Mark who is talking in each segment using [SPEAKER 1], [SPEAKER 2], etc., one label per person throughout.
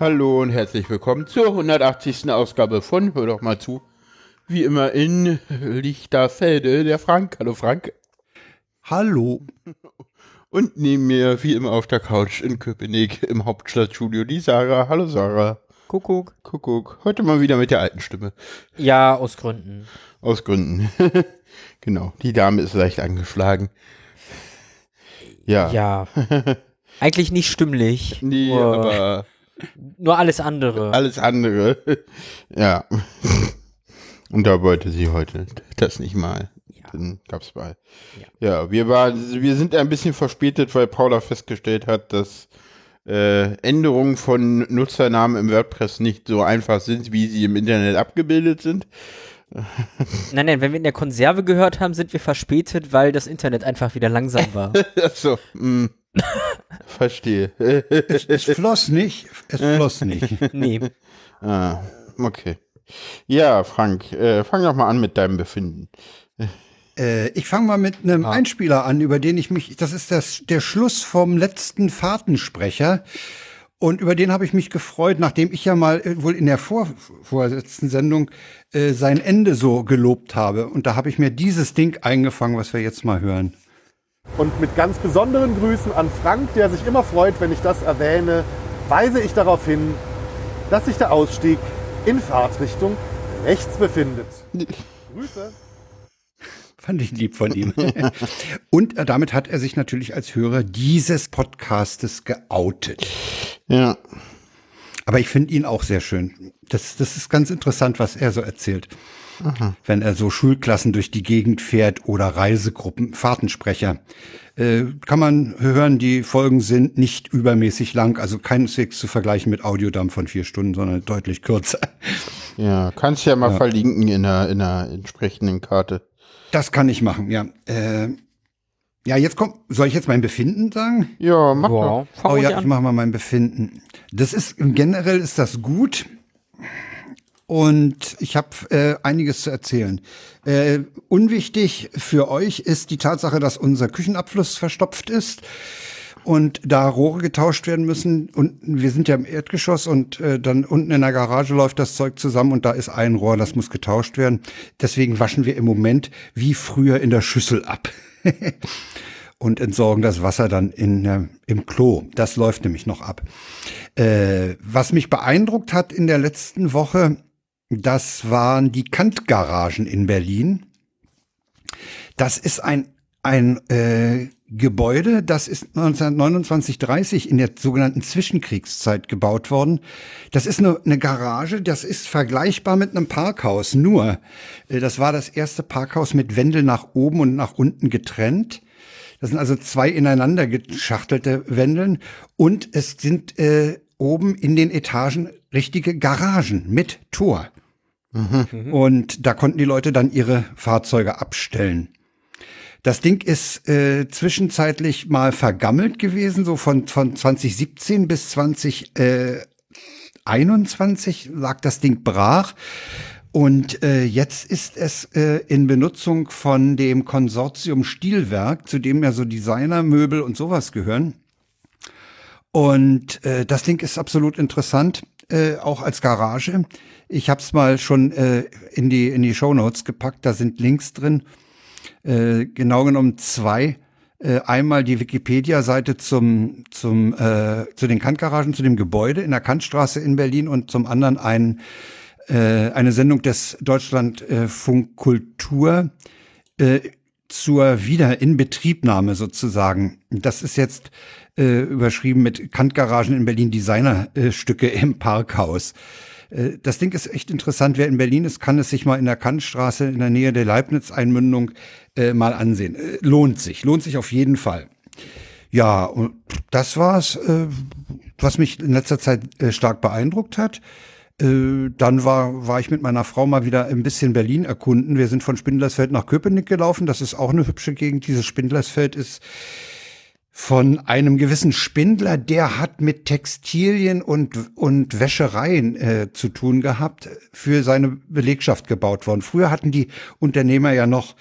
[SPEAKER 1] Hallo und herzlich willkommen zur 180. Ausgabe von Hör doch mal zu. Wie immer in Lichterfelde, der Frank. Hallo Frank.
[SPEAKER 2] Hallo.
[SPEAKER 1] Und neben mir, wie immer auf der Couch in Köpenick im Hauptstadtstudio, die Sarah. Hallo Sarah.
[SPEAKER 3] Kuckuck.
[SPEAKER 1] Kuckuck. Heute mal wieder mit der alten Stimme.
[SPEAKER 3] Ja, aus Gründen.
[SPEAKER 1] Aus Gründen. genau. Die Dame ist leicht angeschlagen. Ja.
[SPEAKER 3] Ja. Eigentlich nicht stimmlich.
[SPEAKER 1] Nee,
[SPEAKER 3] nur,
[SPEAKER 1] aber
[SPEAKER 3] nur alles andere.
[SPEAKER 1] alles andere. ja. Und da wollte sie heute das nicht mal.
[SPEAKER 3] Ja.
[SPEAKER 1] Dann gab's mal. Ja, wir waren, wir sind ein bisschen verspätet, weil Paula festgestellt hat, dass äh, Änderungen von Nutzernamen im WordPress nicht so einfach sind, wie sie im Internet abgebildet sind.
[SPEAKER 3] Nein, nein, wenn wir in der Konserve gehört haben, sind wir verspätet, weil das Internet einfach wieder langsam war.
[SPEAKER 1] Achso, mm, verstehe. Äh,
[SPEAKER 2] Es floss nicht. Es floss nicht.
[SPEAKER 3] nee.
[SPEAKER 1] ah, okay. Ja, Frank, äh, fang doch mal an mit deinem Befinden.
[SPEAKER 2] Äh, ich fange mal mit einem Einspieler an, über den ich mich. Das ist das, der Schluss vom letzten Fahrtensprecher. Und über den habe ich mich gefreut, nachdem ich ja mal äh, wohl in der vor, vorletzten Sendung äh, sein Ende so gelobt habe. Und da habe ich mir dieses Ding eingefangen, was wir jetzt mal hören.
[SPEAKER 4] Und mit ganz besonderen Grüßen an Frank, der sich immer freut, wenn ich das erwähne, weise ich darauf hin, dass sich der Ausstieg in Fahrtrichtung rechts befindet. Grüße.
[SPEAKER 2] Fand ich lieb von ihm. Und äh, damit hat er sich natürlich als Hörer dieses Podcastes geoutet.
[SPEAKER 1] Ja,
[SPEAKER 2] Aber ich finde ihn auch sehr schön. Das, das ist ganz interessant, was er so erzählt. Wenn er so Schulklassen durch die Gegend fährt oder Reisegruppen, Fahrtensprecher. Äh, kann man hören, die Folgen sind nicht übermäßig lang, also keineswegs zu vergleichen mit Audiodump von vier Stunden, sondern deutlich kürzer.
[SPEAKER 1] ja, kannst ja mal verlinken in der, in der entsprechenden Karte.
[SPEAKER 2] Das kann ich machen, ja. Äh, ja, jetzt kommt, soll ich jetzt mein Befinden sagen?
[SPEAKER 1] Ja, mach doch.
[SPEAKER 3] Wow. Fang
[SPEAKER 2] oh
[SPEAKER 3] ruhig
[SPEAKER 2] ja, ich
[SPEAKER 3] an.
[SPEAKER 2] mache mal mein Befinden. Das ist generell ist das gut und ich habe äh, einiges zu erzählen. Äh, unwichtig für euch ist die Tatsache, dass unser Küchenabfluss verstopft ist und da Rohre getauscht werden müssen und wir sind ja im Erdgeschoss und äh, dann unten in der Garage läuft das Zeug zusammen und da ist ein Rohr, das muss getauscht werden. Deswegen waschen wir im Moment wie früher in der Schüssel ab und entsorgen das Wasser dann in, äh, im Klo. Das läuft nämlich noch ab. Äh, was mich beeindruckt hat in der letzten Woche, das waren die Kantgaragen in Berlin. Das ist ein, ein äh, Gebäude, das ist 1929, 30 in der sogenannten Zwischenkriegszeit gebaut worden. Das ist eine, eine Garage, das ist vergleichbar mit einem Parkhaus, nur äh, das war das erste Parkhaus mit Wendel nach oben und nach unten getrennt. Das sind also zwei ineinander geschachtelte Wendeln und es sind äh, oben in den Etagen richtige Garagen mit Tor. Und da konnten die Leute dann ihre Fahrzeuge abstellen. Das Ding ist äh, zwischenzeitlich mal vergammelt gewesen, so von, von 2017 bis äh, 2021 lag das Ding brach. Und äh, jetzt ist es äh, in Benutzung von dem Konsortium Stielwerk, zu dem ja so Designermöbel und sowas gehören. Und äh, das Ding ist absolut interessant, äh, auch als Garage. Ich habe es mal schon äh, in die, in die Shownotes gepackt, da sind Links drin äh, genau genommen zwei. Äh, einmal die Wikipedia-Seite zum, zum, äh, zu den Kantgaragen, zu dem Gebäude in der Kantstraße in Berlin und zum anderen ein, äh, eine Sendung des Deutschlandfunk Kultur äh, zur Wiederinbetriebnahme sozusagen. Das ist jetzt äh, überschrieben mit Kantgaragen in Berlin Designerstücke im Parkhaus. Äh, Das Ding ist echt interessant. Wer in Berlin ist, kann es sich mal in der Kantstraße in der Nähe der Leibniz-Einmündung äh, mal ansehen. Äh, Lohnt sich, lohnt sich auf jeden Fall. Ja, und das war's, äh, was mich in letzter Zeit äh, stark beeindruckt hat. Äh, Dann war, war ich mit meiner Frau mal wieder ein bisschen Berlin erkunden. Wir sind von Spindlersfeld nach Köpenick gelaufen. Das ist auch eine hübsche Gegend. Dieses Spindlersfeld ist von einem gewissen Spindler, der hat mit Textilien und, und Wäschereien äh, zu tun gehabt, für seine Belegschaft gebaut worden. Früher hatten die Unternehmer ja noch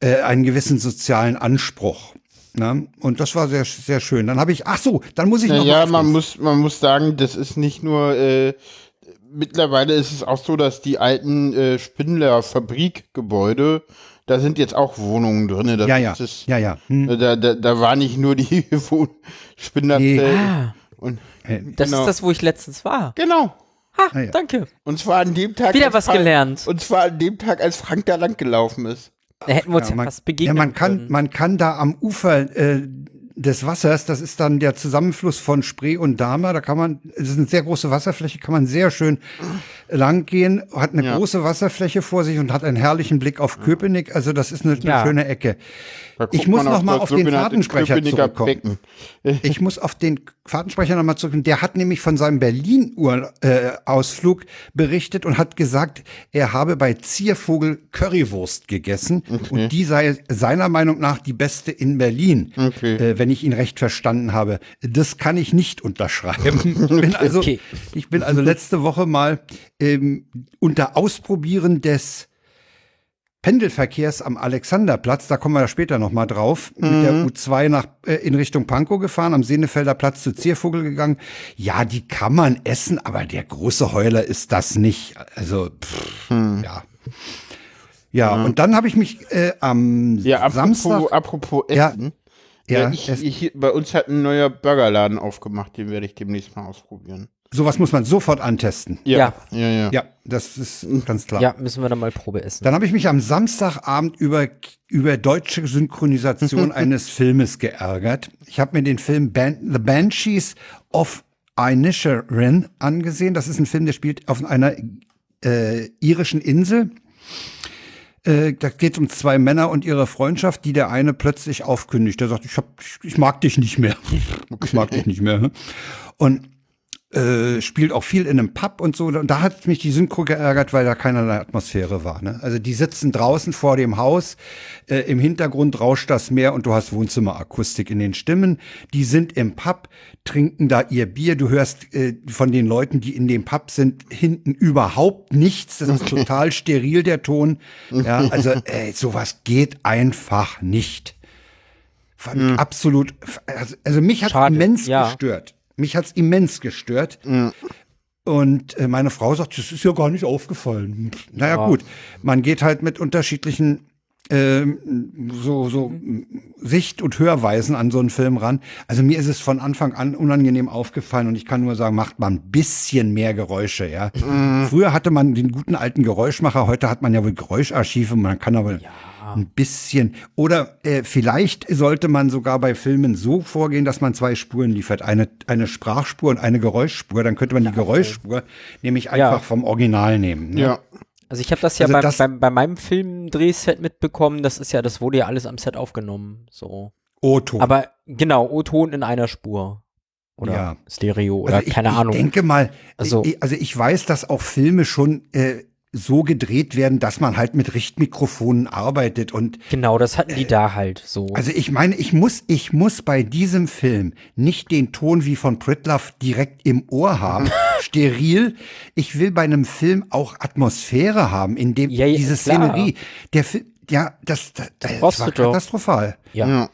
[SPEAKER 2] äh, einen gewissen sozialen Anspruch. Na, und das war sehr, sehr schön. Dann habe ich, ach so, dann muss ich noch.
[SPEAKER 1] Naja,
[SPEAKER 2] was-
[SPEAKER 1] man muss, man muss sagen, das ist nicht nur, äh, mittlerweile ist es auch so, dass die alten äh, Spindler-Fabrikgebäude, da sind jetzt auch Wohnungen drin. Das
[SPEAKER 2] ja, ja,
[SPEAKER 1] Ist,
[SPEAKER 2] ja, ja. Hm.
[SPEAKER 1] äh, Da, da, da war nicht nur die Wohn- Spinderzellen.
[SPEAKER 3] Ah,
[SPEAKER 1] Und,
[SPEAKER 2] Äh,
[SPEAKER 3] das
[SPEAKER 1] Genau.
[SPEAKER 3] ist das, wo ich letztens war.
[SPEAKER 1] genau.
[SPEAKER 3] Ha,
[SPEAKER 2] Ah, ja.
[SPEAKER 3] danke.
[SPEAKER 1] Und zwar an dem Tag.
[SPEAKER 3] Wieder
[SPEAKER 1] als
[SPEAKER 3] was
[SPEAKER 1] Frank-
[SPEAKER 3] gelernt.
[SPEAKER 1] Und zwar an dem Tag, als Frank da lang gelaufen ist.
[SPEAKER 3] Da hätten wir uns ja,
[SPEAKER 2] man,
[SPEAKER 3] fast begegnet.
[SPEAKER 2] ja, man kann,
[SPEAKER 3] können.
[SPEAKER 2] man kann da am Ufer äh, des Wassers, das ist dann der Zusammenfluss von Spree und Dahmer, da kann man, es ist eine sehr große Wasserfläche, kann man sehr schön lang gehen, hat eine
[SPEAKER 1] Ja.
[SPEAKER 2] große Wasserfläche vor sich und hat einen herrlichen Blick auf Köpenick, also das ist eine, eine
[SPEAKER 3] Ja.
[SPEAKER 2] schöne Ecke.
[SPEAKER 1] Da guckt
[SPEAKER 2] Ich muss
[SPEAKER 1] man
[SPEAKER 2] noch mal
[SPEAKER 1] das
[SPEAKER 2] auf den
[SPEAKER 1] sogenannte
[SPEAKER 2] Fahrtensprecher
[SPEAKER 1] Köpenicker
[SPEAKER 2] zurückkommen.
[SPEAKER 1] Becken.
[SPEAKER 2] Ich muss auf den Fahrtensprecher nochmal zurück. Der hat nämlich von seinem Berlin-Ausflug berichtet und hat gesagt, er habe bei Ziervogel Currywurst gegessen und die sei seiner Meinung nach die beste in Berlin,
[SPEAKER 1] Okay.
[SPEAKER 2] äh, wenn ich ihn recht verstanden habe. Das kann ich nicht unterschreiben. Ich bin also,
[SPEAKER 3] Okay.
[SPEAKER 2] ich bin also letzte Woche mal ähm, unter Ausprobieren des Pendelverkehrs am Alexanderplatz, da kommen wir ja später nochmal drauf, mit
[SPEAKER 1] Mhm.
[SPEAKER 2] der U2 nach, äh, in Richtung Pankow gefahren, am Senefelder Platz zu Ziervogel gegangen. Ja, die kann man essen, aber der große Heuler ist das nicht. Also, pff,
[SPEAKER 1] Hm.
[SPEAKER 2] ja. ja. und dann habe ich mich äh, am
[SPEAKER 1] Mhm. Ja, apropos,
[SPEAKER 2] Samstag...
[SPEAKER 1] apropos
[SPEAKER 2] Ja.
[SPEAKER 1] Essen.
[SPEAKER 2] ja,
[SPEAKER 1] ich,
[SPEAKER 2] es,
[SPEAKER 1] ich, bei uns hat ein neuer Burgerladen aufgemacht, den werde ich demnächst mal ausprobieren.
[SPEAKER 2] sowas muss man sofort antesten.
[SPEAKER 3] Ja.
[SPEAKER 1] Ja, Mhm. ja. ja.
[SPEAKER 2] Ja, das ist ganz klar.
[SPEAKER 3] ja, müssen wir dann mal Probe essen.
[SPEAKER 2] Dann habe ich mich am Samstagabend über, über deutsche Synchronisation eines Filmes geärgert. Ich habe mir den Film Ban The Banshees of Inisherin angesehen. Das ist ein Film, der spielt auf einer äh, irischen Insel. Äh, da geht um zwei Männer und ihre Freundschaft, die der eine plötzlich aufkündigt. Der sagt, ich, hab, ich, ich mag dich nicht mehr. Ich mag dich nicht mehr. ne? Und äh, spielt auch viel in einem Pub und so. Und da hat mich die Synchro geärgert, weil da keinerlei Atmosphäre war. Ne? Also die sitzen draußen vor dem Haus, äh, im Hintergrund rauscht das Meer und du hast Wohnzimmerakustik in den Stimmen. Die sind im Pub, trinken da ihr Bier. Du hörst äh, von den Leuten, die in dem Pub sind, hinten überhaupt nichts. Das ist total steril, der Ton. Ja, also ey, sowas geht einfach nicht. Fand ich absolut, also, also mich hat
[SPEAKER 3] Mhm. Schade,
[SPEAKER 2] immens
[SPEAKER 3] ja. Mhm.
[SPEAKER 2] gestört. Mich hat's immens gestört. Und äh, meine Frau sagt, das ist ja gar nicht aufgefallen. Naja, gut. Man geht halt mit unterschiedlichen ähm, so, so Sicht- und Hörweisen an so einen Film ran. Also mir ist es von Anfang an unangenehm aufgefallen und ich kann nur sagen, macht mal ein bisschen mehr Geräusche, ja.
[SPEAKER 3] Mhm.
[SPEAKER 2] Früher hatte man den guten alten Geräuschmacher, heute hat man ja wohl Geräuscharchive, man kann aber ein bisschen. Oder äh, vielleicht sollte man sogar bei Filmen so vorgehen, dass man zwei Spuren liefert. Eine, eine Sprachspur und eine Geräuschspur. Dann könnte man die Geräuschspur nämlich einfach vom Original nehmen. Ne?
[SPEAKER 1] ja.
[SPEAKER 3] Also ich habe das ja
[SPEAKER 2] Also
[SPEAKER 3] beim,
[SPEAKER 2] das-
[SPEAKER 3] beim, bei meinem Filmdrehset mitbekommen, das ist ja, das wurde ja alles am Set aufgenommen. So.
[SPEAKER 2] O-Ton.
[SPEAKER 3] Aber genau, O-Ton in einer Spur. Oder
[SPEAKER 2] Ja.
[SPEAKER 3] Stereo oder
[SPEAKER 2] Also ich,
[SPEAKER 3] keine
[SPEAKER 2] ich
[SPEAKER 3] Ahnung.
[SPEAKER 2] Ich denke mal,
[SPEAKER 3] Also-
[SPEAKER 2] also ich, also ich weiß, dass auch Filme schon äh, so gedreht werden, dass man halt mit Richtmikrofonen arbeitet und
[SPEAKER 3] genau, das hatten die da halt so.
[SPEAKER 2] also ich meine, ich muss, ich muss bei diesem Film nicht den Ton wie von Pritlove direkt im Ohr haben, steril. Ich will bei einem Film auch Atmosphäre haben, in dem
[SPEAKER 3] Ja, ja,
[SPEAKER 2] diese
[SPEAKER 3] klar.
[SPEAKER 2] Szenerie, der Film, ja, das, das, das,
[SPEAKER 3] brauchst
[SPEAKER 2] war
[SPEAKER 3] du doch.
[SPEAKER 2] katastrophal.
[SPEAKER 3] ja.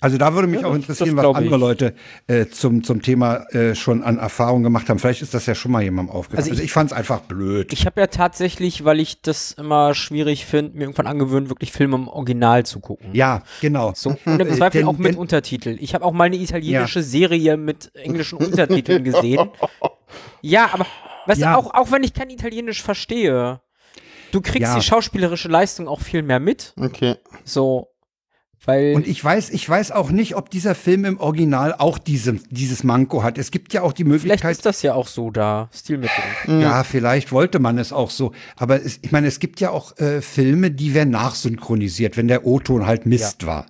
[SPEAKER 2] Also da würde mich
[SPEAKER 3] Ja,
[SPEAKER 2] auch
[SPEAKER 3] das-
[SPEAKER 2] interessieren,
[SPEAKER 3] das
[SPEAKER 2] was
[SPEAKER 3] glaub
[SPEAKER 2] andere
[SPEAKER 3] ich.
[SPEAKER 2] Leute äh, zum, zum Thema äh, schon an Erfahrung gemacht haben. Vielleicht ist das ja schon mal jemandem aufgefallen.
[SPEAKER 3] Also
[SPEAKER 2] Also
[SPEAKER 3] ich-
[SPEAKER 2] ich, fand's einfach blöd.
[SPEAKER 3] Ich habe ja tatsächlich, weil ich das immer schwierig finde, mir irgendwann angewöhnt, wirklich Filme im Original zu gucken.
[SPEAKER 2] ja, genau.
[SPEAKER 3] So, und im
[SPEAKER 2] Äh,
[SPEAKER 3] Zweifel
[SPEAKER 2] denn-
[SPEAKER 3] auch mit
[SPEAKER 2] denn-
[SPEAKER 3] Untertitel. Ich habe auch mal eine italienische Serie mit englischen Untertiteln gesehen. Ja, aber weißt
[SPEAKER 2] Ja.
[SPEAKER 3] du, auch, auch wenn ich kein Italienisch verstehe, du kriegst
[SPEAKER 2] Ja.
[SPEAKER 3] die schauspielerische Leistung auch viel mehr mit.
[SPEAKER 1] Okay.
[SPEAKER 3] So, weil.
[SPEAKER 2] Und ich weiß, ich weiß auch nicht, ob dieser Film im Original auch diese, dieses Manko hat. Es gibt ja auch die
[SPEAKER 3] Vielleicht
[SPEAKER 2] Möglichkeit,
[SPEAKER 3] ist Mm. das ja auch so da, Stilmittel.
[SPEAKER 2] ja, vielleicht wollte man es auch so. Aber es, ich meine, es gibt ja auch äh, Filme, die werden nachsynchronisiert, wenn der O-Ton halt Mist war.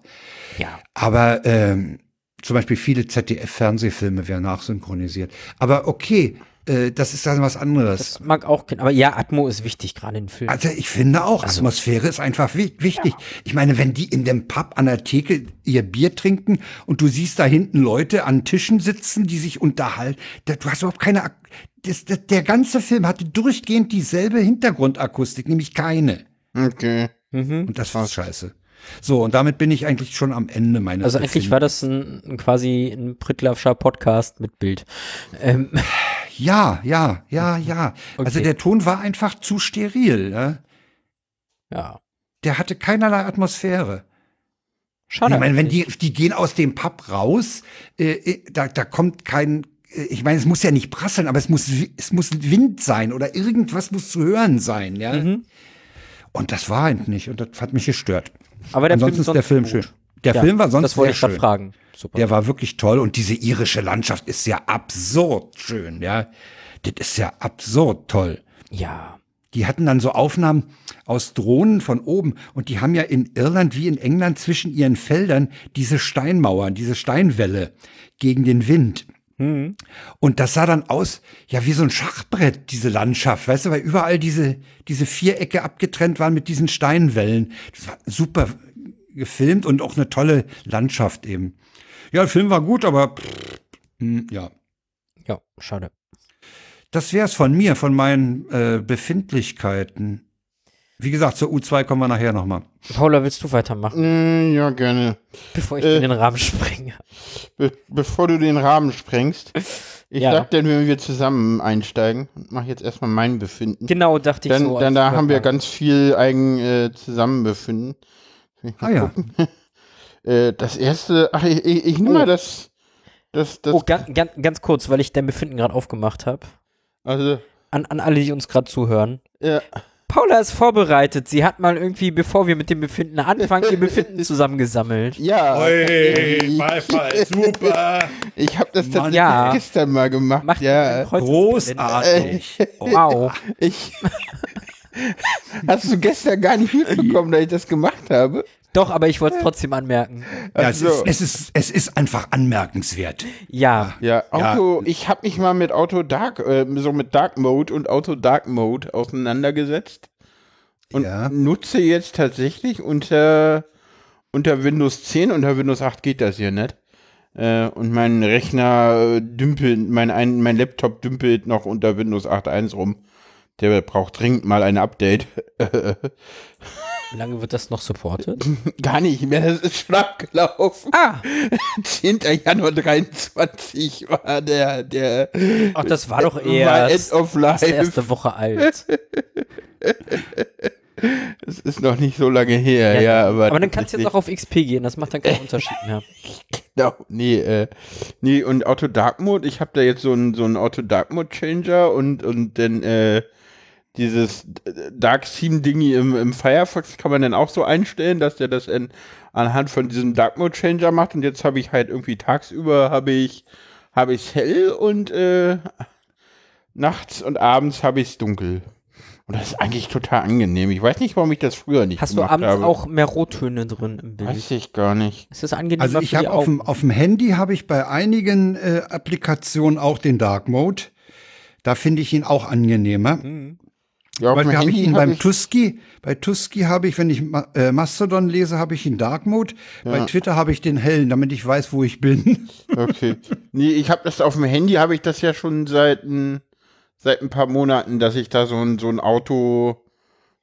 [SPEAKER 3] ja.
[SPEAKER 2] Aber ähm, zum Beispiel viele ZDF-Fernsehfilme werden nachsynchronisiert. Aber okay, äh, das ist dann was anderes.
[SPEAKER 3] Das mag auch gehen. Aber ja, Atmo ist wichtig, gerade in Filmen.
[SPEAKER 2] Also ich finde auch, Atmosphäre ist einfach wi wichtig. Ich meine, wenn die in dem Pub an der Theke ihr Bier trinken und du siehst da hinten Leute an Tischen sitzen, die sich unterhalten, da, du hast überhaupt keine... Ak das, das, der ganze Film hatte durchgehend dieselbe Hintergrundakustik, nämlich keine.
[SPEAKER 1] Okay.
[SPEAKER 3] Mhm.
[SPEAKER 2] Und das war scheiße. So, und damit bin ich eigentlich schon am Ende meines
[SPEAKER 3] Also eigentlich war das ein, ein quasi ein Prittlaffscher Podcast mit Bild. Ähm,
[SPEAKER 2] Ja, ja, ja, ja. Also
[SPEAKER 3] Okay.
[SPEAKER 2] der Ton war einfach zu steril. Ne?
[SPEAKER 3] ja.
[SPEAKER 2] Der hatte keinerlei Atmosphäre.
[SPEAKER 3] Schade.
[SPEAKER 2] Ich meine, wenn die, die gehen aus dem Pub raus, äh, äh, da, da kommt kein, äh, ich meine, es muss ja nicht prasseln, aber es muss, wi- es muss Wind sein oder irgendwas muss zu hören sein, ja.
[SPEAKER 3] Mhm.
[SPEAKER 2] Und das war halt nicht und das hat mich gestört.
[SPEAKER 3] Aber der
[SPEAKER 2] Ansonsten
[SPEAKER 3] Film
[SPEAKER 2] ist der Film
[SPEAKER 3] gut.
[SPEAKER 2] schön. Der
[SPEAKER 3] Ja,
[SPEAKER 2] Film war sonst
[SPEAKER 3] Das wollte
[SPEAKER 2] sehr
[SPEAKER 3] ich gerade
[SPEAKER 2] schön.
[SPEAKER 3] fragen. Super.
[SPEAKER 2] Der war wirklich toll und diese irische Landschaft ist ja absurd schön, ja. Das ist ja absurd toll.
[SPEAKER 3] ja.
[SPEAKER 2] Die hatten dann so Aufnahmen aus Drohnen von oben und die haben ja in Irland wie in England zwischen ihren Feldern diese Steinmauern, diese Steinwälle gegen den Wind. Hm. Und das sah dann aus, ja, wie so ein Schachbrett, diese Landschaft, weißt du, weil überall diese, diese Vierecke abgetrennt waren mit diesen Steinwellen. Das war super gefilmt und auch eine tolle Landschaft eben. Ja, der Film war gut, aber pff, hm, ja.
[SPEAKER 3] Ja, schade.
[SPEAKER 2] Das wär's von mir, von meinen äh, Befindlichkeiten. Wie gesagt, zur U2 kommen wir nachher nochmal.
[SPEAKER 3] Paula, willst du weitermachen,
[SPEAKER 1] Mm, ja, gerne.
[SPEAKER 3] bevor ich
[SPEAKER 1] Äh.
[SPEAKER 3] in den Rahmen springe?
[SPEAKER 1] Be bevor du den Rahmen sprengst, ich
[SPEAKER 3] Ja.
[SPEAKER 1] dachte, wenn wir zusammen einsteigen, mach jetzt erstmal mein Befinden.
[SPEAKER 3] Genau, dachte ich
[SPEAKER 1] Dann,
[SPEAKER 3] so. als
[SPEAKER 1] dann da
[SPEAKER 3] Übergang.
[SPEAKER 1] haben wir ganz viel eigen äh, Zusammenbefinden.
[SPEAKER 2] Ah ja.
[SPEAKER 1] Äh, das erste, ach, ich, ich, ich nehme
[SPEAKER 3] Oh.
[SPEAKER 1] mal das, das, das,
[SPEAKER 3] Oh, ganz, ganz, ganz kurz, weil ich dein Befinden gerade aufgemacht habe.
[SPEAKER 1] also, äh,
[SPEAKER 3] An, an alle, die uns gerade zuhören.
[SPEAKER 1] ja,
[SPEAKER 3] Paula ist vorbereitet. Sie hat mal irgendwie, bevor wir mit dem Befinden anfangen, ihr Befinden zusammengesammelt.
[SPEAKER 1] ja Äh,
[SPEAKER 2] Hey, Beifall, super.
[SPEAKER 1] ich habe das
[SPEAKER 2] Mann.
[SPEAKER 1] tatsächlich
[SPEAKER 3] Ja.
[SPEAKER 1] gestern mal gemacht.
[SPEAKER 3] Macht
[SPEAKER 1] ja, äh,
[SPEAKER 3] ein Kreuz-
[SPEAKER 2] Großartig.
[SPEAKER 3] Wow.
[SPEAKER 1] ich, hast du gestern gar nicht mitbekommen, dass ich das gemacht habe?
[SPEAKER 3] Doch, aber ich wollte es trotzdem anmerken.
[SPEAKER 2] Ja, es,
[SPEAKER 1] Ach so.
[SPEAKER 2] ist, es, ist, es ist einfach anmerkenswert.
[SPEAKER 3] Ja.
[SPEAKER 1] Ja,
[SPEAKER 2] Ja.
[SPEAKER 1] Auto, ich habe mich mal mit Auto Dark, äh, so mit Dark Mode und Auto Dark Mode auseinandergesetzt und
[SPEAKER 2] Ja.
[SPEAKER 1] nutze jetzt tatsächlich unter, unter Windows 10, unter Windows 8 geht das hier nicht. Äh, und mein Rechner äh, dümpelt, mein, ein, mein Laptop dümpelt noch unter Windows 8.1 rum. Der braucht dringend mal ein Update.
[SPEAKER 3] Wie lange wird das noch supportet?
[SPEAKER 1] Gar nicht mehr, das ist schon abgelaufen.
[SPEAKER 3] Ah,
[SPEAKER 1] 10. Januar 23 war der, der
[SPEAKER 3] ach, das war doch
[SPEAKER 1] war
[SPEAKER 3] erst
[SPEAKER 1] End of
[SPEAKER 3] das
[SPEAKER 1] Life.
[SPEAKER 3] erste Woche alt.
[SPEAKER 1] Es ist noch nicht so lange her, ja, aber.
[SPEAKER 3] aber dann kannst du jetzt auch auf XP gehen, das macht dann keinen Unterschied mehr.
[SPEAKER 1] Genau, nee, äh, nee, und Auto Dark Mode, ich habe da jetzt so einen so einen Auto Dark Mode Changer und, und dann, äh, dieses äh, Dark Theme Dingy im, im Firefox kann man dann auch so einstellen, dass der das in, anhand von diesem Dark Mode Changer macht und jetzt habe ich halt irgendwie tagsüber habe ich, habe ich hell und, äh, nachts und abends habe ich es dunkel. Und das ist eigentlich total angenehm. Ich weiß nicht, warum ich das früher nicht
[SPEAKER 3] Hast du
[SPEAKER 1] gemacht
[SPEAKER 3] abends
[SPEAKER 1] habe.
[SPEAKER 3] auch mehr Rottöne drin im Bild?
[SPEAKER 1] Weiß ich gar nicht.
[SPEAKER 3] Es ist angenehmer
[SPEAKER 2] Also ich
[SPEAKER 3] für die
[SPEAKER 2] habe auf
[SPEAKER 3] Augen.
[SPEAKER 2] dem, auf dem Handy habe ich bei einigen äh, Applikationen auch den Dark Mode. Da finde ich ihn auch angenehmer.
[SPEAKER 1] Ja, auf dem
[SPEAKER 2] Zum Beispiel habe ich
[SPEAKER 1] Handy
[SPEAKER 2] ihn
[SPEAKER 1] hab
[SPEAKER 2] beim
[SPEAKER 1] ich-
[SPEAKER 2] Tusky, bei Tusky habe ich, wenn ich Ma äh, Mastodon lese, habe ich ihn Dark Mode. Bei Twitter habe ich den hellen, damit ich weiß, wo ich bin.
[SPEAKER 1] Okay. Nee, ich habe das auf dem Handy, habe ich das ja schon seit ein, seit ein paar Monaten, dass ich da so ein, so ein Auto,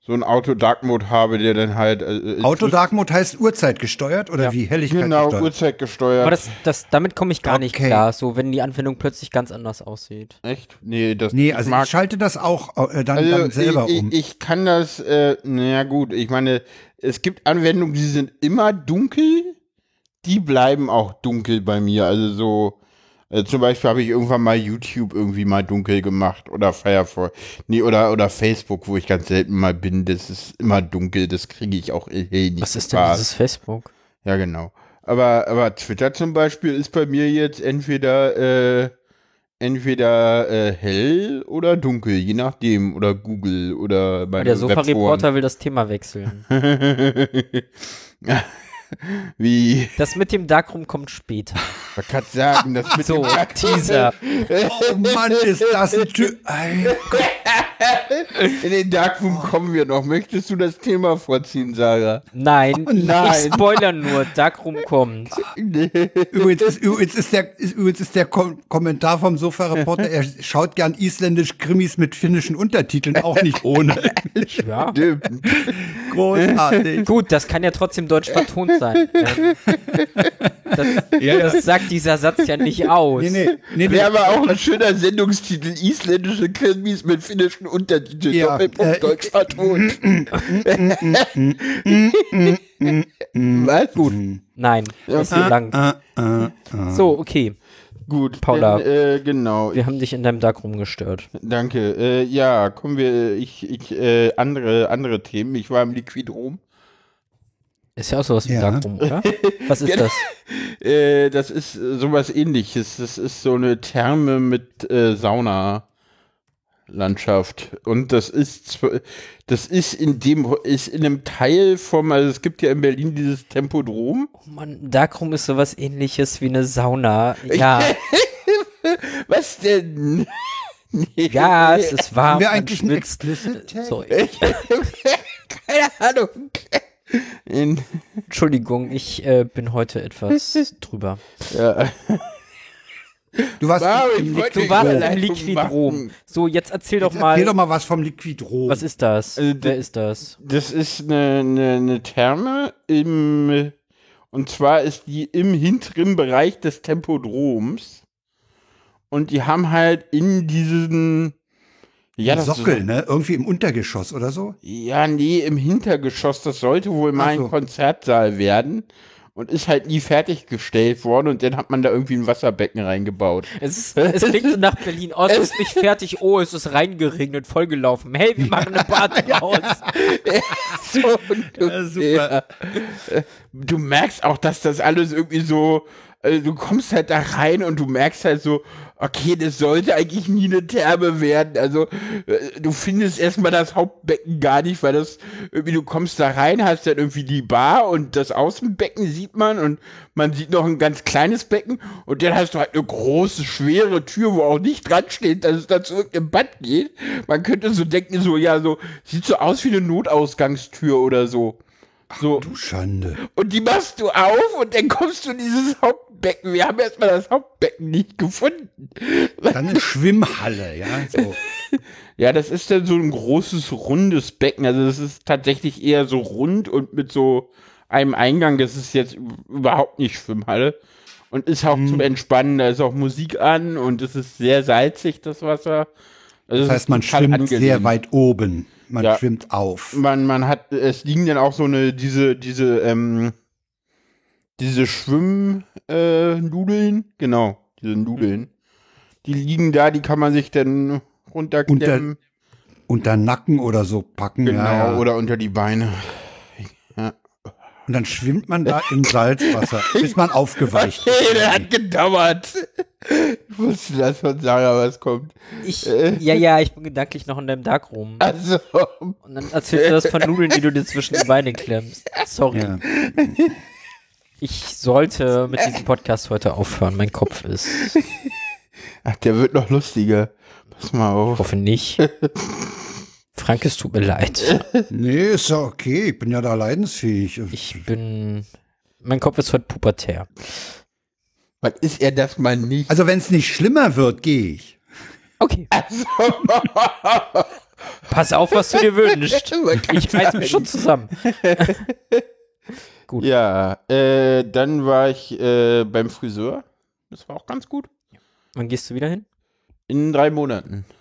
[SPEAKER 1] so ein Auto Dark Mode habe, der dann halt äh,
[SPEAKER 2] Auto Dark Mode heißt Uhrzeit gesteuert oder wie Helligkeit
[SPEAKER 1] genau
[SPEAKER 2] gesteuert.
[SPEAKER 1] Uhrzeit gesteuert.
[SPEAKER 3] Aber das, das, damit komme ich gar nicht
[SPEAKER 2] Okay.
[SPEAKER 3] klar, so wenn die Anwendung plötzlich ganz anders aussieht.
[SPEAKER 1] echt? Nee, das
[SPEAKER 2] Nee, also ich
[SPEAKER 1] mag-
[SPEAKER 2] schalte das auch äh, dann,
[SPEAKER 1] also
[SPEAKER 2] dann selber
[SPEAKER 1] ich,
[SPEAKER 2] um.
[SPEAKER 1] Ich, ich kann das, äh, naja gut, ich meine, es gibt Anwendungen, die sind immer dunkel, die bleiben auch dunkel bei mir. Also so, äh, zum Beispiel habe ich irgendwann mal YouTube irgendwie mal dunkel gemacht oder Firefox. Nee, oder, oder Facebook, wo ich ganz selten mal bin, das ist immer dunkel, das kriege ich auch eh nicht.
[SPEAKER 3] Was ist denn
[SPEAKER 1] gebacken.
[SPEAKER 3] dieses Facebook?
[SPEAKER 1] Ja, genau. Aber, aber Twitter zum Beispiel ist bei mir jetzt entweder, äh, entweder äh, hell oder dunkel, je nachdem. Oder Google oder bei
[SPEAKER 3] Der Sofa-Reporter will das Thema wechseln.
[SPEAKER 1] Wie?
[SPEAKER 3] Das mit dem Darkroom kommt später.
[SPEAKER 1] Man kann sagen, das mit
[SPEAKER 3] So,
[SPEAKER 1] dem Lack-
[SPEAKER 3] Teaser.
[SPEAKER 2] Oh Mann, ist das ein Typ.
[SPEAKER 1] In den Darkroom kommen wir noch. Möchtest du das Thema vorziehen, Sarah?
[SPEAKER 3] Nein,
[SPEAKER 2] Oh
[SPEAKER 1] nein.
[SPEAKER 3] ich spoiler nur, Darkroom kommt.
[SPEAKER 2] Übrigens ist, übrigens ist der, ist, übrigens ist der Kom Kommentar vom Sofa-Reporter, er schaut gern isländisch Krimis mit finnischen Untertiteln, auch nicht ohne.
[SPEAKER 3] Ja.
[SPEAKER 1] Stimmt.
[SPEAKER 2] Großartig.
[SPEAKER 3] Gut, das kann ja trotzdem deutsch vertont sein. Ähm, Das, das sagt dieser Satz ja nicht aus.
[SPEAKER 2] Nee, nee, nee, nee.
[SPEAKER 1] Wäre aber auch ein schöner Sendungstitel. Isländische Krimis mit finnischen Untertiteln.
[SPEAKER 2] Ja,
[SPEAKER 1] Doppelpunkt
[SPEAKER 2] äh,
[SPEAKER 1] Deutsch vertont. Was? Gut.
[SPEAKER 3] Nein, ist
[SPEAKER 2] Ah,
[SPEAKER 3] zu lang.
[SPEAKER 2] Äh,
[SPEAKER 3] So, okay.
[SPEAKER 1] Gut.
[SPEAKER 3] Paula.
[SPEAKER 1] Dann, äh, genau.
[SPEAKER 3] Wir haben dich in deinem Darkroom gestört.
[SPEAKER 1] Danke. Äh, ja, kommen wir. Ich, ich, äh, andere, andere Themen. Ich war im Liquid Rom.
[SPEAKER 3] Ist ja auch sowas wie
[SPEAKER 2] Ja.
[SPEAKER 3] Darkroom, oder? Was ist das?
[SPEAKER 1] Äh, das ist äh, sowas ähnliches. Das ist so eine Therme mit äh, Sauna. Landschaft und das ist zw- das ist in dem ist in einem Teil vom also es gibt ja in Berlin dieses Tempodrom
[SPEAKER 3] Oh Mann, Darkroom ist sowas ähnliches wie eine Sauna. Ja,
[SPEAKER 1] was denn nee.
[SPEAKER 3] ja, es ist warm.
[SPEAKER 2] Haben wir
[SPEAKER 3] man
[SPEAKER 2] eigentlich einen
[SPEAKER 3] schwitzt.
[SPEAKER 2] explicit Tag?
[SPEAKER 3] Sorry.
[SPEAKER 1] keine Ahnung in,
[SPEAKER 3] Entschuldigung, ich äh, bin heute etwas drüber.
[SPEAKER 1] ja.
[SPEAKER 2] Du warst
[SPEAKER 1] Wow,
[SPEAKER 2] im
[SPEAKER 1] ich
[SPEAKER 2] Liquid
[SPEAKER 1] wollte-
[SPEAKER 3] Du warst
[SPEAKER 1] Überleitung
[SPEAKER 3] im Liquid
[SPEAKER 1] machen.
[SPEAKER 3] Rom. So, jetzt erzähl doch
[SPEAKER 2] Erzähl doch
[SPEAKER 3] mal,
[SPEAKER 2] mal was vom Liquid Rom.
[SPEAKER 3] was ist das?
[SPEAKER 1] Äh, d-
[SPEAKER 3] Wer ist das?
[SPEAKER 1] Das ist eine, eine, eine Therme im und zwar ist die im hinteren Bereich des Tempodroms und die haben halt in diesen ja das
[SPEAKER 2] Sockel, ne? Irgendwie im Untergeschoss oder so?
[SPEAKER 1] ja nee im Hintergeschoss das sollte wohl mal
[SPEAKER 2] Ach so.
[SPEAKER 1] ein Konzertsaal werden und ist halt nie fertiggestellt worden und dann hat man da irgendwie ein Wasserbecken reingebaut.
[SPEAKER 3] Es, ist, es klingt so nach Berlin. Oh, es ist nicht fertig. Oh, es ist reingeregnet, vollgelaufen. Hey, wir machen eine Party draus.
[SPEAKER 1] so ungefähr.
[SPEAKER 2] super.
[SPEAKER 1] Du merkst auch, dass das alles irgendwie so. Also du kommst halt da rein und du merkst halt so, okay, das sollte eigentlich nie eine Therme werden. Also äh, du findest erstmal das Hauptbecken gar nicht, weil das irgendwie, du kommst da rein, hast dann irgendwie die Bar und das Außenbecken sieht man und man sieht noch ein ganz kleines Becken und dann hast du halt eine große, schwere Tür, wo auch nicht dran steht, dass es da zurück im Bad geht. Man könnte so denken, so, ja, so, sieht so aus wie eine Notausgangstür oder so. So.
[SPEAKER 2] Du Schande.
[SPEAKER 1] Und die machst du auf und dann kommst du in dieses Hauptbecken. Wir haben erstmal das Hauptbecken nicht gefunden.
[SPEAKER 2] Dann eine Schwimmhalle, ja. So.
[SPEAKER 1] Ja, das ist dann so ein großes, rundes Becken. Also das ist tatsächlich eher so rund und mit so einem Eingang. Das ist jetzt ü- überhaupt nicht Schwimmhalle. Und ist auch
[SPEAKER 2] Hm.
[SPEAKER 1] zum Entspannen. Da ist auch Musik an und es ist sehr salzig, das Wasser. Also
[SPEAKER 2] Das
[SPEAKER 1] es
[SPEAKER 2] heißt,
[SPEAKER 1] ist
[SPEAKER 2] man
[SPEAKER 1] total
[SPEAKER 2] schwimmt
[SPEAKER 1] angenehm.
[SPEAKER 2] sehr weit oben. Man
[SPEAKER 1] Ja.
[SPEAKER 2] schwimmt auf.
[SPEAKER 1] man, man hat, es liegen dann auch so eine, diese, diese, ähm, diese Schwimmnudeln, äh, Nudeln? genau, diese Nudeln. Die liegen da, die kann man sich dann runterklemmen.
[SPEAKER 2] Unter den Nacken oder so packen.
[SPEAKER 1] genau,
[SPEAKER 2] ja, ja.
[SPEAKER 1] oder unter die Beine.
[SPEAKER 2] Und dann schwimmt man da im Salzwasser, bis man aufgeweicht
[SPEAKER 1] Hey, der
[SPEAKER 2] ist.
[SPEAKER 1] hat gedauert. Ich wusste, dass von Sarah was kommt.
[SPEAKER 3] Ich, ja, ja, ich bin gedanklich noch in deinem Darkroom.
[SPEAKER 1] Also,
[SPEAKER 3] Und dann erzählst du das von Nudeln, die du dir zwischen die Beine klemmst. Sorry.
[SPEAKER 2] Ja.
[SPEAKER 3] Ich sollte mit diesem Podcast heute aufhören. Mein Kopf ist.
[SPEAKER 1] ach, der wird noch lustiger. Pass mal auf.
[SPEAKER 3] Hoffe nicht. Frank, es tut mir leid.
[SPEAKER 2] Nee, ist ja okay. Ich bin ja da leidensfähig.
[SPEAKER 3] Ich bin. Mein Kopf ist heute pubertär.
[SPEAKER 1] Was ist er das mal nicht?
[SPEAKER 2] Also, wenn es nicht schlimmer wird, gehe ich.
[SPEAKER 3] Okay. Pass auf, was du dir wünschst.
[SPEAKER 2] Also,
[SPEAKER 3] Ich reiß mich schon zusammen.
[SPEAKER 1] Ja, äh, dann war ich äh, beim Friseur. Das war auch ganz gut.
[SPEAKER 3] Wann gehst du wieder hin?
[SPEAKER 1] In drei Monaten.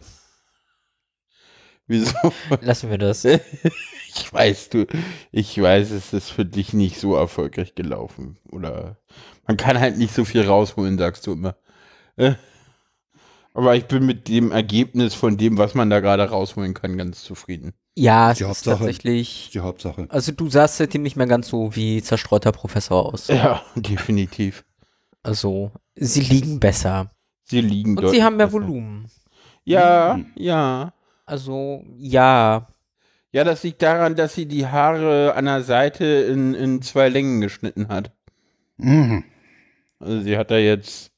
[SPEAKER 1] Wieso?
[SPEAKER 3] Lassen wir das.
[SPEAKER 1] Ich weiß, du, ich weiß, es ist für dich nicht so erfolgreich gelaufen. Oder man kann halt nicht so viel rausholen, sagst du immer. Äh, Aber ich bin mit dem Ergebnis von dem, was man da gerade rausholen kann, ganz zufrieden.
[SPEAKER 3] Ja, es
[SPEAKER 2] Die
[SPEAKER 3] ist
[SPEAKER 2] Hauptsache.
[SPEAKER 3] tatsächlich.
[SPEAKER 2] Ist die Hauptsache.
[SPEAKER 3] Also du sahst seitdem nicht mehr ganz so wie zerstreuter Professor aus.
[SPEAKER 1] Ja, definitiv.
[SPEAKER 3] Also, sie liegen besser.
[SPEAKER 1] Sie liegen
[SPEAKER 3] Und sie haben mehr
[SPEAKER 1] besser.
[SPEAKER 3] Volumen.
[SPEAKER 1] Ja, ja.
[SPEAKER 3] Also, ja.
[SPEAKER 1] Ja, das liegt daran, dass sie die Haare an der Seite in, in zwei Längen geschnitten hat.
[SPEAKER 2] Mhm.
[SPEAKER 1] Also sie hat da jetzt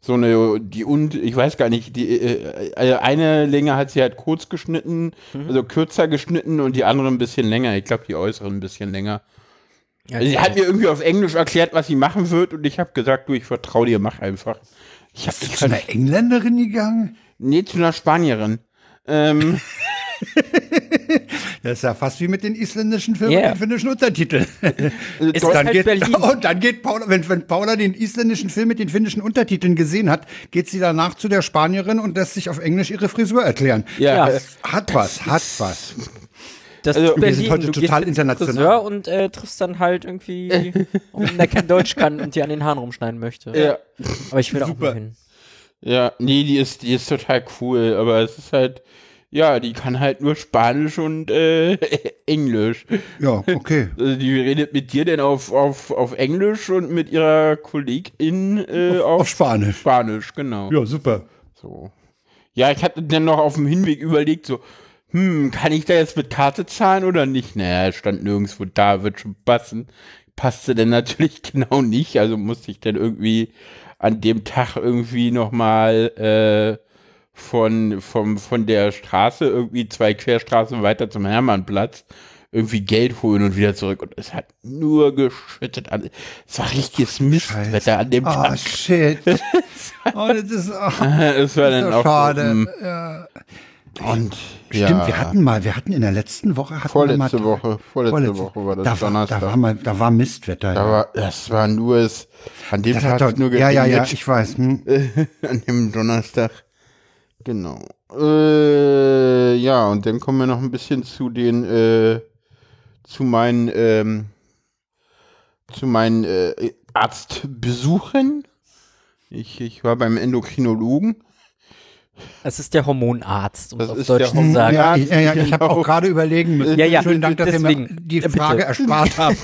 [SPEAKER 1] so eine, die und, ich weiß gar nicht, die äh, eine Länge hat sie halt kurz geschnitten,
[SPEAKER 3] Mhm.
[SPEAKER 1] also kürzer geschnitten und die andere ein bisschen länger. Ich glaube, die äußere ein bisschen länger.
[SPEAKER 3] Ja,
[SPEAKER 1] Also sie hat
[SPEAKER 3] genau.
[SPEAKER 1] mir irgendwie auf Englisch erklärt, was sie machen wird und ich habe gesagt, du, ich vertraue dir, mach einfach. Ich hab,
[SPEAKER 2] Ist
[SPEAKER 1] ich
[SPEAKER 2] zu
[SPEAKER 1] kann,
[SPEAKER 2] einer Engländerin gegangen?
[SPEAKER 1] nee, zu einer Spanierin. Ähm,
[SPEAKER 2] Das ist ja fast wie mit den isländischen Filmen
[SPEAKER 3] Ja.
[SPEAKER 2] mit finnischen Untertiteln.
[SPEAKER 3] Es
[SPEAKER 2] Dann
[SPEAKER 3] ist halt
[SPEAKER 2] geht,
[SPEAKER 3] Berlin.
[SPEAKER 2] und dann geht Paula, wenn, wenn Paula den isländischen Film mit den finnischen Untertiteln gesehen hat, geht sie danach zu der Spanierin und lässt sich auf Englisch ihre Frisur erklären.
[SPEAKER 1] ja,
[SPEAKER 3] Ja.
[SPEAKER 2] Hat was, hat was.
[SPEAKER 3] Das
[SPEAKER 1] Also,
[SPEAKER 3] ist
[SPEAKER 1] wir
[SPEAKER 2] sind
[SPEAKER 3] Berlin.
[SPEAKER 2] heute
[SPEAKER 3] Du gehst
[SPEAKER 2] total
[SPEAKER 3] zum
[SPEAKER 2] international.
[SPEAKER 3] Friseur und äh, triffst dann halt irgendwie, um der kein Deutsch kann und dir an den Haaren rumschneiden möchte.
[SPEAKER 1] ja.
[SPEAKER 3] Aber ich will da auch
[SPEAKER 2] Super.
[SPEAKER 3] mal hin.
[SPEAKER 1] Ja, nee, die ist, die ist total cool, aber es ist halt, ja, die kann halt nur Spanisch und äh, Englisch.
[SPEAKER 2] Ja, okay.
[SPEAKER 1] Also die redet mit dir denn auf, auf, auf Englisch und mit ihrer Kollegin äh, auf,
[SPEAKER 2] Auf Spanisch.
[SPEAKER 1] Spanisch, genau.
[SPEAKER 2] Ja, super.
[SPEAKER 1] So. Ja, ich hatte dann noch auf dem Hinweg überlegt, so, hm, kann ich da jetzt mit Karte zahlen oder nicht? Naja, stand nirgendwo da, wird schon passen. Passte denn natürlich genau nicht, also musste ich dann irgendwie an dem Tag irgendwie nochmal äh, von, vom, von der Straße, irgendwie zwei Querstraßen weiter zum Hermannplatz, irgendwie Geld holen und wieder zurück. Und es hat nur geschüttet. an- Es war richtiges Mistwetter an dem
[SPEAKER 2] Ah,
[SPEAKER 1] Tag.
[SPEAKER 2] shit. Oh, das ist, oh,
[SPEAKER 1] Es war dann
[SPEAKER 2] so
[SPEAKER 1] auch
[SPEAKER 2] schade.
[SPEAKER 1] mm,
[SPEAKER 2] Ja.
[SPEAKER 1] Und
[SPEAKER 2] Stimmt,
[SPEAKER 1] ja,
[SPEAKER 2] wir hatten mal, wir hatten in der letzten Woche hatten
[SPEAKER 1] vorletzte
[SPEAKER 2] wir mal,
[SPEAKER 1] Woche, vorletzte, Woche war das
[SPEAKER 2] da war,
[SPEAKER 1] Donnerstag.
[SPEAKER 2] da war, mal, da war Mistwetter. ja.
[SPEAKER 1] aber das war nur es. An dem
[SPEAKER 2] das
[SPEAKER 1] Tag
[SPEAKER 2] hat
[SPEAKER 1] hat's
[SPEAKER 2] doch,
[SPEAKER 1] nur
[SPEAKER 2] ja, ja, ja,
[SPEAKER 1] geregnet.
[SPEAKER 2] ich weiß. Hm.
[SPEAKER 1] An dem Donnerstag. Genau. Äh, ja, und dann kommen wir noch ein bisschen zu den, äh, zu meinen, ähm, zu meinen äh, Arztbesuchen. Ich, ich war beim Endokrinologen.
[SPEAKER 3] Es ist der Hormonarzt, um es
[SPEAKER 1] Das
[SPEAKER 3] auf
[SPEAKER 1] ist
[SPEAKER 3] Deutsch
[SPEAKER 1] der
[SPEAKER 3] zu sagen.
[SPEAKER 2] Ja, ich, ja, ja, ich habe
[SPEAKER 1] Genau.
[SPEAKER 2] auch gerade überlegen müssen.
[SPEAKER 3] Ja, ja,
[SPEAKER 2] Schönen Dank, dass ihr mir
[SPEAKER 3] deswegen.
[SPEAKER 2] die
[SPEAKER 3] Ja, bitte.
[SPEAKER 2] Frage erspart habt.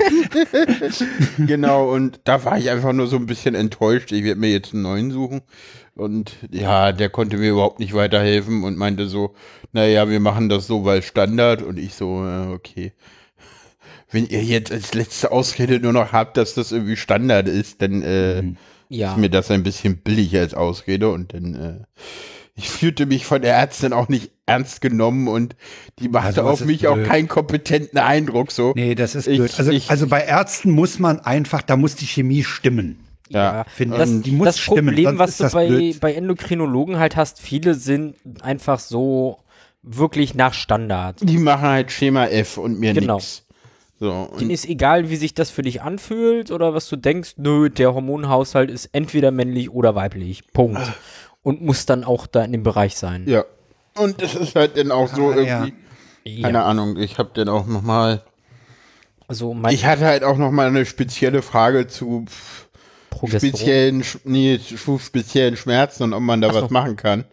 [SPEAKER 1] genau, und da war ich einfach nur so ein bisschen enttäuscht. Ich werde mir jetzt einen neuen suchen. Und ja, der konnte mir überhaupt nicht weiterhelfen und meinte so, naja, wir machen das so, weil Standard. Und ich so, äh, okay. Wenn ihr jetzt als letzte Ausrede nur noch habt, dass das irgendwie Standard ist, dann äh,
[SPEAKER 2] Mhm,
[SPEAKER 3] Ja.
[SPEAKER 1] ist mir das ein bisschen billig als Ausrede und dann äh, ich fühlte mich von der Ärztin auch nicht ernst genommen und die machte
[SPEAKER 2] sowas
[SPEAKER 1] auf
[SPEAKER 2] Also, ist
[SPEAKER 1] mich auch
[SPEAKER 2] blöd.
[SPEAKER 1] keinen kompetenten Eindruck so.
[SPEAKER 2] Nee, das ist
[SPEAKER 1] Ich-
[SPEAKER 2] blöd. Also,
[SPEAKER 1] ich-
[SPEAKER 2] also bei Ärzten muss man einfach, da muss die Chemie stimmen.
[SPEAKER 1] ja.
[SPEAKER 2] Finde
[SPEAKER 3] das,
[SPEAKER 2] ich. Die muss
[SPEAKER 3] das
[SPEAKER 2] stimmen,
[SPEAKER 3] Problem,
[SPEAKER 2] sonst
[SPEAKER 3] was
[SPEAKER 2] ist
[SPEAKER 3] du
[SPEAKER 2] das
[SPEAKER 3] bei,
[SPEAKER 2] blöd.
[SPEAKER 3] bei Endokrinologen halt hast, viele sind einfach so wirklich nach Standard.
[SPEAKER 1] Die machen halt Schema F und mir
[SPEAKER 3] Genau.
[SPEAKER 1] nix. So,
[SPEAKER 3] Denen
[SPEAKER 1] und
[SPEAKER 3] ist egal, wie sich das für dich anfühlt oder was du denkst, nö, der Hormonhaushalt ist entweder männlich oder weiblich. Punkt. Und muss dann auch da in dem Bereich sein.
[SPEAKER 1] ja. Und es ist halt dann auch so
[SPEAKER 2] Ah, ja.
[SPEAKER 1] irgendwie, keine Ahnung, ich habe dann auch noch mal,
[SPEAKER 3] Also mein
[SPEAKER 1] ich hatte halt auch noch mal eine spezielle Frage zu pff,
[SPEAKER 3] Progesteron.
[SPEAKER 1] speziellen, Sch- nee, zu speziellen Schmerzen und ob man da
[SPEAKER 3] so.
[SPEAKER 1] was machen kann.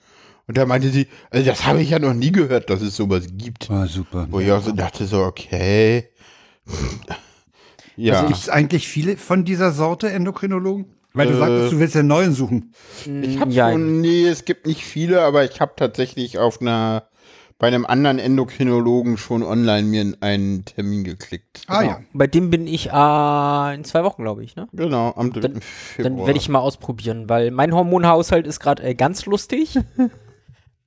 [SPEAKER 1] Und da meinte sie, also das habe ich ja noch nie gehört, dass es sowas gibt.
[SPEAKER 2] Ah, super.
[SPEAKER 1] Wo ich auch so dachte, so, okay. ja.
[SPEAKER 2] Also gibt es eigentlich viele von dieser Sorte Endokrinologen? Weil du sagtest, du willst ja einen neuen suchen.
[SPEAKER 1] Ich habe
[SPEAKER 3] Hm, Ja.
[SPEAKER 1] schon, nee, es gibt nicht viele, aber ich habe tatsächlich auf einer, bei einem anderen Endokrinologen schon online mir einen Termin geklickt.
[SPEAKER 2] Ah ja.
[SPEAKER 3] Bei dem bin ich äh, in zwei Wochen, glaube ich, ne?
[SPEAKER 1] Genau, am 3.
[SPEAKER 3] Dann
[SPEAKER 1] Februar.
[SPEAKER 3] werde ich mal ausprobieren, weil mein Hormonhaushalt ist gerade äh, ganz lustig.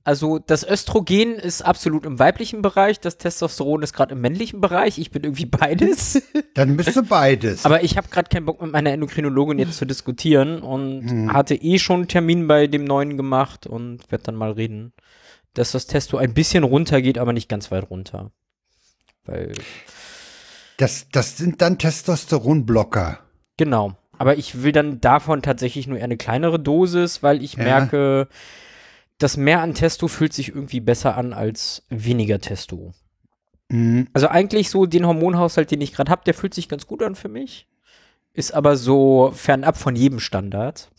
[SPEAKER 3] Also das Östrogen ist absolut im weiblichen Bereich, das Testosteron ist gerade im männlichen Bereich. Ich bin irgendwie beides.
[SPEAKER 2] Dann bist du beides.
[SPEAKER 3] Aber ich habe gerade keinen Bock mit meiner Endokrinologin jetzt zu diskutieren und hatte eh schon einen Termin bei dem neuen gemacht und werde dann mal reden, dass das Testo ein bisschen runtergeht, aber nicht ganz weit runter. Weil
[SPEAKER 2] Das, das sind dann Testosteronblocker.
[SPEAKER 3] Genau. Aber ich will dann davon tatsächlich nur eher eine kleinere Dosis, weil ich
[SPEAKER 2] Ja.
[SPEAKER 3] merke, das Mehr an Testo fühlt sich irgendwie besser an als weniger Testo.
[SPEAKER 2] Mhm.
[SPEAKER 3] Also eigentlich so den Hormonhaushalt, den ich gerade habe, der fühlt sich ganz gut an für mich. Ist aber so fernab von jedem Standard.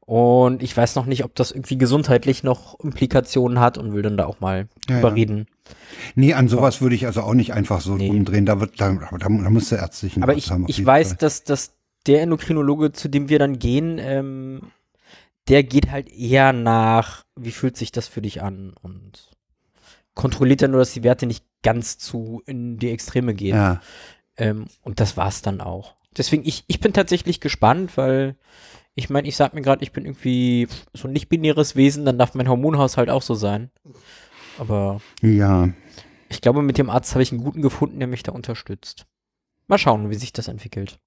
[SPEAKER 3] Und ich weiß noch nicht, ob das irgendwie gesundheitlich noch Implikationen hat und will dann da auch mal
[SPEAKER 2] Ja,
[SPEAKER 3] drüber
[SPEAKER 2] ja.
[SPEAKER 3] reden.
[SPEAKER 2] Nee, an sowas würde ich also auch nicht einfach so
[SPEAKER 3] Nee.
[SPEAKER 2] rumdrehen. Da, wird, da, da, da musst du ärztlichen
[SPEAKER 3] Aber
[SPEAKER 2] Rat
[SPEAKER 3] ich,
[SPEAKER 2] haben, auf
[SPEAKER 3] ich
[SPEAKER 2] jeden
[SPEAKER 3] weiß,
[SPEAKER 2] Fall.
[SPEAKER 3] dass, dass der Endokrinologe, zu dem wir dann gehen, ähm, der geht halt eher nach, wie fühlt sich das für dich an und kontrolliert er nur, dass die Werte nicht ganz zu in die Extreme gehen.
[SPEAKER 2] Ja.
[SPEAKER 3] Ähm, und das war's dann auch. Deswegen, ich, ich bin tatsächlich gespannt, weil ich meine, ich sag mir gerade, ich bin irgendwie so ein nicht-binäres Wesen, dann darf mein Hormonhaushalt auch so sein. Aber
[SPEAKER 2] Ja.
[SPEAKER 3] ich glaube, mit dem Arzt habe ich einen guten gefunden, der mich da unterstützt. Mal schauen, wie sich das entwickelt.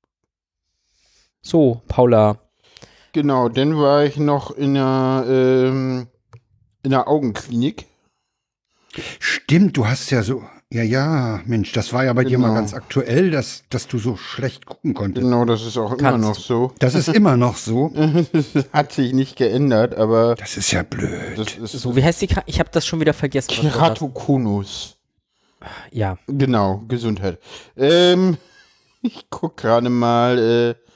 [SPEAKER 3] So, Paula.
[SPEAKER 1] Genau, dann war ich noch in einer, ähm, in einer Augenklinik.
[SPEAKER 2] Stimmt, du hast ja so. Ja, ja, Mensch, das war ja bei dir mal
[SPEAKER 1] Genau.
[SPEAKER 2] ganz aktuell, dass, dass du so schlecht gucken konntest.
[SPEAKER 1] Genau, das ist auch immer
[SPEAKER 3] Kannst
[SPEAKER 1] noch so.
[SPEAKER 2] Das ist immer noch so.
[SPEAKER 1] Hat sich nicht geändert, aber
[SPEAKER 2] Das ist ja blöd.
[SPEAKER 1] das ist
[SPEAKER 3] So, wie heißt die Kra Ich habe das schon wieder vergessen. was war das?
[SPEAKER 1] Keratokonus.
[SPEAKER 3] Ja,
[SPEAKER 1] Genau, Gesundheit. Ähm, ich guck gerade mal, äh,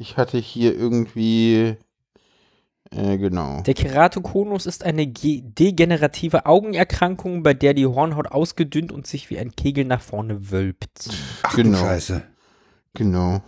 [SPEAKER 1] ich hatte hier irgendwie, äh, genau.
[SPEAKER 3] Der Keratokonus ist eine ge- degenerative Augenerkrankung, bei der die Hornhaut ausgedünnt und sich wie ein Kegel nach vorne wölbt.
[SPEAKER 2] Ach
[SPEAKER 1] genau.
[SPEAKER 2] du Scheiße.
[SPEAKER 1] Genau.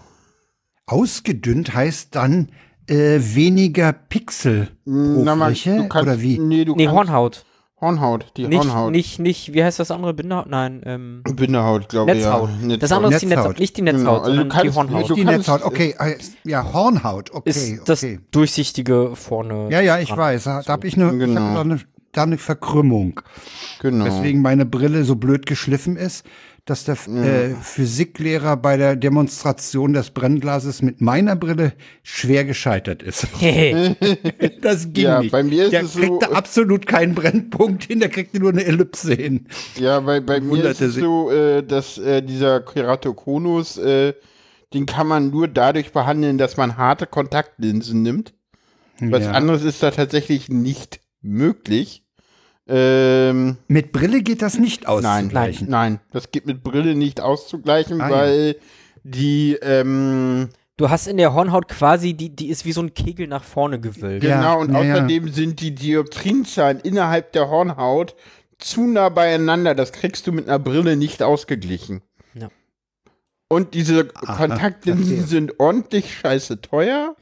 [SPEAKER 2] Ausgedünnt heißt dann äh, weniger Pixel
[SPEAKER 1] Mm, Na,
[SPEAKER 2] pro
[SPEAKER 1] man-
[SPEAKER 2] Fläche oder wie?
[SPEAKER 1] Nee, du
[SPEAKER 3] Nee,
[SPEAKER 1] kannst, mm,
[SPEAKER 3] Hornhaut.
[SPEAKER 1] Hornhaut, die
[SPEAKER 3] Nicht,
[SPEAKER 1] Hornhaut.
[SPEAKER 3] nicht, nicht, wie heißt das andere? Bindehaut? Nein, ähm,
[SPEAKER 1] Bindehaut, glaube ich.
[SPEAKER 3] Netzhaut.
[SPEAKER 1] Ja.
[SPEAKER 3] Das andere ist die
[SPEAKER 2] Netzhaut.
[SPEAKER 3] Netzhaut, nicht die
[SPEAKER 1] Genau,
[SPEAKER 3] Netzhaut,
[SPEAKER 1] also du
[SPEAKER 3] sondern die
[SPEAKER 1] kannst-
[SPEAKER 3] Hornhaut.
[SPEAKER 1] du
[SPEAKER 2] Die
[SPEAKER 1] kannst-
[SPEAKER 2] Netzhaut, okay. äh, Ja, Haut. okay.
[SPEAKER 3] ist das
[SPEAKER 2] okay.
[SPEAKER 3] durchsichtige vorne.
[SPEAKER 2] Ja, ja, ich
[SPEAKER 3] dran.
[SPEAKER 2] weiß. Da, da habe ich eine, ich
[SPEAKER 1] Genau.
[SPEAKER 2] hab da eine, da eine Verkrümmung.
[SPEAKER 1] Genau.
[SPEAKER 2] Deswegen meine Brille so blöd geschliffen ist, dass der äh, Physiklehrer bei der Demonstration des Brennglases mit meiner Brille schwer gescheitert ist.
[SPEAKER 3] Hehe.
[SPEAKER 2] Das ging
[SPEAKER 1] Ja,
[SPEAKER 2] nicht.
[SPEAKER 1] bei mir ist
[SPEAKER 2] der
[SPEAKER 1] es so- äh,
[SPEAKER 2] kriegte absolut keinen Brennpunkt hin, der kriegte nur eine Ellipse hin.
[SPEAKER 1] Ja, bei, bei mir
[SPEAKER 2] Wunderte
[SPEAKER 1] ist es
[SPEAKER 2] sich.
[SPEAKER 1] so, äh, dass äh, dieser Keratokonus, äh, den kann man nur dadurch behandeln, dass man harte Kontaktlinsen nimmt. Was
[SPEAKER 2] Ja.
[SPEAKER 1] anderes ist da tatsächlich nicht möglich. Ähm,
[SPEAKER 2] Mit Brille geht das nicht
[SPEAKER 1] nein, nein,
[SPEAKER 2] auszugleichen.
[SPEAKER 1] nein, das geht mit Brille nicht auszugleichen,
[SPEAKER 2] Ah, ja.
[SPEAKER 1] weil die ähm,
[SPEAKER 3] Du hast in der Hornhaut quasi, die, die ist wie so ein Kegel nach vorne gewölbt.
[SPEAKER 2] Ja,
[SPEAKER 1] Genau, und
[SPEAKER 2] ja, ja.
[SPEAKER 1] außerdem sind die Dioptrinzahlen innerhalb der Hornhaut zu nah beieinander. Das kriegst du mit einer Brille nicht ausgeglichen.
[SPEAKER 3] Ja.
[SPEAKER 1] Und diese Kontaktlinsen
[SPEAKER 2] verstehe.
[SPEAKER 1] sind ordentlich scheiße teuer.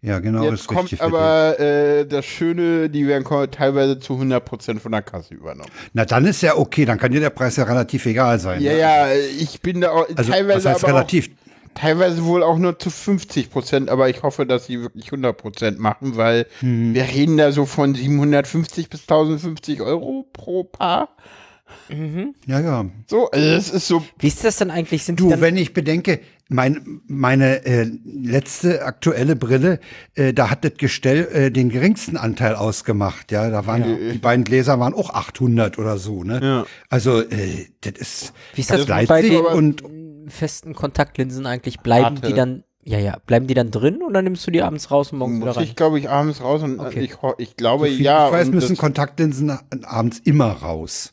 [SPEAKER 2] Ja, genau, das
[SPEAKER 1] Jetzt
[SPEAKER 2] ist
[SPEAKER 1] kommt
[SPEAKER 2] richtig.
[SPEAKER 1] aber äh, das Schöne, die werden ko- teilweise zu 100% von der Kasse übernommen.
[SPEAKER 2] Na, dann ist ja okay, dann kann dir der Preis ja relativ egal sein.
[SPEAKER 1] Ja,
[SPEAKER 2] ne?
[SPEAKER 1] ja, ich bin da auch
[SPEAKER 2] Also, was
[SPEAKER 1] teilweise,
[SPEAKER 2] heißt
[SPEAKER 1] aber
[SPEAKER 2] relativ?
[SPEAKER 1] Auch, teilweise wohl auch nur zu 50%, aber ich hoffe, dass sie wirklich 100% machen, weil
[SPEAKER 2] Mhm.
[SPEAKER 1] wir reden da so von 750 bis 1050 Euro pro Paar.
[SPEAKER 2] Ja, ja.
[SPEAKER 1] So, also das ist so.
[SPEAKER 3] Wie ist das denn eigentlich? Sind die
[SPEAKER 2] Du,
[SPEAKER 3] dann,
[SPEAKER 2] wenn ich bedenke, mein, meine äh, letzte aktuelle Brille, äh, da hat das Gestell äh, den geringsten Anteil ausgemacht. Ja, da waren die beiden Gläser waren auch 800 oder so. Ne?
[SPEAKER 1] Ja.
[SPEAKER 2] Also äh, das ist
[SPEAKER 3] wie ist das
[SPEAKER 2] vergleicht
[SPEAKER 3] bei
[SPEAKER 2] sich
[SPEAKER 3] den
[SPEAKER 2] und
[SPEAKER 3] festen Kontaktlinsen eigentlich? Bleiben
[SPEAKER 1] Warte.
[SPEAKER 3] die dann, ja, ja, bleiben die dann drin oder nimmst du die abends raus und morgens wieder
[SPEAKER 1] Muss
[SPEAKER 3] rein?
[SPEAKER 1] ich, glaube ich, abends raus und äh,
[SPEAKER 3] Okay.
[SPEAKER 1] ich, ho- ich glaube,
[SPEAKER 2] viel
[SPEAKER 1] ja.
[SPEAKER 2] ich weiß,
[SPEAKER 1] und
[SPEAKER 2] müssen
[SPEAKER 1] das,
[SPEAKER 2] Kontaktlinsen abends immer raus.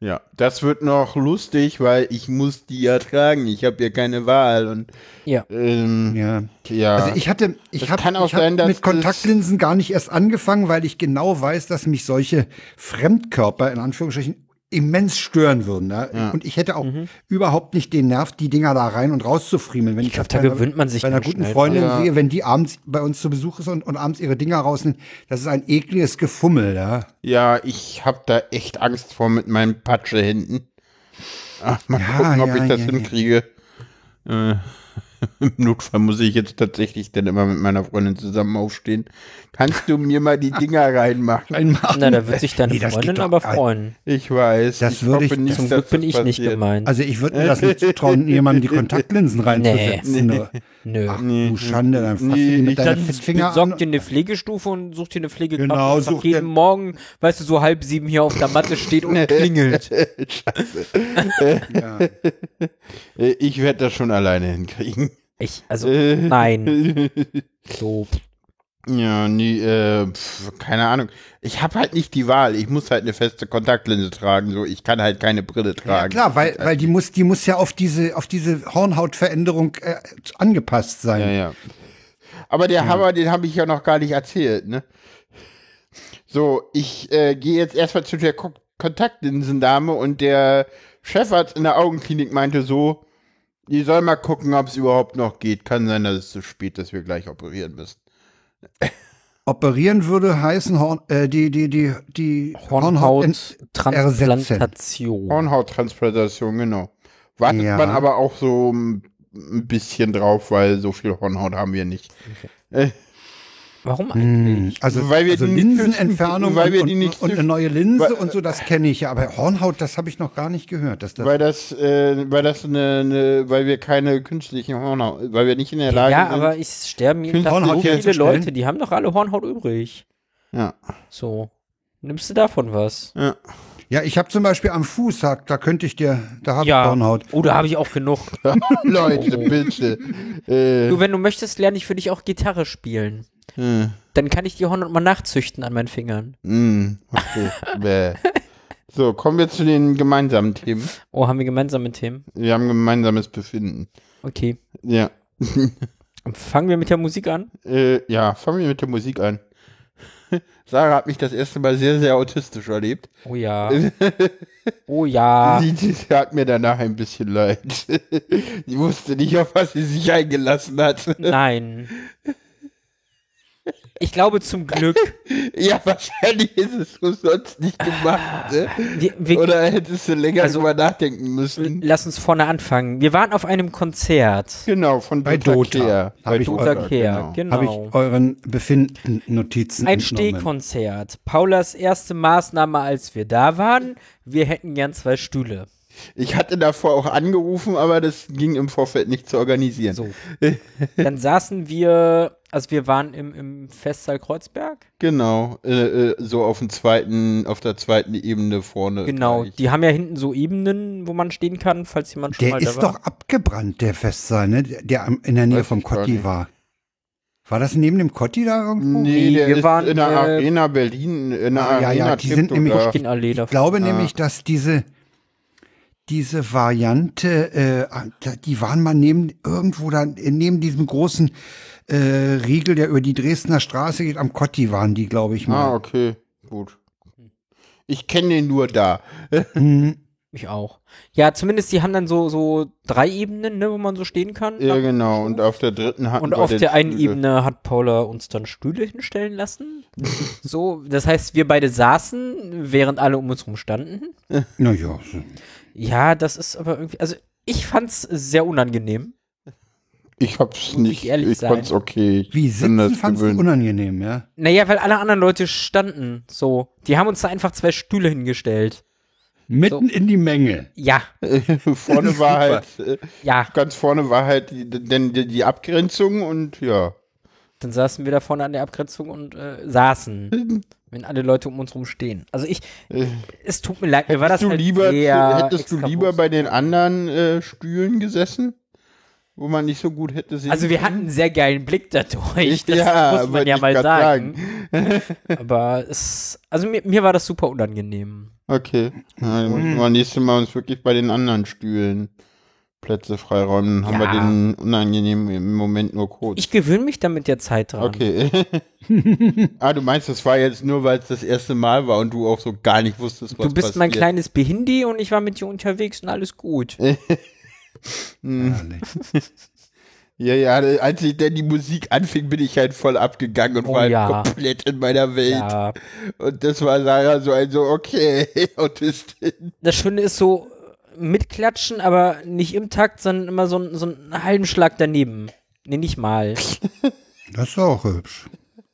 [SPEAKER 1] ja. Das wird noch lustig, weil ich muss die ja tragen. Ich habe ja keine Wahl. Und
[SPEAKER 3] Ja.
[SPEAKER 1] ähm, ja.
[SPEAKER 2] Ja. Also ich hatte, ich
[SPEAKER 1] Das
[SPEAKER 2] habe
[SPEAKER 1] kann auch
[SPEAKER 2] ich hab
[SPEAKER 1] sein, dass
[SPEAKER 2] mit Kontaktlinsen gar nicht erst angefangen, weil ich genau weiß, dass mich solche Fremdkörper in Anführungsstrichen immens stören würden. Ne? Und ich hätte auch
[SPEAKER 1] Mhm.
[SPEAKER 2] überhaupt nicht den Nerv, die Dinger da rein und raus zu friemeln. Wenn ich
[SPEAKER 3] glaub,
[SPEAKER 2] das
[SPEAKER 3] da
[SPEAKER 2] bei einer-
[SPEAKER 3] gewöhnt man sich
[SPEAKER 2] bei einer
[SPEAKER 3] ganz
[SPEAKER 2] guten
[SPEAKER 3] schnell
[SPEAKER 2] Freundin
[SPEAKER 1] dran. Ja.
[SPEAKER 2] sehe, wenn die abends bei uns zu Besuch ist und, und abends ihre Dinger rausnimmt, das ist ein ekliges Gefummel. Ja?
[SPEAKER 1] ja, ich habe da echt Angst vor mit meinen Patschehänden. Ach, mal
[SPEAKER 2] Ja,
[SPEAKER 1] gucken, ob
[SPEAKER 2] ja,
[SPEAKER 1] ich das
[SPEAKER 2] ja, ja.
[SPEAKER 1] hinkriege. Äh, Im Notfall muss ich jetzt tatsächlich dann immer mit meiner Freundin zusammen aufstehen. Kannst du mir mal die Dinger reinmachen?
[SPEAKER 2] Reinmachen.
[SPEAKER 3] Na, da wird sich deine
[SPEAKER 2] Nee, das geht
[SPEAKER 3] Freundin
[SPEAKER 2] doch
[SPEAKER 3] aber
[SPEAKER 2] gar-
[SPEAKER 3] freuen.
[SPEAKER 1] Ich weiß.
[SPEAKER 2] Das
[SPEAKER 1] ich
[SPEAKER 2] würde ich-
[SPEAKER 1] hoffe nicht,
[SPEAKER 3] Zum
[SPEAKER 1] dass
[SPEAKER 3] Glück bin
[SPEAKER 1] das
[SPEAKER 3] ich nicht
[SPEAKER 1] passiert.
[SPEAKER 3] gemeint.
[SPEAKER 2] Also ich würde mir das nicht zutrauen, jemandem die Kontaktlinsen reinzusetzen. ne?
[SPEAKER 3] Nö.
[SPEAKER 2] Ach du Schande, dann fass
[SPEAKER 1] Nee,
[SPEAKER 2] nee, mit
[SPEAKER 1] ich-
[SPEAKER 2] deinem
[SPEAKER 3] Dann
[SPEAKER 2] Fettfinger an.
[SPEAKER 3] besorgt dir eine Pflegestufe und sucht dir eine Pflegekraft.
[SPEAKER 2] Genau,
[SPEAKER 3] die
[SPEAKER 2] sucht
[SPEAKER 3] jeden
[SPEAKER 2] dir-
[SPEAKER 3] Morgen, weißt du, so halb sieben hier auf der Matte steht und klingelt.
[SPEAKER 1] Äh, Ich werde das schon alleine hinkriegen.
[SPEAKER 3] Ich, also, nein. So,
[SPEAKER 1] Ja, nee, äh, pf, keine Ahnung. Ich habe halt nicht die Wahl. Ich muss halt eine feste Kontaktlinse tragen. So, ich kann halt keine Brille tragen.
[SPEAKER 2] Ja, klar, weil, weil die muss, die muss ja auf diese, auf diese Hornhautveränderung äh, angepasst sein.
[SPEAKER 1] Ja, ja. Aber der Hammer, den habe ich ja noch gar nicht erzählt, ne? So, ich äh, gehe jetzt erstmal zu der Ko Kontaktlinsendame und der Chefarzt in der Augenklinik meinte so, die soll mal gucken, ob es überhaupt noch geht. Kann sein, dass es zu spät ist, wir gleich operieren müssen.
[SPEAKER 2] Operieren würde heißen Horn, äh, die, die, die, die ersetzen.
[SPEAKER 3] Hornhauttransplantation.
[SPEAKER 1] Hornhauttransplantation, genau. Wartet
[SPEAKER 2] Ja.
[SPEAKER 1] man aber auch so ein bisschen drauf, weil so viel Hornhaut haben wir nicht.
[SPEAKER 3] Warum
[SPEAKER 1] Hm.
[SPEAKER 3] eigentlich?
[SPEAKER 2] Also,
[SPEAKER 1] Weil wir
[SPEAKER 2] also
[SPEAKER 1] die nicht
[SPEAKER 2] Linsenentfernung
[SPEAKER 1] züchten, weil wir
[SPEAKER 2] und,
[SPEAKER 1] die nicht
[SPEAKER 2] und eine
[SPEAKER 1] züchten.
[SPEAKER 2] neue Linse
[SPEAKER 1] Weil- äh,
[SPEAKER 2] und so, das kenne ich ja. Aber Hornhaut, das habe ich noch gar nicht gehört. Dass das,
[SPEAKER 1] Weil das, äh, weil das eine, eine, weil wir keine künstlichen Hornhaut, weil wir nicht in der Lage
[SPEAKER 3] Ja,
[SPEAKER 1] sind.
[SPEAKER 3] aber ich sterben jeden
[SPEAKER 1] Künstliche
[SPEAKER 3] Tag so
[SPEAKER 2] Hornhaut
[SPEAKER 3] viele
[SPEAKER 2] herzustellen?
[SPEAKER 3] Leute, die haben doch alle Hornhaut übrig.
[SPEAKER 1] ja.
[SPEAKER 3] So. Nimmst du davon was?
[SPEAKER 1] ja.
[SPEAKER 2] ja, ich habe zum Beispiel am Fuß, da, da könnte ich dir, da habe ich Hornhaut.
[SPEAKER 3] Oh, da habe ich auch genug.
[SPEAKER 1] Leute, bitte.
[SPEAKER 3] Du,
[SPEAKER 1] Äh,
[SPEAKER 3] wenn du möchtest, lerne ich für dich auch Gitarre spielen.
[SPEAKER 1] äh,
[SPEAKER 3] Dann kann ich die Hornhaut mal nachzüchten an meinen Fingern.
[SPEAKER 1] mh, Hm, okay. Bäh. So, kommen wir zu den gemeinsamen Themen.
[SPEAKER 3] Oh, haben wir gemeinsame Themen?
[SPEAKER 1] Wir haben gemeinsames Befinden.
[SPEAKER 3] Okay.
[SPEAKER 1] Ja.
[SPEAKER 3] Fangen wir mit der Musik an?
[SPEAKER 1] Äh, ja, fangen wir mit der Musik an. Sarah hat mich das erste Mal sehr, sehr autistisch erlebt.
[SPEAKER 3] Oh ja. Oh
[SPEAKER 2] Ah.
[SPEAKER 3] ja.
[SPEAKER 1] Sie, sie hat mir danach ein bisschen leid. sie wusste nicht, auf was sie sich eingelassen hat.
[SPEAKER 3] Nein. Ich glaube zum Glück.
[SPEAKER 1] Ja, wahrscheinlich ist es umsonst nicht gemacht. Ne?
[SPEAKER 3] Wir, wir,
[SPEAKER 1] Oder hättest du länger
[SPEAKER 3] Also-
[SPEAKER 1] drüber nachdenken
[SPEAKER 2] Äh,
[SPEAKER 1] müssen.
[SPEAKER 3] lass uns vorne anfangen. Wir waren auf einem Konzert.
[SPEAKER 1] Genau, von
[SPEAKER 2] Bei Dota.
[SPEAKER 1] Kehr.
[SPEAKER 2] Hab ich
[SPEAKER 1] Dota
[SPEAKER 2] Dota
[SPEAKER 3] Verkehr,
[SPEAKER 1] Kehr,
[SPEAKER 3] genau.
[SPEAKER 2] Habe ich euren Befinden Notizen
[SPEAKER 3] Ein
[SPEAKER 2] entnommen.
[SPEAKER 3] Stehkonzert. Paulas erste Maßnahme, als wir da waren. Wir hätten gern zwei Stühle.
[SPEAKER 1] Ich hatte davor auch angerufen, aber das ging im Vorfeld nicht zu organisieren.
[SPEAKER 3] So. Dann saßen wir, also wir waren im, im Festsaal Kreuzberg.
[SPEAKER 1] Genau, äh, äh, so auf dem zweiten, auf der zweiten Ebene vorne.
[SPEAKER 3] Genau.
[SPEAKER 1] gleich.
[SPEAKER 3] Die haben ja hinten so Ebenen, wo man stehen kann, falls jemand schon
[SPEAKER 2] Der
[SPEAKER 3] mal
[SPEAKER 2] ist
[SPEAKER 3] da war.
[SPEAKER 2] doch abgebrannt, der Festsaal, ne? Der der am- in der Nähe
[SPEAKER 1] Weiß
[SPEAKER 2] vom
[SPEAKER 1] ich gar
[SPEAKER 2] Kotti
[SPEAKER 1] nicht.
[SPEAKER 2] war. War das neben dem Kotti da irgendwo?
[SPEAKER 1] Nee,
[SPEAKER 3] Nee,
[SPEAKER 1] der
[SPEAKER 3] wir
[SPEAKER 1] ist
[SPEAKER 3] waren,
[SPEAKER 1] in der
[SPEAKER 3] äh,
[SPEAKER 1] Arena Berlin, in der
[SPEAKER 2] Ah, ja,
[SPEAKER 1] Arena
[SPEAKER 2] ja, die sind
[SPEAKER 1] Treptow
[SPEAKER 2] nämlich-
[SPEAKER 1] da.
[SPEAKER 3] Allee
[SPEAKER 2] Ich glaube nämlich, dass diese, diese Variante, äh, ah, da- die waren mal neben irgendwo da, neben diesem großen äh, Riegel, der über die Dresdner Straße geht, am Kotti waren die, glaube ich
[SPEAKER 1] Ah,
[SPEAKER 2] mal.
[SPEAKER 1] okay, gut.
[SPEAKER 3] Hm.
[SPEAKER 1] Ich kenne den nur da.
[SPEAKER 2] Mhm.
[SPEAKER 3] Ich auch. Ja, zumindest die haben dann so, so drei Ebenen, ne, wo man so stehen kann.
[SPEAKER 1] Ja, genau. Und auf der dritten hatten
[SPEAKER 3] Und
[SPEAKER 1] wir
[SPEAKER 3] auf
[SPEAKER 1] den
[SPEAKER 3] der einen
[SPEAKER 1] Stühle.
[SPEAKER 3] Ebene hat Paula uns dann Stühle hinstellen lassen. so, das heißt, wir beide saßen, während alle um uns rum standen.
[SPEAKER 2] Naja, so.
[SPEAKER 3] Ja, das ist aber irgendwie, also ich fand's sehr unangenehm.
[SPEAKER 1] Ich hab's
[SPEAKER 3] Muss ich
[SPEAKER 1] nicht.
[SPEAKER 3] ehrlich
[SPEAKER 1] Ich
[SPEAKER 3] sein.
[SPEAKER 1] fand's okay. Ich
[SPEAKER 2] wie
[SPEAKER 1] bin
[SPEAKER 2] sitzen
[SPEAKER 1] das
[SPEAKER 2] fandst du
[SPEAKER 1] gewöhnt.
[SPEAKER 2] unangenehm, ja?
[SPEAKER 3] Naja, weil alle anderen Leute standen, so. Die haben uns da einfach zwei Stühle hingestellt.
[SPEAKER 2] Mitten in die Menge.
[SPEAKER 3] Ja,
[SPEAKER 1] vorne war halt, äh,
[SPEAKER 3] ja.
[SPEAKER 1] ganz vorne war halt die, denn die, die Abgrenzung und ja.
[SPEAKER 3] Dann saßen wir da vorne an der Abgrenzung und äh, saßen. wenn alle Leute um uns rum stehen. Also ich, es tut mir leid, mir war das
[SPEAKER 1] Äh. Hättest du
[SPEAKER 3] halt
[SPEAKER 1] lieber,
[SPEAKER 3] sehr
[SPEAKER 1] hättest du
[SPEAKER 3] extra
[SPEAKER 1] lieber
[SPEAKER 3] groß.
[SPEAKER 1] bei den anderen äh, Stühlen gesessen, wo man nicht so gut hätte sehen
[SPEAKER 3] Also wir hatten einen sehr geilen Blick dadurch. Das muss man
[SPEAKER 1] wollte
[SPEAKER 3] ja
[SPEAKER 1] ich
[SPEAKER 3] mal
[SPEAKER 1] grad
[SPEAKER 3] sagen. Aber es, also mir, mir war das super unangenehm.
[SPEAKER 1] Okay. Na, dann
[SPEAKER 3] Mhm.
[SPEAKER 1] müssen wir nächstes Mal uns wirklich bei den anderen Stühlen Plätze freiräumen. Dann haben
[SPEAKER 3] Ja.
[SPEAKER 1] wir den unangenehmen Moment nur kurz.
[SPEAKER 3] Ich gewöhne mich dann mit der Zeit dran.
[SPEAKER 1] okay. ah, du meinst, das war jetzt nur, weil es das erste Mal war und du auch so gar nicht wusstest, was
[SPEAKER 3] Du bist
[SPEAKER 1] passiert.
[SPEAKER 3] mein kleines Behindi und ich war mit dir unterwegs und alles gut.
[SPEAKER 1] Mhm.
[SPEAKER 2] Herrlich.
[SPEAKER 1] Ja, ja, als ich dann die Musik anfing, bin ich halt voll abgegangen und
[SPEAKER 3] Oh
[SPEAKER 1] war halt
[SPEAKER 3] ja.
[SPEAKER 1] komplett in meiner Welt.
[SPEAKER 3] Ja.
[SPEAKER 1] Und das war Sarah so ein so, okay, Autistin.
[SPEAKER 3] Das Schöne ist so, mitklatschen, aber nicht im Takt, sondern immer so, ein- so einen halben Schlag daneben. Nee, nicht mal.
[SPEAKER 2] Das ist auch hübsch.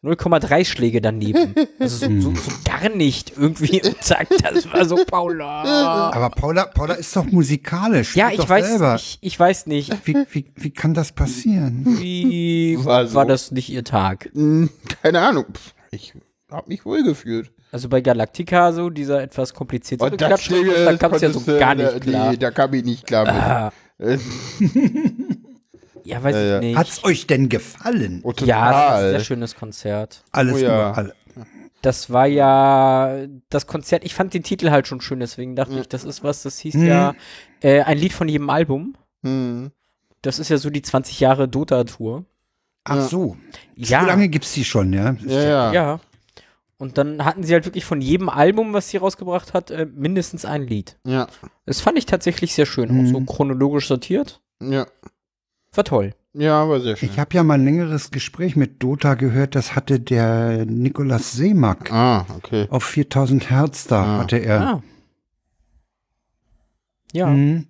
[SPEAKER 3] 0,3 Schläge daneben. Also so, so, so gar nicht irgendwie im Takt. Das war so
[SPEAKER 1] Ah.
[SPEAKER 3] Paula.
[SPEAKER 2] Aber Paula, Paula ist doch musikalisch.
[SPEAKER 3] Ja,
[SPEAKER 2] Spielt
[SPEAKER 3] ich
[SPEAKER 2] doch
[SPEAKER 3] weiß,
[SPEAKER 2] selber.
[SPEAKER 3] ich, ich weiß nicht.
[SPEAKER 2] Wie, wie, wie kann das
[SPEAKER 3] Hm.
[SPEAKER 2] passieren?
[SPEAKER 3] Wie
[SPEAKER 1] War so.
[SPEAKER 3] war, das nicht ihr Tag?
[SPEAKER 1] Hm, Keine Ahnung. Pff, Ich hab mich wohl gefühlt.
[SPEAKER 3] Also bei Galactica so, dieser etwas komplizierte
[SPEAKER 1] Und das Ding
[SPEAKER 3] da
[SPEAKER 1] ist,
[SPEAKER 3] kam es ja so
[SPEAKER 1] konntest du- äh,
[SPEAKER 3] gar
[SPEAKER 1] nee,
[SPEAKER 3] nicht klar. Ah.
[SPEAKER 1] da kam ich nicht klar mit. Äh,
[SPEAKER 3] ja, weiß
[SPEAKER 1] ja.
[SPEAKER 3] ich nicht.
[SPEAKER 2] Hat's euch denn gefallen?
[SPEAKER 1] oh, total.
[SPEAKER 3] Ja, das war ein sehr schönes Konzert.
[SPEAKER 2] Alles
[SPEAKER 1] Oh ja.
[SPEAKER 2] überall.
[SPEAKER 3] Das war ja das Konzert, ich fand den Titel halt schon schön, deswegen dachte ich, das ist was, das hieß
[SPEAKER 1] Mhm.
[SPEAKER 3] ja äh, ein Lied von jedem Album.
[SPEAKER 1] Hm.
[SPEAKER 3] Das ist ja so die 20 Jahre Dota-Tour.
[SPEAKER 2] Ach so.
[SPEAKER 3] Ja.
[SPEAKER 2] So lange gibt's die schon, ja?
[SPEAKER 1] Ja, ja.
[SPEAKER 3] Ja. Und dann hatten sie halt wirklich von jedem Album, was sie rausgebracht hat, äh, mindestens ein Lied.
[SPEAKER 1] ja. Mhm.
[SPEAKER 3] Das fand ich tatsächlich sehr schön, auch so chronologisch sortiert.
[SPEAKER 1] ja.
[SPEAKER 3] War toll.
[SPEAKER 1] Ja, war sehr schön.
[SPEAKER 2] Ich habe ja mal ein längeres Gespräch mit Dota gehört, das hatte der Nikolaus Seemack.
[SPEAKER 1] Ah, okay.
[SPEAKER 2] Auf 4000 Hertz da
[SPEAKER 1] Ah.
[SPEAKER 2] hatte er.
[SPEAKER 3] Ah. Ja.
[SPEAKER 2] Mhm.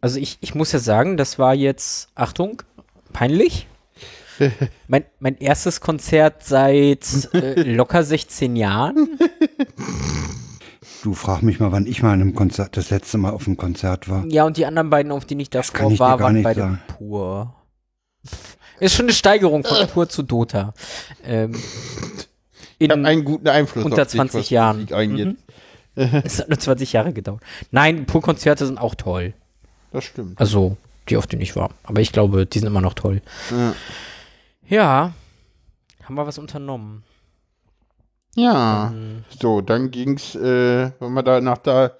[SPEAKER 3] Also ich, ich muss ja sagen, das war jetzt, Achtung, peinlich. mein, mein erstes Konzert seit äh, locker 16 Jahren.
[SPEAKER 2] Du frag mich mal, wann ich mal in einem Konzert, das letzte Mal auf einem Konzert war.
[SPEAKER 3] Ja, und die anderen beiden, auf denen ich
[SPEAKER 2] kann
[SPEAKER 3] davor
[SPEAKER 2] ich dir
[SPEAKER 3] war,
[SPEAKER 2] gar
[SPEAKER 3] waren
[SPEAKER 2] nicht
[SPEAKER 3] bei dem
[SPEAKER 2] sagen.
[SPEAKER 3] Pur. Ist schon eine Steigerung von Pur zu Dota. Ähm,
[SPEAKER 1] Ich habe
[SPEAKER 3] in,
[SPEAKER 1] einen guten Einfluss
[SPEAKER 3] unter
[SPEAKER 1] auf dich,
[SPEAKER 3] 20
[SPEAKER 1] was
[SPEAKER 3] Jahren.
[SPEAKER 1] Musik angeht.
[SPEAKER 3] Mhm. es hat nur 20 Jahre gedauert. Nein, Pur-Konzerte sind auch toll.
[SPEAKER 1] Das stimmt.
[SPEAKER 3] Also, die, auf denen ich war. Aber ich glaube, die sind immer noch toll.
[SPEAKER 1] Ja.
[SPEAKER 3] Ja. Haben wir was unternommen?
[SPEAKER 1] Ja. So, dann ging's, äh, wollen wir da nach da,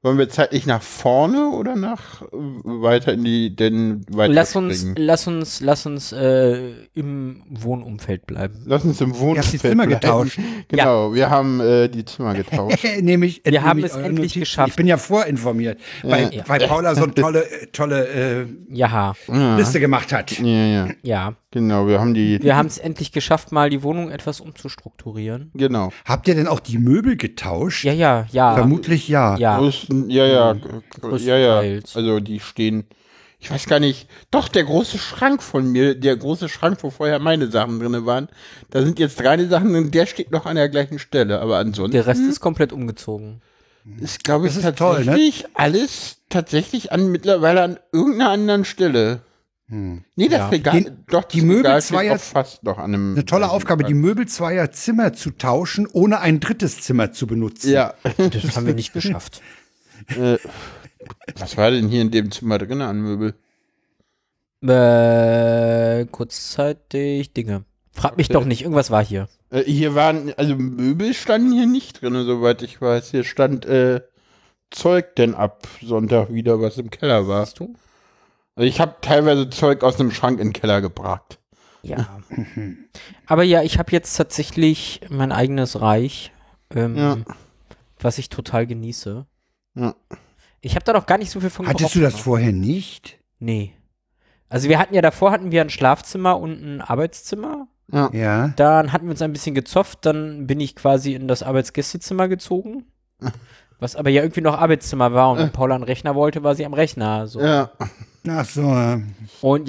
[SPEAKER 1] wollen wir zeitlich nach vorne oder nach äh, weiter in die, denn weiter
[SPEAKER 3] Lass uns,
[SPEAKER 1] springen?
[SPEAKER 3] lass uns, lass uns äh, im Wohnumfeld bleiben.
[SPEAKER 1] Lass uns im
[SPEAKER 2] Ihr habt die
[SPEAKER 1] Wohnfeld
[SPEAKER 2] Zimmer
[SPEAKER 1] bleiben.
[SPEAKER 2] getauscht. Äh,
[SPEAKER 1] Genau, wir haben äh, die Zimmer getauscht.
[SPEAKER 2] Nämlich,
[SPEAKER 3] Wir haben es endlich geschafft.
[SPEAKER 2] Ich bin ja vorinformiert, weil,
[SPEAKER 3] Ja.
[SPEAKER 2] weil Paula so eine tolle, äh, tolle äh,
[SPEAKER 3] Ja,
[SPEAKER 2] Liste gemacht hat.
[SPEAKER 1] ja, ja,
[SPEAKER 3] ja.
[SPEAKER 1] genau, wir haben die,
[SPEAKER 3] Wir haben es endlich geschafft, mal die Wohnung etwas umzustrukturieren.
[SPEAKER 1] genau.
[SPEAKER 2] Habt ihr denn auch die Möbel getauscht?
[SPEAKER 3] Ja, ja, ja.
[SPEAKER 2] Vermutlich ja.
[SPEAKER 3] ja. Mhm.
[SPEAKER 1] Größten, ja, ja, äh, ja, ja,
[SPEAKER 3] größtenteils.
[SPEAKER 1] also die stehen, ich weiß gar nicht, doch der große Schrank von mir, der große Schrank, wo vorher meine Sachen drinne waren, da sind jetzt drei Sachen drin, der steht noch an der gleichen Stelle, aber ansonsten.
[SPEAKER 3] Der Rest ist komplett umgezogen.
[SPEAKER 1] ist, glaube ich,
[SPEAKER 2] Das ist toll, ne?
[SPEAKER 1] tatsächlich alles tatsächlich an mittlerweile an irgendeiner anderen Stelle. Nee, das Regal,
[SPEAKER 2] Den-
[SPEAKER 1] doch,
[SPEAKER 2] Hm. die
[SPEAKER 1] das
[SPEAKER 2] Möbel
[SPEAKER 1] Regal steht
[SPEAKER 2] zweier-
[SPEAKER 1] auch fast noch an einem.
[SPEAKER 2] Eine tolle Aufgabe, die Möbel zweier Zimmer zu tauschen, ohne ein drittes Zimmer zu benutzen.
[SPEAKER 1] Ja.
[SPEAKER 3] Das haben wir nicht geschafft.
[SPEAKER 1] äh, was war denn hier in dem Zimmer drin an Möbel?
[SPEAKER 3] Äh, kurzzeitig Dinge. Frag mich doch nicht, irgendwas war hier.
[SPEAKER 1] Äh, hier waren, also Möbel standen hier nicht drin, soweit ich weiß. Hier stand äh, Zeug denn ab Sonntag wieder, was im Keller war.
[SPEAKER 3] Siehst du?
[SPEAKER 1] Also ich habe teilweise Zeug aus einem Schrank in den Keller gebracht.
[SPEAKER 3] Ja. Aber ja, ich habe jetzt tatsächlich mein eigenes Reich, ähm,
[SPEAKER 1] Ja.
[SPEAKER 3] was ich total genieße.
[SPEAKER 1] Ja.
[SPEAKER 3] Ich habe da noch gar nicht so viel von
[SPEAKER 2] Hattest du das
[SPEAKER 3] gehofft. ne?
[SPEAKER 2] vorher nicht?
[SPEAKER 3] Nee. Also wir hatten ja davor hatten wir ein Schlafzimmer und ein Arbeitszimmer.
[SPEAKER 2] Ja.
[SPEAKER 3] Dann hatten wir uns ein bisschen gezofft, dann bin ich quasi in das Arbeitsgästezimmer gezogen. Was aber ja irgendwie noch Arbeitszimmer war und wenn Paula einen Rechner wollte, war sie am Rechner. So.
[SPEAKER 1] Äh. Ja.
[SPEAKER 2] Ach so. äh, ja.
[SPEAKER 3] Und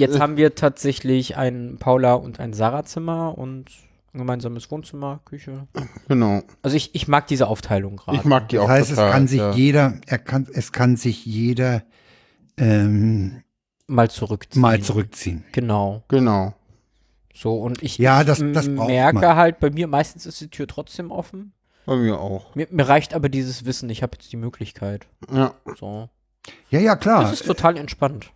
[SPEAKER 3] jetzt haben wir tatsächlich ein Paula und ein Sarah-Zimmer und ein gemeinsames Wohnzimmer, Küche.
[SPEAKER 1] Genau.
[SPEAKER 3] Also ich, ich mag diese Aufteilung gerade.
[SPEAKER 1] Ich mag die auch
[SPEAKER 2] Das heißt, es
[SPEAKER 1] total,
[SPEAKER 2] kann sich
[SPEAKER 1] ja.
[SPEAKER 2] jeder, er kann, es kann sich jeder ähm,
[SPEAKER 3] mal zurückziehen.
[SPEAKER 2] mal zurückziehen.
[SPEAKER 3] Genau.
[SPEAKER 1] Genau.
[SPEAKER 3] So, und ich,
[SPEAKER 2] Ja,
[SPEAKER 3] ich
[SPEAKER 2] das- das
[SPEAKER 3] m-
[SPEAKER 2] braucht
[SPEAKER 3] merke
[SPEAKER 2] man.
[SPEAKER 3] halt, bei mir meistens ist die Tür trotzdem offen.
[SPEAKER 1] Bei mir auch.
[SPEAKER 3] Mir, mir reicht aber dieses Wissen, ich habe jetzt die Möglichkeit.
[SPEAKER 1] Ja.
[SPEAKER 3] So.
[SPEAKER 2] Ja, ja, klar.
[SPEAKER 3] Das ist total entspannt.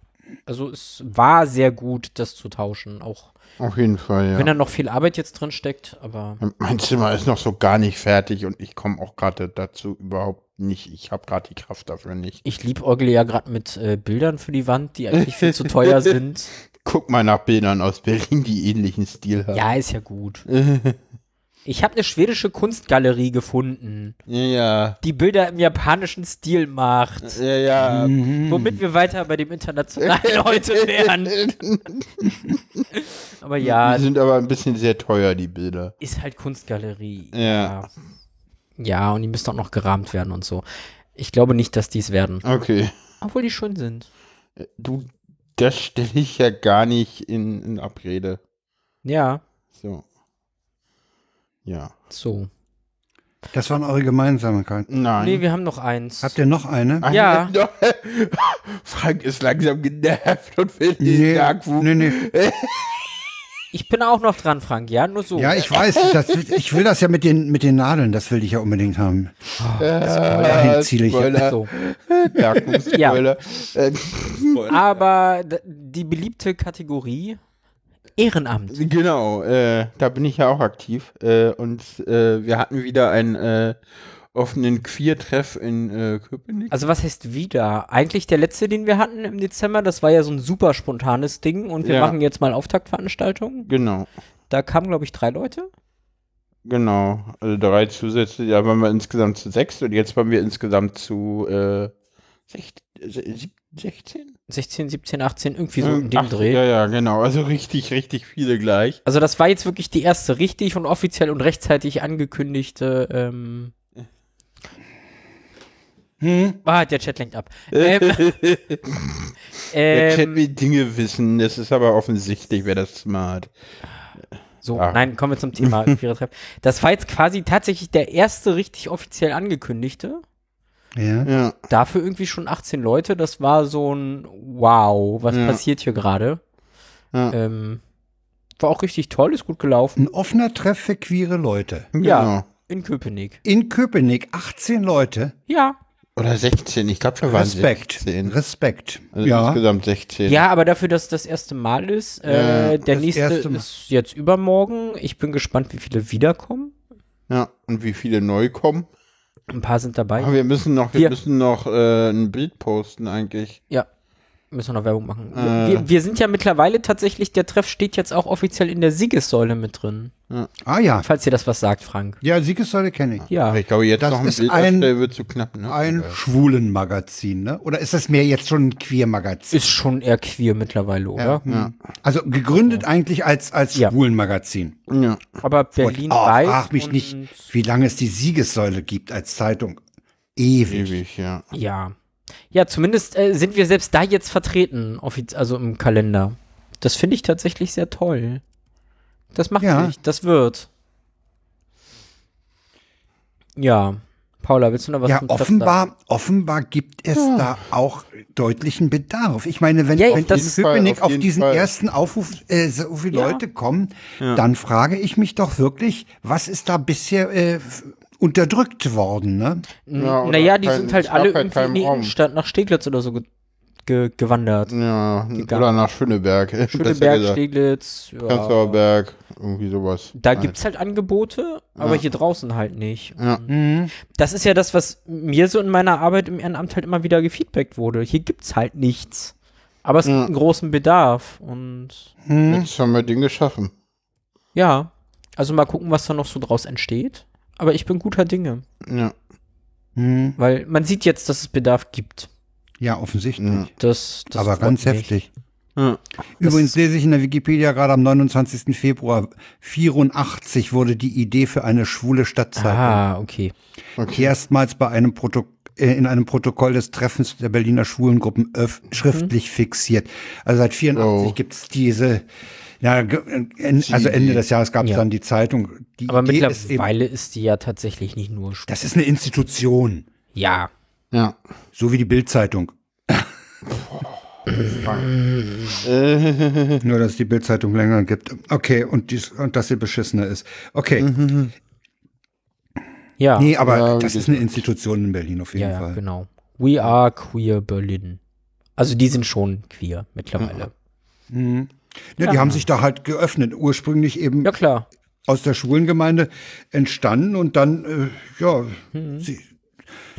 [SPEAKER 3] Also es war sehr gut, das zu tauschen. Auch
[SPEAKER 1] Auf jeden Fall, ja.
[SPEAKER 3] wenn da noch viel Arbeit jetzt drin steckt, aber
[SPEAKER 1] mein Zimmer ist noch so gar nicht fertig und ich komme auch gerade dazu überhaupt nicht. Ich habe gerade die Kraft dafür nicht.
[SPEAKER 3] ich liebäugle ja gerade mit äh, Bildern für die Wand, die eigentlich viel zu teuer sind.
[SPEAKER 1] Guck mal nach Bildern aus Berlin, die ähnlichen Stil haben.
[SPEAKER 3] Ja, ist ja gut. Ich habe eine schwedische Kunstgalerie gefunden,
[SPEAKER 1] Ja,
[SPEAKER 3] die Bilder im japanischen Stil macht.
[SPEAKER 1] ja, ja.
[SPEAKER 3] Womit wir weiter bei dem Internationalen heute wären. Aber ja,
[SPEAKER 1] Die sind aber ein bisschen sehr teuer, die Bilder.
[SPEAKER 3] ist halt Kunstgalerie.
[SPEAKER 1] Ja.
[SPEAKER 3] Ja, und die müssen auch noch gerahmt werden und so. Ich glaube nicht, dass dies werden.
[SPEAKER 1] Okay.
[SPEAKER 3] Obwohl die schön sind.
[SPEAKER 1] Du, das stelle ich ja gar nicht in, in Abrede.
[SPEAKER 3] Ja,
[SPEAKER 1] So. Ja.
[SPEAKER 3] so.
[SPEAKER 2] Das waren eure Gemeinsamkeiten.
[SPEAKER 1] Nein.
[SPEAKER 3] Nee, wir haben noch eins.
[SPEAKER 2] Habt ihr noch eine?
[SPEAKER 1] Ach,
[SPEAKER 3] Ja.
[SPEAKER 1] Frank ist langsam genervt und will
[SPEAKER 2] Nee,
[SPEAKER 1] den Darkwolf.
[SPEAKER 2] nee, nee.
[SPEAKER 3] Ich bin auch noch dran, Frank. Ja, nur so.
[SPEAKER 2] Ja, ich weiß, das, ich will das ja mit den, mit den Nadeln, das will ich ja unbedingt haben.
[SPEAKER 1] Äh,
[SPEAKER 2] Dahin ziele ich.
[SPEAKER 1] Spoiler.
[SPEAKER 3] so.
[SPEAKER 1] Darkwolf,
[SPEAKER 3] Ja.
[SPEAKER 1] Spoiler. Äh,
[SPEAKER 3] Aber d- die beliebte Kategorie Ehrenamt.
[SPEAKER 1] genau, äh, da bin ich ja auch aktiv. Äh, und äh, wir hatten wieder einen äh, offenen Queer-Treff in äh, Köpenick.
[SPEAKER 3] Also was heißt wieder? Eigentlich der letzte, den wir hatten im Dezember, das war ja so ein super spontanes Ding und wir
[SPEAKER 1] Ja.
[SPEAKER 3] machen jetzt mal Auftaktveranstaltungen.
[SPEAKER 1] genau.
[SPEAKER 3] Da kamen, glaube ich, drei Leute.
[SPEAKER 1] Genau, also drei zusätzliche, da waren wir insgesamt zu sechs und jetzt waren wir insgesamt zu äh, sech, se- sieb- 16?
[SPEAKER 3] 16, 17, 18, irgendwie so in dem
[SPEAKER 1] Hm, Ach,
[SPEAKER 3] Dreh.
[SPEAKER 1] Ja, ja, genau. Also richtig, richtig viele gleich.
[SPEAKER 3] Also das war jetzt wirklich die erste richtig und offiziell und rechtzeitig angekündigte. Ähm, Ah, der Chat lenkt ab. Ähm,
[SPEAKER 1] Der Chat
[SPEAKER 3] ähm,
[SPEAKER 1] will Dinge wissen, das ist aber offensichtlich, wer das smart.
[SPEAKER 3] so,
[SPEAKER 1] Ah.
[SPEAKER 3] nein, kommen wir zum Thema. Vierertreff. das war jetzt quasi tatsächlich der erste richtig offiziell angekündigte.
[SPEAKER 2] Ja.
[SPEAKER 1] Ja.
[SPEAKER 3] Dafür irgendwie schon 18 Leute. Das war so ein Wow, was
[SPEAKER 1] Ja.
[SPEAKER 3] passiert hier gerade?
[SPEAKER 1] Ja.
[SPEAKER 3] Ähm, war auch richtig toll, ist gut gelaufen.
[SPEAKER 2] Ein offener Treff für queere Leute.
[SPEAKER 1] Genau.
[SPEAKER 3] Ja, in Köpenick.
[SPEAKER 2] In Köpenick 18 Leute.
[SPEAKER 3] Ja.
[SPEAKER 1] Oder 16, ich glaube, da waren
[SPEAKER 2] Respekt.
[SPEAKER 1] 16.
[SPEAKER 2] Respekt.
[SPEAKER 1] Also
[SPEAKER 2] ja.
[SPEAKER 1] insgesamt 16.
[SPEAKER 3] Ja, aber dafür, dass das erste Mal ist,
[SPEAKER 1] Ja,
[SPEAKER 3] äh, der
[SPEAKER 2] das
[SPEAKER 3] nächste
[SPEAKER 2] erste Mal.
[SPEAKER 3] ist jetzt übermorgen. Ich bin gespannt, wie viele wiederkommen.
[SPEAKER 1] Ja. Und wie viele neu kommen.
[SPEAKER 3] Ein paar sind dabei.
[SPEAKER 1] Aber wir müssen noch, wir
[SPEAKER 3] Wir-
[SPEAKER 1] müssen noch äh, ein Bild posten eigentlich.
[SPEAKER 3] Ja. Müssen wir noch Werbung machen.
[SPEAKER 1] Äh.
[SPEAKER 3] Wir, wir sind ja mittlerweile tatsächlich, der Treff steht jetzt auch offiziell in der Siegessäule mit drin.
[SPEAKER 2] Ah ja.
[SPEAKER 3] Falls dir das was sagt, Frank.
[SPEAKER 2] Ja, Siegessäule kenne ich.
[SPEAKER 3] Ja.
[SPEAKER 1] Aber ich glaube, jetzt
[SPEAKER 2] Das
[SPEAKER 1] noch ein
[SPEAKER 2] ist
[SPEAKER 1] Bild
[SPEAKER 2] ein-
[SPEAKER 1] erstellen wird zu knapp, ne?
[SPEAKER 2] Ein Schwulenmagazin, ne? Oder ist das mehr jetzt schon ein Queermagazin?
[SPEAKER 3] Ist schon eher queer mittlerweile, oder?
[SPEAKER 2] Ja. Also gegründet eigentlich als, als
[SPEAKER 3] Ja.
[SPEAKER 2] Schwulenmagazin.
[SPEAKER 1] ja.
[SPEAKER 3] Aber
[SPEAKER 2] Und
[SPEAKER 3] Berlin
[SPEAKER 2] oh,
[SPEAKER 3] weiß.
[SPEAKER 2] frag mich
[SPEAKER 3] und-
[SPEAKER 2] nicht, wie lange es die Siegessäule gibt als Zeitung. Ewig.
[SPEAKER 1] Ewig, ja.
[SPEAKER 3] Ja. Ja, zumindest äh, sind wir selbst da jetzt vertreten, offiz- also im Kalender. Das finde ich tatsächlich sehr toll. Das macht
[SPEAKER 2] Ja.
[SPEAKER 3] nicht, das wird. Ja. Paula, willst du noch was
[SPEAKER 2] Ja,
[SPEAKER 3] zum Treff
[SPEAKER 2] offenbar, offenbar gibt es da auch deutlichen Bedarf. Ich meine, wenn,
[SPEAKER 3] Ja,
[SPEAKER 2] wenn
[SPEAKER 3] das
[SPEAKER 2] in
[SPEAKER 3] ist- halt
[SPEAKER 2] Köpenick
[SPEAKER 1] Auf
[SPEAKER 2] auf
[SPEAKER 1] jeden
[SPEAKER 2] diesen
[SPEAKER 1] Fall.
[SPEAKER 2] ersten Aufruf äh, so viele
[SPEAKER 3] Ja.
[SPEAKER 2] Leute kommen, dann frage ich mich doch wirklich, was ist da bisher äh, f- unterdrückt worden? Ne?
[SPEAKER 3] sagen?
[SPEAKER 1] Ja, oder
[SPEAKER 3] naja, die
[SPEAKER 1] kein-
[SPEAKER 3] sind halt
[SPEAKER 1] es
[SPEAKER 3] alle
[SPEAKER 1] gab halt
[SPEAKER 3] irgendwie in
[SPEAKER 1] keinen
[SPEAKER 3] die
[SPEAKER 1] Raum. Hm,
[SPEAKER 3] Innenstadt nach Steglitz oder so ge ge gewandert.
[SPEAKER 1] Ja, oder nach Schöneberg. besser
[SPEAKER 3] Schöneberg,
[SPEAKER 1] gesagt.
[SPEAKER 3] Steglitz. Ja.
[SPEAKER 1] Prenzlauer irgendwie sowas.
[SPEAKER 3] Da gibt's halt Angebote, aber hier draußen halt nicht.
[SPEAKER 1] Ja.
[SPEAKER 3] Das ist ja das, was mir so in meiner Arbeit im Ehrenamt halt immer wieder gefeedbackt wurde. Hier gibt's halt nichts. Aber es gibt einen großen Bedarf und
[SPEAKER 1] Jetzt haben wir den geschaffen.
[SPEAKER 3] ja, also mal gucken, was da noch so draus entsteht. Aber ich bin guter Dinge,
[SPEAKER 1] Ja.
[SPEAKER 2] Hm,
[SPEAKER 3] weil man sieht jetzt, dass es Bedarf gibt.
[SPEAKER 2] ja, offensichtlich.
[SPEAKER 1] Ja.
[SPEAKER 3] Das, das
[SPEAKER 2] Aber
[SPEAKER 3] freut
[SPEAKER 2] ganz
[SPEAKER 3] mich.
[SPEAKER 2] heftig.
[SPEAKER 1] Ja.
[SPEAKER 2] Übrigens lese ich in der Wikipedia gerade am 29. Februar 84 wurde die Idee für eine schwule Stadtzeitung
[SPEAKER 3] Ah, okay.
[SPEAKER 2] erstmals bei einem Protok äh, in einem Protokoll des Treffens der Berliner Schwulengruppen öff-
[SPEAKER 3] Mhm.
[SPEAKER 2] schriftlich fixiert. Also seit 84
[SPEAKER 1] Oh.
[SPEAKER 2] gibt's diese, ja, ge- en, also Ende des Jahres gab's
[SPEAKER 3] Ja.
[SPEAKER 2] dann die Zeitung. Die
[SPEAKER 3] Aber
[SPEAKER 2] Idee ist eben,
[SPEAKER 3] mittlerweile ist die ja tatsächlich nicht nur Sp
[SPEAKER 2] das ist eine Institution,
[SPEAKER 3] Ja.
[SPEAKER 1] Ja.
[SPEAKER 2] so wie die Bildzeitung. Nur, dass die Bildzeitung länger gibt. Okay, und, dies, und dass sie beschissener ist. Okay,
[SPEAKER 3] Mhm. Ja.
[SPEAKER 2] nee, aber
[SPEAKER 1] Ja,
[SPEAKER 2] das
[SPEAKER 1] das-
[SPEAKER 2] ist eine Institution in Berlin auf jeden
[SPEAKER 3] ja, ja,
[SPEAKER 2] Fall.
[SPEAKER 3] genau. We are queer Berlin. Also die sind schon queer mittlerweile.
[SPEAKER 2] Ne, Die haben sich da halt geöffnet. Ursprünglich eben
[SPEAKER 3] Ja, klar.
[SPEAKER 2] aus der Schwulengemeinde entstanden und dann, äh, ja,
[SPEAKER 3] Mhm.
[SPEAKER 2] sie,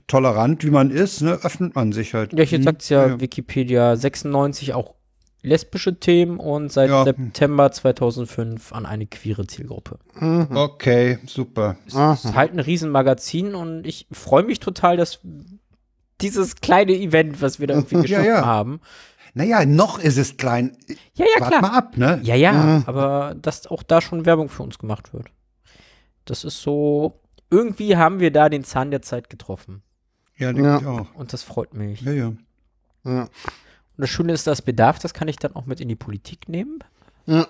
[SPEAKER 2] tolerant wie man ist, ne, öffnet man sich halt.
[SPEAKER 3] Ja, hier sagt's ja, Wikipedia 96 auch lesbische Themen und seit
[SPEAKER 2] Ja.
[SPEAKER 3] September 2005 an eine queere Zielgruppe.
[SPEAKER 2] Okay, super.
[SPEAKER 3] Es ist halt ein Riesenmagazin und ich freue mich total, dass dieses kleine Event, was wir da irgendwie geschaffen
[SPEAKER 2] ja.
[SPEAKER 3] haben.
[SPEAKER 2] Naja, noch ist es klein.
[SPEAKER 3] Ja, ja,
[SPEAKER 2] Wart
[SPEAKER 3] klar.
[SPEAKER 2] mal ab, ne?
[SPEAKER 3] Ja, ja, aber dass auch da schon Werbung für uns gemacht wird. Das ist so, irgendwie haben wir da den Zahn der Zeit getroffen.
[SPEAKER 2] Ja, denke ich auch.
[SPEAKER 3] Und das freut mich.
[SPEAKER 2] Ja, ja.
[SPEAKER 3] Und das Schöne ist, das Bedarf, das kann ich dann auch mit in die Politik nehmen.
[SPEAKER 1] Ja.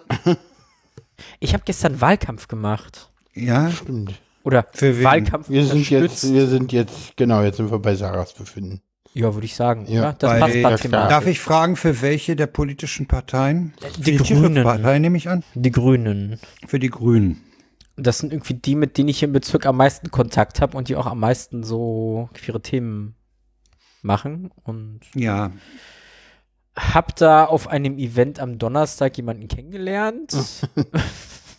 [SPEAKER 3] Ich habe gestern Wahlkampf gemacht.
[SPEAKER 2] Ja,
[SPEAKER 1] Stimmt.
[SPEAKER 3] Oder
[SPEAKER 2] Für wen?
[SPEAKER 3] Wahlkampf
[SPEAKER 1] Wir sind
[SPEAKER 3] unterstützt.
[SPEAKER 1] jetzt, wir sind jetzt, genau, jetzt sind wir bei Sarahs Befinden.
[SPEAKER 3] Ja, würde ich sagen.
[SPEAKER 1] Ja,
[SPEAKER 3] oder? Das
[SPEAKER 2] bei-
[SPEAKER 3] passt
[SPEAKER 2] Ja,
[SPEAKER 3] da
[SPEAKER 1] klar.
[SPEAKER 3] thematisch.
[SPEAKER 2] darf ich fragen, für welche der politischen Parteien?
[SPEAKER 3] Die
[SPEAKER 2] Für
[SPEAKER 3] Grünen.
[SPEAKER 2] Partei nehme ich an.
[SPEAKER 3] Die Grünen.
[SPEAKER 2] Für die Grünen.
[SPEAKER 3] Das sind irgendwie die, mit denen ich im Bezirk am meisten Kontakt habe und die auch am meisten so queere Themen machen. Und
[SPEAKER 2] Ja.
[SPEAKER 3] hab da auf einem Event am Donnerstag jemanden kennengelernt.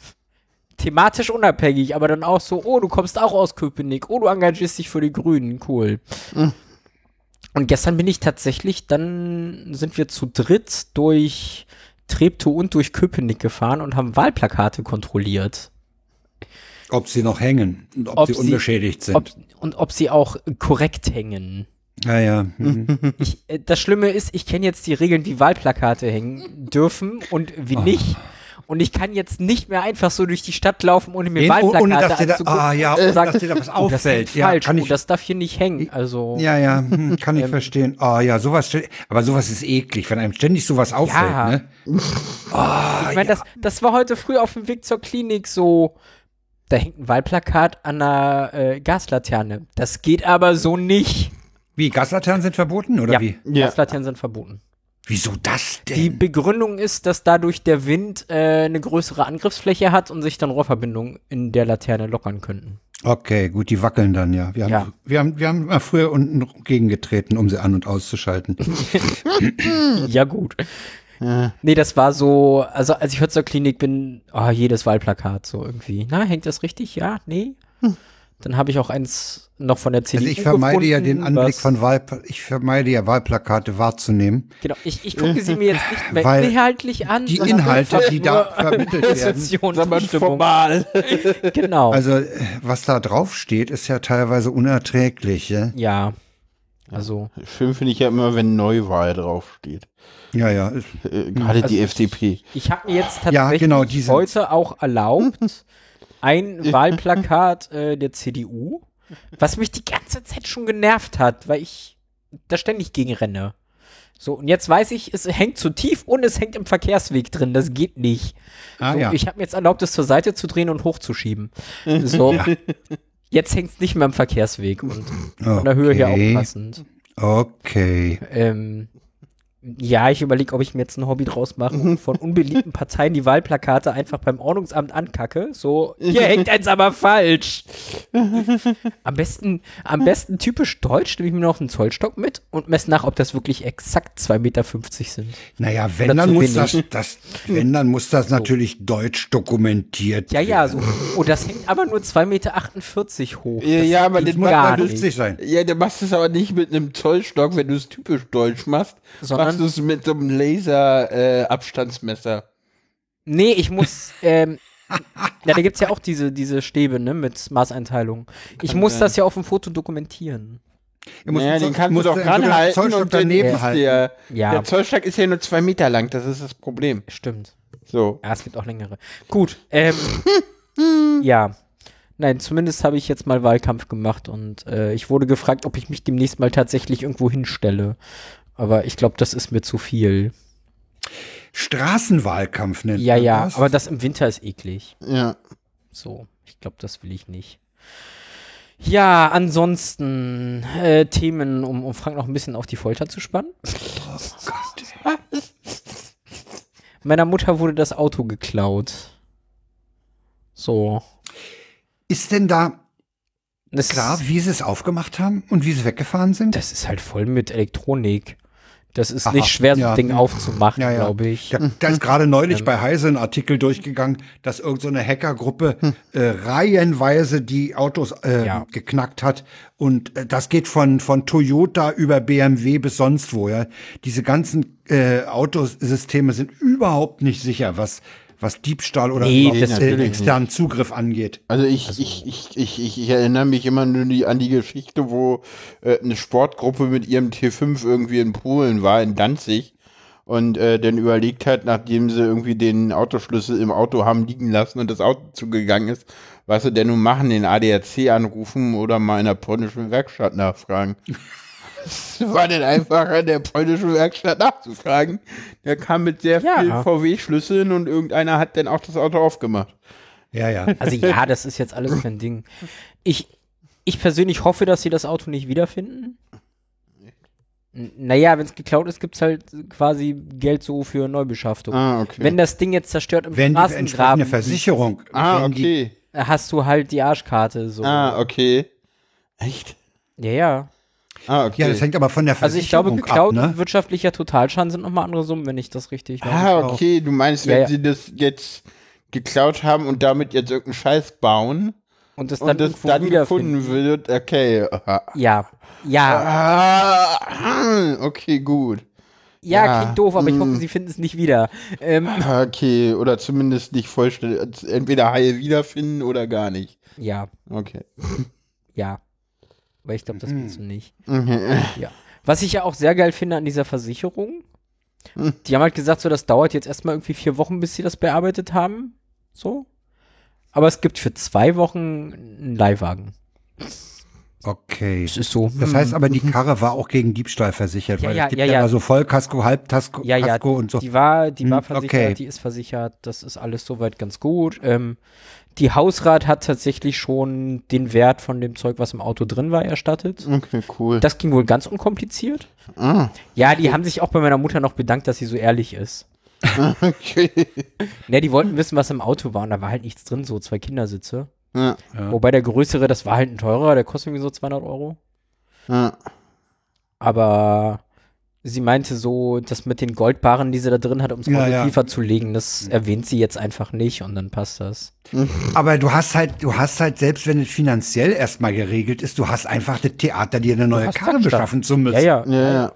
[SPEAKER 3] Thematisch unabhängig, aber dann auch so, oh, du kommst auch aus Köpenick, oh, du engagierst dich für die Grünen, cool. Und gestern bin ich tatsächlich, dann sind wir zu dritt durch Treptow und durch Köpenick gefahren und haben Wahlplakate kontrolliert.
[SPEAKER 2] Ob sie noch hängen und ob,
[SPEAKER 3] Ob
[SPEAKER 2] sie
[SPEAKER 3] sie-
[SPEAKER 2] unbeschädigt sind.
[SPEAKER 3] Ob, und ob sie auch korrekt hängen.
[SPEAKER 2] Ja, ja.
[SPEAKER 3] Hm,
[SPEAKER 2] Mhm.
[SPEAKER 3] Ich, äh, das Schlimme ist, ich kenne jetzt die Regeln, wie Wahlplakate hängen dürfen und wie
[SPEAKER 2] Ah.
[SPEAKER 3] nicht. Und ich kann jetzt nicht mehr einfach so durch die Stadt laufen, ohne mir
[SPEAKER 2] In-
[SPEAKER 3] Wahlplakate
[SPEAKER 2] ohne dass dir da-
[SPEAKER 3] anzugucken
[SPEAKER 2] ah, ja,
[SPEAKER 3] und
[SPEAKER 2] ohne
[SPEAKER 3] sagen,
[SPEAKER 2] dass dir da was
[SPEAKER 3] oh, das
[SPEAKER 2] auffällt.
[SPEAKER 3] ist
[SPEAKER 2] Ja,
[SPEAKER 3] falsch,
[SPEAKER 2] kann
[SPEAKER 3] oh,
[SPEAKER 2] ich-
[SPEAKER 3] das darf hier nicht hängen. Also
[SPEAKER 2] Ja, ja, hm, kann
[SPEAKER 3] Ähm,
[SPEAKER 2] ich verstehen. Ah ja, sowas, stell- aber sowas ist eklig, wenn einem ständig sowas auffällt,
[SPEAKER 3] Ja.
[SPEAKER 2] ne?
[SPEAKER 3] Ich meine, das, das war heute früh auf dem Weg zur Klinik so. Da hängt ein Wahlplakat an einer äh, Gaslaterne. Das geht aber so nicht.
[SPEAKER 2] Wie, Gaslaternen sind verboten oder
[SPEAKER 3] Ja,
[SPEAKER 2] wie?
[SPEAKER 1] Ja.
[SPEAKER 3] Gaslaternen sind verboten.
[SPEAKER 2] Wieso das denn?
[SPEAKER 3] Die Begründung ist, dass dadurch der Wind äh, eine größere Angriffsfläche hat und sich dann Rohrverbindungen in der Laterne lockern könnten.
[SPEAKER 2] Okay, gut, die wackeln dann, ja. Wir haben,
[SPEAKER 3] Ja.
[SPEAKER 2] Wir haben, wir haben mal früher unten gegengetreten, um sie an- und auszuschalten. Hm.
[SPEAKER 3] Ja, gut. Nee, das war so, also als ich heute zur Klinik bin, ah, jedes Wahlplakat so irgendwie. Na, hängt das richtig? Ja, nee. Dann habe ich auch eins noch von der CDU
[SPEAKER 2] Hm. Also ich vermeide ja den
[SPEAKER 3] gefunden,
[SPEAKER 2] Anblick
[SPEAKER 3] was-
[SPEAKER 2] von Wahlpla ich vermeide ja Wahlplakate wahrzunehmen.
[SPEAKER 3] Genau, ich, ich gucke sie mir jetzt nicht mehr
[SPEAKER 2] Weil
[SPEAKER 3] inhaltlich an.
[SPEAKER 2] Die
[SPEAKER 3] sondern
[SPEAKER 2] Inhalte,
[SPEAKER 3] einfach
[SPEAKER 2] die da
[SPEAKER 3] nur
[SPEAKER 2] vermittelt werden.
[SPEAKER 3] Position,
[SPEAKER 1] Sag mal,
[SPEAKER 3] Zustimmung.
[SPEAKER 1] formal.
[SPEAKER 3] Genau.
[SPEAKER 2] Also äh, was da drauf steht, ist ja teilweise unerträglich, ja.
[SPEAKER 3] ja. Also,
[SPEAKER 1] Schön finde ich ja immer, wenn Neuwahl draufsteht.
[SPEAKER 2] Ja, ja. ist-
[SPEAKER 1] Äh, Gerade die FDP.
[SPEAKER 3] ich habe mir jetzt tatsächlich
[SPEAKER 2] genau, die sind-
[SPEAKER 3] heute auch erlaubt, ein Wahlplakat äh, der CDU, was mich die ganze Zeit schon genervt hat, weil ich da ständig gegen renne. So, und jetzt weiß ich, es hängt zu tief und es hängt im Verkehrsweg drin. Das geht nicht.
[SPEAKER 2] Ah,
[SPEAKER 3] so,
[SPEAKER 2] ja.
[SPEAKER 3] Ich habe mir jetzt erlaubt, es zur Seite zu drehen und hochzuschieben. So. Jetzt hängt es nicht mehr am Verkehrsweg und von der Höhe her
[SPEAKER 2] Okay.
[SPEAKER 3] aufpassend.
[SPEAKER 2] Okay.
[SPEAKER 3] Ähm, ja, ich überlege, ob ich mir jetzt ein Hobby draus mache
[SPEAKER 1] Mhm.
[SPEAKER 3] und von unbeliebten Parteien die Wahlplakate einfach beim Ordnungsamt ankacke. So, hier hängt eins aber falsch. Am besten, am besten typisch deutsch nehme ich mir noch einen Zollstock mit und messe nach, ob das wirklich exakt 2,50 Meter sind.
[SPEAKER 2] Naja, wenn
[SPEAKER 3] Dazu
[SPEAKER 2] dann muss
[SPEAKER 3] bin
[SPEAKER 2] das, das, wenn dann muss das natürlich deutsch dokumentiert.
[SPEAKER 3] Ja, ja, so. Oh, das hängt aber nur 2,48 Meter hoch.
[SPEAKER 1] Ja,
[SPEAKER 3] Das
[SPEAKER 1] ja, aber
[SPEAKER 3] geht
[SPEAKER 1] das
[SPEAKER 2] muss
[SPEAKER 1] macht
[SPEAKER 3] gar
[SPEAKER 1] man
[SPEAKER 3] nicht.
[SPEAKER 2] vernünftig sein.
[SPEAKER 1] Ja, du machst es aber nicht mit einem Zollstock, wenn du es typisch deutsch machst,
[SPEAKER 3] Sondern-
[SPEAKER 1] machst du es mit so einem Laser-Abstandsmesser.
[SPEAKER 3] Nee, ich muss. Ähm, ja, da gibt's ja auch diese, diese Stäbe, ne, mit Maßeinteilung. Ich muss das ja auf dem Foto dokumentieren.
[SPEAKER 2] Er muss einen Zoll- muss einen Zollstock
[SPEAKER 1] dann
[SPEAKER 2] daneben
[SPEAKER 1] ist
[SPEAKER 2] halten.
[SPEAKER 1] Der,
[SPEAKER 3] Ja.
[SPEAKER 1] der Zollstock ist ja nur zwei Meter lang, das ist das Problem.
[SPEAKER 3] Stimmt.
[SPEAKER 1] So.
[SPEAKER 3] Ja, es gibt auch längere. Gut, ähm. ja. Nein, zumindest habe ich jetzt mal Wahlkampf gemacht und äh, ich wurde gefragt, ob ich mich demnächst mal tatsächlich irgendwo hinstelle. Aber ich glaube, das ist mir zu viel.
[SPEAKER 2] Straßenwahlkampf nennt
[SPEAKER 3] Ja,
[SPEAKER 2] man
[SPEAKER 3] ja,
[SPEAKER 2] das.
[SPEAKER 3] aber das im Winter ist eklig.
[SPEAKER 1] Ja.
[SPEAKER 3] So, ich glaube, das will ich nicht. Ja, ansonsten äh, Themen, um, um Frank noch ein bisschen auf die Folter zu spannen. Meiner Mutter wurde das Auto geklaut. So.
[SPEAKER 2] ist denn da
[SPEAKER 3] Das,
[SPEAKER 2] klar, wie sie es aufgemacht haben und wie sie weggefahren sind?
[SPEAKER 3] das ist halt voll mit Elektronik. Das ist
[SPEAKER 2] Aha,
[SPEAKER 3] nicht schwer, so ein
[SPEAKER 2] ja.
[SPEAKER 3] Ding aufzumachen,
[SPEAKER 2] Ja, ja.
[SPEAKER 3] glaube ich.
[SPEAKER 2] Da, da ist gerade neulich bei Heise ein Artikel durchgegangen, dass irgendeine so eine Hackergruppe äh, reihenweise die Autos äh,
[SPEAKER 3] Ja.
[SPEAKER 2] geknackt hat. Und äh, das geht von, von Toyota über BMW bis sonst wo. Ja. Diese ganzen äh, Autosysteme sind überhaupt nicht sicher, was, was Diebstahl oder
[SPEAKER 3] Nee,
[SPEAKER 2] überhaupt,
[SPEAKER 3] das
[SPEAKER 2] äh,
[SPEAKER 1] natürlich
[SPEAKER 2] externen Zugriff angeht.
[SPEAKER 1] Also ich, ich, ich, ich, ich, ich erinnere mich immer nur die, an die Geschichte, wo äh, eine Sportgruppe mit ihrem T5 irgendwie in Polen war, in Danzig. Und äh, dann überlegt hat, nachdem sie irgendwie den Autoschlüssel im Auto haben liegen lassen und das Auto zugegangen ist, was sie denn nun machen, den ADAC anrufen oder mal in der polnischen Werkstatt nachfragen. Es war denn einfacher, in der polnischen Werkstatt nachzufragen. Der kam mit sehr
[SPEAKER 3] Ja.
[SPEAKER 1] vielen VW-Schlüsseln und irgendeiner hat dann auch das Auto aufgemacht.
[SPEAKER 2] Ja, ja.
[SPEAKER 3] Also ja, das ist jetzt alles kein Ding. Ich, ich persönlich hoffe, dass sie das Auto nicht wiederfinden. N- Naja, wenn es geklaut ist, gibt es halt quasi Geld so für Neubeschaffung.
[SPEAKER 1] Ah, okay.
[SPEAKER 3] Wenn das Ding jetzt zerstört im
[SPEAKER 2] Wenn die entsprechende
[SPEAKER 3] Straßengraben,
[SPEAKER 2] Versicherung.
[SPEAKER 1] Ah,
[SPEAKER 2] wenn die,
[SPEAKER 1] okay.
[SPEAKER 3] hast du halt die Arschkarte. So.
[SPEAKER 1] Ah, okay. Echt?
[SPEAKER 3] Ja, ja.
[SPEAKER 1] Ah, okay.
[SPEAKER 2] ja, das hängt aber von der
[SPEAKER 3] Also ich
[SPEAKER 2] Versicherung
[SPEAKER 3] glaube, geklaut
[SPEAKER 2] ab,
[SPEAKER 3] und
[SPEAKER 2] ne?
[SPEAKER 3] wirtschaftlicher Totalschaden sind nochmal andere Summen, wenn ich das richtig weiß.
[SPEAKER 1] ah, okay. Du meinst,
[SPEAKER 3] Ja,
[SPEAKER 1] wenn
[SPEAKER 3] ja.
[SPEAKER 1] sie das jetzt geklaut haben und damit jetzt irgendeinen Scheiß bauen
[SPEAKER 3] Und das dann,
[SPEAKER 1] und das
[SPEAKER 3] irgendwo
[SPEAKER 1] dann
[SPEAKER 3] wiederfinden.
[SPEAKER 1] gefunden wird, okay. Ah,
[SPEAKER 3] Ja. Ja.
[SPEAKER 1] Ah, okay, gut.
[SPEAKER 3] ja,
[SPEAKER 1] ja.
[SPEAKER 3] klingt doof, aber ich hoffe, sie finden es nicht wieder. Ähm,
[SPEAKER 1] Mm. Ah, Okay, oder zumindest nicht vollständig. also Entweder heil wiederfinden oder gar nicht.
[SPEAKER 3] ja,
[SPEAKER 1] Okay.
[SPEAKER 3] ja. Aber ich glaube, das willst
[SPEAKER 2] Mhm.
[SPEAKER 3] du nicht. ja. Was ich ja auch sehr geil finde an dieser Versicherung, die haben halt gesagt, so, das dauert jetzt erstmal irgendwie vier Wochen, bis sie das bearbeitet haben. So. Aber es gibt für zwei Wochen einen Leihwagen.
[SPEAKER 2] Okay.
[SPEAKER 3] Das ist so. hm, mhm.
[SPEAKER 2] Das heißt aber, die Karre war auch gegen Diebstahl versichert,
[SPEAKER 3] Ja,
[SPEAKER 2] weil
[SPEAKER 3] ja,
[SPEAKER 2] es gibt
[SPEAKER 3] ja,
[SPEAKER 2] ja,
[SPEAKER 3] ja.
[SPEAKER 2] mal so Vollkasko, Halbkasko
[SPEAKER 3] Ja, ja,
[SPEAKER 2] Kasko und Oh, so.
[SPEAKER 3] die war, die war
[SPEAKER 2] Hm,
[SPEAKER 3] versichert,
[SPEAKER 2] okay.
[SPEAKER 3] die ist versichert, das ist alles soweit ganz gut. Ähm, die Hausrat hat tatsächlich schon den Wert von dem Zeug, was im Auto drin war, erstattet.
[SPEAKER 2] Mhm.
[SPEAKER 1] Okay, cool.
[SPEAKER 3] Das ging wohl ganz unkompliziert.
[SPEAKER 1] ah,
[SPEAKER 3] Ja, die haben sich auch bei meiner Mutter noch bedankt, dass sie so ehrlich ist.
[SPEAKER 1] okay.
[SPEAKER 3] Ne, die wollten wissen, was im Auto war und da war halt nichts drin, so zwei Kindersitze.
[SPEAKER 1] Ja,
[SPEAKER 3] Wobei der größere, das war halt ein teurer, der kostet irgendwie so 200 Euro.
[SPEAKER 1] ja.
[SPEAKER 3] Aber sie meinte so, das mit den Goldbarren, die sie da drin hat, um es
[SPEAKER 2] Ja, ja.
[SPEAKER 3] Liefer zu legen, das erwähnt sie jetzt einfach nicht und dann passt das.
[SPEAKER 2] Aber du hast halt, du hast halt, selbst wenn es finanziell erstmal geregelt ist, du hast einfach das Theater, dir eine neue
[SPEAKER 3] hast
[SPEAKER 2] Karre
[SPEAKER 3] Sackstadt.
[SPEAKER 2] beschaffen zu müssen.
[SPEAKER 3] Ja, ja.
[SPEAKER 1] Ja, ja.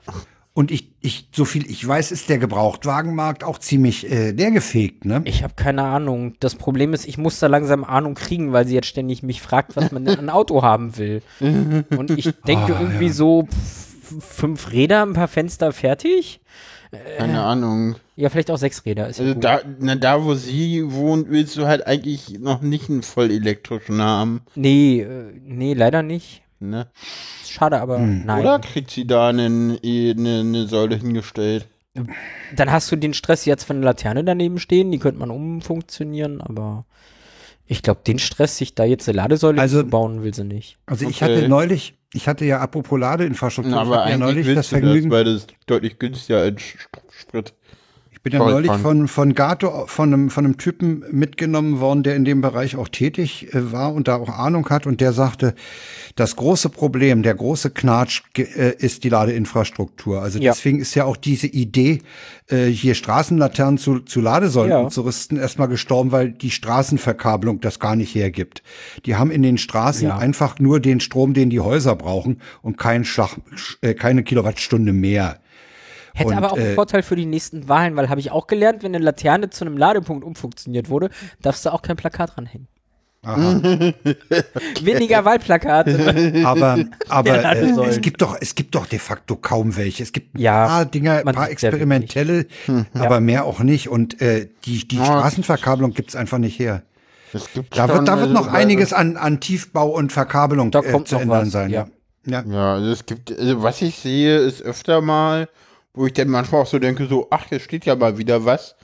[SPEAKER 2] Und ich, ich, so viel ich weiß, ist der Gebrauchtwagenmarkt auch ziemlich äh, leergefegt, ne?
[SPEAKER 3] Ich habe keine Ahnung. Das Problem ist, ich muss da langsam Ahnung kriegen, weil sie jetzt ständig mich fragt, was man denn an Auto haben will. Und ich denke
[SPEAKER 2] Ah,
[SPEAKER 3] irgendwie
[SPEAKER 2] ja.
[SPEAKER 3] so pf, fünf Räder, ein paar Fenster fertig. Äh,
[SPEAKER 1] Keine Ahnung.
[SPEAKER 3] Ja, vielleicht auch sechs Räder. Ist ja
[SPEAKER 1] Also
[SPEAKER 3] gut.
[SPEAKER 1] da, na, da, wo sie wohnt, willst du halt eigentlich noch nicht einen voll elektrischen haben.
[SPEAKER 3] nee, äh, nee, leider nicht.
[SPEAKER 1] Ne?
[SPEAKER 3] Ist Schade, aber
[SPEAKER 2] Hm.
[SPEAKER 3] nein.
[SPEAKER 1] Oder kriegt sie da einen, eh, eine, eine Säule hingestellt?
[SPEAKER 3] Dann hast du den Stress jetzt von der Laterne daneben stehen, die könnte man umfunktionieren, aber ich glaube, den Stress, sich da jetzt eine Ladesäule
[SPEAKER 2] Also-
[SPEAKER 3] zu bauen, will sie nicht.
[SPEAKER 2] Also ich
[SPEAKER 1] Okay.
[SPEAKER 2] hatte neulich, ich hatte ja apropos Ladeinfrastruktur,
[SPEAKER 1] Na,
[SPEAKER 2] ich
[SPEAKER 1] aber
[SPEAKER 2] hatte ja
[SPEAKER 1] eigentlich
[SPEAKER 2] neulich das
[SPEAKER 1] willst du
[SPEAKER 2] Vergnügen,
[SPEAKER 1] das, weil das ist deutlich günstiger als Sch- Sprit.
[SPEAKER 2] ich bin ja
[SPEAKER 1] Voll
[SPEAKER 2] neulich
[SPEAKER 1] dran.
[SPEAKER 2] von, von Gato, von einem, von einem Typen mitgenommen worden, der in dem Bereich auch tätig äh, war und da auch Ahnung hat und der sagte, das große Problem, der große Knatsch ge- äh, ist die Ladeinfrastruktur. Also
[SPEAKER 3] Ja.
[SPEAKER 2] deswegen ist ja auch diese Idee, äh, hier Straßenlaternen zu, zu Ladesäulen
[SPEAKER 3] Ja.
[SPEAKER 2] ja. zu rüsten, erstmal gestorben, weil die Straßenverkabelung das gar nicht hergibt. Die haben in den Straßen
[SPEAKER 3] Ja.
[SPEAKER 2] einfach nur den Strom, den die Häuser brauchen und keinen Schlag, sch- äh, keine Kilowattstunde mehr.
[SPEAKER 3] Hätte
[SPEAKER 2] Und,
[SPEAKER 3] aber auch einen
[SPEAKER 2] äh,
[SPEAKER 3] Vorteil für die nächsten Wahlen, weil habe ich auch gelernt, wenn eine Laterne zu einem Ladepunkt umfunktioniert wurde, darfst du auch kein Plakat dranhängen. Weniger Wahlplakate.
[SPEAKER 2] Aber,
[SPEAKER 3] Ja,
[SPEAKER 2] aber
[SPEAKER 3] alle
[SPEAKER 2] äh,
[SPEAKER 3] sollen.
[SPEAKER 2] es gibt doch, es gibt doch de facto kaum welche. Es gibt ein
[SPEAKER 3] Ja,
[SPEAKER 2] paar Dinger, ein
[SPEAKER 3] man
[SPEAKER 2] paar
[SPEAKER 3] sieht sehr
[SPEAKER 2] experimentelle, aber mehr auch nicht. Und äh, die, die
[SPEAKER 1] Ja.
[SPEAKER 2] Straßenverkabelung gibt's einfach nicht her.
[SPEAKER 1] Das gibt
[SPEAKER 2] Da
[SPEAKER 1] schon,
[SPEAKER 2] wird, da wird
[SPEAKER 1] also
[SPEAKER 2] noch
[SPEAKER 1] bei-
[SPEAKER 2] einiges an, an Tiefbau und Verkabelung
[SPEAKER 3] Da
[SPEAKER 2] äh,
[SPEAKER 3] kommt
[SPEAKER 2] zu
[SPEAKER 3] noch
[SPEAKER 2] ändern
[SPEAKER 3] was,
[SPEAKER 2] sein.
[SPEAKER 3] ja.
[SPEAKER 2] Ja. ja.
[SPEAKER 1] Ja, also es gibt, also was ich sehe, ist öfter mal, wo ich dann manchmal auch so denke, so, ach, hier steht ja mal wieder was.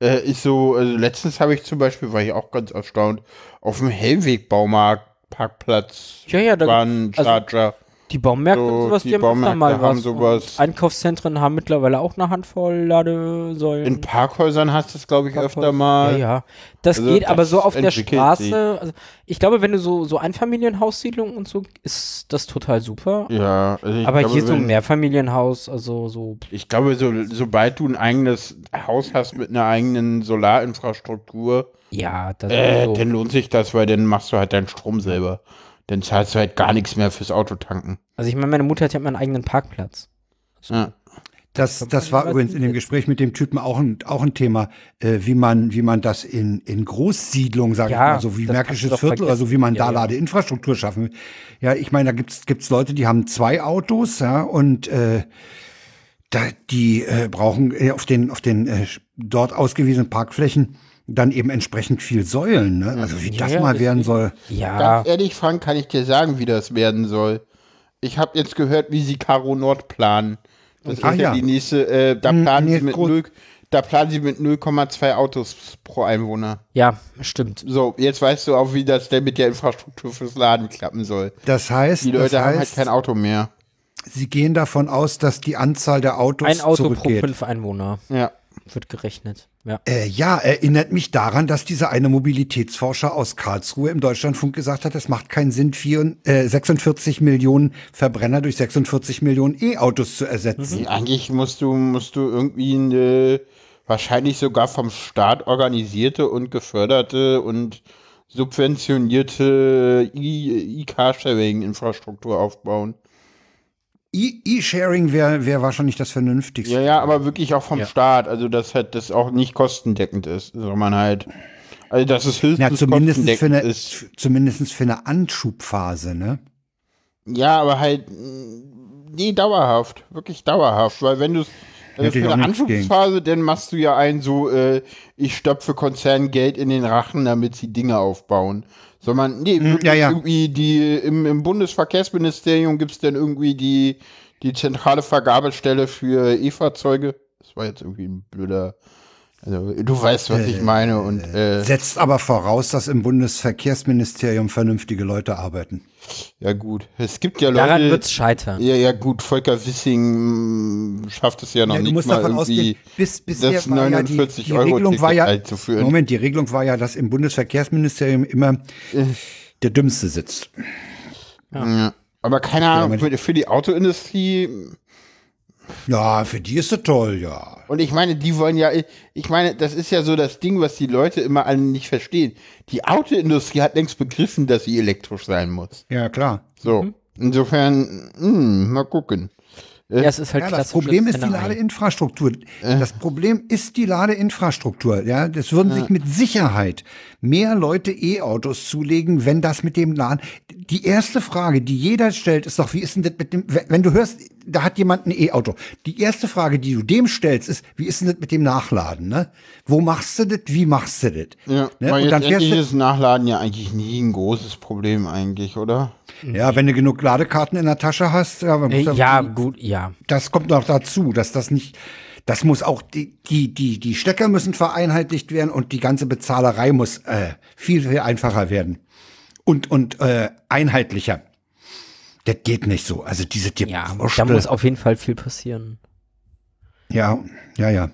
[SPEAKER 1] Äh, ist so, also letztens habe ich zum Beispiel, war ich auch ganz erstaunt, auf dem Hellweg-Baumarkt, Parkplatz,
[SPEAKER 3] Ja, ja, da-
[SPEAKER 1] waren
[SPEAKER 3] also-
[SPEAKER 1] Charger.
[SPEAKER 3] Die Baumärkte
[SPEAKER 1] So,
[SPEAKER 3] und sowas, die,
[SPEAKER 1] die
[SPEAKER 3] haben öfter
[SPEAKER 1] Baumärkte
[SPEAKER 3] mal was.
[SPEAKER 1] haben sowas.
[SPEAKER 3] Und Einkaufszentren haben mittlerweile auch eine Handvoll Ladesäulen.
[SPEAKER 1] In Parkhäusern hast du es, glaube ich, öfter
[SPEAKER 3] Parkhäuser.
[SPEAKER 1] mal.
[SPEAKER 3] Ja, ja. Das
[SPEAKER 1] Also
[SPEAKER 3] geht
[SPEAKER 1] das
[SPEAKER 3] aber so auf der
[SPEAKER 1] entwickelt
[SPEAKER 3] Straße. Also ich glaube, wenn du so, so Einfamilienhaussiedlungen und so, ist das total super.
[SPEAKER 1] Ja, also ich
[SPEAKER 3] aber
[SPEAKER 1] glaube,
[SPEAKER 3] hier so ein
[SPEAKER 1] wenn-
[SPEAKER 3] Mehrfamilienhaus, also so.
[SPEAKER 1] Ich glaube, so, sobald du ein eigenes Haus hast mit einer eigenen Solarinfrastruktur,
[SPEAKER 3] Ja, das
[SPEAKER 1] Äh,
[SPEAKER 2] Also
[SPEAKER 3] so.
[SPEAKER 1] dann lohnt sich das, weil dann machst du halt deinen Strom selber. Dann zahlst du halt gar nichts mehr fürs Auto tanken.
[SPEAKER 3] Also ich meine, meine Mutter hat ja immer einen eigenen Parkplatz.
[SPEAKER 1] Ja.
[SPEAKER 2] Das, das war
[SPEAKER 3] was
[SPEAKER 2] übrigens in dem Gespräch mit dem Typen auch ein, auch ein Thema, äh, wie man, wie man das in, in Großsiedlungen, sage
[SPEAKER 3] Ja,
[SPEAKER 2] ich mal, so wie
[SPEAKER 3] das kannst du
[SPEAKER 2] Märkisches
[SPEAKER 3] doch
[SPEAKER 2] Viertel oder so, wie man
[SPEAKER 3] vergessen.
[SPEAKER 2] da
[SPEAKER 3] Ja, ja.
[SPEAKER 2] Ladeinfrastruktur schaffen will. Ja, ich meine, da gibt's gibt's Leute, die haben zwei Autos, ja, und äh, da, die äh, brauchen äh, auf den, auf den äh, dort ausgewiesenen Parkflächen dann eben entsprechend viel Säulen, ne? Also wie das
[SPEAKER 3] ja,
[SPEAKER 2] mal werden soll.
[SPEAKER 3] Ja,
[SPEAKER 1] Ganz ehrlich, Frank, kann ich dir sagen, wie das werden soll. Ich habe jetzt gehört, wie sie Karo Nord planen. Das
[SPEAKER 2] Ah,
[SPEAKER 1] ist ja
[SPEAKER 2] ja.
[SPEAKER 1] die nächste, äh, da, planen
[SPEAKER 2] nee,
[SPEAKER 1] sie mit
[SPEAKER 2] groß-
[SPEAKER 1] null, da planen sie mit 0,2 Autos pro Einwohner.
[SPEAKER 3] ja, stimmt.
[SPEAKER 1] So, jetzt weißt du auch, wie das denn mit der Infrastruktur fürs Laden klappen soll.
[SPEAKER 2] Das heißt,
[SPEAKER 1] Die Leute
[SPEAKER 2] das
[SPEAKER 1] haben halt
[SPEAKER 2] heißt
[SPEAKER 1] kein Auto mehr.
[SPEAKER 2] sie gehen davon aus, dass die Anzahl der Autos
[SPEAKER 3] Ein Auto pro
[SPEAKER 2] zurückgeht.
[SPEAKER 3] fünf Einwohner
[SPEAKER 1] Ja.
[SPEAKER 3] wird gerechnet. Ja.
[SPEAKER 2] Äh, ja, erinnert mich daran, dass dieser eine Mobilitätsforscher aus Karlsruhe im Deutschlandfunk gesagt hat, es macht keinen Sinn, vier, äh, 46 Millionen Verbrenner durch 46 Millionen E-Autos zu ersetzen.
[SPEAKER 1] Eigentlich musst du, musst du irgendwie eine wahrscheinlich sogar vom Staat organisierte und geförderte und subventionierte E- E-Carsharing-Infrastruktur aufbauen.
[SPEAKER 2] E- E-Sharing wäre wär wahrscheinlich das Vernünftigste.
[SPEAKER 1] Ja, ja, aber wirklich auch vom Staat. Also, dass halt das auch nicht kostendeckend ist, sondern halt. Also, dass es höchstens
[SPEAKER 2] Na, zumindest für,
[SPEAKER 1] kostendeckend
[SPEAKER 2] eine,
[SPEAKER 1] ist.
[SPEAKER 2] zumindest für eine Anschubphase, ne?
[SPEAKER 1] Ja, aber halt, mh, nee, dauerhaft. Wirklich dauerhaft. Weil wenn du es also
[SPEAKER 2] Hätte ich
[SPEAKER 1] für
[SPEAKER 2] auch
[SPEAKER 1] eine
[SPEAKER 2] nichts gegen.
[SPEAKER 1] Anfangsphase, dann machst du ja einen so, äh, ich stopfe Konzernen Geld in den Rachen, damit sie Dinge aufbauen. Sondern, nee, wirklich
[SPEAKER 2] Mhm, ja, ja.
[SPEAKER 1] irgendwie die, im, im Bundesverkehrsministerium gibt's dann irgendwie die, die zentrale Vergabestelle für E-Fahrzeuge. Das war jetzt irgendwie ein blöder, also du weißt, was ich meine und, äh,
[SPEAKER 2] Setzt aber voraus, dass im Bundesverkehrsministerium vernünftige Leute arbeiten.
[SPEAKER 1] ja gut. Es gibt ja Leute.
[SPEAKER 3] Daran wird's scheitern.
[SPEAKER 1] Ja, ja, gut, Volker Wissing mh, schafft es ja noch
[SPEAKER 2] Ja, du
[SPEAKER 1] nicht
[SPEAKER 2] musst
[SPEAKER 1] mal
[SPEAKER 2] davon ausgehen,
[SPEAKER 1] irgendwie
[SPEAKER 2] bis, bisher
[SPEAKER 1] das
[SPEAKER 2] war ja die, die
[SPEAKER 1] 49 Euro
[SPEAKER 2] Regelung
[SPEAKER 1] Ticket
[SPEAKER 2] war ja,
[SPEAKER 1] einzuführen.
[SPEAKER 2] Moment, die Regelung war ja, dass im Bundesverkehrsministerium immer
[SPEAKER 1] Äh.
[SPEAKER 2] der Dümmste sitzt.
[SPEAKER 1] Ja. Aber keine Ahnung,
[SPEAKER 2] Moment.
[SPEAKER 1] für, für die Autoindustrie
[SPEAKER 2] Ja, für die ist es toll, ja.
[SPEAKER 1] und ich meine, die wollen ja, ich meine, das ist ja so das Ding, was die Leute immer alle nicht verstehen. Die Autoindustrie hat längst begriffen, dass sie elektrisch sein muss.
[SPEAKER 2] Ja, klar.
[SPEAKER 1] So, insofern, mh, mal gucken. äh,
[SPEAKER 3] Ja, es ist halt
[SPEAKER 2] Ja, das
[SPEAKER 3] klassisches
[SPEAKER 2] Problem ist die
[SPEAKER 3] Pennerei.
[SPEAKER 2] Ladeinfrastruktur. Das Problem ist die Ladeinfrastruktur. Ja, das würden sich mit Sicherheit mehr Leute E-Autos zulegen, wenn das mit dem Laden. Die erste Frage, die jeder stellt, ist doch, wie ist denn das mit dem, wenn du hörst, da hat jemand ein E-Auto. Die erste Frage, die du dem stellst, ist, wie ist denn das mit dem Nachladen, ne? Wo machst du das? Wie machst du das?
[SPEAKER 1] Ja,
[SPEAKER 2] ne?
[SPEAKER 1] weil
[SPEAKER 2] Und dann fährst
[SPEAKER 1] letztendlich
[SPEAKER 2] du,
[SPEAKER 1] ist Nachladen ja eigentlich nie ein großes Problem eigentlich, oder?
[SPEAKER 2] ja, wenn du genug Ladekarten in der Tasche hast, ja, man
[SPEAKER 3] Äh,
[SPEAKER 2] muss
[SPEAKER 3] Ja, gut, ja.
[SPEAKER 2] das kommt noch dazu, dass das nicht, das muss auch, die, die, die, die Stecker müssen vereinheitlicht werden und die ganze Bezahlerei muss äh, viel, viel einfacher werden. Und, und äh, einheitlicher. Das geht nicht so. Also diese die
[SPEAKER 3] Ja, da
[SPEAKER 2] Wurstel-
[SPEAKER 3] muss auf jeden Fall viel passieren.
[SPEAKER 2] ja, ja, ja.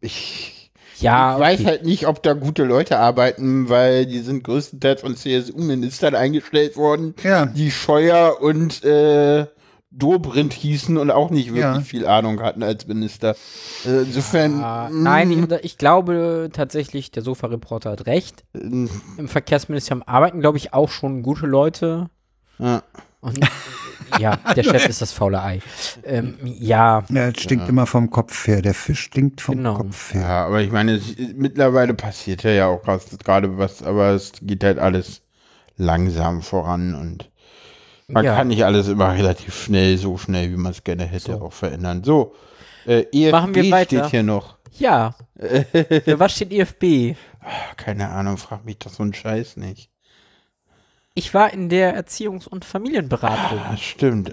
[SPEAKER 1] Ich
[SPEAKER 3] Ja,
[SPEAKER 1] ich weiß
[SPEAKER 3] okay.
[SPEAKER 1] halt nicht, ob da gute Leute arbeiten, weil die sind größtenteils von CSU-Ministern eingestellt worden,
[SPEAKER 2] Ja.
[SPEAKER 1] die Scheuer und äh, Dobrindt hießen und auch nicht wirklich
[SPEAKER 2] Ja.
[SPEAKER 1] viel Ahnung hatten als Minister. Äh, insofern,
[SPEAKER 3] Ah,
[SPEAKER 1] mm,
[SPEAKER 3] nein, ich, ich glaube tatsächlich, der Sofa-Reporter hat recht.
[SPEAKER 1] äh,
[SPEAKER 3] Im Verkehrsministerium arbeiten, glaube ich, auch schon gute Leute.
[SPEAKER 1] ja.
[SPEAKER 3] Und ja, der Chef ist das faule Ei. Ähm, ja,
[SPEAKER 2] Ja, es stinkt immer vom Kopf her. Der Fisch stinkt vom
[SPEAKER 3] Genau.
[SPEAKER 2] Kopf her.
[SPEAKER 1] ja, aber ich meine, es, mittlerweile passiert ja auch was- gerade was, aber es geht halt alles langsam voran und man
[SPEAKER 3] Ja.
[SPEAKER 1] kann nicht alles immer relativ schnell, so schnell, wie man es gerne hätte, auch verändern. So, äh, EFB
[SPEAKER 3] Machen wir weiter.
[SPEAKER 1] steht hier noch.
[SPEAKER 3] ja. Für was steht E IFB?
[SPEAKER 1] Ah, Keine Ahnung, frag mich doch so einen Scheiß nicht.
[SPEAKER 3] Ich war in der Erziehungs- und Familienberatung.
[SPEAKER 1] Das stimmt.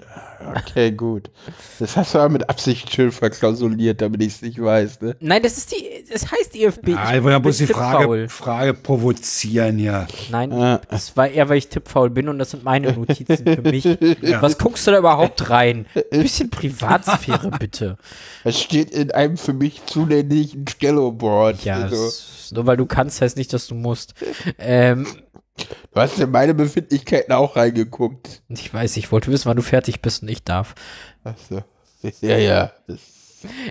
[SPEAKER 1] Okay, gut. Das hast du aber mit Absicht schön verklausuliert, damit ich es nicht weiß, ne?
[SPEAKER 3] Nein, das ist die, es heißt E IFB.
[SPEAKER 2] Ja, ich wollte ja bloß die
[SPEAKER 3] bin tippfaul.
[SPEAKER 2] Frage, Ah. Frage provozieren, ja.
[SPEAKER 3] Nein,
[SPEAKER 1] Ja.
[SPEAKER 3] das war eher, weil ich tippfaul bin und das sind meine Notizen für mich. Was guckst du da überhaupt rein? Ein bisschen Privatsphäre bitte.
[SPEAKER 1] Es steht in einem für mich zuländlichen Stelloboard.
[SPEAKER 3] Ja,
[SPEAKER 1] also,
[SPEAKER 3] es- nur weil du kannst, heißt nicht, dass du musst. Ähm,
[SPEAKER 1] du hast in meine Befindlichkeiten auch reingeguckt.
[SPEAKER 3] ich weiß, ich wollte wissen, wann du fertig bist und ich darf.
[SPEAKER 1] Achso. Ja, ja. Das,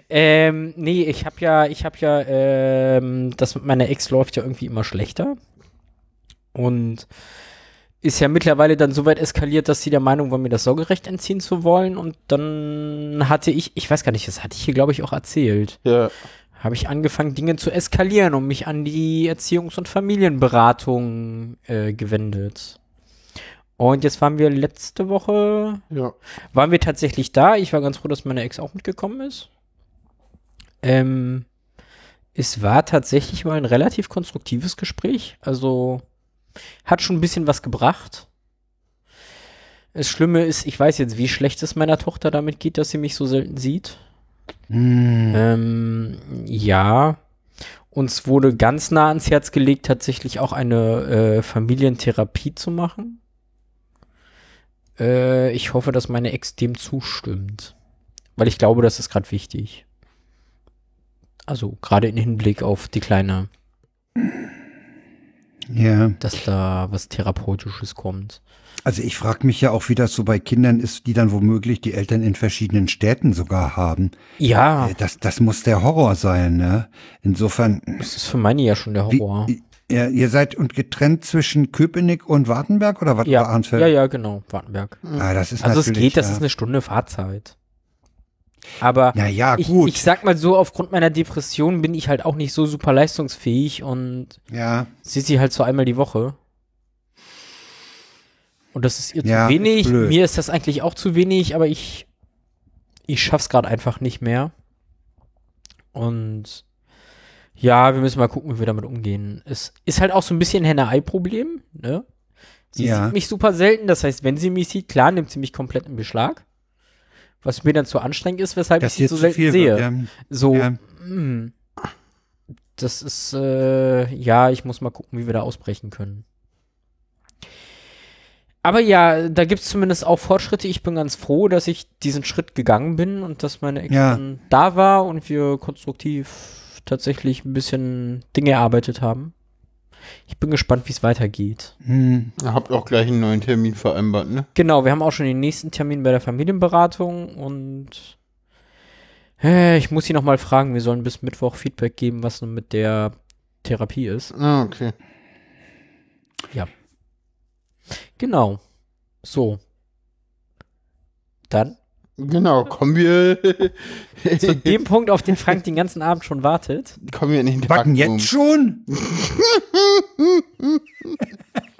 [SPEAKER 3] Ähm, nee, ich hab ja, ich hab ja, ähm, das mit meiner Ex läuft ja irgendwie immer schlechter. Und ist ja mittlerweile dann so weit eskaliert, dass sie der Meinung war, mir das Sorgerecht entziehen zu wollen. Und dann hatte ich, ich weiß gar nicht, das hatte ich hier, glaube ich, auch erzählt.
[SPEAKER 1] ja.
[SPEAKER 3] habe ich angefangen, Dinge zu eskalieren und mich an die Erziehungs- und Familienberatung äh, gewendet. Und jetzt waren wir letzte Woche,
[SPEAKER 1] Ja.
[SPEAKER 3] waren wir tatsächlich da. Ich war ganz froh, dass meine Ex auch mitgekommen ist. Ähm, es war tatsächlich mal ein relativ konstruktives Gespräch. Also hat schon ein bisschen was gebracht. Das Schlimme ist, ich weiß jetzt, wie schlecht es meiner Tochter damit geht, dass sie mich so selten sieht.
[SPEAKER 2] Hm.
[SPEAKER 3] Ähm, ja. Uns wurde ganz nah ans Herz gelegt, tatsächlich auch eine äh, Familientherapie zu machen. Äh, ich hoffe, dass meine Ex dem zustimmt. Weil ich glaube, das ist gerade wichtig. Also gerade in Hinblick auf die Kleine,
[SPEAKER 2] Ja.
[SPEAKER 3] dass da was Therapeutisches kommt.
[SPEAKER 2] Also ich frage mich ja auch, wie das so bei Kindern ist, die dann womöglich die Eltern in verschiedenen Städten sogar haben.
[SPEAKER 3] Ja,
[SPEAKER 2] Äh, Das, das muss der Horror sein, ne? Insofern,
[SPEAKER 3] das ist für meine ja schon der
[SPEAKER 2] wie,
[SPEAKER 3] Horror.
[SPEAKER 2] ja, ihr seid und getrennt zwischen Köpenick und Wartenberg oder was war
[SPEAKER 3] ja,
[SPEAKER 2] Arnsfeld?
[SPEAKER 3] ja, ja, genau, Wartenberg.
[SPEAKER 2] Ah, das ist
[SPEAKER 3] Also es
[SPEAKER 2] natürlich,
[SPEAKER 3] geht, das
[SPEAKER 2] ja.
[SPEAKER 3] ist eine Stunde Fahrzeit. Aber
[SPEAKER 2] Na ja,
[SPEAKER 3] ich,
[SPEAKER 2] gut.
[SPEAKER 3] ich sag mal so, aufgrund meiner Depression bin ich halt auch nicht so super leistungsfähig und
[SPEAKER 2] ja,
[SPEAKER 3] sehe sie halt so einmal die Woche. Und das ist ihr
[SPEAKER 2] Ja,
[SPEAKER 3] zu wenig.
[SPEAKER 2] ist blöd.
[SPEAKER 3] Mir ist das eigentlich auch zu wenig, aber ich, ich schaff's gerade einfach nicht mehr. Und ja, wir müssen mal gucken, wie wir damit umgehen. Es ist halt auch so ein bisschen ein Henne-Ei-Problem, ne? Sie
[SPEAKER 2] Ja.
[SPEAKER 3] sieht mich super selten, das heißt, wenn sie mich sieht, klar, nimmt sie mich komplett in Beschlag. Was mir dann zu anstrengend ist, weshalb
[SPEAKER 2] dass
[SPEAKER 3] ich sie
[SPEAKER 2] jetzt
[SPEAKER 3] so
[SPEAKER 2] zu
[SPEAKER 3] selten
[SPEAKER 2] viel
[SPEAKER 3] sehe.
[SPEAKER 2] wird. Ja. Hm.
[SPEAKER 3] So,
[SPEAKER 2] Ja.
[SPEAKER 3] mm. das ist, äh, ja, ich muss mal gucken, wie wir da ausbrechen können. Aber ja, da gibt es zumindest auch Fortschritte. Ich bin ganz froh, dass ich diesen Schritt gegangen bin und dass meine Ex
[SPEAKER 2] Ja.
[SPEAKER 3] dann da war und wir konstruktiv tatsächlich ein bisschen Dinge erarbeitet haben. Ich bin gespannt, wie es weitergeht.
[SPEAKER 2] Hm.
[SPEAKER 1] Ihr habt auch gleich einen neuen Termin vereinbart, ne?
[SPEAKER 3] Genau, wir haben auch schon den nächsten Termin bei der Familienberatung und äh, ich muss sie nochmal fragen, wir sollen bis Mittwoch Feedback geben, was nun mit der Therapie ist.
[SPEAKER 1] Ah, okay.
[SPEAKER 3] Genau. So. Dann
[SPEAKER 1] Genau, kommen wir,
[SPEAKER 3] zu dem Punkt, auf den Frank den ganzen Abend schon wartet.
[SPEAKER 1] kommen wir in den
[SPEAKER 2] Backen
[SPEAKER 1] Backroom.
[SPEAKER 2] jetzt schon?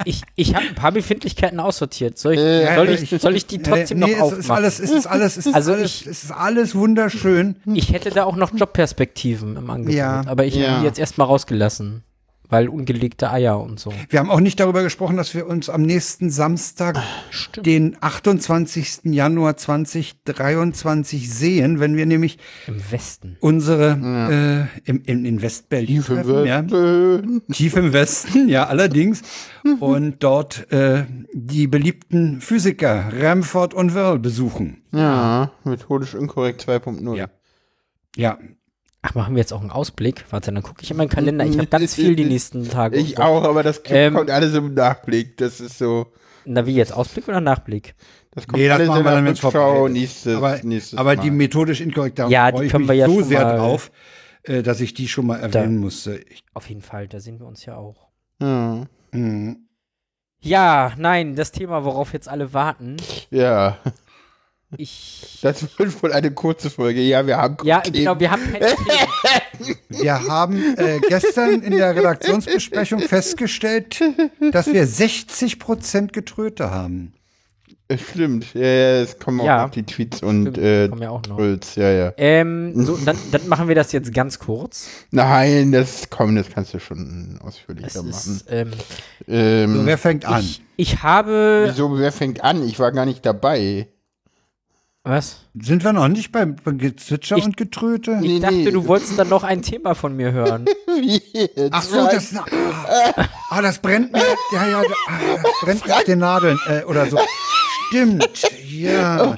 [SPEAKER 3] Ich, ich habe ein paar Befindlichkeiten aussortiert. Soll ich,
[SPEAKER 1] Äh,
[SPEAKER 3] soll ich, soll ich die
[SPEAKER 2] Ja,
[SPEAKER 3] trotzdem
[SPEAKER 2] nee,
[SPEAKER 3] noch
[SPEAKER 2] es ist
[SPEAKER 3] aufmachen?
[SPEAKER 2] alles, es ist alles, es ist
[SPEAKER 3] Also
[SPEAKER 2] alles,
[SPEAKER 3] ich-
[SPEAKER 2] es ist alles wunderschön.
[SPEAKER 3] Ich hätte da auch noch Jobperspektiven im Angebot,
[SPEAKER 2] Ja.
[SPEAKER 3] aber ich
[SPEAKER 1] Ja.
[SPEAKER 3] habe die jetzt erstmal rausgelassen, weil ungelegte Eier und so.
[SPEAKER 2] Wir haben auch nicht darüber gesprochen, dass wir uns am nächsten Samstag,
[SPEAKER 3] Ah, Stimmt.
[SPEAKER 2] den 28. Januar 2023 sehen, wenn wir nämlich
[SPEAKER 3] Im Westen.
[SPEAKER 2] unsere äh, im, im, in Westberlin
[SPEAKER 1] Tiefe
[SPEAKER 2] treffen, ja.
[SPEAKER 1] Würden.
[SPEAKER 2] tief im Westen, ja allerdings,
[SPEAKER 1] Mhm.
[SPEAKER 2] und dort äh, die beliebten Physiker Ramford und Wörl besuchen.
[SPEAKER 1] Ja, methodisch inkorrekt 2.0.
[SPEAKER 2] Ja. Ja,
[SPEAKER 3] Ach, machen wir jetzt auch einen Ausblick? Warte, dann gucke ich in meinen Kalender. Ich habe ganz viel die nächsten Tage. und
[SPEAKER 1] Ich
[SPEAKER 3] so.
[SPEAKER 1] auch, aber das
[SPEAKER 3] Ähm.
[SPEAKER 1] kommt alles im Nachblick. Das ist so.
[SPEAKER 3] Na, wie jetzt? Ausblick oder Nachblick?
[SPEAKER 1] Das kommt
[SPEAKER 2] nee, das
[SPEAKER 1] alles
[SPEAKER 2] machen
[SPEAKER 1] in
[SPEAKER 2] wir
[SPEAKER 1] der
[SPEAKER 2] dann, wenn es
[SPEAKER 1] Rückschau
[SPEAKER 2] vorbei ist.
[SPEAKER 1] nächstes,
[SPEAKER 2] aber
[SPEAKER 1] nächstes
[SPEAKER 2] aber
[SPEAKER 1] Mal.
[SPEAKER 2] die methodisch inkorrekt, da
[SPEAKER 3] Ja, die
[SPEAKER 2] freue ich
[SPEAKER 3] können
[SPEAKER 2] mich
[SPEAKER 3] wir ja
[SPEAKER 2] so
[SPEAKER 3] schon
[SPEAKER 2] sehr
[SPEAKER 3] mal-
[SPEAKER 2] drauf, äh, dass ich die schon mal erwähnen musste. Ich,
[SPEAKER 3] Auf jeden Fall, da sehen wir uns ja auch.
[SPEAKER 1] ja.
[SPEAKER 2] mh,
[SPEAKER 3] Ja, nein, das Thema, worauf jetzt alle warten.
[SPEAKER 1] ja,
[SPEAKER 3] Ich.
[SPEAKER 1] das wird wohl eine kurze Folge. Ja, wir haben
[SPEAKER 3] Ja,
[SPEAKER 1] Themen.
[SPEAKER 3] genau, wir haben kein Thema.
[SPEAKER 2] wir haben äh, gestern in der Redaktionsbesprechung festgestellt, dass wir 60 Prozent Getröte haben.
[SPEAKER 1] Äh, Stimmt, ja, ja, es kommen
[SPEAKER 3] Ja.
[SPEAKER 1] auch noch die Tweets und
[SPEAKER 3] Stimmt,
[SPEAKER 1] äh,
[SPEAKER 3] kommen ja auch noch.
[SPEAKER 1] Trolls, ja, ja.
[SPEAKER 3] Ähm, so, dann, dann machen wir das jetzt ganz kurz.
[SPEAKER 1] Nein, das kommen, das kannst du schon
[SPEAKER 3] Es
[SPEAKER 1] ausführlicher machen.
[SPEAKER 3] ist, ähm,
[SPEAKER 2] So,
[SPEAKER 1] Ähm,
[SPEAKER 2] Also, wer fängt an?
[SPEAKER 3] ich, ich habe.
[SPEAKER 1] wieso, wer fängt an? Ich war gar nicht dabei.
[SPEAKER 3] Was?
[SPEAKER 2] Sind wir noch nicht beim beim Gezwitscher
[SPEAKER 3] Ich-
[SPEAKER 2] und Getröte?
[SPEAKER 1] Nee,
[SPEAKER 3] Ich dachte,
[SPEAKER 1] nee.
[SPEAKER 3] du wolltest dann noch ein Thema von mir hören.
[SPEAKER 2] Ach so, das, ah, ah, das brennt mir, ja, ja, ah, das brennt mir auf den Nadeln äh, oder so. Stimmt, ja.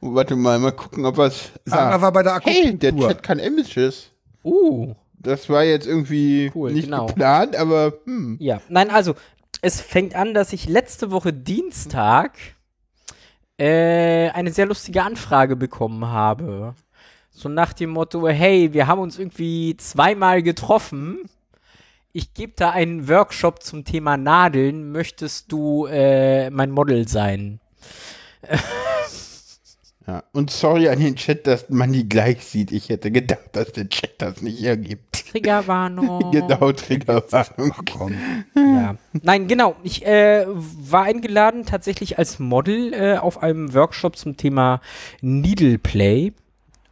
[SPEAKER 1] Oh, warte mal, mal gucken, ob was. Ah.
[SPEAKER 2] Sarah war bei der
[SPEAKER 1] hey, der
[SPEAKER 2] Akupunktur.
[SPEAKER 1] Chat kann Images.
[SPEAKER 3] Uh.
[SPEAKER 1] Das war jetzt irgendwie
[SPEAKER 3] Cool,
[SPEAKER 1] nicht
[SPEAKER 3] genau.
[SPEAKER 1] geplant, aber hm.
[SPEAKER 3] Ja, nein, also es fängt an, dass ich letzte Woche Dienstag äh, eine sehr lustige Anfrage bekommen habe. So nach dem Motto, hey, wir haben uns irgendwie zweimal getroffen. Ich gebe da einen Workshop zum Thema Nadeln. Möchtest du äh, mein Model sein?
[SPEAKER 1] Ja. Und sorry an den Chat, dass man die gleich sieht. Ich hätte gedacht, dass der Chat das nicht ergibt.
[SPEAKER 3] Triggerwarnung.
[SPEAKER 1] Genau, Triggerwarnung.
[SPEAKER 2] Komm.
[SPEAKER 3] Ja. Nein, genau. Ich äh, war eingeladen tatsächlich als Model äh, auf einem Workshop zum Thema Needle Play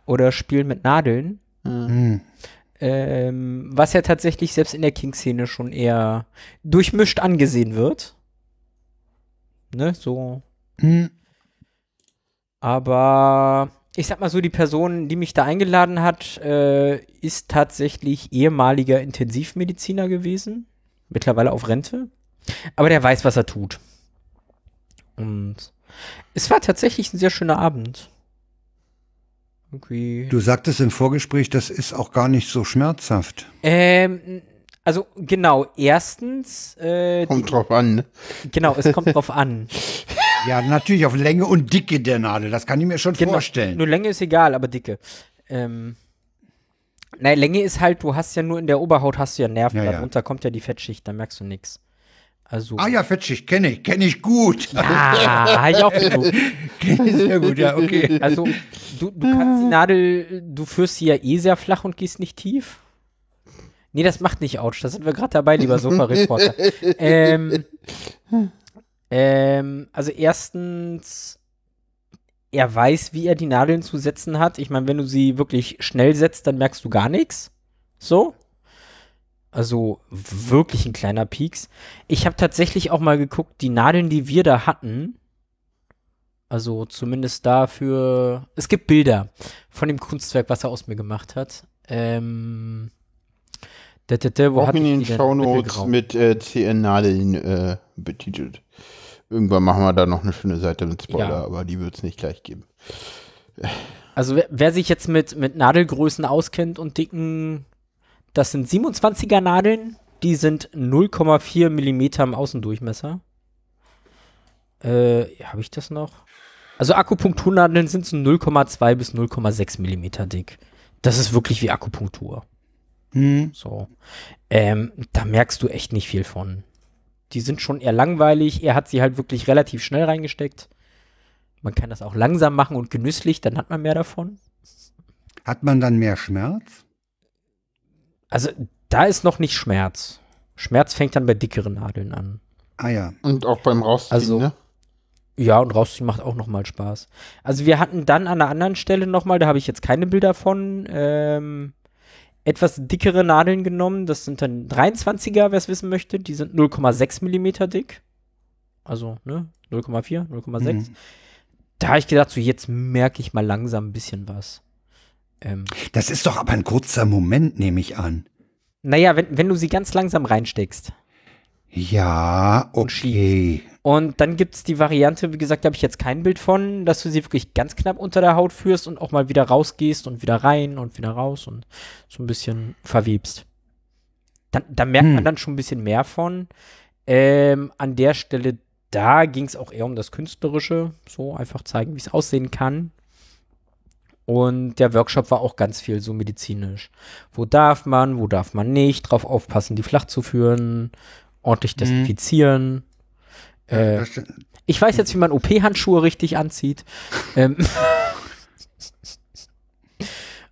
[SPEAKER 3] oder Spielen mit Nadeln.
[SPEAKER 2] Hm,
[SPEAKER 3] Ähm, was ja tatsächlich selbst in der King-Szene schon eher durchmischt angesehen wird. Ne, so.
[SPEAKER 2] Hm,
[SPEAKER 3] Aber ich sag mal so, die Person, die mich da eingeladen hat, äh, ist tatsächlich ehemaliger Intensivmediziner gewesen. Mittlerweile auf Rente. Aber der weiß, was er tut. Und es war tatsächlich ein sehr schöner Abend. Irgendwie.
[SPEAKER 2] Du sagtest im Vorgespräch, das ist auch gar nicht so schmerzhaft.
[SPEAKER 3] Ähm, also genau, erstens, äh,
[SPEAKER 1] Kommt drauf an. ne?
[SPEAKER 3] genau, es kommt drauf an.
[SPEAKER 2] Ja, natürlich auf Länge und Dicke der Nadel, das kann ich mir schon vorstellen.
[SPEAKER 3] Nur Länge ist egal, aber dicke. Ähm, na, Länge ist halt, du hast ja nur in der Oberhaut hast du ja Nerven,
[SPEAKER 2] Ja, ja.
[SPEAKER 3] darunter kommt ja die Fettschicht, da merkst du nichts. Also.
[SPEAKER 2] Ah ja, Fettschicht kenne ich, kenne ich gut.
[SPEAKER 3] Ah, hab ich auch genug.
[SPEAKER 2] Kenne ich sehr gut, ja, okay.
[SPEAKER 3] Also, du, du kannst die Nadel, du führst sie ja eh sehr flach und gehst nicht tief. Nee, das macht nicht Autsch. Da sind wir gerade dabei, lieber Sofa-Reporter. ähm, Ähm, also erstens, er weiß, wie er die Nadeln zu setzen hat. Ich meine, wenn du sie wirklich schnell setzt, dann merkst du gar nichts. So. Also wirklich ein kleiner Pieks. Ich habe tatsächlich auch mal geguckt, die Nadeln, die wir da hatten, also zumindest dafür. Es gibt Bilder von dem Kunstwerk, was er aus mir gemacht hat. Ähm. Da, da, da, wo
[SPEAKER 1] Auch
[SPEAKER 3] hatte
[SPEAKER 1] in
[SPEAKER 3] ich
[SPEAKER 1] den
[SPEAKER 3] die denn?
[SPEAKER 1] Shownotes
[SPEAKER 3] Mittelgrau.
[SPEAKER 1] mit äh, CN-Nadeln äh, betitelt. Irgendwann machen wir da noch eine schöne Seite mit Spoiler,
[SPEAKER 3] Ja.
[SPEAKER 1] aber die wird es nicht gleich geben.
[SPEAKER 3] Also wer, wer sich jetzt mit, mit Nadelgrößen auskennt und dicken, das sind 27er Nadeln, die sind 0,4 Millimeter im Außendurchmesser. Äh, habe ich das noch? Also Akupunkturnadeln sind so 0,2 bis 0,6 Millimeter dick. Das ist wirklich wie Akupunktur.
[SPEAKER 2] Hm.
[SPEAKER 3] So. Ähm, da merkst du echt nicht viel von. Die sind schon eher langweilig. Er hat sie halt wirklich relativ schnell reingesteckt. Man kann das auch langsam machen und genüsslich, dann hat man mehr davon.
[SPEAKER 2] Hat man dann mehr Schmerz?
[SPEAKER 3] Also da ist noch nicht Schmerz. Schmerz fängt dann bei dickeren Nadeln an.
[SPEAKER 2] Ah ja.
[SPEAKER 1] Und auch beim Rausziehen,
[SPEAKER 3] Also-
[SPEAKER 1] ne?
[SPEAKER 3] Ja, und rausziehen macht auch nochmal Spaß. Also wir hatten dann an einer anderen Stelle nochmal, da habe ich jetzt keine Bilder von, ähm, etwas dickere Nadeln genommen. Das sind dann 23er, wer es wissen möchte. Die sind 0,6 Millimeter dick. Also, ne? 0,4, 0,6.
[SPEAKER 2] Mhm.
[SPEAKER 3] Da habe ich gedacht, so jetzt merke ich mal langsam ein bisschen was. Ähm,
[SPEAKER 2] Das ist doch aber ein kurzer Moment, nehme ich an.
[SPEAKER 3] naja, wenn, wenn du sie ganz langsam reinsteckst.
[SPEAKER 2] Ja, okay.
[SPEAKER 3] Und dann gibt es die Variante, wie gesagt, da habe ich jetzt kein Bild von, dass du sie wirklich ganz knapp unter der Haut führst und auch mal wieder rausgehst und wieder rein und wieder raus und so ein bisschen verwebst. Dann, da merkt
[SPEAKER 2] Hm.
[SPEAKER 3] man dann schon ein bisschen mehr von. Ähm, an der Stelle, da ging es auch eher um das Künstlerische, so einfach zeigen, wie es aussehen kann. Und der Workshop war auch ganz viel so medizinisch. Wo darf man, wo darf man nicht, drauf aufpassen, die flach zu führen, ordentlich desinfizieren. Äh,
[SPEAKER 2] Mhm. Das-
[SPEAKER 3] ich weiß jetzt, wie man OP-Handschuhe richtig anzieht. Ähm,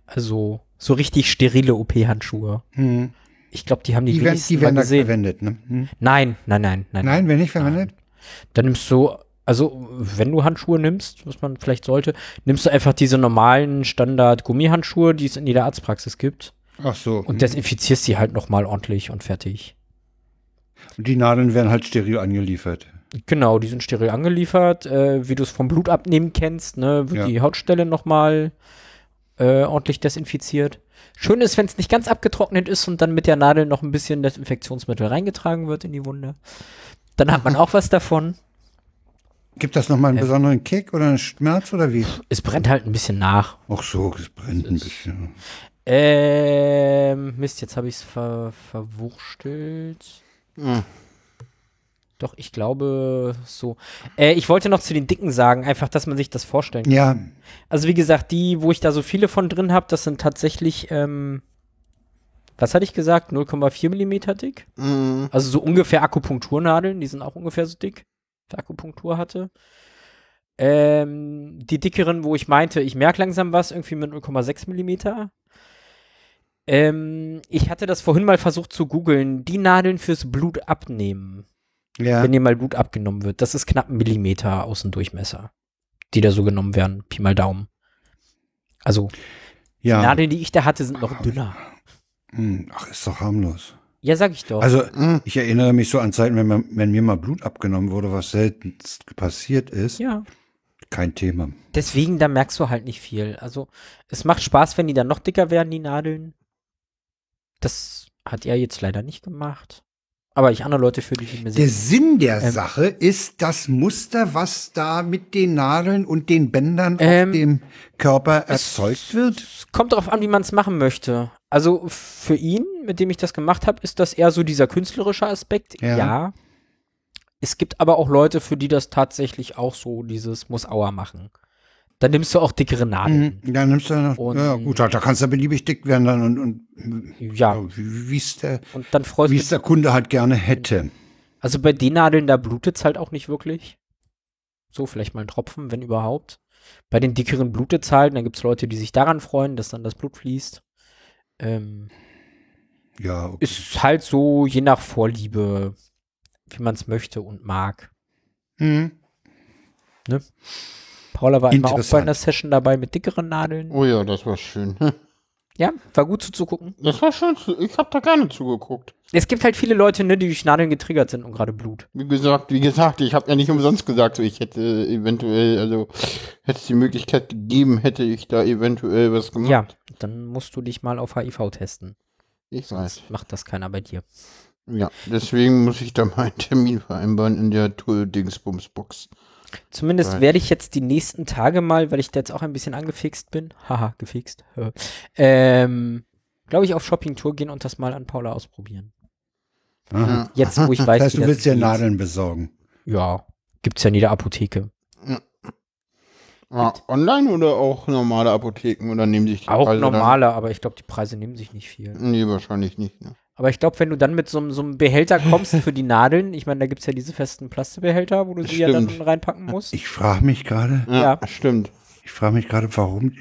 [SPEAKER 3] also so richtig sterile OP-Handschuhe.
[SPEAKER 2] hm.
[SPEAKER 3] Ich glaube, die haben die,
[SPEAKER 2] Die, werden,
[SPEAKER 3] wenigsten
[SPEAKER 2] die
[SPEAKER 3] mal
[SPEAKER 2] werden da
[SPEAKER 3] gesehen.
[SPEAKER 2] verwendet, ne? Hm.
[SPEAKER 3] Nein, nein, nein, nein.
[SPEAKER 2] Nein, werden nicht verwendet?
[SPEAKER 3] Dann nimmst du, also wenn du Handschuhe nimmst, was man vielleicht sollte, nimmst du einfach diese normalen Standard-Gummihandschuhe, die es in jeder Arztpraxis gibt
[SPEAKER 2] Ach so.
[SPEAKER 3] und
[SPEAKER 2] hm.
[SPEAKER 3] desinfizierst sie halt nochmal ordentlich und fertig.
[SPEAKER 2] Und die Nadeln werden halt steril angeliefert.
[SPEAKER 3] Genau, die sind steril angeliefert. Äh, wie du es vom Blut abnehmen kennst, ne, wird
[SPEAKER 2] Ja.
[SPEAKER 3] die Hautstelle nochmal äh, ordentlich desinfiziert. Schön ist, wenn es nicht ganz abgetrocknet ist und dann mit der Nadel noch ein bisschen Desinfektionsmittel reingetragen wird in die Wunde. Dann hat man auch was davon.
[SPEAKER 2] Gibt das nochmal einen besonderen Kick oder einen Schmerz oder wie?
[SPEAKER 3] Es brennt halt ein bisschen nach.
[SPEAKER 2] Ach so, es brennt ein bisschen.
[SPEAKER 3] Ähm, Mist, jetzt habe ich es ver verwurstelt.
[SPEAKER 1] Mhm.
[SPEAKER 3] Doch, ich glaube so. Äh, ich wollte noch zu den Dicken sagen, einfach, dass man sich das vorstellen kann.
[SPEAKER 2] Ja,
[SPEAKER 3] Also wie gesagt, die, wo ich da so viele von drin habe, das sind tatsächlich, ähm, was hatte ich gesagt, 0,4 Millimeter dick.
[SPEAKER 1] Mhm.
[SPEAKER 3] Also so ungefähr Akupunkturnadeln, die sind auch ungefähr so dick, für Akupunktur hatte. Ähm, die dickeren, wo ich meinte, ich merke langsam was, irgendwie mit 0,6 Millimeter. Ähm, ich hatte das vorhin mal versucht zu googeln. Die Nadeln fürs Blut abnehmen
[SPEAKER 2] ja.
[SPEAKER 3] wenn dir mal Blut abgenommen wird. Das ist knapp ein Millimeter Außendurchmesser, die da so genommen werden. Pi mal Daumen. Also, die
[SPEAKER 2] ja. Ah.
[SPEAKER 3] Nadeln, die ich da hatte, sind noch dünner.
[SPEAKER 2] Hm, Ach, ist doch harmlos.
[SPEAKER 3] Ja, sag ich doch.
[SPEAKER 2] Also,
[SPEAKER 1] Mhm.
[SPEAKER 2] ich erinnere mich so an Zeiten, wenn, man, wenn mir mal Blut abgenommen wurde, was selten passiert ist.
[SPEAKER 3] ja.
[SPEAKER 2] Kein Thema.
[SPEAKER 3] Deswegen, da merkst du halt nicht viel. Also, es macht Spaß, wenn die dann noch dicker werden, die Nadeln. Das hat er jetzt leider nicht gemacht. Aber ich andere Leute für die, die mir
[SPEAKER 2] Der
[SPEAKER 3] sind.
[SPEAKER 2] Sinn der
[SPEAKER 3] Ähm,
[SPEAKER 2] Sache ist das Muster, was da mit den Nadeln und den Bändern
[SPEAKER 3] Ähm,
[SPEAKER 2] auf dem Körper erzeugt wird.
[SPEAKER 3] Es kommt darauf an, wie man es machen möchte. Also, für ihn, mit dem ich das gemacht habe, ist das eher so dieser künstlerische Aspekt.
[SPEAKER 2] Ja.
[SPEAKER 3] Ja. ja. Es gibt aber auch Leute, für die das tatsächlich auch so dieses muss Auer machen. Dann nimmst du auch dickere
[SPEAKER 2] Mhm.
[SPEAKER 3] Nadeln.
[SPEAKER 2] Da nimmst du dann noch,
[SPEAKER 3] Und-
[SPEAKER 2] ja gut, halt, da da kannst du beliebig dick werden dann und, und
[SPEAKER 3] Ja.
[SPEAKER 2] ja, wie es der,
[SPEAKER 3] Und dann freust du
[SPEAKER 2] wie's der Kunde halt gerne hätte.
[SPEAKER 3] Also bei den Nadeln, da blutet's halt auch nicht wirklich. So, vielleicht mal ein Tropfen, wenn überhaupt. Bei den dickeren blutet's halt, dann gibt's Leute, die sich daran freuen, dass dann das Blut fließt. Ähm,
[SPEAKER 2] Ja, okay.
[SPEAKER 3] ist halt so, je nach Vorliebe, wie man's möchte und mag.
[SPEAKER 2] Mhm.
[SPEAKER 3] Ne? Paula war immer auch bei
[SPEAKER 2] Interessant.
[SPEAKER 3] einer Session dabei mit dickeren Nadeln.
[SPEAKER 1] Oh ja, das war schön.
[SPEAKER 3] Ja, war gut zuzugucken.
[SPEAKER 1] Das war schön. zu- Ich habe da gerne zugeguckt.
[SPEAKER 3] Es gibt halt viele Leute, ne, die durch Nadeln getriggert sind und gerade Blut.
[SPEAKER 1] Wie gesagt, wie gesagt, ich habe ja nicht umsonst gesagt, so ich hätte eventuell, also hätte es die Möglichkeit gegeben, hätte ich da eventuell was gemacht.
[SPEAKER 3] Ja, dann musst du dich mal auf HIV testen.
[SPEAKER 1] ich weiß.
[SPEAKER 3] Macht das keiner bei dir.
[SPEAKER 1] Ja, deswegen muss ich da mal einen Termin vereinbaren in der Tool-Dingsbums-Box.
[SPEAKER 3] Zumindest
[SPEAKER 1] Right.
[SPEAKER 3] werde ich jetzt die nächsten Tage mal, weil ich da jetzt auch ein bisschen angefixt bin, haha, gefixt, ähm, glaube ich, auf Shoppingtour gehen und das mal an Paula ausprobieren.
[SPEAKER 2] Aha.
[SPEAKER 3] Jetzt, wo ich weiß,
[SPEAKER 2] Das heißt,
[SPEAKER 3] wie
[SPEAKER 2] du
[SPEAKER 3] das
[SPEAKER 2] willst dir
[SPEAKER 3] geht.
[SPEAKER 2] Nadeln besorgen.
[SPEAKER 3] Ja, gibt's ja in jeder Apotheke.
[SPEAKER 1] Ah, online oder auch normale Apotheken oder nehmen sich die
[SPEAKER 3] Auch
[SPEAKER 1] Preise
[SPEAKER 2] also
[SPEAKER 1] dann-
[SPEAKER 3] normale, aber ich glaube, die Preise nehmen sich nicht viel.
[SPEAKER 1] Nee, wahrscheinlich nicht. Ne?
[SPEAKER 3] Aber ich glaube, wenn du dann mit so, einem- so einem Behälter kommst für die Nadeln, ich meine, da gibt's ja diese festen Plastikbehälter, wo du sie ja dann
[SPEAKER 1] Stimmt.
[SPEAKER 3] reinpacken musst.
[SPEAKER 2] Ich frage mich gerade,
[SPEAKER 1] Ja,
[SPEAKER 3] Ja.
[SPEAKER 1] stimmt.
[SPEAKER 2] ich frage mich gerade, warum,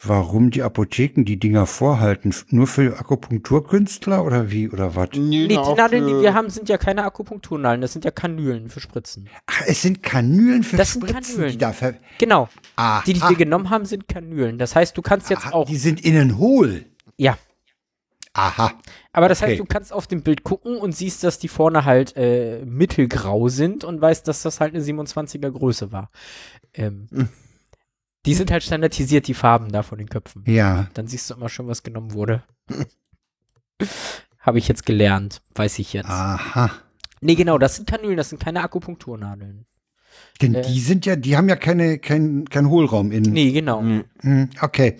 [SPEAKER 2] warum die Apotheken die Dinger vorhalten? F- Nur für Akupunkturkünstler oder wie oder was?
[SPEAKER 3] nee,
[SPEAKER 1] na,
[SPEAKER 3] die
[SPEAKER 1] auch äh,
[SPEAKER 3] Nadeln, die
[SPEAKER 1] für-
[SPEAKER 3] wir haben, sind ja keine Akupunkturnadeln, das sind ja Kanülen für Spritzen.
[SPEAKER 2] Ach, es sind Kanülen für
[SPEAKER 3] Das sind
[SPEAKER 2] Spritzen,
[SPEAKER 3] Kanülen.
[SPEAKER 2] die da ver
[SPEAKER 3] Genau.
[SPEAKER 2] Ah,
[SPEAKER 3] Die, die
[SPEAKER 2] ah,
[SPEAKER 3] wir genommen haben, sind Kanülen. Das heißt, du kannst jetzt
[SPEAKER 2] ah,
[SPEAKER 3] auch.
[SPEAKER 2] die sind innen hohl.
[SPEAKER 3] Ja.
[SPEAKER 2] Aha.
[SPEAKER 3] Aber das
[SPEAKER 2] Okay.
[SPEAKER 3] heißt, du kannst auf dem Bild gucken und siehst, dass die vorne halt äh, mittelgrau sind und weißt, dass das halt eine 27er Größe war. Ähm,
[SPEAKER 2] Hm.
[SPEAKER 3] Die sind halt standardisiert, die Farben da von den Köpfen.
[SPEAKER 2] Ja.
[SPEAKER 3] Dann siehst du immer schon, was genommen wurde. Habe ich jetzt gelernt, weiß ich
[SPEAKER 2] Ah.
[SPEAKER 3] jetzt.
[SPEAKER 2] Aha.
[SPEAKER 3] Nee, genau, das sind Kanülen, das sind keine Akupunkturnadeln.
[SPEAKER 2] Denn die sind ja, die haben ja keine, kein, kein Hohlraum innen.
[SPEAKER 3] Äh. Nee, genau.
[SPEAKER 2] Hm, Okay.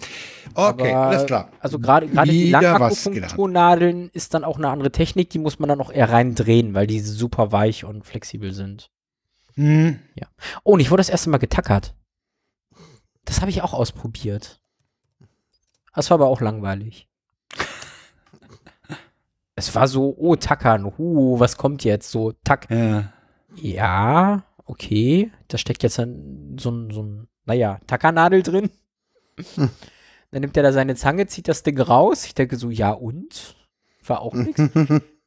[SPEAKER 2] Okay,
[SPEAKER 3] Aber,
[SPEAKER 2] alles klar.
[SPEAKER 3] Also gerade gerade die
[SPEAKER 2] Wieder was
[SPEAKER 3] Langakupunkturnadeln ist dann auch eine andere Technik, die muss man dann auch eher reindrehen, weil die super weich und flexibel sind.
[SPEAKER 2] Hm,
[SPEAKER 3] Oh, und ich wurde das erste Mal getackert. Das habe ich auch ausprobiert. Das war aber auch langweilig. es war so, oh, tackern, huh, was kommt jetzt? So, tack.
[SPEAKER 2] ja.
[SPEAKER 3] Ja, okay. Da steckt jetzt ein, so ein, so ein naja, Tackernadel drin. Dann nimmt er da seine Zange, zieht das Ding raus. Ich denke so, ja und? War auch nichts.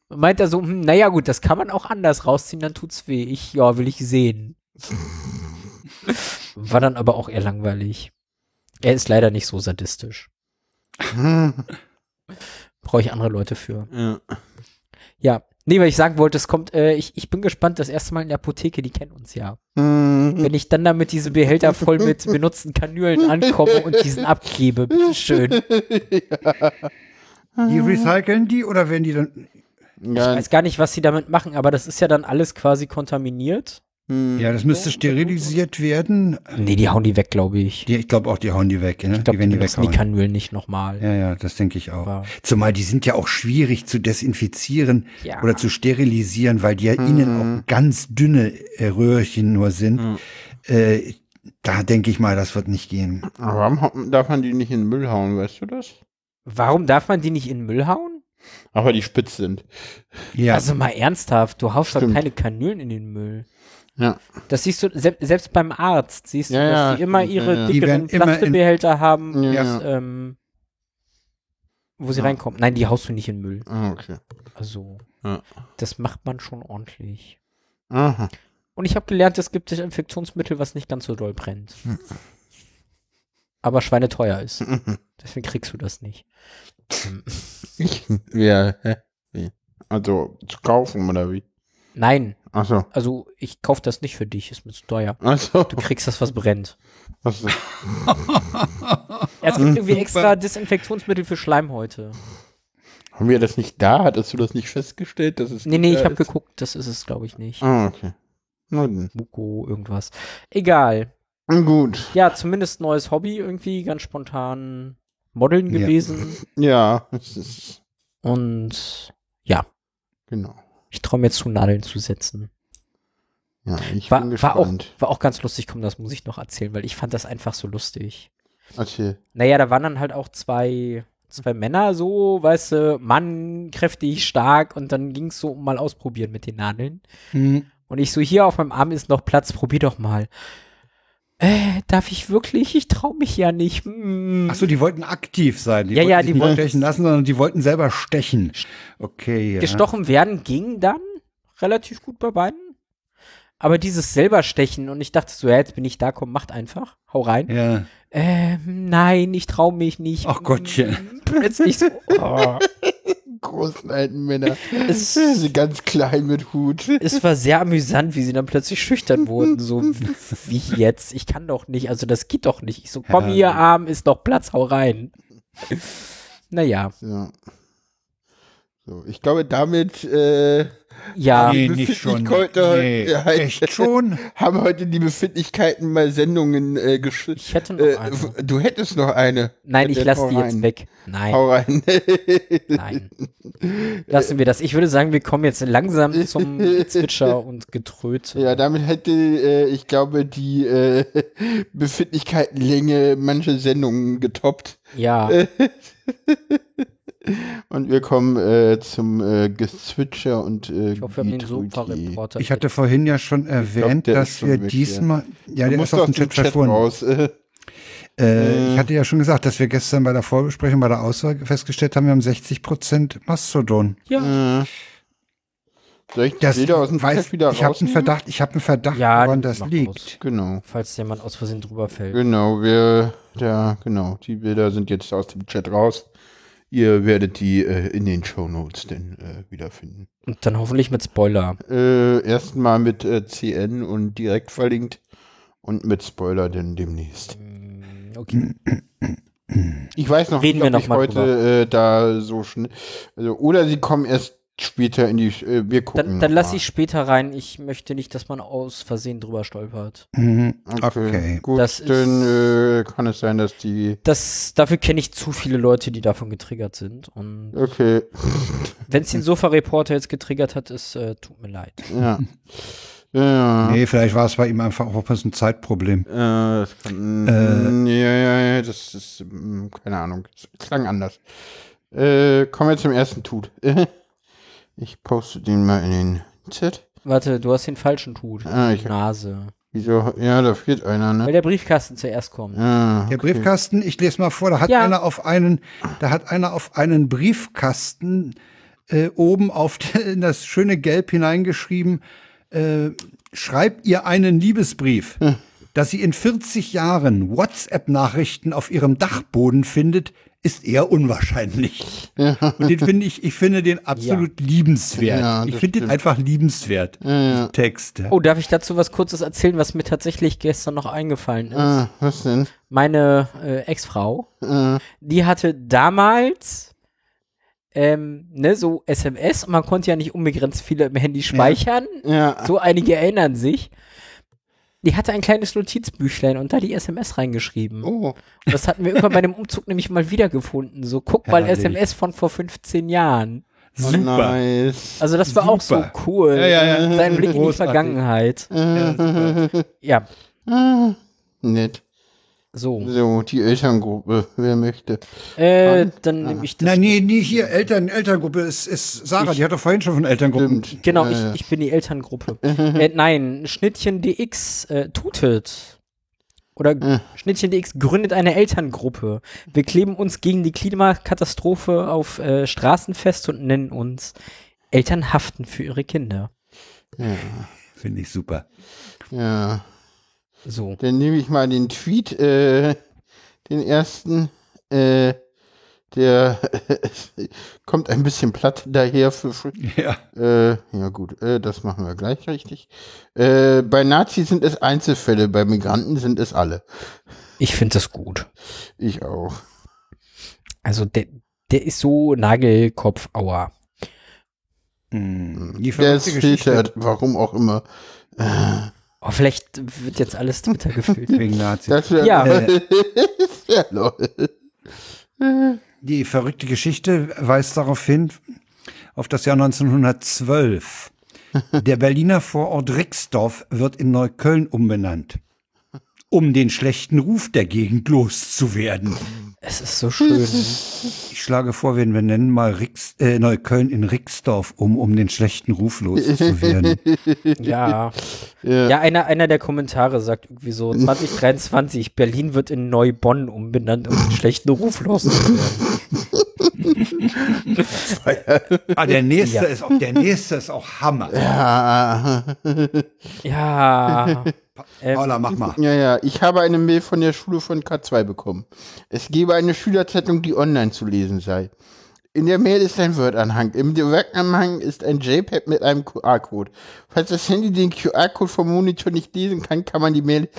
[SPEAKER 3] Meint er so, hm, naja gut, das kann man auch anders rausziehen, dann tut's weh. Ich, ja, will ich sehen. War dann aber auch eher langweilig. Er ist leider nicht so sadistisch. Brauche ich andere Leute für.
[SPEAKER 1] Ja.
[SPEAKER 3] Ja. Nee, weil ich sagen wollte, es kommt, äh, ich, ich bin gespannt, das erste Mal in der Apotheke, die kennen uns ja.
[SPEAKER 2] Hm.
[SPEAKER 1] Hm,
[SPEAKER 3] Wenn ich dann damit diese Behälter voll mit benutzten Kanülen ankomme und diesen abgebe, bitteschön. Ah.
[SPEAKER 2] Die recyceln die oder werden die dann.
[SPEAKER 3] Ich
[SPEAKER 1] Ja,
[SPEAKER 3] weiß gar nicht, was sie damit machen, aber das ist ja dann alles quasi kontaminiert.
[SPEAKER 1] hm.
[SPEAKER 2] Ja, das müsste sterilisiert werden.
[SPEAKER 3] Nee, die hauen die weg, glaube ich.
[SPEAKER 2] Die, ich glaube auch, die hauen die weg. Ne?
[SPEAKER 3] Ich
[SPEAKER 2] die
[SPEAKER 3] glaube, die
[SPEAKER 2] werden die
[SPEAKER 3] benutzen die
[SPEAKER 2] weghauen.
[SPEAKER 3] Kanülen nicht nochmal.
[SPEAKER 2] Ja, ja, das denke ich auch.
[SPEAKER 3] Aber-
[SPEAKER 2] Zumal die sind ja auch schwierig zu desinfizieren
[SPEAKER 3] Ja.
[SPEAKER 2] oder zu sterilisieren, weil die ja innen auch ganz dünne äh, Röhrchen nur sind. Äh, da denke ich mal, das wird nicht gehen.
[SPEAKER 1] Aber Warum hau- darf man die nicht in den Müll hauen, weißt du das?
[SPEAKER 3] Warum darf man die nicht in den Müll hauen?
[SPEAKER 1] Aber die spitz sind.
[SPEAKER 2] Ja,
[SPEAKER 3] Also mal ernsthaft, du haust doch
[SPEAKER 1] Stimmt.
[SPEAKER 3] keine Kanülen in den Müll.
[SPEAKER 1] Ja.
[SPEAKER 3] Das siehst du, se selbst beim Arzt siehst du,
[SPEAKER 1] Ja,
[SPEAKER 3] dass
[SPEAKER 1] ja,
[SPEAKER 3] die immer
[SPEAKER 1] stimmt, ja,
[SPEAKER 3] ihre
[SPEAKER 1] ja.
[SPEAKER 2] Die
[SPEAKER 3] dickeren
[SPEAKER 2] werden immer in-
[SPEAKER 3] Plastikbehälter haben,
[SPEAKER 1] Ja,
[SPEAKER 3] das, ähm, wo sie reinkommen. Nein, die haust du nicht in den Müll.
[SPEAKER 1] Ah, okay.
[SPEAKER 3] Also,
[SPEAKER 1] Ja.
[SPEAKER 3] das macht man schon ordentlich.
[SPEAKER 1] Aha.
[SPEAKER 3] Und ich habe gelernt, es gibt Infektionsmittel, was nicht ganz so doll brennt. Aber schweineteuer ist. Deswegen kriegst du das nicht.
[SPEAKER 1] Ich? Ja, hä? Wie? Also zu kaufen oder wie?
[SPEAKER 3] Nein,
[SPEAKER 1] Achso.
[SPEAKER 3] also ich kaufe das nicht für dich, ist mir zu teuer.
[SPEAKER 1] Achso.
[SPEAKER 3] Du kriegst das, was brennt.
[SPEAKER 1] Achso.
[SPEAKER 3] Ja, es gibt irgendwie extra Desinfektionsmittel für Schleimhäute.
[SPEAKER 1] Haben wir das nicht da? Hattest du das nicht festgestellt, dass es
[SPEAKER 3] Nee, nee,
[SPEAKER 1] nicht
[SPEAKER 3] ich
[SPEAKER 1] da
[SPEAKER 3] habe
[SPEAKER 1] ist?
[SPEAKER 3] geguckt, das ist es, glaube ich, nicht.
[SPEAKER 1] Ah, okay. Na dann.
[SPEAKER 3] Muko, irgendwas. Egal.
[SPEAKER 1] Gut.
[SPEAKER 3] Ja, zumindest neues Hobby irgendwie, ganz spontan Modeln
[SPEAKER 2] Ja.
[SPEAKER 3] gewesen.
[SPEAKER 1] Ja, es ist.
[SPEAKER 3] Und ja,
[SPEAKER 1] Genau.
[SPEAKER 3] ich traue mir zu, Nadeln zu setzen.
[SPEAKER 1] Ja, ich
[SPEAKER 3] War,
[SPEAKER 1] bin
[SPEAKER 3] war, auch,
[SPEAKER 1] gespannt.
[SPEAKER 3] war auch ganz lustig, komm, das muss ich noch erzählen, weil ich fand das einfach so lustig.
[SPEAKER 1] Erzähl.
[SPEAKER 3] Naja, da waren dann halt auch zwei, zwei Männer so, weißt du, Mann, kräftig, stark und dann ging's so um mal ausprobieren mit den Nadeln.
[SPEAKER 2] hm,
[SPEAKER 3] Und ich so, hier auf meinem Arm ist noch Platz, probier doch mal. Äh, darf ich wirklich? Ich trau mich ja nicht. Hm.
[SPEAKER 2] Ach so, die wollten aktiv sein. Die
[SPEAKER 3] Ja,
[SPEAKER 2] wollten
[SPEAKER 3] ja,
[SPEAKER 2] sich
[SPEAKER 3] die
[SPEAKER 2] nicht
[SPEAKER 3] wollten-
[SPEAKER 2] stechen lassen, sondern die wollten selber stechen. Okay. Ja.
[SPEAKER 3] Gestochen werden ging dann relativ gut bei beiden. Aber dieses selber stechen und ich dachte so, ja, jetzt bin ich da, komm, macht einfach, hau rein.
[SPEAKER 2] Ja.
[SPEAKER 3] Ähm, nein, ich traue mich nicht. Hm.
[SPEAKER 2] Ach Gottchen.
[SPEAKER 3] Plötzlich so, oh,
[SPEAKER 1] Großen alten Männer.
[SPEAKER 3] es,
[SPEAKER 1] Diese ganz klein mit Hut.
[SPEAKER 3] es war sehr amüsant, wie sie dann plötzlich schüchtern wurden. So, wie jetzt? Ich kann doch nicht, also das geht doch nicht. Ich so, komm hier, Arm, ist noch Platz, hau rein. Naja,
[SPEAKER 1] Ja. So, ich glaube, damit äh,
[SPEAKER 3] ja.
[SPEAKER 1] Nee, nicht schon. Nee.
[SPEAKER 2] echt schon?
[SPEAKER 1] haben heute die Befindlichkeiten bei Sendungen äh, geschützt.
[SPEAKER 3] Ich hätte noch
[SPEAKER 1] Äh,
[SPEAKER 3] eine.
[SPEAKER 1] w- du hättest noch eine.
[SPEAKER 3] Nein, ich
[SPEAKER 1] Dann
[SPEAKER 3] lasse
[SPEAKER 1] hau
[SPEAKER 3] die jetzt
[SPEAKER 1] rein.
[SPEAKER 3] weg. Nein,
[SPEAKER 1] Hau rein.
[SPEAKER 3] nein. Lassen wir das. Ich würde sagen, wir kommen jetzt langsam zum Zwitscher und Getröte.
[SPEAKER 1] ja, damit hätte äh, ich glaube die äh, Befindlichkeitenlänge manche Sendungen getoppt.
[SPEAKER 3] Ja,
[SPEAKER 1] Äh, Und wir kommen äh, zum äh, Gezwitscher und äh,
[SPEAKER 3] ich hoffe, wir haben den
[SPEAKER 1] Getröte.
[SPEAKER 3] Sofa-Reporter.
[SPEAKER 2] Ich hatte vorhin ja schon erwähnt,
[SPEAKER 1] der ist
[SPEAKER 2] dass
[SPEAKER 1] schon
[SPEAKER 2] wir
[SPEAKER 1] weg,
[SPEAKER 2] diesmal. Ja,
[SPEAKER 1] Du
[SPEAKER 2] der
[SPEAKER 1] musst
[SPEAKER 2] ist aus dem Chat verschwunden.
[SPEAKER 1] raus. Äh,
[SPEAKER 2] Äh, ich hatte ja schon gesagt, dass wir gestern bei der Vorbesprechung, bei der Auswahl festgestellt haben, wir haben 60 Prozent Mastodon.
[SPEAKER 3] Ja,
[SPEAKER 1] Äh, soll ich die
[SPEAKER 2] Das
[SPEAKER 1] Bilder aus dem
[SPEAKER 2] weiß-
[SPEAKER 1] Chat wieder
[SPEAKER 2] Ich habe einen
[SPEAKER 1] rausnehmen?
[SPEAKER 2] Verdacht, ich habe einen Verdacht,
[SPEAKER 3] Ja,
[SPEAKER 2] woran
[SPEAKER 3] die
[SPEAKER 2] das
[SPEAKER 3] mach
[SPEAKER 2] liegt.
[SPEAKER 1] Genau.
[SPEAKER 3] falls jemand aus Versehen drüber fällt.
[SPEAKER 1] Genau, wir, ja, genau. Die Bilder sind jetzt aus dem Chat raus. Ihr werdet die äh, in den Shownotes denn äh, wiederfinden.
[SPEAKER 3] Und dann hoffentlich mit Spoiler.
[SPEAKER 1] Äh, erstmal mit äh, CN und direkt verlinkt und mit Spoiler denn demnächst.
[SPEAKER 3] Mm, Okay.
[SPEAKER 1] Ich weiß noch
[SPEAKER 3] Reden wir
[SPEAKER 1] nicht, ob
[SPEAKER 3] noch
[SPEAKER 1] ich
[SPEAKER 3] mal
[SPEAKER 1] heute äh, da so schnell. Also, oder sie kommen erst später in die. Äh, wir gucken.
[SPEAKER 3] Dann, dann
[SPEAKER 1] noch
[SPEAKER 3] lasse
[SPEAKER 1] mal.
[SPEAKER 3] ich später rein. Ich möchte nicht, dass man aus Versehen drüber stolpert.
[SPEAKER 2] Mhm.
[SPEAKER 1] Okay.
[SPEAKER 2] Okay.
[SPEAKER 1] Gut,
[SPEAKER 3] Das
[SPEAKER 1] dann äh,
[SPEAKER 3] ist-
[SPEAKER 1] kann es sein, dass die.
[SPEAKER 3] Das, dafür kenne ich zu viele Leute, die davon getriggert sind. Und
[SPEAKER 1] Okay.
[SPEAKER 3] wenn es den Sofa-Reporter jetzt getriggert hat, es äh, tut mir leid.
[SPEAKER 1] Ja. ja.
[SPEAKER 2] Nee, vielleicht war es bei ihm einfach auch ein Zeitproblem.
[SPEAKER 1] Äh, das kann, mm, ja, ja, ja, das ist, mm, keine Ahnung, es klang anders. Äh, kommen wir zum ersten Tut. Ich poste den mal in den Chat.
[SPEAKER 3] Warte, du hast den falschen Tut.
[SPEAKER 1] Ah, ich-
[SPEAKER 3] Nase.
[SPEAKER 1] Wieso? Ja, da fehlt einer,
[SPEAKER 3] Weil
[SPEAKER 1] ne?
[SPEAKER 3] der Briefkasten zuerst kommt.
[SPEAKER 1] Ah,
[SPEAKER 2] Der Briefkasten, ich lese mal vor, da hat
[SPEAKER 3] Ja.
[SPEAKER 2] einer auf einen, da hat einer auf einen Briefkasten äh, oben auf in das schöne Gelb hineingeschrieben, äh, schreib ihr einen Liebesbrief,
[SPEAKER 1] Hm.
[SPEAKER 2] dass sie in 40 Jahren WhatsApp-Nachrichten auf ihrem Dachboden findet, ist eher unwahrscheinlich. Und den finde ich, ich finde den absolut liebenswert.
[SPEAKER 1] Ja,
[SPEAKER 2] ich
[SPEAKER 1] das
[SPEAKER 2] finde den
[SPEAKER 1] stimmt.
[SPEAKER 2] einfach liebenswert. diesen Text.
[SPEAKER 3] Oh, darf ich dazu was Kurzes erzählen, was mir tatsächlich gestern noch eingefallen ist?
[SPEAKER 1] ah, was denn?
[SPEAKER 3] Meine äh, Ex-Frau,
[SPEAKER 1] Äh,
[SPEAKER 3] die hatte damals ähm, ne, so SMS und man konnte ja nicht unbegrenzt viele im Handy speichern.
[SPEAKER 1] ja,
[SPEAKER 3] So einige erinnern sich. Die hatte ein kleines Notizbüchlein und da die SMS reingeschrieben.
[SPEAKER 1] oh,
[SPEAKER 3] Und Das hatten wir irgendwann bei dem Umzug nämlich mal wiedergefunden. So, guck mal
[SPEAKER 2] Herrlich.
[SPEAKER 3] SMS von vor 15 Jahren.
[SPEAKER 1] oh,
[SPEAKER 2] Super.
[SPEAKER 1] nice.
[SPEAKER 3] Also das war auch so
[SPEAKER 2] Super.
[SPEAKER 3] cool.
[SPEAKER 2] Ja, ja, ja.
[SPEAKER 3] Sein Blick in die
[SPEAKER 2] Großartig.
[SPEAKER 3] Vergangenheit.
[SPEAKER 2] Ja, super.
[SPEAKER 3] Ja,
[SPEAKER 1] Ah, nett.
[SPEAKER 3] so.
[SPEAKER 1] So, die Elterngruppe, wer möchte.
[SPEAKER 3] Äh, dann nehme ich das.
[SPEAKER 2] Nein, nee, nee, hier, Eltern, Elterngruppe, ist, ist Sarah, die hat doch vorhin schon von Elterngruppen.
[SPEAKER 1] Stimmt.
[SPEAKER 3] Genau,
[SPEAKER 1] Ja, ja.
[SPEAKER 3] ich, ich bin die Elterngruppe. äh, nein, Schnittchen DX äh, tutet. Oder
[SPEAKER 1] Ja.
[SPEAKER 3] Schnittchen DX gründet eine Elterngruppe. Wir kleben uns gegen die Klimakatastrophe auf äh, Straßen fest und nennen uns Eltern haften für ihre Kinder.
[SPEAKER 1] Ja,
[SPEAKER 2] Finde ich super.
[SPEAKER 1] Äh, ja.
[SPEAKER 3] So.
[SPEAKER 1] Dann nehme ich mal den Tweet, äh, den ersten, äh, der kommt ein bisschen platt daher für Fr-
[SPEAKER 2] Ja.
[SPEAKER 1] äh, ja gut, äh, das machen wir gleich richtig. Äh, bei Nazis sind es Einzelfälle, bei Migranten sind es alle.
[SPEAKER 3] Ich finde das gut.
[SPEAKER 1] Ich auch.
[SPEAKER 3] Also der, der ist so Nagelkopf, aua.
[SPEAKER 2] Die
[SPEAKER 1] Der ist
[SPEAKER 2] verrückte Geschichte
[SPEAKER 1] filtert, warum auch immer.
[SPEAKER 3] Oh, vielleicht wird jetzt alles Twitter gefüllt.
[SPEAKER 2] wegen Nazis.
[SPEAKER 1] Das wär,
[SPEAKER 3] Ja.
[SPEAKER 1] ja, lol.
[SPEAKER 2] Die verrückte Geschichte weist darauf hin, auf das Jahr 1912. Der Berliner Vorort Rixdorf wird in Neukölln umbenannt, um den schlechten Ruf der Gegend loszuwerden.
[SPEAKER 3] es ist so schön.
[SPEAKER 2] Ich schlage vor, wir wir nennen mal Rix, äh, Neukölln in Rixdorf um, um den schlechten Ruf loszuwerden.
[SPEAKER 3] Ja.
[SPEAKER 1] Ja.
[SPEAKER 3] Ja, einer, einer der Kommentare sagt irgendwie so, 2023, Berlin wird in Neubonn umbenannt, um den schlechten Ruf loszuwerden.
[SPEAKER 2] Ah, der nächste
[SPEAKER 3] Ja.
[SPEAKER 2] ist auch, der nächste ist auch Hammer.
[SPEAKER 1] Ja,
[SPEAKER 3] Ja. Ähm,
[SPEAKER 2] Paula, mach mal.
[SPEAKER 1] ja, ja. Ich habe eine Mail von der Schule von K2 bekommen. Es gebe eine Schülerzeitung, die online zu lesen sei. In der Mail ist ein Word-Anhang. Im Word-Anhang ist ein JPEG mit einem QR-Code. Falls das Handy den QR-Code vom Monitor nicht lesen kann, kann man die Mail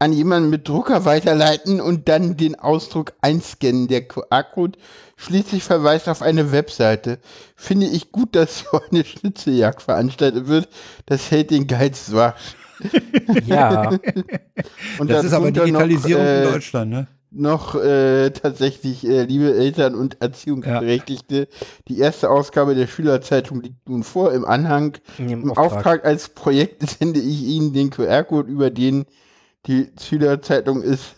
[SPEAKER 1] an jemanden mit Drucker weiterleiten und dann den Ausdruck einscannen. Der QR-Code schließlich verweist auf eine Webseite. Finde ich gut, dass so eine Schnitzeljagd veranstaltet wird. Das hält den Geiz wach.
[SPEAKER 3] ja.
[SPEAKER 1] Und
[SPEAKER 2] Das ist aber
[SPEAKER 1] darunter noch,
[SPEAKER 2] Digitalisierung
[SPEAKER 1] äh,
[SPEAKER 2] in Deutschland, ne?
[SPEAKER 1] noch äh, tatsächlich, äh, liebe Eltern und Erziehungsberechtigte, die erste Ausgabe der Schülerzeitung liegt nun vor im Anhang.
[SPEAKER 3] Im
[SPEAKER 1] Im Auftrag,
[SPEAKER 3] Auftrag.
[SPEAKER 1] als Projekt sende ich Ihnen den QR-Code, über den die Schülerzeitung ist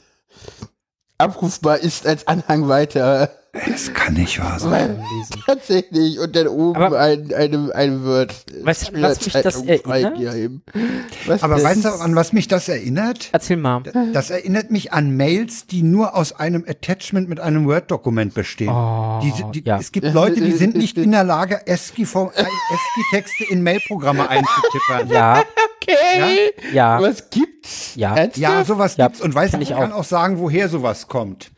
[SPEAKER 1] abrufbar ist als Anhang weiter.
[SPEAKER 2] Das kann nicht wahr sein.
[SPEAKER 1] Weil, tatsächlich. Und dann oben
[SPEAKER 3] Aber-
[SPEAKER 1] ein, eine, ein Word.
[SPEAKER 3] Weißt du, was mich das
[SPEAKER 1] Schülerzeitung
[SPEAKER 3] erinnert?
[SPEAKER 1] freigeben. Was
[SPEAKER 2] Aber
[SPEAKER 1] denn?
[SPEAKER 2] weißt du, an was mich das
[SPEAKER 1] Äh.
[SPEAKER 2] erinnert?
[SPEAKER 3] Erzähl mal.
[SPEAKER 2] Das erinnert mich an Mails, die nur aus einem Attachment mit einem Word-Dokument bestehen.
[SPEAKER 3] Oh,
[SPEAKER 2] die, die,
[SPEAKER 3] ja.
[SPEAKER 2] Es gibt Leute,
[SPEAKER 1] Äh,
[SPEAKER 2] die sind nicht in der Lage, ASCII-Form- ASCII-Texte in Mail-Programme einzutippern.
[SPEAKER 3] Ja,
[SPEAKER 1] Okay.
[SPEAKER 3] ja.
[SPEAKER 1] Was gibt's?
[SPEAKER 3] Ja.
[SPEAKER 1] Ernsthaft?
[SPEAKER 2] Ja, sowas
[SPEAKER 3] Ja,
[SPEAKER 2] gibt's. Und weißt du,
[SPEAKER 3] kenn
[SPEAKER 2] ich
[SPEAKER 3] ich
[SPEAKER 2] kann
[SPEAKER 3] auch.
[SPEAKER 2] auch sagen, woher sowas kommt.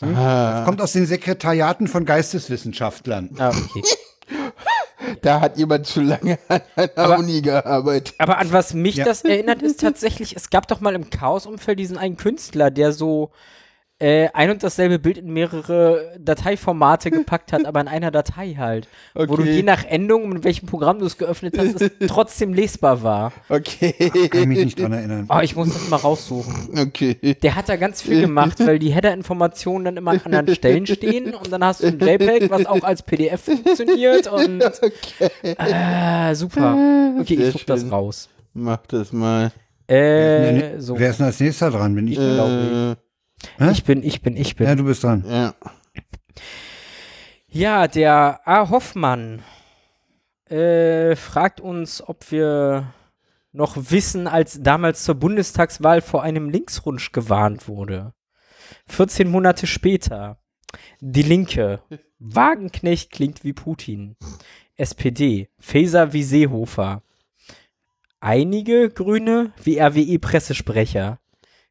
[SPEAKER 2] Hm?
[SPEAKER 1] Ah.
[SPEAKER 2] Das kommt aus den Sekretariaten von Geisteswissenschaftlern.
[SPEAKER 3] Ah, okay.
[SPEAKER 1] Da hat jemand zu lange an einer Uni gearbeitet.
[SPEAKER 3] Aber an was mich
[SPEAKER 2] Ja.
[SPEAKER 3] das erinnert, ist tatsächlich, es gab doch mal im Chaos-Umfeld diesen einen Künstler, der so äh, ein und dasselbe Bild in mehrere Dateiformate gepackt hat, aber in einer Datei halt. Wo du
[SPEAKER 1] Okay.
[SPEAKER 3] je nach Endung und mit welchem Programm du es geöffnet hast, es trotzdem lesbar war.
[SPEAKER 2] Kann ich
[SPEAKER 1] Okay.
[SPEAKER 2] mich nicht dran erinnern.
[SPEAKER 3] Oh, ich muss das mal raussuchen.
[SPEAKER 1] Okay.
[SPEAKER 3] Der hat da ganz viel gemacht, weil die Header-Informationen dann immer an anderen Stellen stehen und dann hast du ein JPEG, was auch als PDF funktioniert und äh, super. Okay,
[SPEAKER 1] Sehr
[SPEAKER 3] ich such das
[SPEAKER 1] schön.
[SPEAKER 3] raus.
[SPEAKER 1] Mach das mal.
[SPEAKER 2] Wer-
[SPEAKER 3] Äh,
[SPEAKER 2] ne-
[SPEAKER 3] so.
[SPEAKER 2] Wer ist denn als nächster dran? Bin ich?
[SPEAKER 1] Äh,
[SPEAKER 3] Ich bin, ich bin, ich bin.
[SPEAKER 2] Ja, du bist dran.
[SPEAKER 1] ja.
[SPEAKER 3] Ja, der A. Hoffmann äh, fragt uns, ob wir noch wissen, als damals zur Bundestagswahl vor einem Linksrutsch gewarnt wurde. 14 Monate später. Die Linke. Wagenknecht klingt wie Putin. SPD. Faeser wie Seehofer. Einige Grüne wie E RWE-Pressesprecher.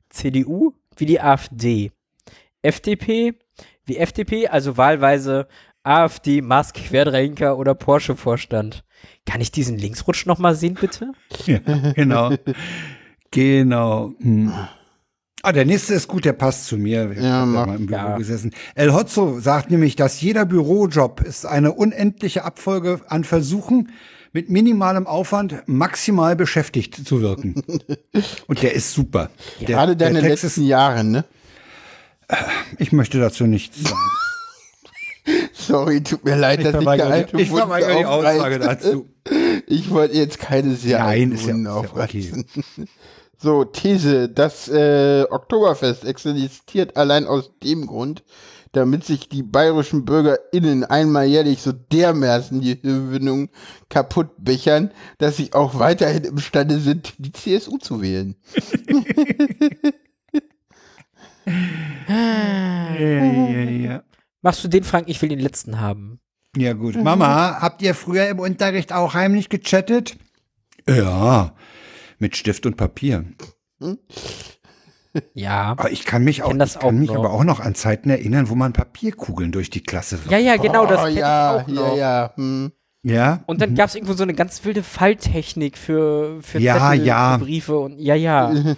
[SPEAKER 3] CDU wie die AfD. FDP wie FDP, also wahlweise AfD, Musk, Querdränker oder Porsche-Vorstand. Kann ich diesen Linksrutsch nochmal sehen, bitte?
[SPEAKER 2] Ja, genau. genau. Hm. Ah, der nächste ist gut, der passt zu mir. Ich
[SPEAKER 1] Ja,
[SPEAKER 2] hab
[SPEAKER 1] mach.
[SPEAKER 2] mal im Büro
[SPEAKER 3] Ja.
[SPEAKER 2] gesessen. El Hotzo sagt nämlich, dass jeder Bürojob ist eine unendliche Abfolge an Versuchen, mit minimalem Aufwand maximal beschäftigt zu wirken. Und der ist super. Der,
[SPEAKER 1] Gerade deine
[SPEAKER 2] der Text
[SPEAKER 1] letzten Jahre, ne?
[SPEAKER 2] ist, ich möchte dazu nichts sagen.
[SPEAKER 1] Sorry, tut mir leid, dass ich der alte
[SPEAKER 2] ich verweigere die Aussage dazu.
[SPEAKER 1] Ich wollte jetzt keine sehr alten
[SPEAKER 2] Nein, ist ja, ist
[SPEAKER 1] Wunden
[SPEAKER 2] ja
[SPEAKER 1] aufreißen.
[SPEAKER 2] okay.
[SPEAKER 1] So, These, das äh, Oktoberfest existiert allein aus dem Grund, damit sich die bayerischen BürgerInnen einmal jährlich so dermaßen die Gewinnung kaputt bechern, dass sie auch weiterhin imstande sind, die CSU zu wählen.
[SPEAKER 2] Ja, ja, ja.
[SPEAKER 3] Machst du den, Frank? Ich will den letzten haben.
[SPEAKER 2] Ja, gut.
[SPEAKER 3] Mhm.
[SPEAKER 2] Mama, habt ihr früher im Unterricht auch heimlich gechattet? Ja, mit Stift und Papier.
[SPEAKER 3] Ja.
[SPEAKER 2] Aber Ah, ich kann mich auch,
[SPEAKER 3] kenn das
[SPEAKER 2] ich kann
[SPEAKER 3] auch
[SPEAKER 2] mich
[SPEAKER 3] noch.
[SPEAKER 2] aber auch noch an Zeiten erinnern, wo man Papierkugeln durch die Klasse
[SPEAKER 3] Ja,
[SPEAKER 2] wirft.
[SPEAKER 3] ja, genau, das
[SPEAKER 1] oh,
[SPEAKER 3] kenn
[SPEAKER 1] ja,
[SPEAKER 3] ich auch
[SPEAKER 1] ja,
[SPEAKER 3] noch.
[SPEAKER 1] ja. Hm.
[SPEAKER 2] Ja?
[SPEAKER 3] Und dann gab es irgendwo so eine ganz wilde Falltechnik für, für
[SPEAKER 2] Ja,
[SPEAKER 3] Zettel,
[SPEAKER 2] ja.
[SPEAKER 3] Für Briefe und ja,
[SPEAKER 1] Mhm.
[SPEAKER 3] ja.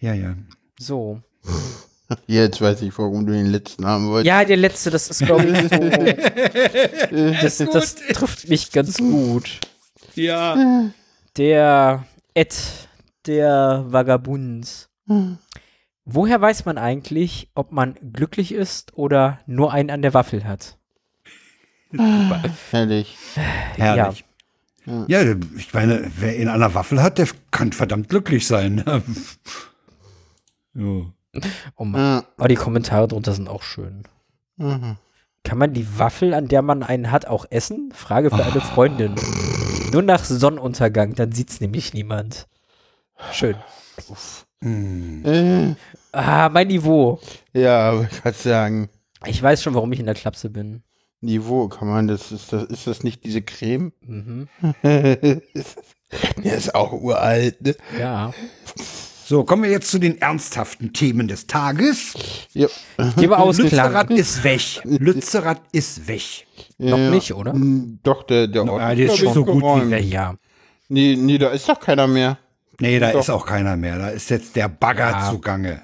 [SPEAKER 2] Ja, ja.
[SPEAKER 3] So.
[SPEAKER 1] Jetzt weiß ich, warum du den letzten haben wolltest.
[SPEAKER 3] Ja, der letzte, das ist, glaube ich, so. das, das trifft mich ganz gut.
[SPEAKER 2] Ja.
[SPEAKER 3] Der Ed, der Vagabund. Woher weiß man eigentlich, ob man glücklich ist oder nur einen an der Waffel hat?
[SPEAKER 1] Herrlich.
[SPEAKER 2] Herrlich. Ja. ich meine, wer ihn an der Waffel hat, der kann verdammt glücklich sein. ne? ja.
[SPEAKER 3] Oh Mann. Aber die Kommentare drunter sind auch schön.
[SPEAKER 1] Mhm.
[SPEAKER 3] Kann man die Waffel, an der man einen hat, auch essen? Frage für eine Freundin. Nur nach Sonnenuntergang, dann sieht's nämlich niemand. Schön.
[SPEAKER 2] Mm.
[SPEAKER 1] Äh,
[SPEAKER 3] Ah, mein Niveau.
[SPEAKER 1] ja, aber ich kann sagen.
[SPEAKER 3] Ich weiß schon, warum ich in der Klapse bin.
[SPEAKER 1] Niveau kann man das ist das ist das nicht diese Creme?
[SPEAKER 3] Mhm.
[SPEAKER 1] Der ist auch uralt. Ne?
[SPEAKER 3] Ja.
[SPEAKER 2] So, kommen wir jetzt zu den ernsthaften Themen des Tages.
[SPEAKER 1] Ja.
[SPEAKER 3] Ich gebe Ausklang.
[SPEAKER 2] Lützerath ist weg. Lützerath ist weg.
[SPEAKER 3] Noch
[SPEAKER 1] Ja.
[SPEAKER 3] nicht, oder?
[SPEAKER 1] Mm, Doch der der Ort.
[SPEAKER 2] Ah, die
[SPEAKER 1] glaub
[SPEAKER 2] ist
[SPEAKER 1] ich,
[SPEAKER 2] schon so gut wie
[SPEAKER 1] geräumt.
[SPEAKER 2] weg.
[SPEAKER 3] Ja.
[SPEAKER 1] Nee, nee, da ist doch keiner mehr.
[SPEAKER 2] Nee, da
[SPEAKER 1] Doch.
[SPEAKER 2] ist auch keiner mehr. Da ist jetzt der Bagger
[SPEAKER 3] Ja.
[SPEAKER 2] zugange.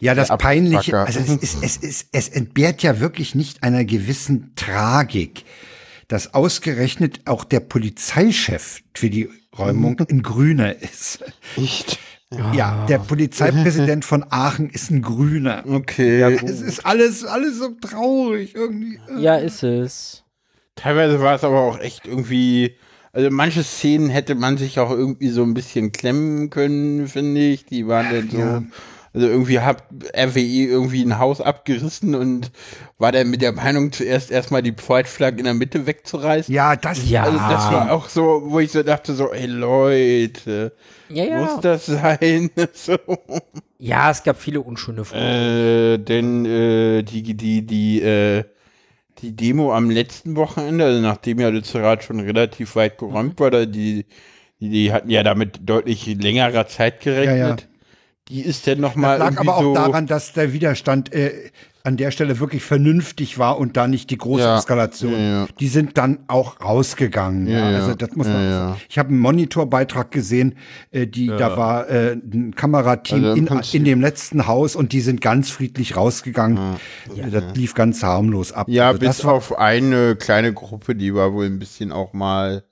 [SPEAKER 2] Ja, das
[SPEAKER 1] Der Abbagger.
[SPEAKER 2] Peinliche, also es, ist, es, ist, es entbehrt ja wirklich nicht einer gewissen Tragik, dass ausgerechnet auch der Polizeichef für die Räumung ein Grüner ist.
[SPEAKER 1] Nicht.
[SPEAKER 2] Ja, der Polizeipräsident von Aachen ist ein Grüner.
[SPEAKER 1] Okay.
[SPEAKER 2] Es ist alles, alles so traurig irgendwie.
[SPEAKER 3] Ja, ist es.
[SPEAKER 1] Teilweise war es aber auch echt irgendwie. Also manche Szenen hätte man sich auch irgendwie so ein bisschen klemmen können, finde ich. Die waren dann so. Also irgendwie hat RWE irgendwie ein Haus abgerissen und war dann mit der Meinung, zuerst erstmal die Pride-Flagge in der Mitte wegzureißen.
[SPEAKER 2] Ja, das
[SPEAKER 3] Ja.
[SPEAKER 1] Also das war auch so, wo ich so dachte, so, ey Leute,
[SPEAKER 3] Ja,
[SPEAKER 1] muss
[SPEAKER 3] ja.
[SPEAKER 1] das sein? so.
[SPEAKER 3] Ja, es gab viele unschöne Folgen.
[SPEAKER 1] Äh, denn äh, die, die, die, äh, die Demo am letzten Wochenende, also nachdem ja Lützerath schon relativ weit geräumt war, da die, die, die hatten ja damit deutlich längerer Zeit gerechnet.
[SPEAKER 2] Ja, ja.
[SPEAKER 1] Die ist dann nochmal.
[SPEAKER 2] Das lag aber auch
[SPEAKER 1] so,
[SPEAKER 2] daran, dass der Widerstand äh, an der Stelle wirklich vernünftig war und da nicht die große
[SPEAKER 1] Ja.
[SPEAKER 2] Eskalation.
[SPEAKER 1] Ja, ja.
[SPEAKER 2] Die sind dann auch rausgegangen. Ja,
[SPEAKER 1] Ja, ja.
[SPEAKER 2] Also das muss man
[SPEAKER 1] Ja, ja.
[SPEAKER 2] sagen. Ich habe einen Monitorbeitrag gesehen, äh, die da war äh, ein Kamerateam
[SPEAKER 1] Also im
[SPEAKER 2] in,
[SPEAKER 1] Prinzip-
[SPEAKER 2] in dem letzten Haus und die sind ganz friedlich rausgegangen. Äh, das lief ganz harmlos ab.
[SPEAKER 1] Ja,
[SPEAKER 2] Also das
[SPEAKER 1] bis auf eine kleine Gruppe, die war wohl ein bisschen auch mal.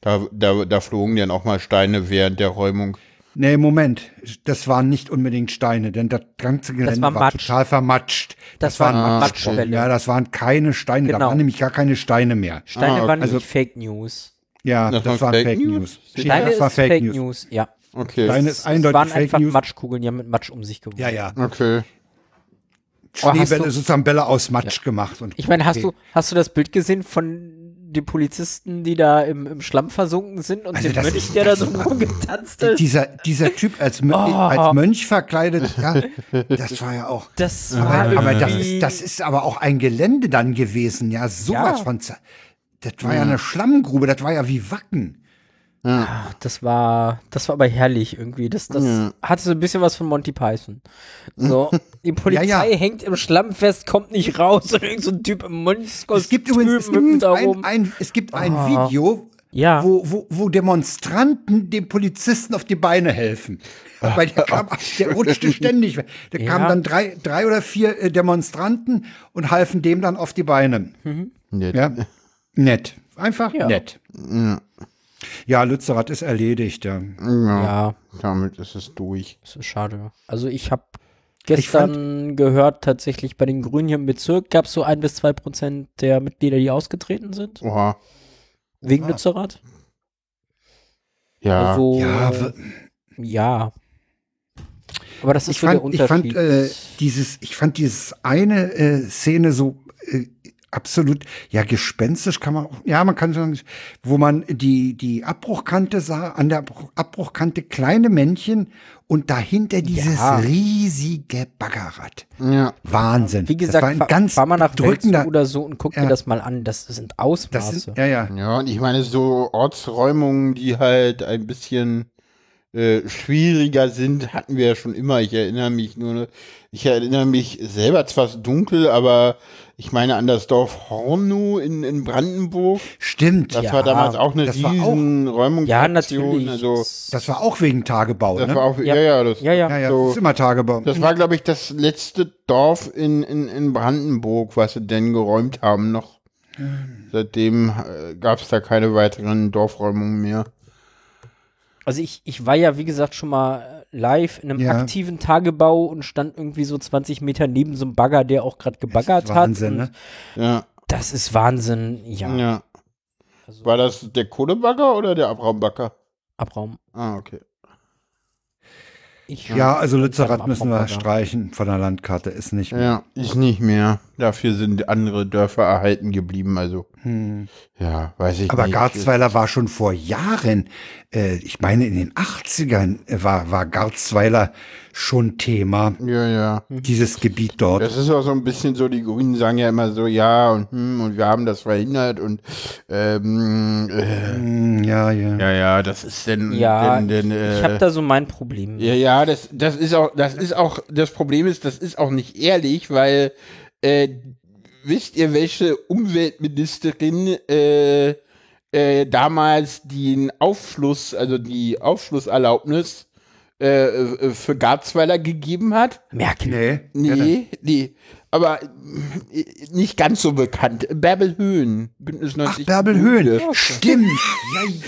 [SPEAKER 1] Da, da, da flogen dann auch mal Steine während der Räumung.
[SPEAKER 2] Nee, Moment. Das waren nicht unbedingt Steine, denn das ganze Gelände
[SPEAKER 3] war
[SPEAKER 2] war,
[SPEAKER 3] Matsch.
[SPEAKER 2] total vermatscht.
[SPEAKER 3] Das waren
[SPEAKER 2] waren
[SPEAKER 3] Matschwellen.
[SPEAKER 2] Matschwellen. Ja, das waren keine Steine. Da
[SPEAKER 3] Genau.
[SPEAKER 2] waren nämlich gar keine Steine mehr.
[SPEAKER 3] Steine
[SPEAKER 1] Ah, okay.
[SPEAKER 3] waren nicht Fake News.
[SPEAKER 2] Also Ja, das,
[SPEAKER 1] Das waren
[SPEAKER 2] waren
[SPEAKER 1] Fake
[SPEAKER 2] Fake News.
[SPEAKER 1] News?
[SPEAKER 2] Ja,
[SPEAKER 3] Steine
[SPEAKER 2] das war
[SPEAKER 3] ist
[SPEAKER 2] Fake, News.
[SPEAKER 3] Ja.
[SPEAKER 1] Okay.
[SPEAKER 2] Steine ist eindeutig
[SPEAKER 3] waren
[SPEAKER 2] Fake
[SPEAKER 3] einfach
[SPEAKER 2] News.
[SPEAKER 3] Matschkugeln, die haben mit Matsch um sich geworfen.
[SPEAKER 2] Ja, ja.
[SPEAKER 1] Okay.
[SPEAKER 3] hast
[SPEAKER 2] Schneebälle,
[SPEAKER 3] du-
[SPEAKER 2] sozusagen Bälle aus Matsch gemacht. Und
[SPEAKER 3] Ich meine, hast
[SPEAKER 2] okay.
[SPEAKER 3] du hast du das Bild gesehen von den Polizisten, die da im, im Schlamm versunken sind und
[SPEAKER 2] Also
[SPEAKER 3] dem
[SPEAKER 2] das
[SPEAKER 3] Mönch,
[SPEAKER 2] ist-
[SPEAKER 3] der da
[SPEAKER 2] das
[SPEAKER 3] so
[SPEAKER 2] ist-
[SPEAKER 3] rumgetanzt ist?
[SPEAKER 2] Dieser, dieser Typ als, Mö
[SPEAKER 3] Oh.
[SPEAKER 2] als Mönch verkleidet, ja, das war ja auch.
[SPEAKER 3] das
[SPEAKER 2] Aber,
[SPEAKER 3] war
[SPEAKER 2] aber das,
[SPEAKER 3] irgendwie-
[SPEAKER 2] ist, das ist aber auch ein Gelände dann gewesen, ja, sowas
[SPEAKER 3] Ja. Mhm.
[SPEAKER 2] von. zer- Das war ja eine Schlammgrube, das war ja wie Wacken.
[SPEAKER 3] Ach, das war das war aber herrlich irgendwie. Das das hatte so ein bisschen was von Monty Python. So die Polizei
[SPEAKER 2] ja.
[SPEAKER 3] hängt im Schlamm fest, kommt nicht raus und irgend so ein Typ im Mönchskostüm
[SPEAKER 2] Es gibt übrigens es
[SPEAKER 3] hüpft
[SPEAKER 2] gibt
[SPEAKER 3] da
[SPEAKER 2] ein,
[SPEAKER 3] rum.
[SPEAKER 2] ein, es gibt ein Video,
[SPEAKER 3] Ja.
[SPEAKER 2] wo, wo, wo Demonstranten dem Polizisten auf die Beine helfen. Weil der, kam, der rutschte ständig. weg. Da kamen dann drei, drei oder vier äh, Demonstranten und halfen dem dann auf die Beine. Ja. Nett. Einfach
[SPEAKER 3] Hm. Ja.
[SPEAKER 2] nett. Ja, Lützerath ist erledigt. Ja.
[SPEAKER 3] ja,
[SPEAKER 1] Damit ist es durch.
[SPEAKER 3] das ist schade. Also ich habe
[SPEAKER 2] fand-
[SPEAKER 3] gestern gehört, tatsächlich bei den Grünen hier im Bezirk gab es so ein bis zwei Prozent der Mitglieder, die ausgetreten sind
[SPEAKER 1] Oha.
[SPEAKER 3] wegen Lützerath.
[SPEAKER 1] Ja.
[SPEAKER 3] Also
[SPEAKER 2] Ja,
[SPEAKER 3] ja,
[SPEAKER 2] w-
[SPEAKER 3] Aber das ist
[SPEAKER 2] ich
[SPEAKER 3] so der
[SPEAKER 2] fand, ich
[SPEAKER 3] Unterschied.
[SPEAKER 2] fand äh, dieses, ich fand dieses eine äh, Szene so äh, absolut, ja gespenstisch kann man, auch, ja man kann sagen, wo man die die Abbruchkante sah, an der Abbruch, Abbruchkante kleine Männchen und dahinter dieses
[SPEAKER 3] Ja.
[SPEAKER 2] riesige Baggerrad.
[SPEAKER 1] ja.
[SPEAKER 2] Wahnsinn.
[SPEAKER 3] Wie
[SPEAKER 2] das
[SPEAKER 3] gesagt,
[SPEAKER 2] war ein
[SPEAKER 3] fahr,
[SPEAKER 2] ganz
[SPEAKER 3] fahr mal nach Drückender,
[SPEAKER 2] drückender.
[SPEAKER 3] oder so und guck
[SPEAKER 2] Ja.
[SPEAKER 3] dir das mal an. Das sind
[SPEAKER 2] Das
[SPEAKER 3] Ausmaße.
[SPEAKER 2] sind, ja
[SPEAKER 3] Mhm.
[SPEAKER 2] ja.
[SPEAKER 1] Ja, und ich meine, so Ortsräumungen, die halt ein bisschen äh, schwieriger sind, hatten wir ja schon immer. Ich erinnere mich nur, ich erinnere mich selber zwar dunkel, aber ich meine an das Dorf Hornu in, in Brandenburg.
[SPEAKER 2] Stimmt.
[SPEAKER 1] Das
[SPEAKER 3] Ja,
[SPEAKER 1] war damals auch eine
[SPEAKER 2] das war auch-
[SPEAKER 1] riesen Räumung.
[SPEAKER 3] ja, natürlich.
[SPEAKER 1] Also,
[SPEAKER 2] Das war auch wegen Tagebau.
[SPEAKER 1] das
[SPEAKER 2] ne?
[SPEAKER 1] war auch, ja,
[SPEAKER 3] Ja.
[SPEAKER 1] ja, ja das,
[SPEAKER 3] ja, ja.
[SPEAKER 2] ja, ja,
[SPEAKER 1] so-
[SPEAKER 2] das ist immer Tagebau.
[SPEAKER 1] Das war, glaube ich, das letzte Dorf in, in, in Brandenburg, was sie denn geräumt haben noch. Seitdem äh, gab es da keine weiteren Dorfräumungen mehr.
[SPEAKER 3] Also ich, ich war ja, wie gesagt, schon mal live in einem
[SPEAKER 2] Ja.
[SPEAKER 3] aktiven Tagebau und stand irgendwie so 20 Meter neben so einem Bagger, der auch gerade gebaggert hat.
[SPEAKER 2] Wahnsinn,
[SPEAKER 3] Und
[SPEAKER 2] ne?
[SPEAKER 1] Ja,
[SPEAKER 3] Das ist Wahnsinn, ja.
[SPEAKER 1] ja.
[SPEAKER 3] Also-
[SPEAKER 1] War das Ah, der Kohlebagger oder der Abraumbagger?
[SPEAKER 3] Abraum.
[SPEAKER 1] Ah, okay.
[SPEAKER 3] Ich
[SPEAKER 2] Ja, also Lützerath müssen wir
[SPEAKER 3] Propaganda.
[SPEAKER 2] streichen von der Landkarte, ist nicht.
[SPEAKER 1] Ja, ich nicht mehr. Dafür sind andere Dörfer erhalten geblieben, also. Ja, weiß ich
[SPEAKER 2] Aber
[SPEAKER 1] nicht.
[SPEAKER 2] Garzweiler war schon vor Jahren, äh, ich meine in den 80ern war, war Garzweiler schon Thema,
[SPEAKER 1] Ja, ja.
[SPEAKER 2] dieses Gebiet dort.
[SPEAKER 1] Das ist auch so ein bisschen so, die Grünen sagen ja immer so, ja, und, hm, und wir haben das verhindert und ähm, äh,
[SPEAKER 2] Hm, ja, ja.
[SPEAKER 1] ja, ja, das ist denn,
[SPEAKER 3] Ja,
[SPEAKER 1] denn, denn
[SPEAKER 3] ich
[SPEAKER 1] äh,
[SPEAKER 3] habe da so mein Problem.
[SPEAKER 1] ja, ja, das, das ist auch, das ist auch, das Problem ist, das ist auch nicht ehrlich, weil äh, wisst ihr, welche Umweltministerin äh, äh, damals den Aufschluss, also die Aufschlusserlaubnis äh, äh, für Garzweiler gegeben hat?
[SPEAKER 3] Merkel.
[SPEAKER 2] Nee.
[SPEAKER 1] Nee,
[SPEAKER 2] Ja, dann-
[SPEAKER 1] nee. Aber äh, nicht ganz so bekannt. Bärbel Höhen, Bündnis 90.
[SPEAKER 2] Ach, Bärbel Höhen.
[SPEAKER 1] Grüne.
[SPEAKER 2] Stimmt.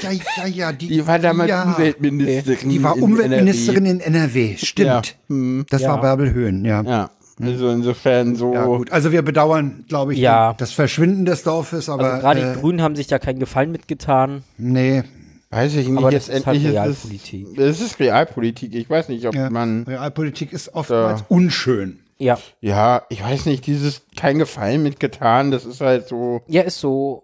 [SPEAKER 2] Ja, ja, ja, ja.
[SPEAKER 1] Die war damals
[SPEAKER 2] ja.
[SPEAKER 1] Umweltministerin.
[SPEAKER 2] Die war
[SPEAKER 1] in
[SPEAKER 2] Umweltministerin in NRW. Stimmt.
[SPEAKER 1] Ja. Hm.
[SPEAKER 2] Das
[SPEAKER 3] Ja.
[SPEAKER 2] war Bärbel Höhen, ja.
[SPEAKER 1] NRW. Ja, Oh. also insofern so.
[SPEAKER 2] Ja, gut. Also wir bedauern, glaube ich,
[SPEAKER 3] Ja.
[SPEAKER 2] das Verschwinden des Dorfes, aber
[SPEAKER 3] Also gerade die
[SPEAKER 2] äh,
[SPEAKER 3] Grünen haben sich da keinen Gefallen mitgetan.
[SPEAKER 2] nee,
[SPEAKER 1] Weiß ich nicht,
[SPEAKER 3] Aber das ist halt
[SPEAKER 1] letztendlich
[SPEAKER 3] Realpolitik.
[SPEAKER 1] Es, es ist Realpolitik. Ich weiß nicht, ob
[SPEAKER 2] ja.
[SPEAKER 1] man.
[SPEAKER 2] Realpolitik ist oftmals unschön.
[SPEAKER 3] Ja.
[SPEAKER 1] Ja, ich weiß nicht, dieses kein Gefallen mitgetan, das ist halt so.
[SPEAKER 3] Ja, ist so.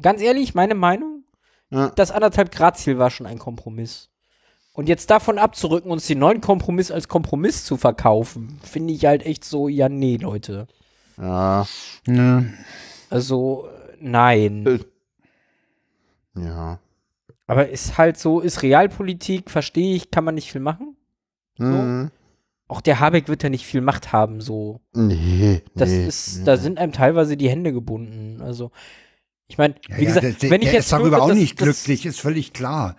[SPEAKER 3] Ganz ehrlich, meine Meinung,
[SPEAKER 1] Ja.
[SPEAKER 3] das anderthalb Grad Ziel war schon ein Kompromiss. Und jetzt davon abzurücken, uns den neuen Kompromiss als Kompromiss zu verkaufen, finde ich halt echt so, ja, nee, Leute.
[SPEAKER 1] Ja.
[SPEAKER 2] Ne.
[SPEAKER 3] Also, nein.
[SPEAKER 1] Ja.
[SPEAKER 3] Aber ist halt so, ist Realpolitik, verstehe ich, kann man nicht viel machen.
[SPEAKER 1] Mhm.
[SPEAKER 3] Auch der Habeck wird ja nicht viel Macht haben, so.
[SPEAKER 1] Nee.
[SPEAKER 3] Das
[SPEAKER 1] nee.
[SPEAKER 3] ist, da sind einem teilweise die Hände gebunden. Also, ich meine, wie
[SPEAKER 2] Ja,
[SPEAKER 3] gesagt,
[SPEAKER 2] der, der,
[SPEAKER 3] wenn ich
[SPEAKER 2] der
[SPEAKER 3] jetzt
[SPEAKER 2] ist darüber
[SPEAKER 3] höre,
[SPEAKER 2] auch
[SPEAKER 3] dass-
[SPEAKER 2] nicht
[SPEAKER 3] dass-
[SPEAKER 2] glücklich, ist völlig klar.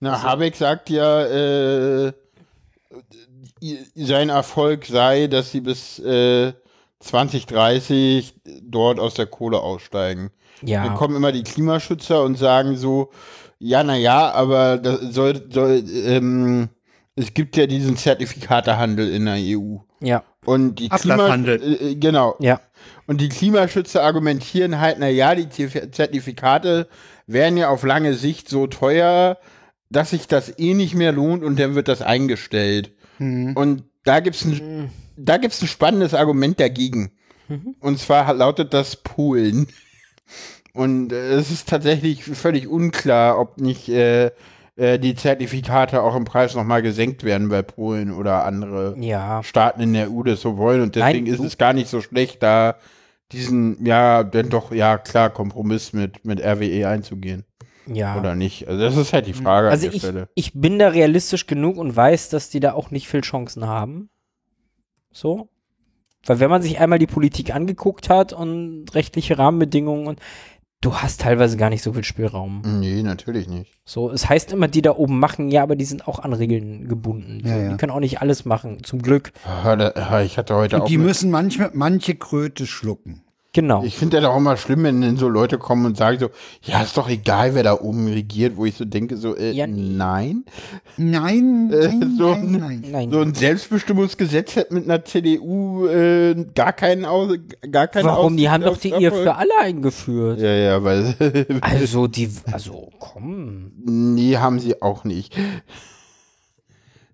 [SPEAKER 1] Na, Habeck sagt ja, äh, i- sein Erfolg sei, dass sie bis äh, 2030 dort aus der Kohle aussteigen.
[SPEAKER 3] Ja.
[SPEAKER 1] Dann kommen immer die Klimaschützer und sagen so, ja, na ja, aber das soll, soll ähm, es gibt ja diesen Zertifikatehandel in der EU.
[SPEAKER 3] Ja,
[SPEAKER 1] Und die
[SPEAKER 2] Ablasshandel.
[SPEAKER 1] Klima- äh, äh, genau.
[SPEAKER 3] ja.
[SPEAKER 1] Und die Klimaschützer argumentieren halt, na ja, die Zertif- Zertifikate wären ja auf lange Sicht so teuer, dass sich das eh nicht mehr lohnt und dann wird das eingestellt. Und da gibt's ein, da gibt's ein spannendes Argument dagegen. Und zwar hat- lautet das Polen. Und äh, es ist tatsächlich völlig unklar, ob nicht äh, äh, die Zertifikate auch im Preis nochmal gesenkt werden bei Polen oder andere
[SPEAKER 3] Ja.
[SPEAKER 1] Staaten in der EU das so wollen. Und
[SPEAKER 3] Nein,
[SPEAKER 1] deswegen ist
[SPEAKER 3] du-
[SPEAKER 1] es gar nicht so schlecht, da diesen, ja, denn doch, ja, klar, Kompromiss mit, mit RWE einzugehen.
[SPEAKER 3] Ja.
[SPEAKER 1] Oder nicht? Also das ist halt die Frage
[SPEAKER 3] also
[SPEAKER 1] an der
[SPEAKER 3] ich,
[SPEAKER 1] Stelle.
[SPEAKER 3] ich bin da realistisch genug und weiß, dass die da auch nicht viel Chancen haben. So. Weil wenn man sich einmal die Politik angeguckt hat und rechtliche Rahmenbedingungen und du hast teilweise gar nicht so viel Spielraum.
[SPEAKER 1] Nee, natürlich nicht.
[SPEAKER 3] So, es heißt immer, die da oben machen, ja, aber die sind auch an Regeln gebunden. So,
[SPEAKER 2] Ja, ja.
[SPEAKER 3] Die können auch nicht alles machen, zum Glück.
[SPEAKER 1] Ah, da- ah, Ich hatte heute auch.
[SPEAKER 2] Die
[SPEAKER 1] mit-
[SPEAKER 2] müssen manche, manche Kröte schlucken.
[SPEAKER 3] Genau.
[SPEAKER 1] ich finde das auch immer schlimm, wenn dann so Leute kommen und sagen so, ja, ist doch egal, wer da oben regiert, wo ich so denke, so, äh,
[SPEAKER 3] Ja, nee.
[SPEAKER 1] nein.
[SPEAKER 2] Nein,
[SPEAKER 1] Äh,
[SPEAKER 2] nein,
[SPEAKER 1] so-
[SPEAKER 2] nein, nein.
[SPEAKER 3] Nein.
[SPEAKER 1] So ein Selbstbestimmungsgesetz hat mit einer CDU äh, gar keinen Aus gar keine
[SPEAKER 3] Warum? Die
[SPEAKER 1] Aussicht
[SPEAKER 3] haben doch
[SPEAKER 1] auf
[SPEAKER 3] die Ehe
[SPEAKER 1] Erfolg.
[SPEAKER 3] für alle eingeführt.
[SPEAKER 1] Ja, ja, weil
[SPEAKER 3] Also, die, also, komm.
[SPEAKER 1] Nee, haben sie auch nicht.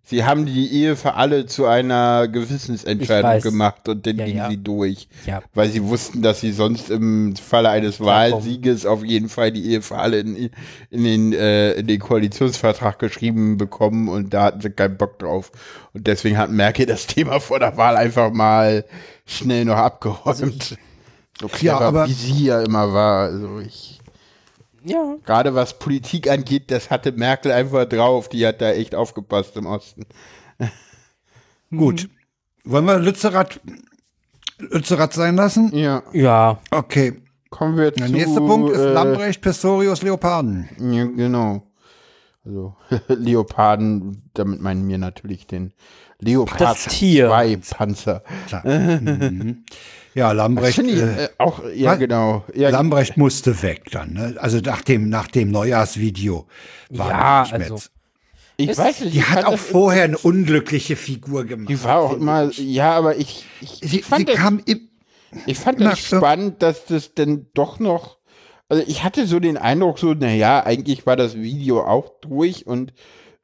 [SPEAKER 1] Sie haben die Ehe für alle zu einer
[SPEAKER 3] Ich
[SPEAKER 1] Gewissensentscheidung
[SPEAKER 3] weiß.
[SPEAKER 1] gemacht und dann
[SPEAKER 3] Ja,
[SPEAKER 1] ging
[SPEAKER 3] ja.
[SPEAKER 1] sie durch.
[SPEAKER 3] Ja.
[SPEAKER 1] Weil sie wussten, dass sie sonst im Falle eines
[SPEAKER 3] Klar, komm.
[SPEAKER 1] Wahlsieges auf jeden Fall die Ehe für alle in, in, den, äh, in den Koalitionsvertrag geschrieben bekommen und da hatten sie keinen Bock drauf. Und deswegen hat Merkel das Thema vor der Wahl einfach mal schnell noch abgeräumt.
[SPEAKER 3] Also
[SPEAKER 1] so
[SPEAKER 2] Ja,
[SPEAKER 1] clever,
[SPEAKER 2] aber-
[SPEAKER 1] wie sie ja immer war. Also ich
[SPEAKER 3] Ja.
[SPEAKER 1] Gerade was Politik angeht, das hatte Merkel einfach drauf. Die hat da echt aufgepasst im Osten.
[SPEAKER 2] Gut. Wollen wir Lützerath, Lützerath sein lassen?
[SPEAKER 1] Ja,
[SPEAKER 3] Ja.
[SPEAKER 2] Okay.
[SPEAKER 1] kommen wir zu.
[SPEAKER 2] Der nächste Punkt ist
[SPEAKER 1] äh,
[SPEAKER 2] Lambrecht, Pistorius, Leoparden.
[SPEAKER 1] Ja, genau. Also Leoparden, damit meinen wir natürlich den Leopard
[SPEAKER 3] Das Tier.
[SPEAKER 1] 2 Panzer.
[SPEAKER 2] Klar. mhm. Ja, Lambrecht.
[SPEAKER 1] Finde ich
[SPEAKER 2] äh,
[SPEAKER 1] äh, auch, ja
[SPEAKER 2] was?
[SPEAKER 1] genau. Ja,
[SPEAKER 2] Lambrecht musste weg dann, ne? Also nach dem, nach dem Neujahrsvideo war
[SPEAKER 3] Ja,
[SPEAKER 2] er nicht mehr
[SPEAKER 3] also-
[SPEAKER 2] zu-
[SPEAKER 1] ich weiß nicht.
[SPEAKER 2] Die
[SPEAKER 1] ich
[SPEAKER 2] hat
[SPEAKER 1] fand
[SPEAKER 2] auch
[SPEAKER 1] das-
[SPEAKER 2] vorher eine unglückliche Figur gemacht.
[SPEAKER 1] Die war auch immer, ja, aber ich, ich,
[SPEAKER 2] Sie,
[SPEAKER 1] ich fand
[SPEAKER 2] sie
[SPEAKER 1] das
[SPEAKER 2] kam im,
[SPEAKER 1] Ich fand
[SPEAKER 2] Na,
[SPEAKER 1] das
[SPEAKER 2] so.
[SPEAKER 1] spannend, dass das denn doch noch. Also ich hatte so den Eindruck, so, naja, eigentlich war das Video auch durch und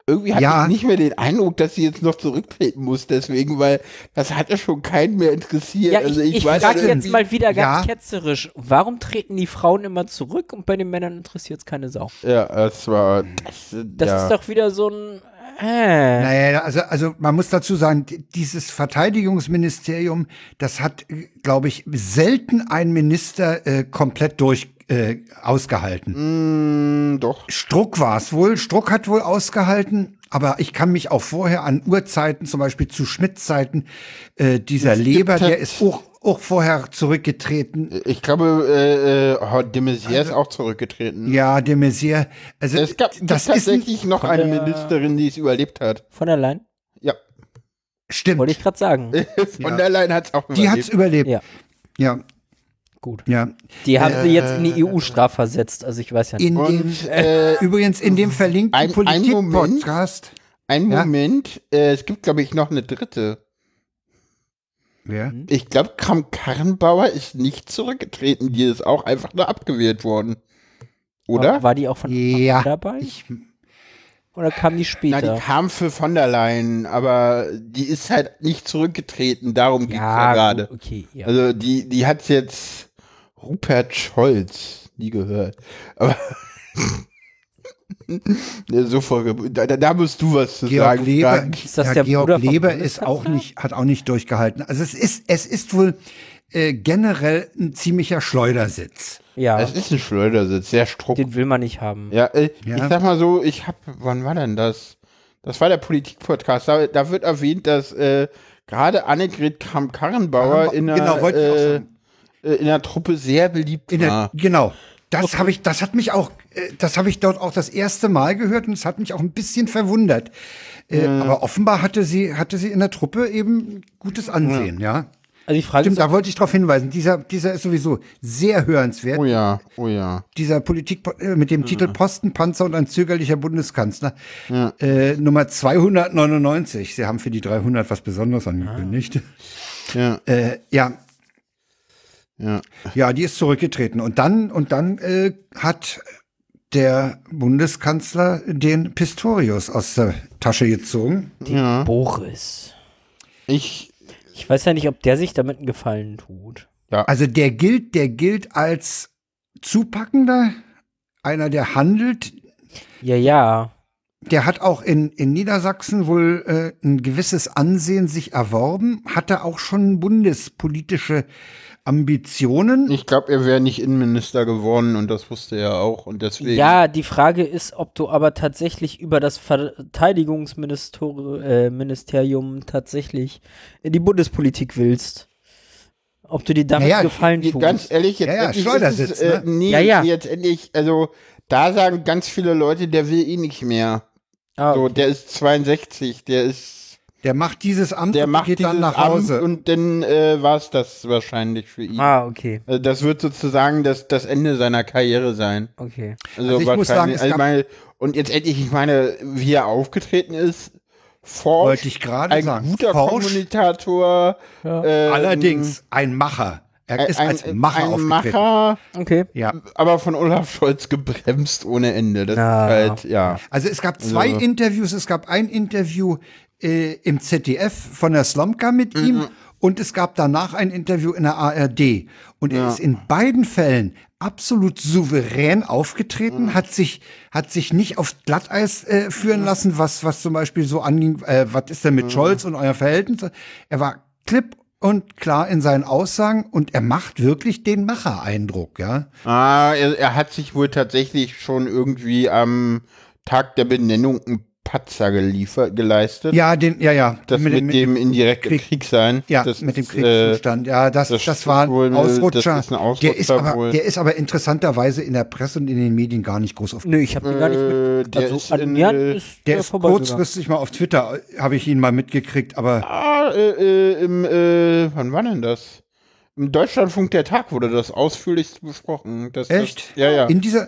[SPEAKER 1] irgendwie hatte
[SPEAKER 2] Ja.
[SPEAKER 1] ich nicht mehr den Eindruck, dass sie jetzt noch zurücktreten muss, deswegen, weil das hat ja schon keinen mehr interessiert.
[SPEAKER 3] Ja,
[SPEAKER 1] also
[SPEAKER 3] ich, ich,
[SPEAKER 1] weiß
[SPEAKER 3] frage
[SPEAKER 1] nicht,
[SPEAKER 3] jetzt mal wieder ganz
[SPEAKER 2] Ja.
[SPEAKER 3] ketzerisch, warum treten die Frauen immer zurück und bei den Männern interessiert es keine Sau?
[SPEAKER 1] Ja, das war. Das,
[SPEAKER 3] Das
[SPEAKER 1] ja.
[SPEAKER 3] ist doch wieder so ein. Äh.
[SPEAKER 2] Naja, also, also man muss dazu sagen, d- dieses Verteidigungsministerium, das hat, äh, glaube ich, selten ein Minister äh, komplett durch äh, ausgehalten.
[SPEAKER 1] Mm, doch.
[SPEAKER 2] Struck war es wohl. Struck hat wohl ausgehalten. Aber ich kann mich auch vorher an Urzeiten, zum Beispiel zu Schmidt-Zeiten, äh, dieser Leber,
[SPEAKER 1] hat-
[SPEAKER 2] der ist auch, auch vorher zurückgetreten.
[SPEAKER 1] Ich glaube, äh, äh, oh, de Maizière ist auch zurückgetreten.
[SPEAKER 2] Also Ja, de Maizière. Also,
[SPEAKER 1] Es gab gibt
[SPEAKER 2] das ist ein,
[SPEAKER 1] tatsächlich noch eine Ministerin, die es überlebt hat.
[SPEAKER 3] Von der Leyen?
[SPEAKER 1] Ja.
[SPEAKER 2] stimmt.
[SPEAKER 3] Wollte ich gerade sagen.
[SPEAKER 1] Von der Leyen hat es auch
[SPEAKER 2] Die hat's überlebt.
[SPEAKER 3] Ja.
[SPEAKER 2] Ja,
[SPEAKER 3] Gut.
[SPEAKER 2] ja.
[SPEAKER 3] Die haben sie jetzt in
[SPEAKER 1] Äh.
[SPEAKER 3] die EU-Straf versetzt, also ich weiß ja nicht.
[SPEAKER 2] In dem,
[SPEAKER 1] Und äh,
[SPEAKER 2] übrigens in dem verlinkten
[SPEAKER 1] ein- ein Moment.
[SPEAKER 2] Politik-Podcast.
[SPEAKER 1] einen
[SPEAKER 2] Ja.
[SPEAKER 1] Moment, äh, es gibt, glaube ich, noch eine dritte.
[SPEAKER 2] Ja.
[SPEAKER 1] Ich glaube, Kram Karrenbauer ist nicht zurückgetreten, die ist auch einfach nur abgewählt worden. Oder?
[SPEAKER 3] War, war die auch von
[SPEAKER 2] Ja.
[SPEAKER 3] dabei?
[SPEAKER 2] Ich,
[SPEAKER 3] Oder kam die
[SPEAKER 1] Na, die
[SPEAKER 3] später?
[SPEAKER 1] kam für von der Leyen, aber die ist halt nicht zurückgetreten, darum geht's ja,
[SPEAKER 3] ja,
[SPEAKER 1] gerade.
[SPEAKER 3] gut, okay. Ja.
[SPEAKER 1] Also die, die hat jetzt Rupert Scholz nie gehört. Aber Ja, so vorge da, da- da musst du was zu
[SPEAKER 2] Georg
[SPEAKER 1] sagen.
[SPEAKER 2] Leber,
[SPEAKER 1] Frank.
[SPEAKER 3] Ist das
[SPEAKER 2] ja,
[SPEAKER 3] der Bruder
[SPEAKER 2] Georg
[SPEAKER 3] vom
[SPEAKER 2] Leber ist
[SPEAKER 3] Bundeskanzler?
[SPEAKER 2] auch nicht, hat auch nicht durchgehalten. Also es ist, es ist wohl äh, generell ein ziemlicher Schleudersitz.
[SPEAKER 3] ja.
[SPEAKER 1] Das ist ein Schleudersitz, sehr strupp.
[SPEAKER 3] Den will man nicht haben.
[SPEAKER 1] Ja, äh,
[SPEAKER 2] Ja.
[SPEAKER 1] ich sag mal so, ich hab, wann war denn das? Das war der Politik-Podcast. Da, da wird erwähnt, dass äh, gerade Annegret Kramp-Karrenbauer in, einer,
[SPEAKER 2] Genau, wollte ich auch
[SPEAKER 1] äh, Ah.
[SPEAKER 2] sagen.
[SPEAKER 1] äh, in der Truppe sehr beliebt
[SPEAKER 2] In der,
[SPEAKER 1] war.
[SPEAKER 2] Genau. Das habe ich, das hat mich auch, äh, das habe ich dort auch das erste Mal gehört und es hat mich auch ein bisschen verwundert. Äh, Aber offenbar hatte sie, hatte sie in der Truppe eben gutes Ansehen, ja.
[SPEAKER 3] Also die Frage
[SPEAKER 2] Stimmt,
[SPEAKER 3] ist,
[SPEAKER 2] da wollte ich darauf hinweisen. Dieser, dieser ist sowieso sehr hörenswert.
[SPEAKER 1] Oh ja, oh ja.
[SPEAKER 2] dieser Politik äh, mit dem Titel Postenpanzer und ein zögerlicher Bundeskanzler. Äh, Nummer 299. Sie haben für die 300 was Besonderes angekündigt.
[SPEAKER 1] Ja,
[SPEAKER 2] Äh, ja,
[SPEAKER 1] ja.
[SPEAKER 2] ja, die ist zurückgetreten. Und dann, und dann äh, hat der Bundeskanzler den Pistorius aus der Tasche gezogen.
[SPEAKER 3] den Boris.
[SPEAKER 1] Ich,
[SPEAKER 3] Ich weiß ja nicht, ob der sich damit einen Gefallen tut.
[SPEAKER 2] Also der gilt, der gilt als zupackender, einer, der handelt,
[SPEAKER 3] Ja, ja.
[SPEAKER 2] Der hat auch in, in Niedersachsen wohl äh, ein gewisses Ansehen sich erworben, hatte auch schon bundespolitische Ambitionen.
[SPEAKER 1] ich glaube, er wäre nicht Innenminister geworden und das wusste er auch und deswegen.
[SPEAKER 3] Ja, die Frage ist, ob du aber tatsächlich über das Verteidigungsministerium äh, Ministerium tatsächlich in die Bundespolitik willst. Ob du dir damit
[SPEAKER 2] Naja,
[SPEAKER 3] Gefallen
[SPEAKER 1] Ge-
[SPEAKER 3] tust.
[SPEAKER 1] Ganz ehrlich, jetzt
[SPEAKER 2] Ja, ja,
[SPEAKER 1] endlich
[SPEAKER 2] Schleudersitz,
[SPEAKER 1] ist es, äh,
[SPEAKER 2] ne?
[SPEAKER 1] nee,
[SPEAKER 3] Ja, ja.
[SPEAKER 1] jetzt endlich, also da sagen ganz viele Leute, der will ihn nicht mehr.
[SPEAKER 3] Ah,
[SPEAKER 1] So, der ist 62, der ist
[SPEAKER 2] Der macht dieses Amt
[SPEAKER 1] Der
[SPEAKER 2] und
[SPEAKER 1] macht
[SPEAKER 2] geht dann
[SPEAKER 1] dieses
[SPEAKER 2] nach Hause.
[SPEAKER 1] Amt und dann äh, war es das wahrscheinlich für ihn.
[SPEAKER 3] ah, okay.
[SPEAKER 1] Also das wird sozusagen das, das Ende seiner Karriere sein.
[SPEAKER 3] Okay.
[SPEAKER 1] Also,
[SPEAKER 2] Also ich muss sagen,
[SPEAKER 1] wahrscheinlich.
[SPEAKER 2] es
[SPEAKER 1] Also
[SPEAKER 2] gab-
[SPEAKER 1] meine, und jetzt endlich, ich meine, wie er aufgetreten ist, Forsch,
[SPEAKER 2] Wollte ich gerade
[SPEAKER 1] ein
[SPEAKER 2] sagen.
[SPEAKER 1] guter
[SPEAKER 2] Forsch.
[SPEAKER 1] Kommunikator, ähm,
[SPEAKER 2] Allerdings ein Macher. Er ist als Macher
[SPEAKER 1] ein
[SPEAKER 2] aufgetreten.
[SPEAKER 1] Macher,
[SPEAKER 3] Okay.
[SPEAKER 2] Ja.
[SPEAKER 1] aber von Olaf Scholz gebremst ohne Ende. Das
[SPEAKER 3] Na.
[SPEAKER 1] ist halt, ja.
[SPEAKER 2] Also es gab zwei Interviews. Es gab ein Interview äh, im ZDF von der Slomka mit
[SPEAKER 1] Mhm.
[SPEAKER 2] ihm und es gab danach ein Interview in der ARD. Und er ist in beiden Fällen absolut souverän aufgetreten,
[SPEAKER 1] Mhm.
[SPEAKER 2] hat sich hat sich nicht auf Glatteis äh, führen lassen, was was zum Beispiel so anging. Äh, was ist denn
[SPEAKER 1] Mhm.
[SPEAKER 2] mit Scholz und euer Verhältnis? Er war klipp und klar in seinen Aussagen und er macht wirklich den Macher-Eindruck, ja.
[SPEAKER 1] Ah, er, er hat sich wohl tatsächlich schon irgendwie am Tag der Benennung einen Patzer geliefert, geleistet.
[SPEAKER 2] Ja, den, ja, ja.
[SPEAKER 1] Das mit, dem indirekten Krieg,
[SPEAKER 2] Krieg-
[SPEAKER 1] sein.
[SPEAKER 2] Ja,
[SPEAKER 1] das
[SPEAKER 2] mit dem
[SPEAKER 1] ist, äh,
[SPEAKER 2] Kriegszustand. ja, das,
[SPEAKER 1] das
[SPEAKER 2] das, war ein
[SPEAKER 1] wohl-
[SPEAKER 2] Ausrutscher.
[SPEAKER 1] das ist ein Ausrutscher
[SPEAKER 2] der, ist aber,
[SPEAKER 1] wohl.
[SPEAKER 2] der ist aber interessanterweise in der Presse und in den Medien gar nicht groß auf.
[SPEAKER 3] Nö, ich habe den gar nicht
[SPEAKER 1] Äh,
[SPEAKER 3] mit. also,
[SPEAKER 1] der ist in,
[SPEAKER 3] mir
[SPEAKER 1] äh,
[SPEAKER 2] Der
[SPEAKER 3] äh,
[SPEAKER 2] ist
[SPEAKER 3] vorbeigegangen.
[SPEAKER 2] kurzfristig mal auf Twitter, äh, habe ich ihn mal mitgekriegt, aber
[SPEAKER 1] ah, äh, äh, im, äh, wann war denn das? Im Deutschlandfunk der Tag wurde das ausführlichst besprochen. Dass
[SPEAKER 2] echt?
[SPEAKER 1] Das, ja, ja.
[SPEAKER 2] In dieser,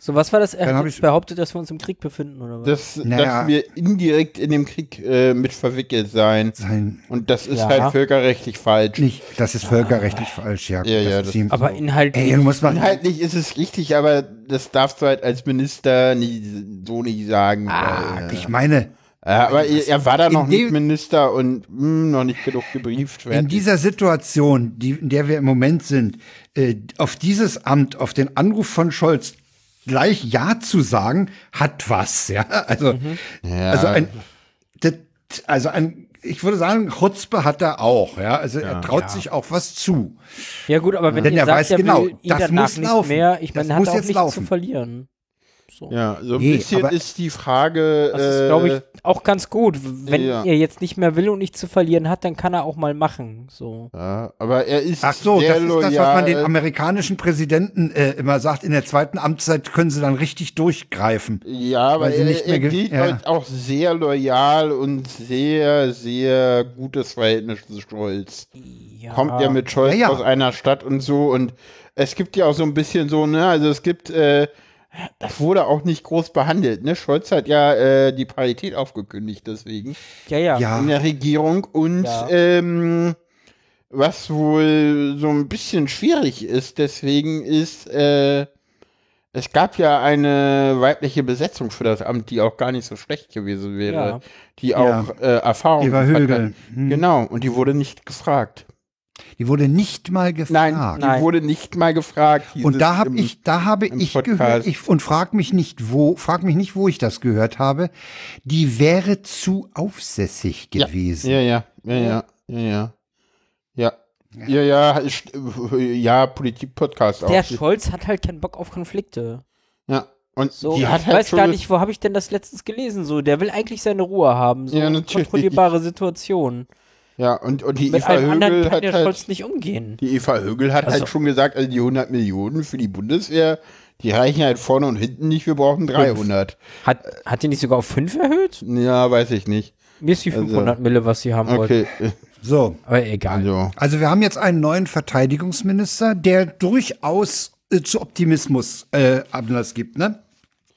[SPEAKER 3] So, was war das? Er
[SPEAKER 2] Dann
[SPEAKER 3] hat
[SPEAKER 2] hab
[SPEAKER 3] jetzt
[SPEAKER 2] ich-
[SPEAKER 3] behauptet, dass wir uns im Krieg befinden, oder was?
[SPEAKER 1] Dass,
[SPEAKER 2] Naja.
[SPEAKER 1] dass wir indirekt in dem Krieg äh, mit verwickelt sein.
[SPEAKER 2] Sein
[SPEAKER 1] Und das ist
[SPEAKER 3] Ja.
[SPEAKER 1] halt völkerrechtlich falsch.
[SPEAKER 2] nicht, das ist völkerrechtlich falsch, ja.
[SPEAKER 1] Ja, ja,
[SPEAKER 2] ist
[SPEAKER 1] das-
[SPEAKER 2] ihm-
[SPEAKER 3] Aber
[SPEAKER 2] Ey,
[SPEAKER 3] inhaltlich.
[SPEAKER 2] du musst mal.
[SPEAKER 1] Inhaltlich ist es richtig, aber das darfst du halt als Minister nie, so nicht sagen.
[SPEAKER 2] Ah,
[SPEAKER 1] weil,
[SPEAKER 2] ich meine,
[SPEAKER 1] äh, aber er, er war da noch
[SPEAKER 2] In
[SPEAKER 1] nicht
[SPEAKER 2] dem-
[SPEAKER 1] Minister und mh, noch nicht genug gebrieft.
[SPEAKER 2] in dieser Situation, die, in der wir im Moment sind, äh, auf dieses Amt, auf den Anruf von Scholz gleich Ja zu sagen, hat was, ja. Also,
[SPEAKER 1] Ja.
[SPEAKER 2] also ein, das, also ein, ich würde sagen, Chutzpe hat er auch, ja. Also er traut sich auch was zu.
[SPEAKER 3] Ja, gut, aber wenn
[SPEAKER 2] Denn
[SPEAKER 3] ihr
[SPEAKER 2] er
[SPEAKER 3] sagt,
[SPEAKER 2] weiß
[SPEAKER 3] er
[SPEAKER 2] genau,
[SPEAKER 3] will ihn
[SPEAKER 2] das
[SPEAKER 3] danach
[SPEAKER 2] muss
[SPEAKER 3] nicht
[SPEAKER 2] laufen.
[SPEAKER 3] mehr, ich meine,
[SPEAKER 2] Das
[SPEAKER 3] er hat
[SPEAKER 2] muss
[SPEAKER 3] auch
[SPEAKER 2] jetzt
[SPEAKER 3] nichts zu
[SPEAKER 2] laufen.
[SPEAKER 3] verlieren. So.
[SPEAKER 1] ja, so ein
[SPEAKER 2] Nee,
[SPEAKER 1] bisschen
[SPEAKER 2] aber-
[SPEAKER 1] ist die Frage.
[SPEAKER 3] Das ist,
[SPEAKER 1] äh,
[SPEAKER 3] glaube ich, auch ganz gut. Wenn
[SPEAKER 1] ja.
[SPEAKER 3] er jetzt nicht mehr will und nichts zu verlieren hat, dann kann er auch mal machen. So.
[SPEAKER 1] ja, aber er ist
[SPEAKER 2] Ach so,
[SPEAKER 1] sehr
[SPEAKER 2] das ist das, was
[SPEAKER 1] loyal.
[SPEAKER 2] man den amerikanischen Präsidenten äh, immer sagt, in der zweiten Amtszeit können sie dann richtig durchgreifen.
[SPEAKER 1] Ja, aber
[SPEAKER 2] weil sie
[SPEAKER 1] er,
[SPEAKER 2] nicht
[SPEAKER 1] er
[SPEAKER 2] mehr ge-
[SPEAKER 1] gilt
[SPEAKER 2] ja.
[SPEAKER 1] halt auch sehr loyal und sehr, sehr gutes Verhältnis zu Scholz.
[SPEAKER 3] Ja.
[SPEAKER 1] Kommt ja mit Scholz
[SPEAKER 2] Ja, ja.
[SPEAKER 1] aus einer Stadt und so und es gibt ja auch so ein bisschen so, ne, also es gibt, äh, das wurde auch nicht groß behandelt, ne? Scholz hat ja äh, die Parität aufgekündigt, deswegen
[SPEAKER 3] ja, ja.
[SPEAKER 2] Ja.
[SPEAKER 1] in der Regierung und
[SPEAKER 3] Ja.
[SPEAKER 1] ähm, was wohl so ein bisschen schwierig ist, deswegen ist, äh, es gab ja eine weibliche Besetzung für das Amt, die auch gar nicht so schlecht gewesen wäre,
[SPEAKER 3] Ja.
[SPEAKER 1] die auch äh, Erfahrung
[SPEAKER 2] Eva
[SPEAKER 1] hat.
[SPEAKER 2] Högel. Hm.
[SPEAKER 1] Genau, und die wurde nicht gefragt.
[SPEAKER 2] Die wurde nicht mal gefragt.
[SPEAKER 1] Nein, die
[SPEAKER 3] Nein.
[SPEAKER 1] wurde nicht mal gefragt. hieß
[SPEAKER 2] Ah, Und da
[SPEAKER 1] es
[SPEAKER 2] habe
[SPEAKER 1] im-
[SPEAKER 2] ich, da habe
[SPEAKER 1] im
[SPEAKER 2] ich
[SPEAKER 1] Podcast.
[SPEAKER 2] gehört, ich, und frag mich nicht wo, frag mich nicht wo ich das gehört habe. Die wäre zu aufsässig
[SPEAKER 1] Ja.
[SPEAKER 2] gewesen.
[SPEAKER 1] Ja, ja, ja, ja, ja, ja. Ja, ja, ja, ist- ja Politik-Podcast auch.
[SPEAKER 3] Der Scholz hat halt keinen Bock auf Konflikte.
[SPEAKER 1] Ja, und
[SPEAKER 3] So,
[SPEAKER 1] die
[SPEAKER 3] ich
[SPEAKER 1] hat
[SPEAKER 3] weiß
[SPEAKER 1] halt schon
[SPEAKER 3] gar nicht, wo habe ich denn das letztens gelesen? So, der will eigentlich seine Ruhe haben, so
[SPEAKER 1] Ja,
[SPEAKER 3] eine
[SPEAKER 1] natürlich.
[SPEAKER 3] kontrollierbare Situation.
[SPEAKER 1] Ja, und, und die
[SPEAKER 3] Mit
[SPEAKER 1] Eva
[SPEAKER 3] allem anderen
[SPEAKER 1] Högel
[SPEAKER 3] kann
[SPEAKER 1] hat
[SPEAKER 3] der
[SPEAKER 1] halt,
[SPEAKER 3] Scholz nicht umgehen.
[SPEAKER 1] die Eva Högel hat
[SPEAKER 3] Also-
[SPEAKER 1] halt schon gesagt, also die 100 Millionen für die Bundeswehr, die reichen halt vorne und hinten nicht, wir brauchen 300.
[SPEAKER 3] Hat, hat die nicht sogar auf 5 erhöht?
[SPEAKER 1] Ja, weiß ich nicht.
[SPEAKER 3] Mir ist die 500 Mille, was sie haben wollten.
[SPEAKER 1] Also, Okay, äh,
[SPEAKER 2] So.
[SPEAKER 3] Aber egal.
[SPEAKER 1] also.
[SPEAKER 2] Also wir haben jetzt einen neuen Verteidigungsminister, der durchaus äh, zu Optimismus äh, Anlass gibt, ne?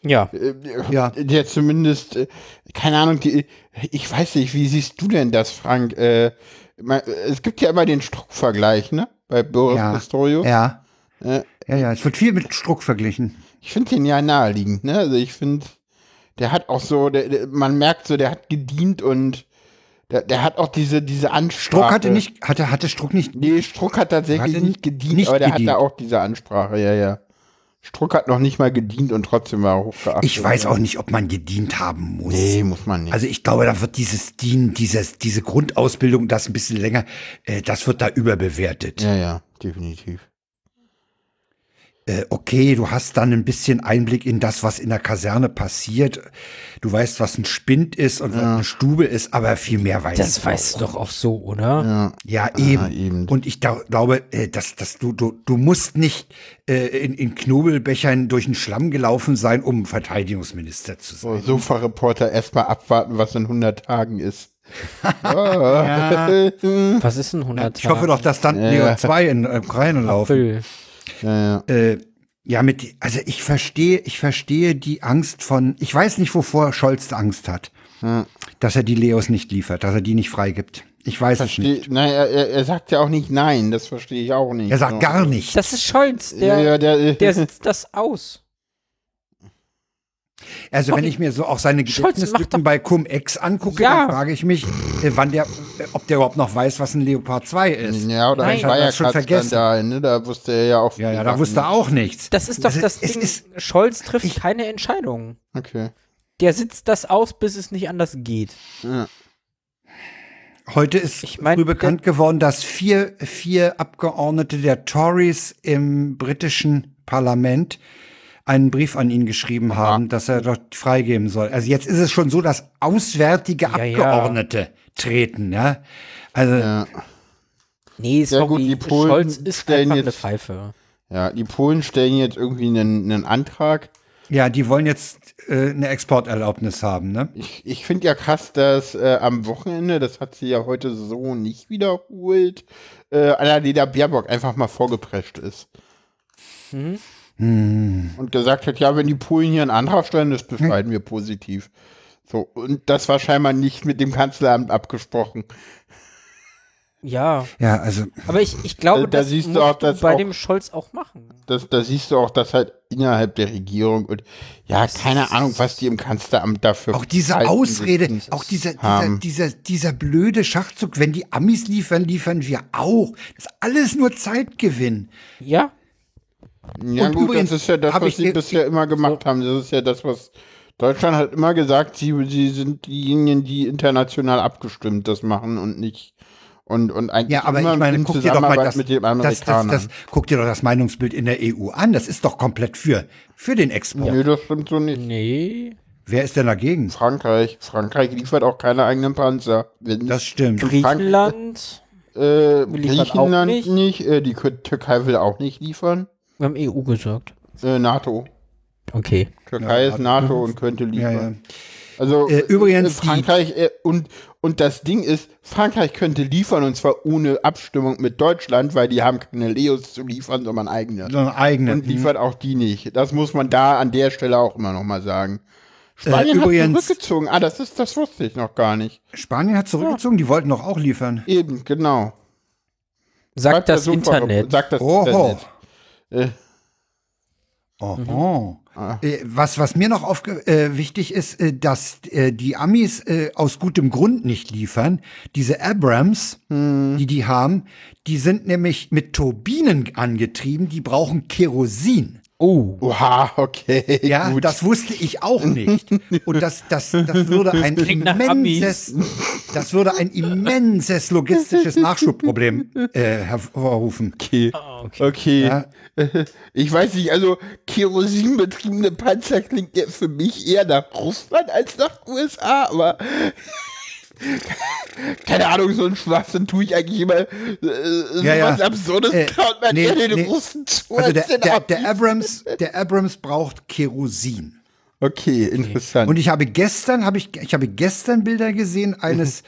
[SPEAKER 3] Ja.
[SPEAKER 1] äh,
[SPEAKER 2] Ja.
[SPEAKER 1] Der zumindest, äh, keine Ahnung, die, ich weiß nicht, wie siehst du denn das, Frank? Äh, man, es gibt ja immer den Struckvergleich, ne? Bei Boris Pistorius.
[SPEAKER 2] Ja.
[SPEAKER 1] Äh.
[SPEAKER 2] Ja, ja. Es wird viel mit Struck verglichen.
[SPEAKER 1] Ich finde den ja naheliegend, ne? Also ich finde, der hat auch so, der, der, man merkt so, der hat gedient und der, der hat auch diese, diese Ansprache.
[SPEAKER 2] Struck hatte nicht, hatte, hatte Struck nicht.
[SPEAKER 1] Nee, Struck hat tatsächlich
[SPEAKER 2] Hatte
[SPEAKER 1] nicht gedient,
[SPEAKER 2] nicht
[SPEAKER 1] aber der
[SPEAKER 2] gedient.
[SPEAKER 1] hat da auch diese Ansprache, ja, ja. Struck hat noch nicht mal gedient und trotzdem war er hochgeachtet.
[SPEAKER 2] Ich weiß auch nicht, ob man gedient haben muss.
[SPEAKER 1] Nee, muss man nicht.
[SPEAKER 2] Also ich glaube, da wird dieses Dienen, dieses, diese Grundausbildung, das ein bisschen länger, äh, das wird da überbewertet.
[SPEAKER 1] ja, ja, definitiv.
[SPEAKER 2] Äh, okay, du hast dann ein bisschen Einblick in das, was in der Kaserne passiert. Du weißt, was ein Spind ist und was eine Stube ist, aber viel mehr weißt
[SPEAKER 3] Das
[SPEAKER 2] du
[SPEAKER 3] weißt du
[SPEAKER 2] auch.
[SPEAKER 3] doch auch so, oder?
[SPEAKER 2] Ja, eben.
[SPEAKER 1] eben.
[SPEAKER 2] Und ich da, glaube, äh, dass, dass du, du, du musst nicht äh, in, in Knobelbechern durch den Schlamm gelaufen sein, um Verteidigungsminister zu sein.
[SPEAKER 1] So, Sofa-Reporter erstmal abwarten, was in 100 Tagen ist. Oh.
[SPEAKER 3] Was ist denn 100
[SPEAKER 2] Ich hoffe doch, dass dann Leo 2 in äh, Ukraine laufen.
[SPEAKER 3] Will.
[SPEAKER 2] Ja, mit, also ich verstehe, ich verstehe die Angst von, ich weiß nicht, wovor Scholz Angst hat, dass er die Leos nicht liefert, dass er die nicht freigibt. Ich weiß es nicht.
[SPEAKER 1] Die, nein, er, er er sagt ja auch nicht nein, das verstehe ich auch nicht.
[SPEAKER 2] Er sagt
[SPEAKER 1] So.
[SPEAKER 2] gar nichts.
[SPEAKER 3] Das ist Scholz, der,
[SPEAKER 1] ja, ja, der, äh,
[SPEAKER 3] der sitzt das aus.
[SPEAKER 2] Also wenn ich mir so auch seine
[SPEAKER 3] Scholz macht doch-
[SPEAKER 2] Gedächtnislücken bei Cum-Ex angucke,
[SPEAKER 3] Ja.
[SPEAKER 2] dann frage ich mich, äh, wann der, äh, ob der überhaupt noch weiß, was ein Leopard 2 ist.
[SPEAKER 1] ja, oder
[SPEAKER 3] Nein.
[SPEAKER 1] ich
[SPEAKER 3] Ich hab
[SPEAKER 1] war ja
[SPEAKER 2] das schon vergessen.
[SPEAKER 1] Da, ne? da wusste er ja auch.
[SPEAKER 2] Ja, ja, da wusste er auch nichts.
[SPEAKER 3] Das ist doch
[SPEAKER 2] Also
[SPEAKER 3] das
[SPEAKER 2] es
[SPEAKER 3] Ding.
[SPEAKER 2] Ist,
[SPEAKER 3] Scholz trifft
[SPEAKER 2] ich-
[SPEAKER 3] keine Entscheidung.
[SPEAKER 1] Okay.
[SPEAKER 3] Der sitzt das aus, bis es nicht anders geht.
[SPEAKER 2] heute ist
[SPEAKER 3] Ich mein,
[SPEAKER 2] früh bekannt geworden, dass vier, vier Abgeordnete der Tories im britischen Parlament einen Brief an ihn geschrieben haben, dass er doch freigeben soll. Also jetzt ist es schon so, dass auswärtige
[SPEAKER 3] Ja, ja.
[SPEAKER 2] Abgeordnete treten, ja. Also
[SPEAKER 3] Nee, sorry,
[SPEAKER 1] gut, die Polen
[SPEAKER 3] Scholz ist
[SPEAKER 1] stellen
[SPEAKER 3] einfach
[SPEAKER 1] jetzt-
[SPEAKER 3] eine Pfeife.
[SPEAKER 1] Ja, die Polen stellen jetzt irgendwie einen, einen Antrag.
[SPEAKER 2] Ja, die wollen jetzt äh, eine Exporterlaubnis haben, ne?
[SPEAKER 1] Ich, ich finde ja krass, dass äh, am Wochenende, das hat sie ja heute so nicht wiederholt, äh, Annalena Baerbock einfach mal vorgeprescht ist. Mhm. Hm. Und gesagt hat, ja, wenn die Polen hier einen Antrag stellen, das beschreiben wir positiv. So, und das war scheinbar nicht mit dem Kanzleramt abgesprochen.
[SPEAKER 3] Ja.
[SPEAKER 2] Ja, also.
[SPEAKER 3] Aber ich, ich glaube,
[SPEAKER 1] Da- da
[SPEAKER 3] das
[SPEAKER 1] siehst du
[SPEAKER 3] musst
[SPEAKER 1] auch, dass
[SPEAKER 3] bei
[SPEAKER 1] auch-
[SPEAKER 3] dem Scholz auch machen.
[SPEAKER 1] Das, da siehst du auch, dass halt innerhalb der Regierung und ja, keine Ahnung, was die im Kanzleramt dafür.
[SPEAKER 2] Auch diese
[SPEAKER 1] Zeiten
[SPEAKER 2] Ausrede,
[SPEAKER 1] sitzen.
[SPEAKER 2] auch dieser, dieser,
[SPEAKER 1] haben.
[SPEAKER 2] dieser, dieser blöde Schachzug, wenn die Amis liefern, liefern wir auch. Das ist alles nur Zeitgewinn.
[SPEAKER 3] Ja,
[SPEAKER 1] Ja,
[SPEAKER 2] Und
[SPEAKER 1] gut,
[SPEAKER 2] übrigens
[SPEAKER 1] das ist ja das,
[SPEAKER 2] hab
[SPEAKER 1] was
[SPEAKER 2] ich
[SPEAKER 1] sie
[SPEAKER 2] mir-
[SPEAKER 1] bisher immer gemacht haben. Das ist ja das, was Deutschland hat immer gesagt, sie, sie sind diejenigen, die international abgestimmt das machen und nicht. Und, und eigentlich
[SPEAKER 2] Ja, aber
[SPEAKER 1] immer
[SPEAKER 2] ich meine,
[SPEAKER 1] in
[SPEAKER 2] guck dir doch mal
[SPEAKER 1] Zusammenarbeit
[SPEAKER 2] das,
[SPEAKER 1] mit dem
[SPEAKER 2] das, das,
[SPEAKER 1] Amerikaner.
[SPEAKER 2] das, guck dir doch das Meinungsbild in der EU an. Das ist doch komplett für, für den Export.
[SPEAKER 1] Nee, das stimmt so nicht.
[SPEAKER 3] nee.
[SPEAKER 2] Wer ist denn dagegen?
[SPEAKER 1] Frankreich. Frankreich liefert auch keine eigenen Panzer. Wenn-
[SPEAKER 2] Das stimmt.
[SPEAKER 3] Griechenland,
[SPEAKER 1] äh,
[SPEAKER 3] liefern auch
[SPEAKER 1] Griechenland
[SPEAKER 3] nicht.
[SPEAKER 1] nicht, äh, die Kü- Türkei will auch nicht liefern.
[SPEAKER 3] wir haben EU gesagt.
[SPEAKER 1] Äh, NATO.
[SPEAKER 3] Okay.
[SPEAKER 1] Türkei ist NATO und könnte
[SPEAKER 2] Ja,
[SPEAKER 1] liefern.
[SPEAKER 2] ja.
[SPEAKER 1] Also
[SPEAKER 2] Äh, übrigens
[SPEAKER 1] äh, Frankreich äh, und und das Ding ist, Frankreich könnte liefern und zwar ohne Abstimmung mit Deutschland, weil die haben keine Leos zu liefern, sondern eigene.
[SPEAKER 2] So eine eigene.
[SPEAKER 1] Und liefert auch die nicht. Das muss man da an der Stelle auch immer noch mal sagen. Spanien
[SPEAKER 2] übrigens-
[SPEAKER 1] hat zurückgezogen. Ah, das ist, das wusste ich noch gar nicht.
[SPEAKER 2] Spanien hat zurückgezogen, die wollten doch auch liefern.
[SPEAKER 1] Eben, genau.
[SPEAKER 3] Sagt
[SPEAKER 1] Bleibt
[SPEAKER 3] das
[SPEAKER 1] der Suchverbe-
[SPEAKER 3] Internet.
[SPEAKER 1] Sagt das
[SPEAKER 2] Oho.
[SPEAKER 1] Internet. Äh.
[SPEAKER 2] Oho. Äh, Was, was mir noch aufge äh, wichtig ist, äh, dass äh, die Amis äh, aus gutem Grund nicht liefern. Diese Abrams, die die haben, die sind nämlich mit Turbinen angetrieben, die brauchen Kerosin.
[SPEAKER 3] Oh.
[SPEAKER 1] Oha, okay.
[SPEAKER 2] Ja,
[SPEAKER 1] gut.
[SPEAKER 2] das wusste ich auch nicht. Und das, das, das würde ein
[SPEAKER 3] nach
[SPEAKER 2] immenses, das würde ein immenses logistisches Nachschubproblem äh, hervorrufen.
[SPEAKER 1] Okay. okay.
[SPEAKER 2] Ja.
[SPEAKER 1] Ich weiß nicht, also kerosinbetriebene Panzer klingt ja für mich eher nach Russland als nach USA, aber keine Ahnung, so ein Schwachsinn tue ich eigentlich immer. Äh, so
[SPEAKER 2] Ja, ja.
[SPEAKER 1] was Absurdes
[SPEAKER 2] Äh,
[SPEAKER 1] traut man
[SPEAKER 2] nee,
[SPEAKER 1] eher den
[SPEAKER 2] nee.
[SPEAKER 1] Russen zu. als
[SPEAKER 2] Also der,
[SPEAKER 1] den
[SPEAKER 2] der,
[SPEAKER 1] Amis.
[SPEAKER 2] der, Abrams, der Abrams braucht Kerosin.
[SPEAKER 1] okay, interessant.
[SPEAKER 2] Und ich habe gestern, habe ich, ich habe gestern Bilder gesehen eines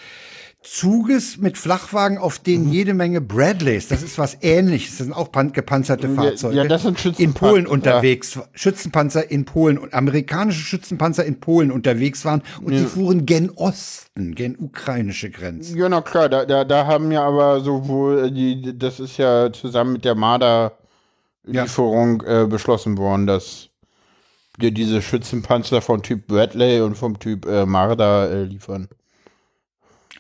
[SPEAKER 2] Zuges mit Flachwagen, auf
[SPEAKER 1] Mhm.
[SPEAKER 2] denen jede Menge Bradleys, das ist was ähnliches, das sind auch pan- gepanzerte Fahrzeuge.
[SPEAKER 1] ja, das sind
[SPEAKER 2] In
[SPEAKER 1] Schützenpanzer.
[SPEAKER 2] Polen unterwegs, Schützenpanzer in Polen und amerikanische Schützenpanzer in Polen unterwegs waren und sie fuhren gen Osten, gen ukrainische Grenzen.
[SPEAKER 1] ja, na klar, da, da, da haben ja aber sowohl äh, die, das ist ja zusammen mit der Marder-Lieferung äh, beschlossen worden, dass wir diese Schützenpanzer vom Typ Bradley und vom Typ äh, Marder äh, liefern.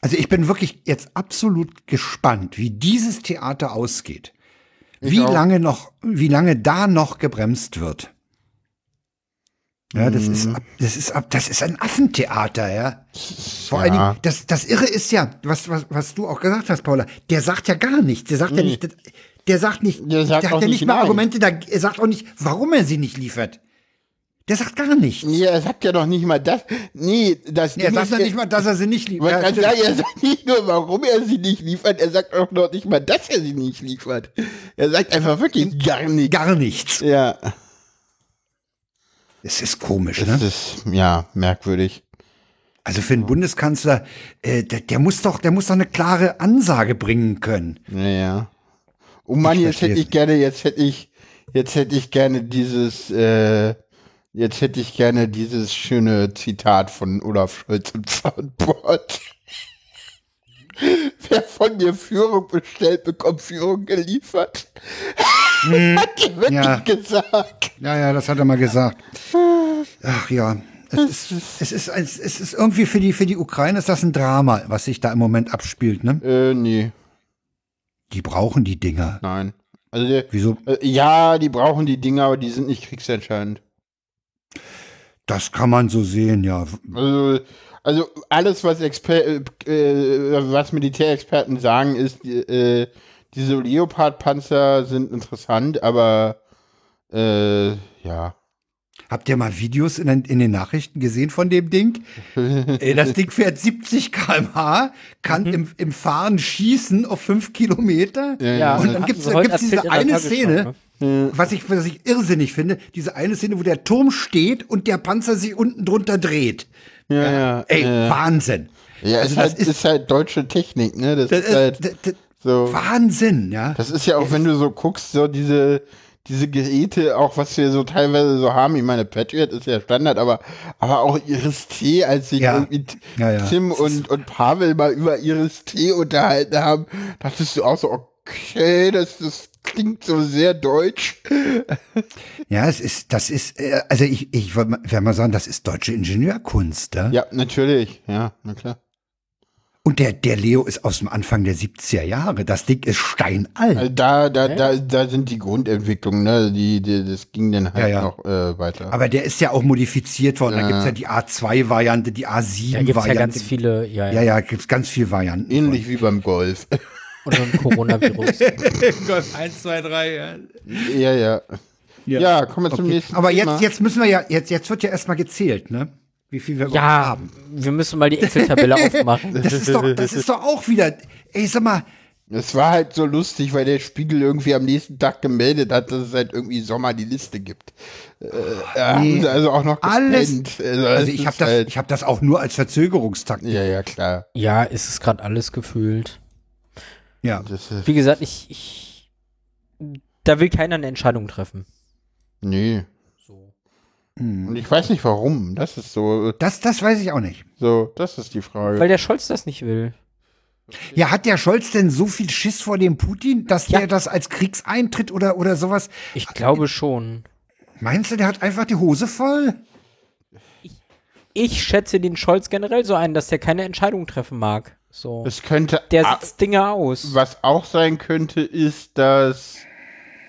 [SPEAKER 2] Also ich bin wirklich jetzt absolut gespannt, wie dieses Theater ausgeht. Wie
[SPEAKER 1] auch.
[SPEAKER 2] lange noch, wie lange da noch gebremst wird. Ja, das ist,
[SPEAKER 1] Mhm.
[SPEAKER 2] ab- das ist, ab- das ist ein Affentheater, ja. Vor allen Dingen, das, das Irre ist ja, was, was, was du auch gesagt hast, Paula, der sagt ja gar nichts. Der sagt ja nicht, der sagt nicht,
[SPEAKER 1] Der sagt
[SPEAKER 2] der hat
[SPEAKER 1] auch
[SPEAKER 2] ja
[SPEAKER 1] nicht
[SPEAKER 2] nicht mal
[SPEAKER 1] nein.
[SPEAKER 2] Argumente, da, er sagt auch nicht, warum er sie nicht liefert. Der sagt gar nichts.
[SPEAKER 1] Nee, er sagt ja doch nicht mal das. Nee, das
[SPEAKER 2] Er
[SPEAKER 1] Ding
[SPEAKER 2] sagt
[SPEAKER 1] ist
[SPEAKER 2] ja nicht mal, dass er sie nicht
[SPEAKER 1] Man
[SPEAKER 2] liefert.
[SPEAKER 1] kann sagen, er sagt nicht nur, warum er sie nicht liefert, er sagt auch noch nicht mal, dass er sie nicht liefert. Er sagt einfach wirklich gar nichts.
[SPEAKER 2] gar nichts.
[SPEAKER 1] Ja,
[SPEAKER 2] Es ist komisch, ne?
[SPEAKER 1] das ist ja merkwürdig.
[SPEAKER 2] Also für einen Bundeskanzler, äh, der, der muss doch, der muss doch eine klare Ansage bringen können.
[SPEAKER 1] Naja. Oh Mann,
[SPEAKER 2] Ich
[SPEAKER 1] jetzt hätte
[SPEAKER 2] versteh's
[SPEAKER 1] ich gerne, jetzt hätte ich, jetzt hätte ich gerne dieses, äh, jetzt hätte ich gerne dieses schöne Zitat von Olaf Scholz im Soundboard. Wer von mir Führung bestellt, bekommt Führung geliefert. Hat er wirklich
[SPEAKER 2] Mhm. ja.
[SPEAKER 1] gesagt.
[SPEAKER 2] Ja, ja, das hat er mal gesagt. Ach ja. Es ist, es ist, ein- es ist irgendwie für die, für die Ukraine ist das ein Drama, was sich da im Moment abspielt, ne?
[SPEAKER 1] Äh, nee,
[SPEAKER 2] Die brauchen die Dinger.
[SPEAKER 1] nein. Also, der,
[SPEAKER 2] Wieso?
[SPEAKER 1] äh, ja, die brauchen die Dinger, aber die sind nicht kriegsentscheidend.
[SPEAKER 2] Das kann man so sehen, ja.
[SPEAKER 1] Also, also alles, was, Exper äh, äh, was Militärexperten sagen, ist, die, äh, diese Leopard-Panzer sind interessant, aber äh, ja.
[SPEAKER 2] Habt ihr mal Videos in den, in den Nachrichten gesehen von dem Ding? Ey, das Ding fährt 70 km/h, kann im, im Fahren schießen auf 5 Kilometer.
[SPEAKER 1] Äh,
[SPEAKER 3] Ja,
[SPEAKER 2] Und dann
[SPEAKER 3] hatten
[SPEAKER 2] gibt's,
[SPEAKER 3] sie
[SPEAKER 2] dann
[SPEAKER 3] heute
[SPEAKER 2] gibt's diese
[SPEAKER 3] erzählt in der
[SPEAKER 2] eine
[SPEAKER 3] Tagesschau,
[SPEAKER 2] Szene,
[SPEAKER 3] ne?
[SPEAKER 2] was ich, was ich irrsinnig finde, diese eine Szene, wo der Turm steht und der Panzer sich unten drunter dreht.
[SPEAKER 1] Ja, ja.
[SPEAKER 2] Ey, Wahnsinn.
[SPEAKER 1] ja
[SPEAKER 2] also
[SPEAKER 1] ist,
[SPEAKER 2] das
[SPEAKER 1] halt,
[SPEAKER 2] ist-
[SPEAKER 1] ist, halt deutsche Technik, ne? Das,
[SPEAKER 2] Das
[SPEAKER 1] ist halt
[SPEAKER 2] ist, das, das,
[SPEAKER 1] so.
[SPEAKER 2] Wahnsinn, ja.
[SPEAKER 1] Das ist ja auch, wenn du so guckst, so diese, diese Geräte, auch was wir so teilweise so haben, ich meine, Patriot ist ja Standard, aber, aber auch Iris T, als sich
[SPEAKER 2] Ja.
[SPEAKER 1] irgendwie
[SPEAKER 2] Ja, ja.
[SPEAKER 1] Tim und, und Pavel mal über Iris T unterhalten haben, dachtest du auch so, okay, das, das klingt so sehr deutsch.
[SPEAKER 2] Ja, es ist, das ist, äh, also ich, ich würde mal- werd mal sagen, das ist deutsche Ingenieurkunst. Ja?
[SPEAKER 1] Ja, natürlich, ja, na klar.
[SPEAKER 2] Und der, der Leo ist aus dem Anfang der 70er Jahre. Das Ding ist steinalt.
[SPEAKER 1] Also Da, da, da, da sind die Grundentwicklungen, ne? Die, die, das ging dann halt
[SPEAKER 2] Ja, ja.
[SPEAKER 1] noch äh, weiter.
[SPEAKER 2] Aber der ist ja auch modifiziert worden. Da gibt's ja die A2-Variante, die
[SPEAKER 3] Da gibt es
[SPEAKER 2] A7-Variante.
[SPEAKER 3] ja ganz viele, ja, ja.
[SPEAKER 2] Ja, ja, gibt's ganz viele Varianten.
[SPEAKER 1] Ähnlich wie beim Golf.
[SPEAKER 3] Und so ein Coronavirus.
[SPEAKER 5] Golf 1, 2, 3. Ja.
[SPEAKER 1] ja, ja, ja. kommen wir zum
[SPEAKER 2] Okay.
[SPEAKER 1] nächsten
[SPEAKER 2] Aber
[SPEAKER 1] Thema.
[SPEAKER 2] jetzt, jetzt müssen wir ja, jetzt, jetzt wird ja erstmal gezählt, ne? Wie viel wir überhaupt
[SPEAKER 3] ja,
[SPEAKER 2] haben.
[SPEAKER 3] wir müssen mal die Excel-Tabelle aufmachen.
[SPEAKER 2] Das ist doch, das ist doch auch wieder, ey, sag mal,
[SPEAKER 1] Es war halt so lustig, weil der Spiegel irgendwie am nächsten Tag gemeldet hat, dass es halt irgendwie Sommer die Liste gibt. Äh, haben sie also auch noch
[SPEAKER 2] Ah, alles-
[SPEAKER 1] gespennt.
[SPEAKER 2] also
[SPEAKER 1] es
[SPEAKER 2] ich habe
[SPEAKER 1] ist
[SPEAKER 2] das,
[SPEAKER 1] halt-
[SPEAKER 2] ich habe das auch nur als Verzögerungstaktik.
[SPEAKER 1] ja, ja, klar.
[SPEAKER 3] Ja, es ist gerade alles gefühlt.
[SPEAKER 2] Ja.
[SPEAKER 1] Das ist,
[SPEAKER 3] Wie gesagt, ich, ich da will keiner eine Entscheidung treffen.
[SPEAKER 1] nee.
[SPEAKER 3] So.
[SPEAKER 2] Hm.
[SPEAKER 1] Und ich weiß nicht warum. Das ist so,
[SPEAKER 2] Das, das weiß ich auch nicht.
[SPEAKER 1] so, das ist die
[SPEAKER 2] Äh.
[SPEAKER 1] Frage.
[SPEAKER 3] Weil der Scholz das nicht will.
[SPEAKER 2] Ja, hat der Scholz denn so viel Schiss vor dem Putin, dass
[SPEAKER 3] Ja.
[SPEAKER 2] der das als Kriegseintritt oder, oder sowas?
[SPEAKER 3] Ich glaube schon.
[SPEAKER 2] Meinst du, der hat einfach die Hose voll?
[SPEAKER 3] Ich schätze den Scholz generell so ein, dass der keine Entscheidung treffen mag. So.
[SPEAKER 1] es könnte
[SPEAKER 2] Ah.
[SPEAKER 3] Der sitzt Dinge aus.
[SPEAKER 1] Was auch sein könnte, ist, dass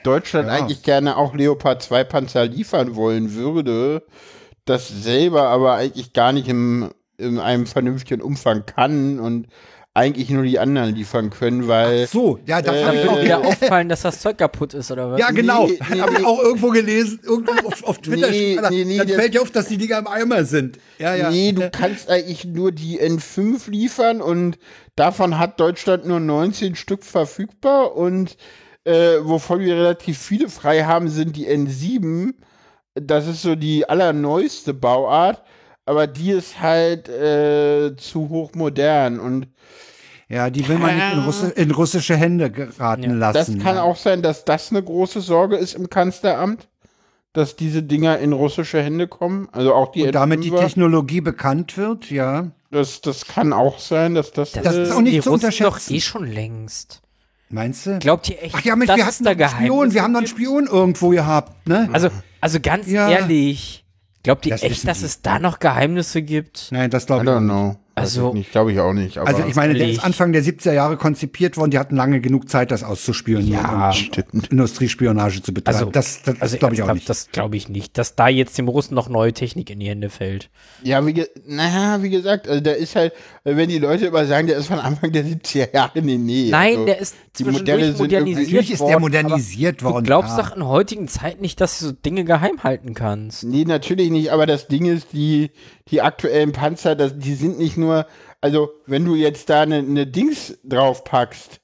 [SPEAKER 1] Deutschland eigentlich gerne auch Leopard 2 Panzer liefern wollen würde, das selber aber eigentlich gar nicht im, in einem vernünftigen Umfang kann und eigentlich nur die anderen liefern können, weil
[SPEAKER 2] So, ja, das hab
[SPEAKER 3] Dann
[SPEAKER 2] ich
[SPEAKER 3] wird
[SPEAKER 2] auch
[SPEAKER 3] auch wieder auffallen, dass das Zeug kaputt ist, oder was?
[SPEAKER 2] Ja,
[SPEAKER 1] Äh,
[SPEAKER 2] genau.
[SPEAKER 1] Nee, nee,
[SPEAKER 2] Habe
[SPEAKER 1] nee.
[SPEAKER 2] ich auch irgendwo gelesen, irgendwo auf, auf Twitter.
[SPEAKER 1] Nee,
[SPEAKER 2] stand da,
[SPEAKER 1] nee, nee,
[SPEAKER 2] dann
[SPEAKER 1] das-
[SPEAKER 2] fällt ja auf, dass die Dinger im Eimer sind. Ah, Ja, ja.
[SPEAKER 1] nee, du kannst eigentlich nur die N5 liefern und davon hat Deutschland nur 19 Stück verfügbar und äh, wovon wir relativ viele frei haben, sind die N7. Das ist so die allerneueste Bauart, aber die ist halt äh, zu hochmodern und
[SPEAKER 2] Ja, die will man nicht in, Russi in russische Hände geraten
[SPEAKER 1] Ähm. das
[SPEAKER 2] lassen. ne?
[SPEAKER 1] kann auch sein, dass das eine große Sorge ist im Kanzleramt, dass diese Dinger in russische Hände kommen, also auch die
[SPEAKER 2] Und damit die
[SPEAKER 1] N5er.
[SPEAKER 2] Technologie bekannt wird, ja.
[SPEAKER 1] das, das kann auch sein, dass das,
[SPEAKER 2] Das ist auch
[SPEAKER 3] wissen
[SPEAKER 2] nicht
[SPEAKER 3] die
[SPEAKER 2] zu
[SPEAKER 3] Russen doch
[SPEAKER 2] unterschätzen.
[SPEAKER 3] eh schon längst.
[SPEAKER 2] Meinst du?
[SPEAKER 3] Glaubt ihr echt,
[SPEAKER 2] Ach ja, Mensch,
[SPEAKER 3] dass
[SPEAKER 2] wir
[SPEAKER 3] es
[SPEAKER 2] hatten
[SPEAKER 3] da
[SPEAKER 2] doch einen Spion,
[SPEAKER 3] Geheimnisse
[SPEAKER 2] wir haben doch einen
[SPEAKER 3] gibt?
[SPEAKER 2] Spion irgendwo gehabt, ne?
[SPEAKER 3] Also, also ganz
[SPEAKER 2] Ja.
[SPEAKER 3] ehrlich, glaubt ihr
[SPEAKER 2] Das
[SPEAKER 3] echt,
[SPEAKER 2] wissen
[SPEAKER 3] dass
[SPEAKER 2] die.
[SPEAKER 3] es da noch Geheimnisse gibt?
[SPEAKER 2] Nein, das
[SPEAKER 1] I
[SPEAKER 2] glaube ich.
[SPEAKER 1] don't
[SPEAKER 2] nicht.
[SPEAKER 1] know. Weiß
[SPEAKER 3] Also-
[SPEAKER 1] ich nicht, glaube ich auch nicht. Aber
[SPEAKER 2] Also ich meine, der ist
[SPEAKER 3] Ehrlich.
[SPEAKER 2] Anfang der 70er Jahre konzipiert worden, die hatten lange genug Zeit, das auszuspionieren
[SPEAKER 3] Ja,
[SPEAKER 2] und Industriespionage zu betreiben.
[SPEAKER 3] Also-
[SPEAKER 2] das das,
[SPEAKER 3] Also
[SPEAKER 2] glaube ich auch
[SPEAKER 3] ernsthaft,
[SPEAKER 2] nicht.
[SPEAKER 3] Das glaube ich nicht, dass da jetzt dem Russen noch neue Technik in die Hände fällt.
[SPEAKER 1] ja, wie, ge na, wie gesagt, also der ist halt, wenn die Leute immer sagen, der ist von Anfang der 70er Jahre, nee, nee.
[SPEAKER 3] Nein,
[SPEAKER 1] also,
[SPEAKER 3] der ist
[SPEAKER 1] die
[SPEAKER 3] zwischendurch
[SPEAKER 1] Modelle sind irgendwie-
[SPEAKER 3] modernisiert
[SPEAKER 2] Natürlich ist der
[SPEAKER 3] worden,
[SPEAKER 2] modernisiert
[SPEAKER 3] aber
[SPEAKER 2] worden. Ah,
[SPEAKER 3] Du glaubst
[SPEAKER 2] ja.
[SPEAKER 3] doch in heutigen Zeiten nicht, dass du so Dinge geheim halten kannst.
[SPEAKER 1] Nee, natürlich nicht, aber das Ding ist, die, die aktuellen Panzer, das, die sind nicht nur, also wenn du jetzt da eine ne Dings draufpackst,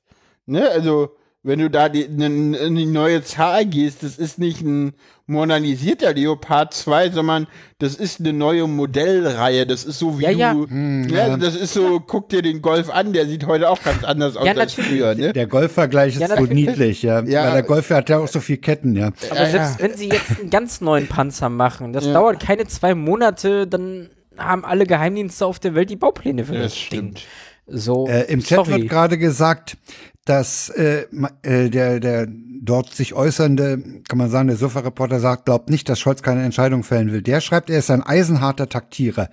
[SPEAKER 1] ne, also wenn du da die, ne, ne- in die neue Zahl gehst, das ist nicht ein modernisierter Leopard 2, sondern das ist eine neue Modellreihe, das ist so wie
[SPEAKER 3] Ja,
[SPEAKER 1] du,
[SPEAKER 3] ja.
[SPEAKER 1] ne, also das ist so, guck dir den Golf an, der sieht heute auch ganz anders aus
[SPEAKER 3] Ja,
[SPEAKER 1] als
[SPEAKER 3] natürlich.
[SPEAKER 1] früher, ne?
[SPEAKER 2] Der Golfvergleich ist
[SPEAKER 3] Ja,
[SPEAKER 2] so
[SPEAKER 3] natürlich.
[SPEAKER 2] niedlich, ja.
[SPEAKER 1] Ja.
[SPEAKER 2] Weil der Golf hat ja auch so viel Ketten, ja.
[SPEAKER 3] Aber selbst wenn sie jetzt einen ganz neuen Panzer machen, das dauert keine zwei Monate, dann haben alle Geheimdienste auf der Welt die Baupläne für das,
[SPEAKER 1] Das
[SPEAKER 3] Ding.
[SPEAKER 1] stimmt.
[SPEAKER 3] So,
[SPEAKER 2] Äh, Im Chat
[SPEAKER 3] sorry.
[SPEAKER 2] wird gerade gesagt, dass äh, ma- äh, der, der dort sich äußernde, kann man sagen, der Sofa-Reporter sagt, glaubt nicht, dass Scholz keine Entscheidung fällen will. Der schreibt, er ist ein eisenharter Taktierer.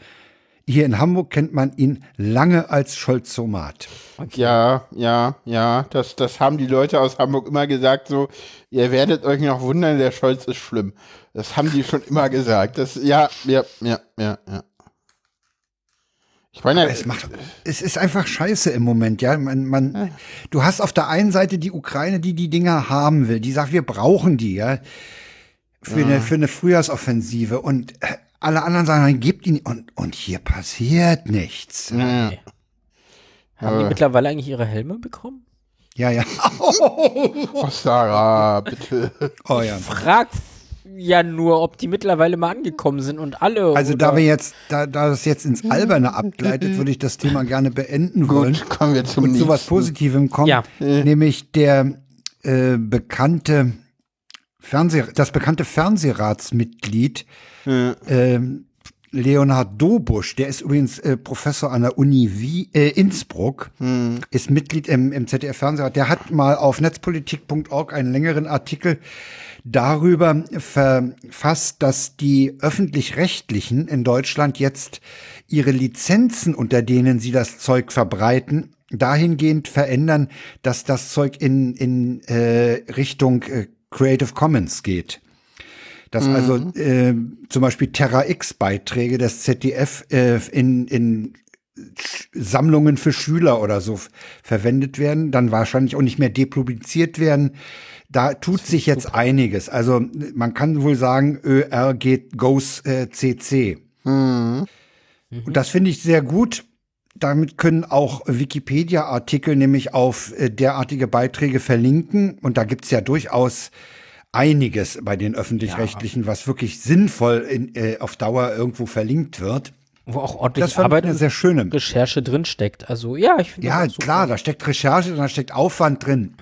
[SPEAKER 2] Hier in Hamburg kennt man ihn lange als Scholzomat.
[SPEAKER 1] Ja, ja, ja. Das, das haben die Leute aus Hamburg immer gesagt, so, ihr werdet euch noch wundern, der Scholz ist schlimm. Das haben die schon immer gesagt. Das, ja, ja, ja, ja, ja. Ich meine,
[SPEAKER 2] Es macht, es ist einfach scheiße im Moment, ja. Man, man, du hast auf der einen Seite die Ukraine, die die Dinger haben will, die sagt, wir brauchen die, ja. Für, Eine, für eine Frühjahrsoffensive und äh, alle anderen sagen, nein, gebt ihn, und, und hier passiert nichts.
[SPEAKER 1] ja, ja.
[SPEAKER 3] haben
[SPEAKER 2] Ah.
[SPEAKER 3] die mittlerweile eigentlich ihre Helme bekommen?
[SPEAKER 2] Ja, ja.
[SPEAKER 1] oh, Sarah, bitte.
[SPEAKER 2] Oh, ja.
[SPEAKER 3] Frag ja nur, ob die mittlerweile mal angekommen sind und alle.
[SPEAKER 2] Also
[SPEAKER 3] oder-
[SPEAKER 2] da wir jetzt, da, da das jetzt ins Alberne abgleitet, würde ich das Thema gerne beenden wollen.
[SPEAKER 1] Gut, kommen wir zum
[SPEAKER 2] und zu was
[SPEAKER 1] nächsten.
[SPEAKER 2] Positivem kommen,
[SPEAKER 3] Ja.
[SPEAKER 2] nämlich der äh, bekannte Fernseh, das bekannte Fernsehratsmitglied
[SPEAKER 1] Ja.
[SPEAKER 2] ähm, Leonhard Dobusch, der ist übrigens äh, Professor an der Uni Wie, äh, Innsbruck, ist Mitglied im, im ZDF-Fernsehrat. Der hat mal auf netzpolitik.org einen längeren Artikel darüber verfasst, dass die öffentlich-rechtlichen in Deutschland jetzt ihre Lizenzen, unter denen sie das Zeug verbreiten, dahingehend verändern, dass das Zeug in, in äh, Richtung äh, Creative Commons geht. Dass also äh, zum Beispiel Terra X-Beiträge des ZDF äh, in, in Sch- Sammlungen für Schüler oder so f- verwendet werden, dann wahrscheinlich auch nicht mehr depubliziert werden. Da tut sich jetzt einiges. Also man kann wohl sagen, ÖR geht goes äh, CC. Und das finde ich sehr gut. Damit können auch Wikipedia-Artikel nämlich auf äh, derartige Beiträge verlinken. Und da gibt's ja durchaus einiges bei den öffentlich-rechtlichen, was wirklich sinnvoll in, äh, auf Dauer irgendwo verlinkt wird.
[SPEAKER 3] Wo auch
[SPEAKER 2] Das
[SPEAKER 3] ordentlich
[SPEAKER 2] fand ich
[SPEAKER 3] Arbeit
[SPEAKER 2] eine
[SPEAKER 3] und
[SPEAKER 2] sehr schöne.
[SPEAKER 3] Recherche drinsteckt. Also ja, ich finde
[SPEAKER 2] Ja,
[SPEAKER 3] das auch super.
[SPEAKER 2] klar, da steckt Recherche, da steckt Aufwand drin.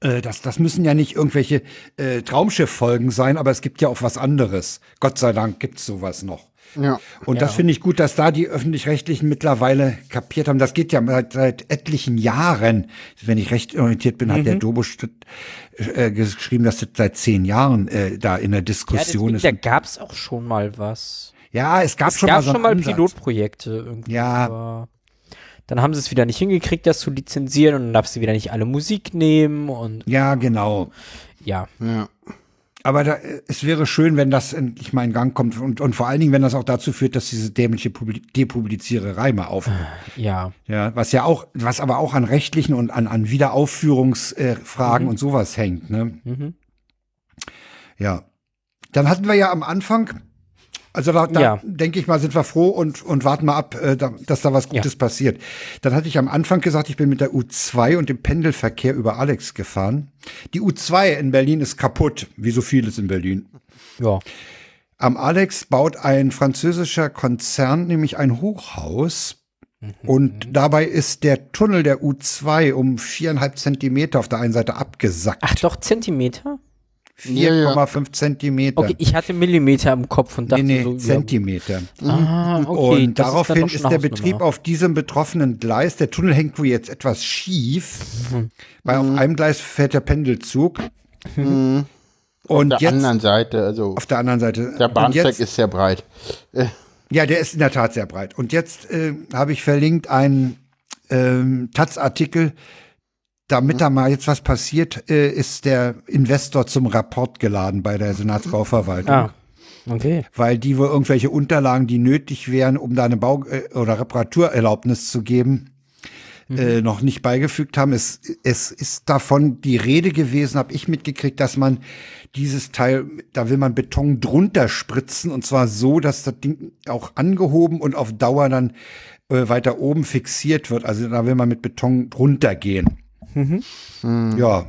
[SPEAKER 2] Äh, Das, das müssen ja nicht irgendwelche äh, Traumschiff-Folgen sein, aber es gibt ja auch was anderes. Gott sei Dank gibt's sowas noch.
[SPEAKER 1] Ja.
[SPEAKER 2] Und das finde ich gut, dass da die Öffentlich-Rechtlichen mittlerweile kapiert haben. Das geht ja seit, seit etlichen Jahren. Wenn ich recht orientiert bin, hat
[SPEAKER 3] Mhm.
[SPEAKER 2] der Dobusch äh, geschrieben, dass das seit zehn Jahren äh, da in der
[SPEAKER 3] Ja,
[SPEAKER 2] Diskussion
[SPEAKER 3] deswegen,
[SPEAKER 2] ist.
[SPEAKER 3] da gab es auch schon mal was.
[SPEAKER 2] ja, es gab schon
[SPEAKER 3] gab
[SPEAKER 2] mal so einen
[SPEAKER 3] schon mal
[SPEAKER 2] Ansatz.
[SPEAKER 3] Pilotprojekte irgendwie.
[SPEAKER 2] Ja.
[SPEAKER 3] Aber dann haben sie es wieder nicht hingekriegt, das zu lizenzieren und dann darfst du wieder nicht alle Musik nehmen und
[SPEAKER 2] Ja, genau.
[SPEAKER 3] ja.
[SPEAKER 2] Aber da, äh, es wäre schön, wenn das endlich mal in Gang kommt und, und vor allen Dingen, wenn das auch dazu führt, dass diese dämliche Publi Depubliziererei mal aufhört.
[SPEAKER 3] Ja.
[SPEAKER 2] Ja, was ja auch, was aber auch an rechtlichen und an, an Wiederaufführungsfragen äh, Fragen und sowas hängt. Ne? Ja. Dann hatten wir ja am Anfang, also da, da
[SPEAKER 3] Ja.
[SPEAKER 2] denke ich mal, sind wir froh und, und warten mal ab, äh, da, dass da was Gutes passiert. Dann hatte ich am Anfang gesagt, ich bin mit der U2 und dem Pendelverkehr über Alex gefahren. Die U2 in Berlin ist kaputt, wie so vieles in Berlin.
[SPEAKER 3] Ja.
[SPEAKER 2] Am Alex baut ein französischer Konzern nämlich ein Hochhaus.
[SPEAKER 3] Mhm.
[SPEAKER 2] Und dabei ist der Tunnel der U2 um viereinhalb Zentimeter auf der einen Seite abgesackt.
[SPEAKER 3] Ach doch, Zentimeter?
[SPEAKER 2] 4,5
[SPEAKER 1] ja, ja.
[SPEAKER 2] Zentimeter.
[SPEAKER 3] Okay, ich hatte Millimeter im Kopf und
[SPEAKER 2] nee,
[SPEAKER 3] dachte
[SPEAKER 2] nee,
[SPEAKER 3] so. ja,
[SPEAKER 2] Zentimeter.
[SPEAKER 3] Ah, okay, das
[SPEAKER 2] und daraufhin
[SPEAKER 3] dann doch
[SPEAKER 2] ist,
[SPEAKER 3] schon eine
[SPEAKER 2] der Betrieb
[SPEAKER 3] Hausnummer.
[SPEAKER 2] auf diesem betroffenen Gleis. Der Tunnel hängt wohl jetzt etwas schief,
[SPEAKER 3] Mhm.
[SPEAKER 2] weil auf einem Gleis fährt der Pendelzug.
[SPEAKER 3] Mhm.
[SPEAKER 2] Und
[SPEAKER 1] Auf der
[SPEAKER 2] jetzt
[SPEAKER 1] anderen Seite, also
[SPEAKER 2] auf der anderen Seite.
[SPEAKER 1] der
[SPEAKER 2] Und
[SPEAKER 1] Bahnsteig
[SPEAKER 2] jetzt-
[SPEAKER 1] ist sehr breit.
[SPEAKER 2] Ja, der ist in der Tat sehr breit. Und jetzt äh, habe ich verlinkt einen ähm, Taz-Artikel. Damit da mal jetzt was passiert, äh, ist der Investor zum Rapport geladen bei der Senatsbauverwaltung.
[SPEAKER 3] Ah, okay.
[SPEAKER 2] Weil die wohl irgendwelche Unterlagen, die nötig wären, um da eine Bau- äh, oder Reparaturerlaubnis zu geben, äh, noch nicht beigefügt haben. Es, es ist davon die Rede gewesen, habe ich mitgekriegt, dass man dieses Teil, da will man Beton drunter spritzen und zwar so, dass das Ding auch angehoben und auf Dauer dann äh, weiter oben fixiert wird. Also da will man mit Beton drunter gehen. Ja.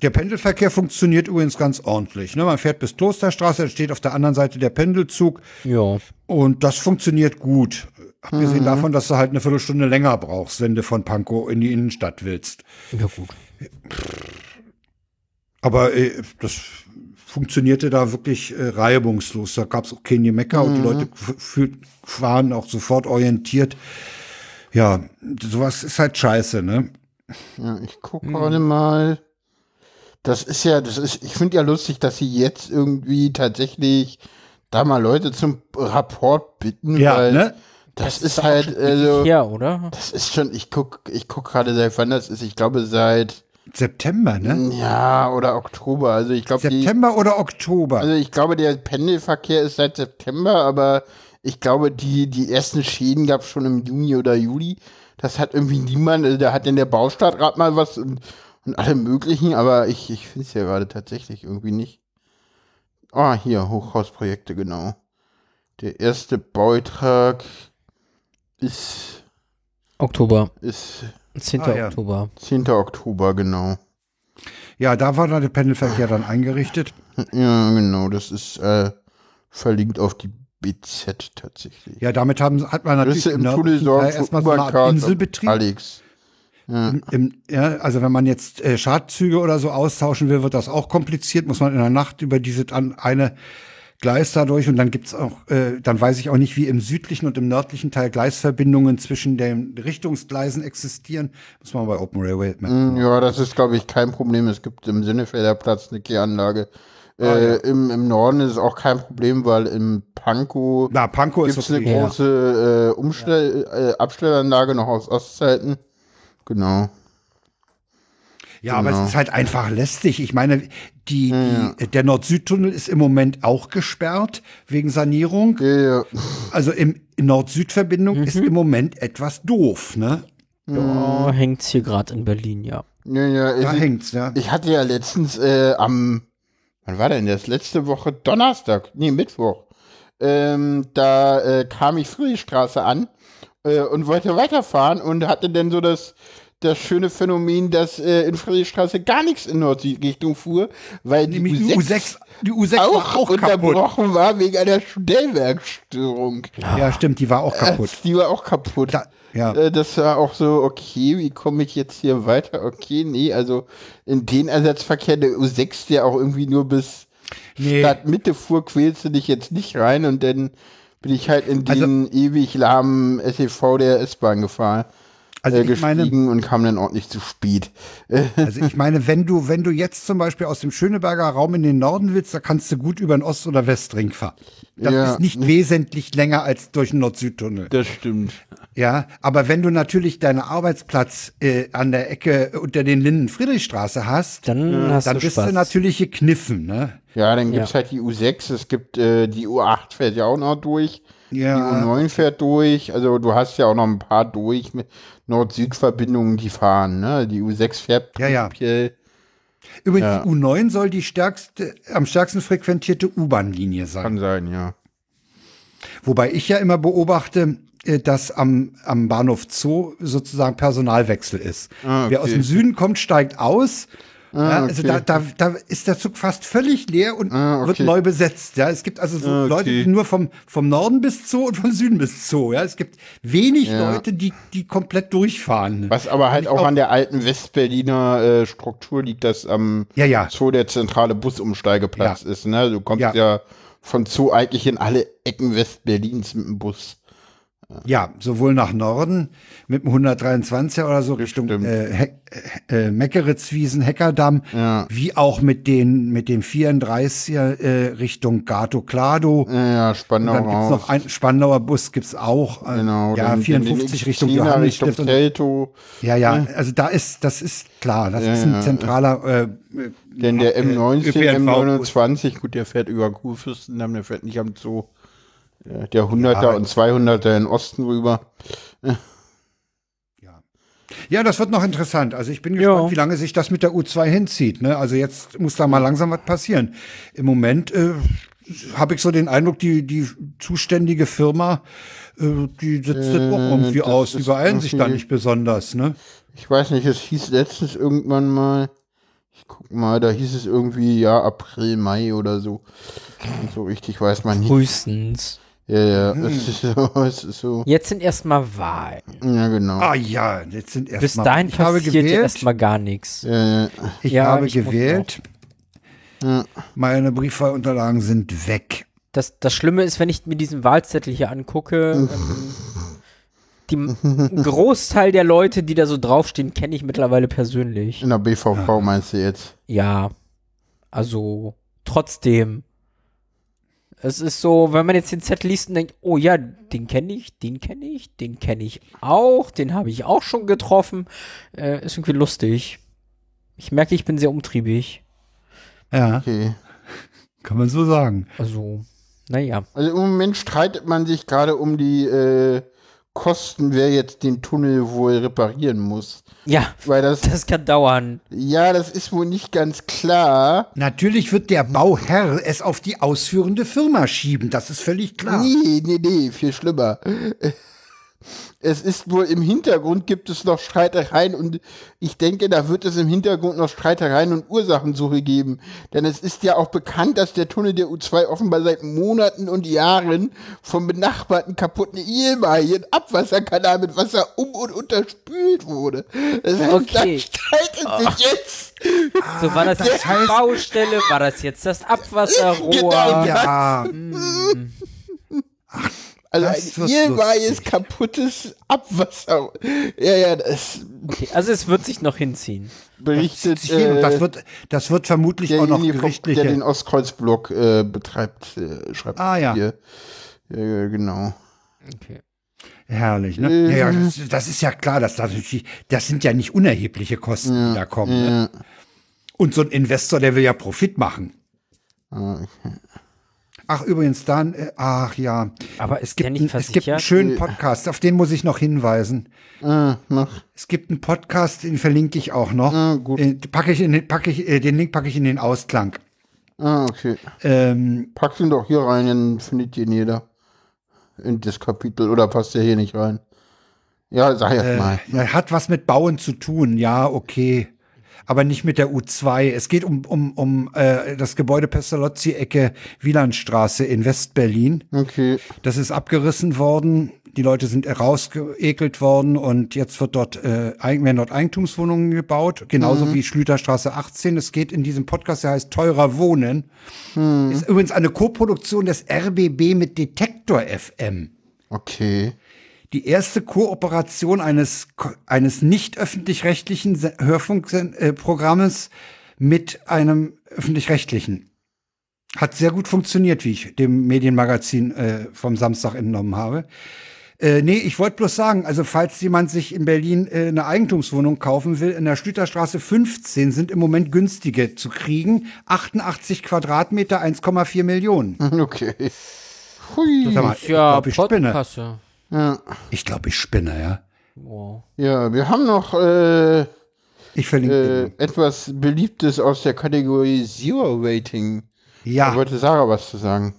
[SPEAKER 2] Der Pendelverkehr funktioniert übrigens ganz ordentlich. Ne? Man fährt bis Klosterstraße, dann steht auf der anderen Seite der Pendelzug
[SPEAKER 3] Ja.
[SPEAKER 2] und das funktioniert gut. Abgesehen
[SPEAKER 3] Mhm.
[SPEAKER 2] davon, dass du halt eine Viertelstunde länger brauchst, wenn du von Pankow in die Innenstadt willst.
[SPEAKER 3] Ja, gut.
[SPEAKER 2] Aber äh, das funktionierte da wirklich äh, reibungslos. Da gab es auch keine Mecker
[SPEAKER 3] Mhm.
[SPEAKER 2] und die Leute f- fühl- waren auch sofort orientiert. Ja, sowas ist halt scheiße, ne?
[SPEAKER 1] Ja, ich gucke
[SPEAKER 2] Hm.
[SPEAKER 1] gerade mal. Das ist ja, das ist, ich finde ja lustig, dass sie jetzt irgendwie tatsächlich da mal Leute zum Rapport bitten, weil
[SPEAKER 2] ne?
[SPEAKER 1] das, ist, halt, also,
[SPEAKER 3] Ja, oder?
[SPEAKER 1] das ist schon, ich guck, ich guck gerade seit wann das ist, ich glaube seit,
[SPEAKER 2] September, ne?
[SPEAKER 1] ja, oder Oktober, also ich glaube, die,
[SPEAKER 2] September oder Oktober?
[SPEAKER 1] also ich glaube, der Pendelverkehr ist seit September, aber ich glaube, die, die ersten Schäden gab es schon im Juni oder Juli. Das hat irgendwie niemand, also da hat denn der Baustaat gerade mal was und, und alle möglichen, aber ich, ich finde es ja gerade tatsächlich irgendwie nicht. Ah, hier, Hochhausprojekte, genau. Der erste Beitrag ist,
[SPEAKER 3] Oktober.
[SPEAKER 1] ist
[SPEAKER 3] 10.
[SPEAKER 2] Ah, ja.
[SPEAKER 3] Oktober.
[SPEAKER 1] 10. Oktober, genau.
[SPEAKER 2] Ja, da war dann der Pendelverkehr dann eingerichtet.
[SPEAKER 1] Ja, genau, das ist äh, verlinkt auf die BZ tatsächlich.
[SPEAKER 2] Ja, damit haben, hat man natürlich
[SPEAKER 1] Risse im
[SPEAKER 2] nördlichen
[SPEAKER 1] Tunnel sorgen
[SPEAKER 2] Teil
[SPEAKER 1] für
[SPEAKER 2] erstmal so eine Art
[SPEAKER 1] Übercast am
[SPEAKER 2] Inselbetrieb.
[SPEAKER 1] Alex.
[SPEAKER 2] Im, im, ja, also wenn man jetzt äh, Schadzüge oder so austauschen will, wird das auch kompliziert. Muss man in der Nacht über diese an, eine Gleis dadurch und dann gibt's auch, äh, dann weiß ich auch nicht, wie im südlichen und im nördlichen Teil Gleisverbindungen zwischen den Richtungsgleisen existieren. Muss man bei Open Railway
[SPEAKER 1] Mm, Ja, das ist, glaube ich, kein Problem. Es gibt im Sinnefelder Platz eine Kehranlage.
[SPEAKER 2] Ah,
[SPEAKER 1] äh, im, Im Norden ist es auch kein Problem, weil im Pankow
[SPEAKER 2] Na, Pankow ist
[SPEAKER 1] gibt es
[SPEAKER 2] okay.
[SPEAKER 1] eine große äh, Umstell äh, Abstellanlage noch aus Ostzeiten. Genau.
[SPEAKER 2] Ja, aber es ist halt einfach lästig. Ich meine, die, die, der Nord-Süd-Tunnel ist im Moment auch gesperrt wegen Sanierung.
[SPEAKER 1] Ja, ja.
[SPEAKER 2] Also im in Nord-Süd-Verbindung ist im Moment etwas doof, ne?
[SPEAKER 3] Oh, hängt's hier gerade in Berlin, ja.
[SPEAKER 1] Ja, ja,
[SPEAKER 2] Da
[SPEAKER 1] ich,
[SPEAKER 2] hängt's, ja.
[SPEAKER 1] ich hatte Mhm. ja letztens äh, am, wann war denn das? Letzte Woche Donnerstag, nee, Mittwoch. Ähm, da äh, kam ich Friedrichstraße an äh, und wollte weiterfahren und hatte dann so das, das schöne Phänomen, dass äh, in Friedrichstraße gar nichts in Nord-Süd-Richtung fuhr, weil die
[SPEAKER 2] Nämlich die
[SPEAKER 1] U6,
[SPEAKER 2] U6, die U6
[SPEAKER 1] auch,
[SPEAKER 2] war auch kaputt.
[SPEAKER 1] unterbrochen war wegen einer Stellwerkstörung.
[SPEAKER 2] Ja, stimmt, die war auch kaputt.
[SPEAKER 1] Die war auch kaputt.
[SPEAKER 2] Da- ja.
[SPEAKER 1] Äh, Das war auch so, okay, wie komme ich jetzt hier weiter? Okay, nee, also in den Ersatzverkehr der U6, der auch irgendwie nur bis
[SPEAKER 2] Nee.
[SPEAKER 1] Stadtmitte fuhr, quälst du dich jetzt nicht rein und dann bin ich halt in
[SPEAKER 2] Also-
[SPEAKER 1] den ewig lahmen SEV der S-Bahn gefahren.
[SPEAKER 2] Also
[SPEAKER 1] äh,
[SPEAKER 2] ich meine-
[SPEAKER 1] gestiegen und kam dann ordentlich zu spät.
[SPEAKER 2] Also ich meine, wenn du, wenn du jetzt zum Beispiel aus dem Schöneberger Raum in den Norden willst, da kannst du gut über den Ost- oder Westring fahren. Das
[SPEAKER 1] Ja.
[SPEAKER 2] ist nicht wesentlich länger als durch den Nord-Süd-Tunnel.
[SPEAKER 1] Das stimmt.
[SPEAKER 2] Ja, aber wenn du natürlich deinen Arbeitsplatz äh, an der Ecke unter den Linden Friedrichstraße hast,
[SPEAKER 3] Dann hast
[SPEAKER 2] dann
[SPEAKER 3] du
[SPEAKER 2] bist
[SPEAKER 3] Spaß.
[SPEAKER 2] du natürlich gekniffen, ne?
[SPEAKER 1] Ja, dann gibt's
[SPEAKER 3] Ja.
[SPEAKER 1] halt die U6, es gibt äh, die U8 fährt ja auch noch durch,
[SPEAKER 2] Ja.
[SPEAKER 1] die U9 fährt durch, also du hast ja auch noch ein paar durch mit Nord-Süd-Verbindungen, die fahren, ne? Die U6 fährt
[SPEAKER 2] Ja, ja.
[SPEAKER 1] prinzipiell.
[SPEAKER 2] Übrigens, die U9 soll die stärkste, am stärksten frequentierte U-Bahn-Linie sein.
[SPEAKER 1] Kann sein, ja.
[SPEAKER 2] Wobei ich ja immer beobachte, äh, dass am, am Bahnhof Zoo sozusagen Personalwechsel ist.
[SPEAKER 1] Ah, okay.
[SPEAKER 2] Wer
[SPEAKER 1] Ah,
[SPEAKER 2] aus dem Süden kommt, steigt aus. ja, also
[SPEAKER 1] okay.
[SPEAKER 2] da, da, da ist der Zug fast völlig leer und
[SPEAKER 1] Ah, okay.
[SPEAKER 2] wird neu besetzt. Ja, es gibt also so
[SPEAKER 1] Ah, okay.
[SPEAKER 2] Leute, die nur vom, vom Norden bis Zoo und vom Süden bis Zoo. Ja, es gibt wenig
[SPEAKER 1] Ja.
[SPEAKER 2] Leute, die, die komplett durchfahren.
[SPEAKER 1] Was aber halt auch, an der alten Westberliner äh, Struktur liegt, dass am
[SPEAKER 2] Ja, ja.
[SPEAKER 1] Zoo der zentrale Busumsteigeplatz
[SPEAKER 2] Ja.
[SPEAKER 1] ist, ne? Du kommst ja,
[SPEAKER 2] Ja.
[SPEAKER 1] von Zoo eigentlich in alle Ecken Westberlins mit dem Bus.
[SPEAKER 2] Ja, sowohl nach Norden mit dem 123er oder so Richtung
[SPEAKER 1] Bestimmt.
[SPEAKER 2] äh, He äh, Meckeritzwiesen, Heckerdamm, wie auch mit den mit dem 34er äh, Richtung Gato Klado.
[SPEAKER 1] Ja, ja, spannender
[SPEAKER 2] Dann gibt's
[SPEAKER 1] Raum.
[SPEAKER 2] noch einen Spandauer Bus gibt's auch. Äh,
[SPEAKER 1] Genau,
[SPEAKER 2] ja,
[SPEAKER 1] dann den
[SPEAKER 2] 54 Richtung
[SPEAKER 1] Xena,
[SPEAKER 2] Johannesstift.
[SPEAKER 1] Richtung
[SPEAKER 2] und-
[SPEAKER 1] Teltow.
[SPEAKER 2] Ja, ja, also da ist, das ist klar, das ist ein zentraler äh, äh,
[SPEAKER 1] Denn der M19,
[SPEAKER 5] ÖPNV
[SPEAKER 1] M29, gut, der fährt über Kurfürstendamm, der fährt nicht am Zoo. Äh, Der 100er und 200er in Osten rüber.
[SPEAKER 2] Ja, das wird noch interessant. Also ich bin
[SPEAKER 3] Ja.
[SPEAKER 2] gespannt, wie lange sich das mit der U2 hinzieht. Ne? Also jetzt muss da mal langsam was passieren. Im Moment äh, habe ich so den Eindruck, die, die zuständige Firma, äh, die sitzt das auch irgendwie
[SPEAKER 1] das
[SPEAKER 2] aus. Die
[SPEAKER 1] ist
[SPEAKER 2] beeilen sich da
[SPEAKER 1] irgendwie-
[SPEAKER 2] nicht besonders. Ne?
[SPEAKER 1] Ich weiß nicht, es hieß letztens irgendwann mal, ich guck mal, da hieß es irgendwie, ja, April, Mai oder so. Und so richtig weiß man nicht.
[SPEAKER 3] Frühestens.
[SPEAKER 1] Ja, ja, es ist so, es ist so.
[SPEAKER 3] Jetzt sind erstmal Wahlen.
[SPEAKER 1] Ja, genau.
[SPEAKER 2] Ah ja, jetzt sind erstmal.
[SPEAKER 3] Bis dahin
[SPEAKER 2] ich habe
[SPEAKER 3] passiert ja
[SPEAKER 2] gewählt.
[SPEAKER 3] erstmal gar nichts.
[SPEAKER 1] Äh,
[SPEAKER 2] Ich
[SPEAKER 3] Ja,
[SPEAKER 2] habe
[SPEAKER 3] ich muss
[SPEAKER 2] gewählt. Meine Briefwahlunterlagen sind weg.
[SPEAKER 3] Das, das Schlimme ist, wenn ich mir diesen Wahlzettel hier angucke, ähm, die, ein Großteil der Leute, die da so draufstehen, kenne ich mittlerweile persönlich.
[SPEAKER 1] in der BVV meinst du jetzt?
[SPEAKER 3] Ja. Also, trotzdem. Es ist so, wenn man jetzt den Zettel liest und denkt, oh ja, den kenne ich, den kenne ich, den kenne ich auch, den habe ich auch schon getroffen. Äh, ist irgendwie lustig. Ich merke, ich bin sehr umtriebig.
[SPEAKER 2] Ja,
[SPEAKER 1] Okay.
[SPEAKER 2] kann man so sagen.
[SPEAKER 3] Also, naja.
[SPEAKER 1] Also im Moment streitet man sich gerade um die äh, Kosten, wer jetzt den Tunnel wohl reparieren muss.
[SPEAKER 3] Ja,
[SPEAKER 1] Weil das,
[SPEAKER 3] das kann dauern.
[SPEAKER 1] ja, das ist wohl nicht ganz klar.
[SPEAKER 2] Natürlich wird der Bauherr es auf die Ah. ausführende Firma schieben. Das ist völlig klar.
[SPEAKER 1] Nee, nee, nee, viel schlimmer. es ist wohl im Hintergrund gibt es noch Streitereien und ich denke, da wird es im Hintergrund noch Streitereien und Ursachensuche geben. Denn es ist ja auch bekannt, dass der Tunnel der U2 offenbar seit Monaten und Jahren vom benachbarten kaputten ehemaligen Abwasserkanal mit Wasser um und unterspült wurde. Das heißt,
[SPEAKER 3] Okay.
[SPEAKER 1] da streitet sich jetzt.
[SPEAKER 3] So, war das
[SPEAKER 1] Ah,
[SPEAKER 3] jetzt die Baustelle? War das jetzt das Abwasserrohr?
[SPEAKER 1] Genau.
[SPEAKER 2] Ja,
[SPEAKER 1] Also
[SPEAKER 2] Das
[SPEAKER 1] ein
[SPEAKER 2] wird
[SPEAKER 1] ehemaliges
[SPEAKER 2] lustig.
[SPEAKER 1] kaputtes Abwasser. Ja, ja, das
[SPEAKER 3] Okay, also es wird sich noch hinziehen.
[SPEAKER 1] berichtet.
[SPEAKER 2] und das wird, das wird vermutlich auch noch
[SPEAKER 1] derjenige vom- äh, der den
[SPEAKER 2] gerichtliche.
[SPEAKER 1] Ostkreuzblock äh, betreibt, äh, schreibt
[SPEAKER 2] Ah, ja.
[SPEAKER 1] hier. Ja, genau.
[SPEAKER 3] Okay.
[SPEAKER 2] Herrlich, ne?
[SPEAKER 1] Mhm.
[SPEAKER 2] Ja, ja, das, das ist ja klar, dass das, natürlich- das sind ja nicht unerhebliche Kosten, die da kommen. Ne? Und so ein Investor, der will ja Profit machen.
[SPEAKER 1] Ah,
[SPEAKER 2] Ach, übrigens dann, äh, ach ja.
[SPEAKER 3] Aber
[SPEAKER 2] es
[SPEAKER 3] ist der
[SPEAKER 2] gibt,
[SPEAKER 3] nicht
[SPEAKER 2] einen, es gibt einen
[SPEAKER 3] versichert?
[SPEAKER 2] schönen Podcast, auf den muss ich noch hinweisen.
[SPEAKER 1] Ah,
[SPEAKER 2] Es gibt einen Podcast, den verlinke ich auch noch. Äh, packe ich in, den- packe ich, äh, den Link packe ich in den Ausklang.
[SPEAKER 1] Ah, okay.
[SPEAKER 2] Ähm,
[SPEAKER 1] Packt ihn doch hier rein, dann findet ihn jeder. In das Kapitel. Oder passt der hier nicht rein? Ja, sag
[SPEAKER 2] Äh.
[SPEAKER 1] jetzt mal.
[SPEAKER 2] er hat was mit Bauen zu tun, ja, okay. Aber nicht mit der U2. Es geht um, um, um äh, das Gebäude Pestalozzi-Ecke Wielandstraße in Westberlin.
[SPEAKER 1] Okay.
[SPEAKER 2] Das ist abgerissen worden. Die Leute sind rausgeekelt worden und jetzt wird dort, äh, eig- werden dort Eigentumswohnungen gebaut, genauso wie Schlüterstraße 18. Es geht in diesem Podcast, der heißt Teurer Wohnen. Ist übrigens eine Koproduktion des RBB mit Detektor FM
[SPEAKER 1] Okay.
[SPEAKER 2] die erste Kooperation eines, Ko- eines nicht öffentlich-rechtlichen Se- Hörfunkprogrammes mit einem öffentlich-rechtlichen. Hat sehr gut funktioniert, wie ich dem Medienmagazin äh, vom Samstag entnommen habe. Äh, nee, ich wollte bloß sagen, also falls jemand sich in Berlin äh, eine Eigentumswohnung kaufen will, in der Schlüterstraße 15 sind im Moment günstige zu kriegen. 88 Quadratmeter, 1,4 Millionen.
[SPEAKER 1] Hm. Okay. Hui.
[SPEAKER 2] Sag mal, ich
[SPEAKER 3] Ist ja
[SPEAKER 2] glaub, ich spinne.
[SPEAKER 3] Podkasse.
[SPEAKER 2] Ich glaube, ich spinne, ja.
[SPEAKER 3] Wow.
[SPEAKER 1] Ja, wir haben noch äh,
[SPEAKER 2] Ich verlinke
[SPEAKER 1] äh,
[SPEAKER 2] den.
[SPEAKER 1] etwas Beliebtes aus der Kategorie Zero Rating. Da
[SPEAKER 2] Ja.
[SPEAKER 1] wollte Sarah was zu sagen.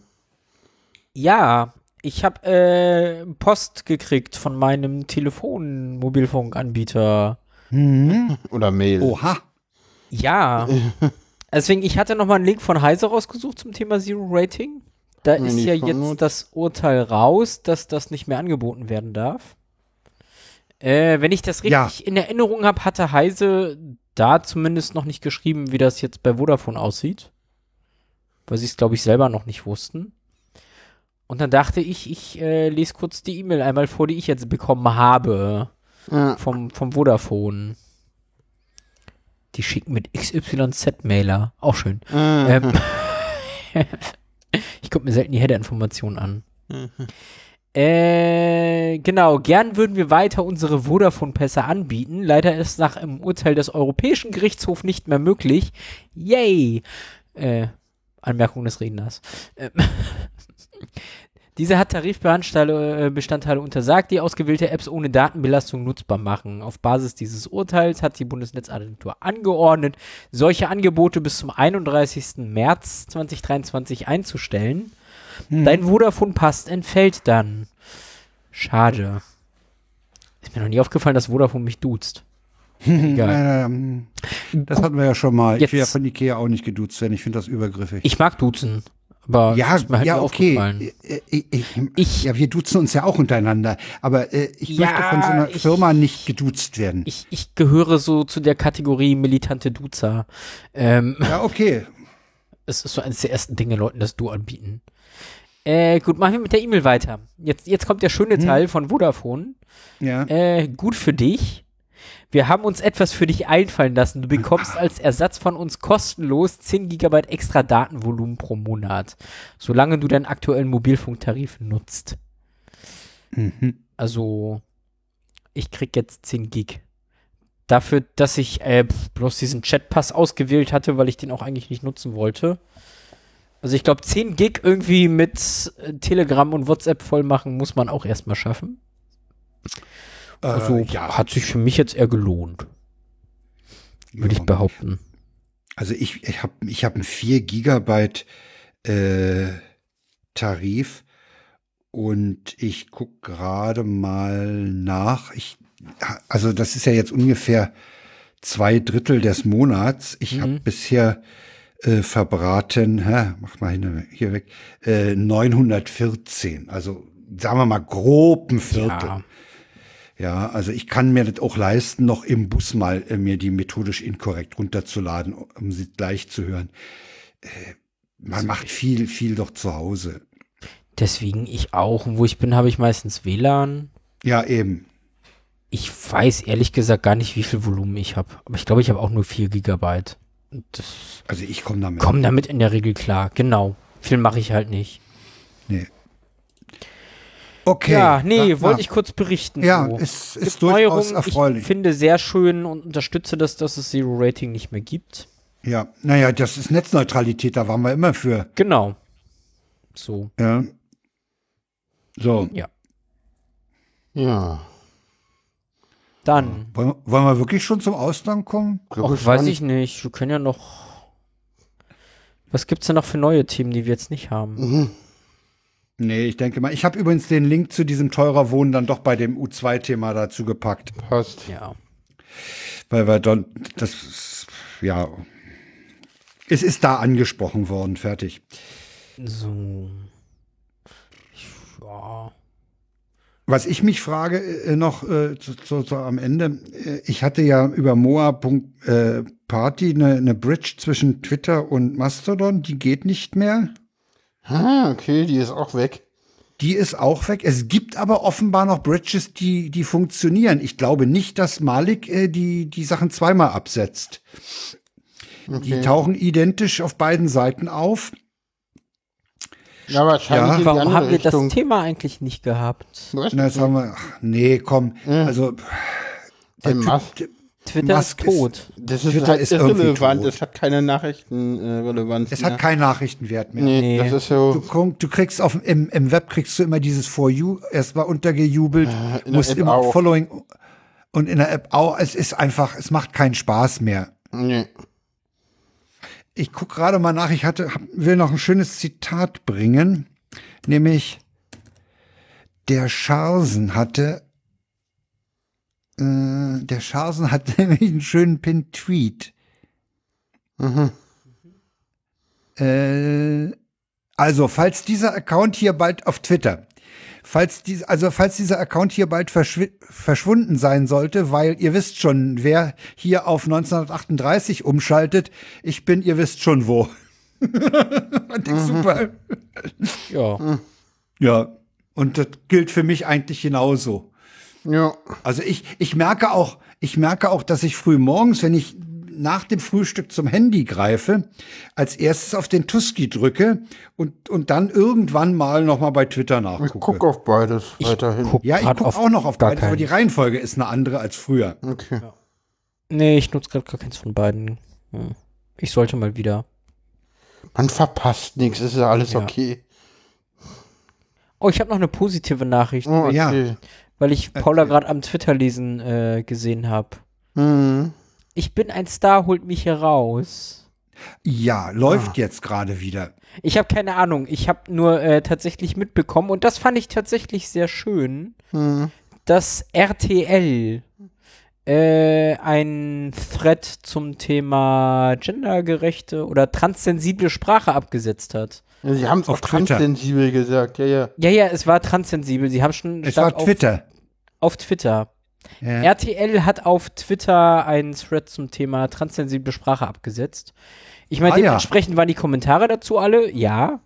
[SPEAKER 3] Ja, ich habe äh, Post gekriegt von meinem Telefon-Mobilfunkanbieter.
[SPEAKER 2] Mhm.
[SPEAKER 1] Oder Mail.
[SPEAKER 2] Oha.
[SPEAKER 3] Ja. Deswegen, ich hatte nochmal einen Link von Heise rausgesucht zum Thema Zero Rating. Da
[SPEAKER 1] mir
[SPEAKER 3] ist
[SPEAKER 1] nicht
[SPEAKER 3] ja
[SPEAKER 1] vermutet.
[SPEAKER 3] jetzt das Urteil raus, dass das nicht mehr angeboten werden darf. Äh, wenn ich das richtig
[SPEAKER 2] Ja.
[SPEAKER 3] in Erinnerung habe, hatte Heise da zumindest noch nicht geschrieben, wie das jetzt bei Vodafone aussieht. Weil sie es, glaube ich, selber noch nicht wussten. Und dann dachte ich, ich äh, lese kurz die E-Mail einmal vor, die ich jetzt bekommen habe.
[SPEAKER 1] Ja.
[SPEAKER 3] Vom, vom Vodafone. Die schicken mit XYZ-Mailer. Auch schön. Ähm, ich gucke mir selten die Header-Informationen an. Äh, genau, gern würden wir weiter unsere Vodafone-Pässe anbieten. Leider ist nach einem Urteil des Europäischen Gerichtshofs nicht mehr möglich. Yay! Äh, Anmerkung des Redners. Ähm, Diese hat Tarifbestandteile äh, Bestandteile untersagt, die ausgewählte Apps ohne Datenbelastung nutzbar machen. Auf Basis dieses Urteils hat die Bundesnetzagentur angeordnet, solche Angebote bis zum 31. März 2023 einzustellen. Dein Vodafone passt, entfällt dann. Schade. Ist mir noch nie aufgefallen, dass Vodafone mich duzt. Egal.
[SPEAKER 2] Ähm, das hatten wir ja schon mal.
[SPEAKER 3] Jetzt.
[SPEAKER 2] Ich will ja von Ikea auch nicht geduzt werden. Ich finde das übergriffig.
[SPEAKER 3] Ich mag duzen, aber
[SPEAKER 2] ja,
[SPEAKER 3] ist mir halt
[SPEAKER 2] ja,
[SPEAKER 3] nie aufgefallen.
[SPEAKER 2] okay. Äh, Ich, ich,
[SPEAKER 3] Ich-
[SPEAKER 2] ja, wir duzen uns ja auch untereinander. Aber äh, ich
[SPEAKER 3] Ja,
[SPEAKER 2] möchte von so einer
[SPEAKER 3] ich-
[SPEAKER 2] Firma nicht geduzt werden.
[SPEAKER 3] Ich, ich gehöre so zu der Kategorie militante Duzer. Ähm,
[SPEAKER 2] ja, okay.
[SPEAKER 3] Es ist so eines der ersten Dinge, Leuten das Du anbieten. Äh, gut, machen wir mit der E-Mail weiter. Jetzt, jetzt kommt der schöne
[SPEAKER 2] Mhm.
[SPEAKER 3] Teil von Vodafone.
[SPEAKER 2] Ja.
[SPEAKER 3] Äh, gut für dich. Wir haben uns etwas für dich einfallen lassen. Du bekommst als Ersatz von uns kostenlos 10 GB extra Datenvolumen pro Monat, solange du deinen aktuellen Mobilfunktarif nutzt.
[SPEAKER 2] Mhm.
[SPEAKER 3] Also, ich krieg jetzt 10 Gig. Dafür, dass ich äh, pf, bloß diesen Chatpass ausgewählt hatte, weil ich den auch eigentlich nicht nutzen wollte. Also ich glaube, 10 Gig irgendwie mit äh, Telegram und WhatsApp voll machen, muss man auch erstmal schaffen. Also
[SPEAKER 2] äh, ja.
[SPEAKER 3] hat sich für mich jetzt eher gelohnt, würde ich behaupten.
[SPEAKER 2] Also ich, ich habe ich hab einen 4 Gigabyte äh, Tarif Und ich gucke gerade mal nach. Ich, also das ist ja jetzt ungefähr zwei Drittel des Monats. Ich habe bisher äh, verbraten, hä, mach mal hin, hier weg, äh, 914. Also sagen wir mal grob ein Viertel.
[SPEAKER 3] Ja.
[SPEAKER 2] Ja, also ich kann mir das auch leisten, noch im Bus mal äh, mir die methodisch inkorrekt runterzuladen, um sie gleich zu hören. Äh,
[SPEAKER 3] Also
[SPEAKER 2] man macht viel, viel doch zu Hause.
[SPEAKER 3] Deswegen ich auch. Und wo ich bin, habe ich meistens WLAN.
[SPEAKER 2] Ja, eben.
[SPEAKER 3] Ich weiß ehrlich gesagt gar nicht, wie viel Volumen ich habe. Aber ich glaube, ich habe auch nur 4 Gigabyte. Und Das
[SPEAKER 2] Also ich komme damit.
[SPEAKER 3] komme damit in der Regel klar. Genau. Viel mache ich halt nicht.
[SPEAKER 2] Nee. Okay.
[SPEAKER 3] Ja, nee,
[SPEAKER 2] Na,
[SPEAKER 3] wollte
[SPEAKER 2] na.
[SPEAKER 3] ich kurz berichten.
[SPEAKER 2] Ja,
[SPEAKER 3] so.
[SPEAKER 2] es
[SPEAKER 3] Gibt
[SPEAKER 2] ist durchaus
[SPEAKER 3] Neuerungen. Ich
[SPEAKER 2] erfreulich.
[SPEAKER 3] finde sehr schön und unterstütze das, dass es Zero Rating nicht mehr gibt.
[SPEAKER 2] Ja, naja, das ist Netzneutralität, da waren wir immer für.
[SPEAKER 3] Genau. So.
[SPEAKER 2] Ja. So,
[SPEAKER 3] Ja.
[SPEAKER 1] Ja.
[SPEAKER 3] Dann.
[SPEAKER 2] wollen, wollen wir wirklich schon zum Ausland kommen?
[SPEAKER 1] Glaub
[SPEAKER 3] Och, weiß ich nicht. Wir können ja noch. Was gibt's denn noch für neue Themen, die wir jetzt nicht
[SPEAKER 1] Mhm.
[SPEAKER 3] haben?
[SPEAKER 2] Nee, ich denke mal. Ich habe übrigens den Link zu diesem teurer Wohnen dann doch bei dem U2-Thema dazu gepackt,
[SPEAKER 1] Passt.
[SPEAKER 3] Ja.
[SPEAKER 2] weil wir dann, das, ist- ja, es ist da angesprochen worden, fertig.
[SPEAKER 3] So. Ja.
[SPEAKER 2] Was ich mich frage äh, noch äh, zu, zu, zu, am Ende, äh, ich hatte ja über Moa.party äh, Party eine, eine Bridge zwischen Twitter und Mastodon, die geht nicht mehr.
[SPEAKER 1] Ah, okay, die ist auch weg.
[SPEAKER 2] Die ist auch weg. Es gibt aber offenbar noch Bridges, die, die funktionieren. Ich glaube nicht, dass Malik äh, die, die Sachen zweimal absetzt. Die tauchen identisch auf beiden Seiten auf.
[SPEAKER 1] Ja, wahrscheinlich
[SPEAKER 2] Ja.
[SPEAKER 1] in die
[SPEAKER 3] Warum
[SPEAKER 1] andere
[SPEAKER 3] haben wir
[SPEAKER 1] Richtung.
[SPEAKER 3] das Thema eigentlich nicht gehabt?
[SPEAKER 1] Weißt du,
[SPEAKER 2] Na, jetzt haben wir, ach, nee, komm. Also,
[SPEAKER 1] der Mas-
[SPEAKER 3] Twitter
[SPEAKER 2] Musk
[SPEAKER 3] ist
[SPEAKER 2] ist-
[SPEAKER 3] tot.
[SPEAKER 1] das ist
[SPEAKER 2] Twitter
[SPEAKER 1] halt
[SPEAKER 2] ist irgendwie
[SPEAKER 1] irrelevant.
[SPEAKER 2] tot.
[SPEAKER 1] Es hat keine Nachrichtenrelevanz.
[SPEAKER 2] es hat keinen Nachrichtenwert mehr.
[SPEAKER 1] Nee,
[SPEAKER 3] Nee.
[SPEAKER 1] das ist
[SPEAKER 2] Du,
[SPEAKER 1] so.
[SPEAKER 2] komm- du kriegst auf, im, im Web kriegst du immer dieses For You erstmal untergejubelt,
[SPEAKER 1] in der
[SPEAKER 2] musst
[SPEAKER 1] App
[SPEAKER 2] immer
[SPEAKER 1] auch.
[SPEAKER 2] Following und in der App auch. Es ist einfach, es macht keinen Spaß mehr.
[SPEAKER 1] Nee.
[SPEAKER 2] Ich gucke gerade mal nach. Ich hatte, hab, will noch ein schönes Zitat bringen, nämlich der Scharsen hatte, äh, der Scharsen hat nämlich einen schönen Pin-Tweet. Äh, also, falls dieser Account hier bald auf Twitter, falls dies, also falls dieser Account hier bald verschwi verschwunden sein sollte, weil ihr wisst schon, wer hier auf 1938 umschaltet, ich bin, ihr wisst schon wo. Fand
[SPEAKER 1] Mhm.
[SPEAKER 2] ich super.
[SPEAKER 3] Ja.
[SPEAKER 2] Ja. Und das gilt für mich eigentlich genauso.
[SPEAKER 1] Ja.
[SPEAKER 2] Also ich, ich merke auch, ich merke auch, dass ich früh morgens, wenn ich nach dem Frühstück zum Handy greife, als erstes auf den Tusky drücke und, und dann irgendwann mal nochmal bei Twitter
[SPEAKER 1] Ich
[SPEAKER 2] nachgucke.
[SPEAKER 1] guck auf beides weiterhin.
[SPEAKER 3] Guck
[SPEAKER 2] ja, ich
[SPEAKER 3] grad
[SPEAKER 2] gucke auch noch auf
[SPEAKER 3] gar
[SPEAKER 2] beides, aber die
[SPEAKER 3] keinen. Hm.
[SPEAKER 2] Reihenfolge ist eine andere als früher.
[SPEAKER 1] Okay.
[SPEAKER 3] Nee, ich nutze gerade gar keins von beiden. Hm. Ich sollte mal wieder.
[SPEAKER 1] Man verpasst nichts, ist ja alles
[SPEAKER 3] Ja.
[SPEAKER 1] okay.
[SPEAKER 3] Oh, ich habe noch eine positive Nachricht,
[SPEAKER 1] Oh,
[SPEAKER 2] Ja.
[SPEAKER 1] okay.
[SPEAKER 3] weil ich Paula gerade am Twitter lesen äh, gesehen habe.
[SPEAKER 1] Hm.
[SPEAKER 3] Ich bin ein Star, holt mich hier raus.
[SPEAKER 2] Ja, läuft
[SPEAKER 3] Ah.
[SPEAKER 2] jetzt gerade wieder.
[SPEAKER 3] Ich habe keine Ahnung. Ich habe nur äh, tatsächlich mitbekommen und das fand ich tatsächlich sehr schön,
[SPEAKER 1] hm.
[SPEAKER 3] dass RTL äh, ein Thread zum Thema gendergerechte oder transsensible Sprache abgesetzt hat.
[SPEAKER 1] Sie haben es auch
[SPEAKER 2] Auf Twitter.
[SPEAKER 1] transsensibel gesagt, ja, ja.
[SPEAKER 3] Ja, ja, es war transsensibel. Sie haben schon
[SPEAKER 2] Es
[SPEAKER 3] stark
[SPEAKER 2] war Twitter.
[SPEAKER 3] Auf, auf Twitter.
[SPEAKER 2] Ja.
[SPEAKER 3] RTL hat auf Twitter einen Thread zum Thema transsensible Sprache abgesetzt. Ich meine,
[SPEAKER 2] Ah, ja.
[SPEAKER 3] dementsprechend waren die Kommentare dazu alle, ja.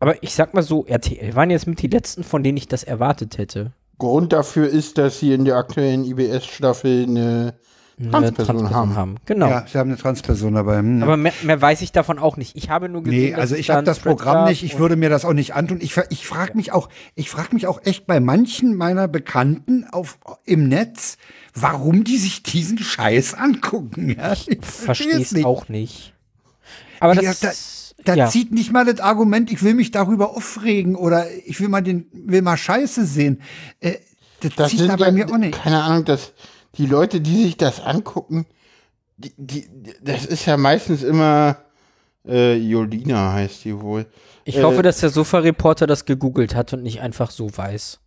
[SPEAKER 3] Aber ich sag mal so, RTL waren jetzt mit die letzten, von denen ich das erwartet hätte. äh,
[SPEAKER 1] Grund dafür ist, dass sie in der aktuellen IBS-Staffel eine
[SPEAKER 3] Eine
[SPEAKER 1] Transperson haben.
[SPEAKER 3] Genau.
[SPEAKER 2] Ja, sie haben eine Transperson dabei. Hm,
[SPEAKER 3] Aber mehr, mehr weiß ich davon auch nicht. Ich habe nur gesehen,
[SPEAKER 2] Nee,
[SPEAKER 3] dass
[SPEAKER 2] also
[SPEAKER 3] es
[SPEAKER 2] ich
[SPEAKER 3] da
[SPEAKER 2] habe
[SPEAKER 3] einen
[SPEAKER 2] das
[SPEAKER 3] Thread
[SPEAKER 2] Programm
[SPEAKER 3] gab
[SPEAKER 2] nicht, ich
[SPEAKER 3] und-
[SPEAKER 2] würde mir das auch nicht antun. Ich, ver- ich frage mich auch, ich frage mich auch echt bei manchen meiner Bekannten auf, im Netz, warum die sich diesen Scheiß angucken. Ja, ich
[SPEAKER 3] verstehe
[SPEAKER 2] versteh's
[SPEAKER 3] es auch nicht. Aber
[SPEAKER 2] Wie
[SPEAKER 3] das
[SPEAKER 2] gesagt, Da
[SPEAKER 3] ja.
[SPEAKER 2] zieht nicht mal das Argument, ich will mich darüber aufregen oder ich will mal den, will mal Scheiße sehen. Äh, das,
[SPEAKER 1] Das
[SPEAKER 2] zieht da
[SPEAKER 1] sind
[SPEAKER 2] bei
[SPEAKER 1] ja,
[SPEAKER 2] mir auch nicht.
[SPEAKER 1] keine Ahnung, dass die Leute, die sich das angucken, die, die, das ist ja meistens immer äh, Jolina heißt die wohl.
[SPEAKER 3] Ich hoffe, dass der Sofa-Reporter das gegoogelt hat und nicht einfach so weiß.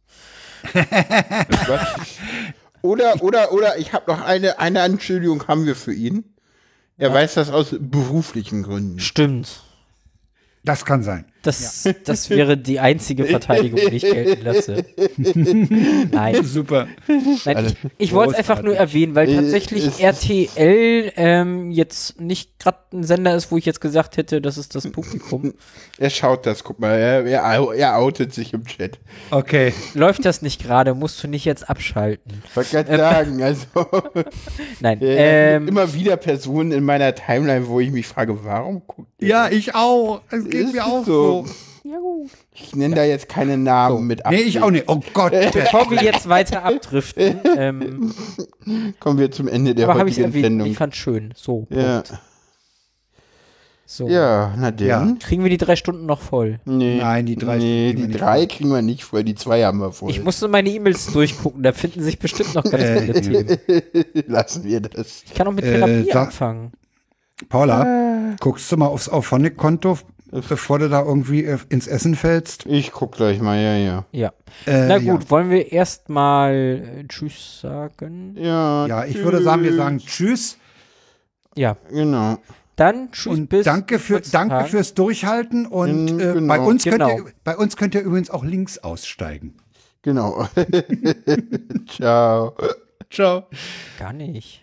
[SPEAKER 1] Oder, oder, oder, ich habe noch eine, eine Anschuldigung haben wir für ihn. Er weiß das aus beruflichen Gründen.
[SPEAKER 3] Stimmt.
[SPEAKER 2] Das kann sein.
[SPEAKER 3] Das, das wäre die einzige Verteidigung, die ich gelten lasse. Nein.
[SPEAKER 5] Super.
[SPEAKER 3] Nein, ich, ich wollte es einfach nur erwähnen,
[SPEAKER 1] Äh,
[SPEAKER 3] weil tatsächlich RTL ähm, jetzt nicht gerade ein Sender ist, wo ich jetzt gesagt hätte, das ist das Publikum.
[SPEAKER 1] Er schaut das, guck mal, er, er, er outet sich im Chat.
[SPEAKER 2] Okay.
[SPEAKER 3] Läuft das nicht gerade, musst du nicht jetzt abschalten.
[SPEAKER 1] Ich wollte gerade sagen, also
[SPEAKER 3] Nein.
[SPEAKER 1] äh,
[SPEAKER 3] Ähm,
[SPEAKER 1] immer wieder Personen in meiner Timeline, wo ich mich frage, warum guckt ihr?
[SPEAKER 2] Ja, ich auch. Es geht
[SPEAKER 1] Ist
[SPEAKER 2] mir
[SPEAKER 1] so.
[SPEAKER 2] auch so.
[SPEAKER 1] Ich nenne da jetzt keine Namen mit ab.
[SPEAKER 2] Nee, ich auch nicht. Oh Gott.
[SPEAKER 3] bevor wir jetzt weiter abdriften, ähm,
[SPEAKER 1] Kommen wir zum Ende der
[SPEAKER 3] aber habe ich
[SPEAKER 1] heutigen
[SPEAKER 3] erwähnt,
[SPEAKER 1] Sendung.
[SPEAKER 3] ich fand's schön. So.
[SPEAKER 1] Ja.
[SPEAKER 3] Punkt. So.
[SPEAKER 1] ja, na denn.
[SPEAKER 2] Ja.
[SPEAKER 3] Kriegen wir die drei Stunden noch voll?
[SPEAKER 1] Nee.
[SPEAKER 2] Nein, die drei
[SPEAKER 1] Nee,
[SPEAKER 2] kriegen wir
[SPEAKER 1] die
[SPEAKER 2] nicht
[SPEAKER 1] drei kriegen wir nicht voll, die zwei haben wir voll.
[SPEAKER 3] Ich musste meine E-Mails durchgucken, da finden sich bestimmt noch ganz viele
[SPEAKER 2] Äh,
[SPEAKER 3] Themen.
[SPEAKER 1] Lassen wir das.
[SPEAKER 3] Ich kann auch mit
[SPEAKER 2] äh,
[SPEAKER 3] Therapie
[SPEAKER 2] sag-
[SPEAKER 3] anfangen.
[SPEAKER 2] Paula, guckst du mal aufs Auphonic-Konto, bevor du da irgendwie äh, ins Essen fällst?
[SPEAKER 1] Ich guck gleich mal, ja, ja.
[SPEAKER 3] Ja.
[SPEAKER 2] Äh,
[SPEAKER 3] Na gut, wollen wir erstmal äh, Tschüss sagen?
[SPEAKER 1] Ja,
[SPEAKER 2] Ja, ich würde sagen, wir sagen Tschüss
[SPEAKER 3] Ja.
[SPEAKER 1] Genau.
[SPEAKER 3] Dann Tschüss
[SPEAKER 2] und
[SPEAKER 3] bis.
[SPEAKER 2] danke, für,
[SPEAKER 3] heutzutage.
[SPEAKER 2] danke fürs Durchhalten und
[SPEAKER 1] Mm,
[SPEAKER 2] äh,
[SPEAKER 1] genau.
[SPEAKER 2] bei, uns
[SPEAKER 3] Genau.
[SPEAKER 2] könnt ihr, bei uns könnt ihr übrigens auch links aussteigen.
[SPEAKER 1] Genau. Ciao.
[SPEAKER 5] Ciao.
[SPEAKER 3] Gar nicht.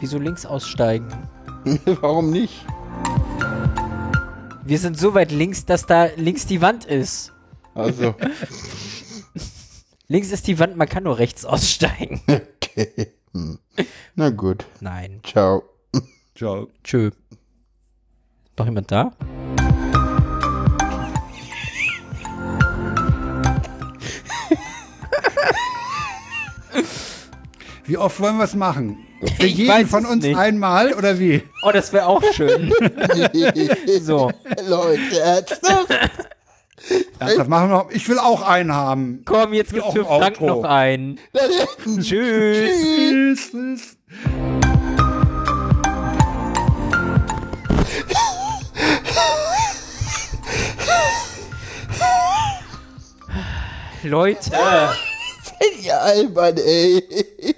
[SPEAKER 3] Wieso links aussteigen?
[SPEAKER 1] Warum nicht?
[SPEAKER 3] Wir sind so weit links, dass da links die Wand ist.
[SPEAKER 1] Also,
[SPEAKER 3] Links ist die Wand, man kann nur rechts aussteigen.
[SPEAKER 1] okay. Hm. Na gut.
[SPEAKER 3] Nein.
[SPEAKER 1] Ciao.
[SPEAKER 2] Ciao.
[SPEAKER 3] Tschö. Noch jemand da?
[SPEAKER 2] Wie oft wollen wir es machen? Für
[SPEAKER 3] Ich
[SPEAKER 2] jeden
[SPEAKER 3] weiß
[SPEAKER 2] von
[SPEAKER 3] es
[SPEAKER 2] uns
[SPEAKER 3] nicht.
[SPEAKER 2] einmal oder wie?
[SPEAKER 3] Oh, das wäre auch schön. so,
[SPEAKER 1] Leute, ernsthaft?
[SPEAKER 2] Ernsthaft, machen wir noch. Ich will auch einen haben.
[SPEAKER 3] komm, jetzt gibt's
[SPEAKER 2] auch
[SPEAKER 3] für
[SPEAKER 2] ein
[SPEAKER 3] Frank
[SPEAKER 2] Outro.
[SPEAKER 3] noch einen. Tschüss.
[SPEAKER 2] Tschüss. tschüss.
[SPEAKER 3] Leute.
[SPEAKER 1] ja, Mann, ey.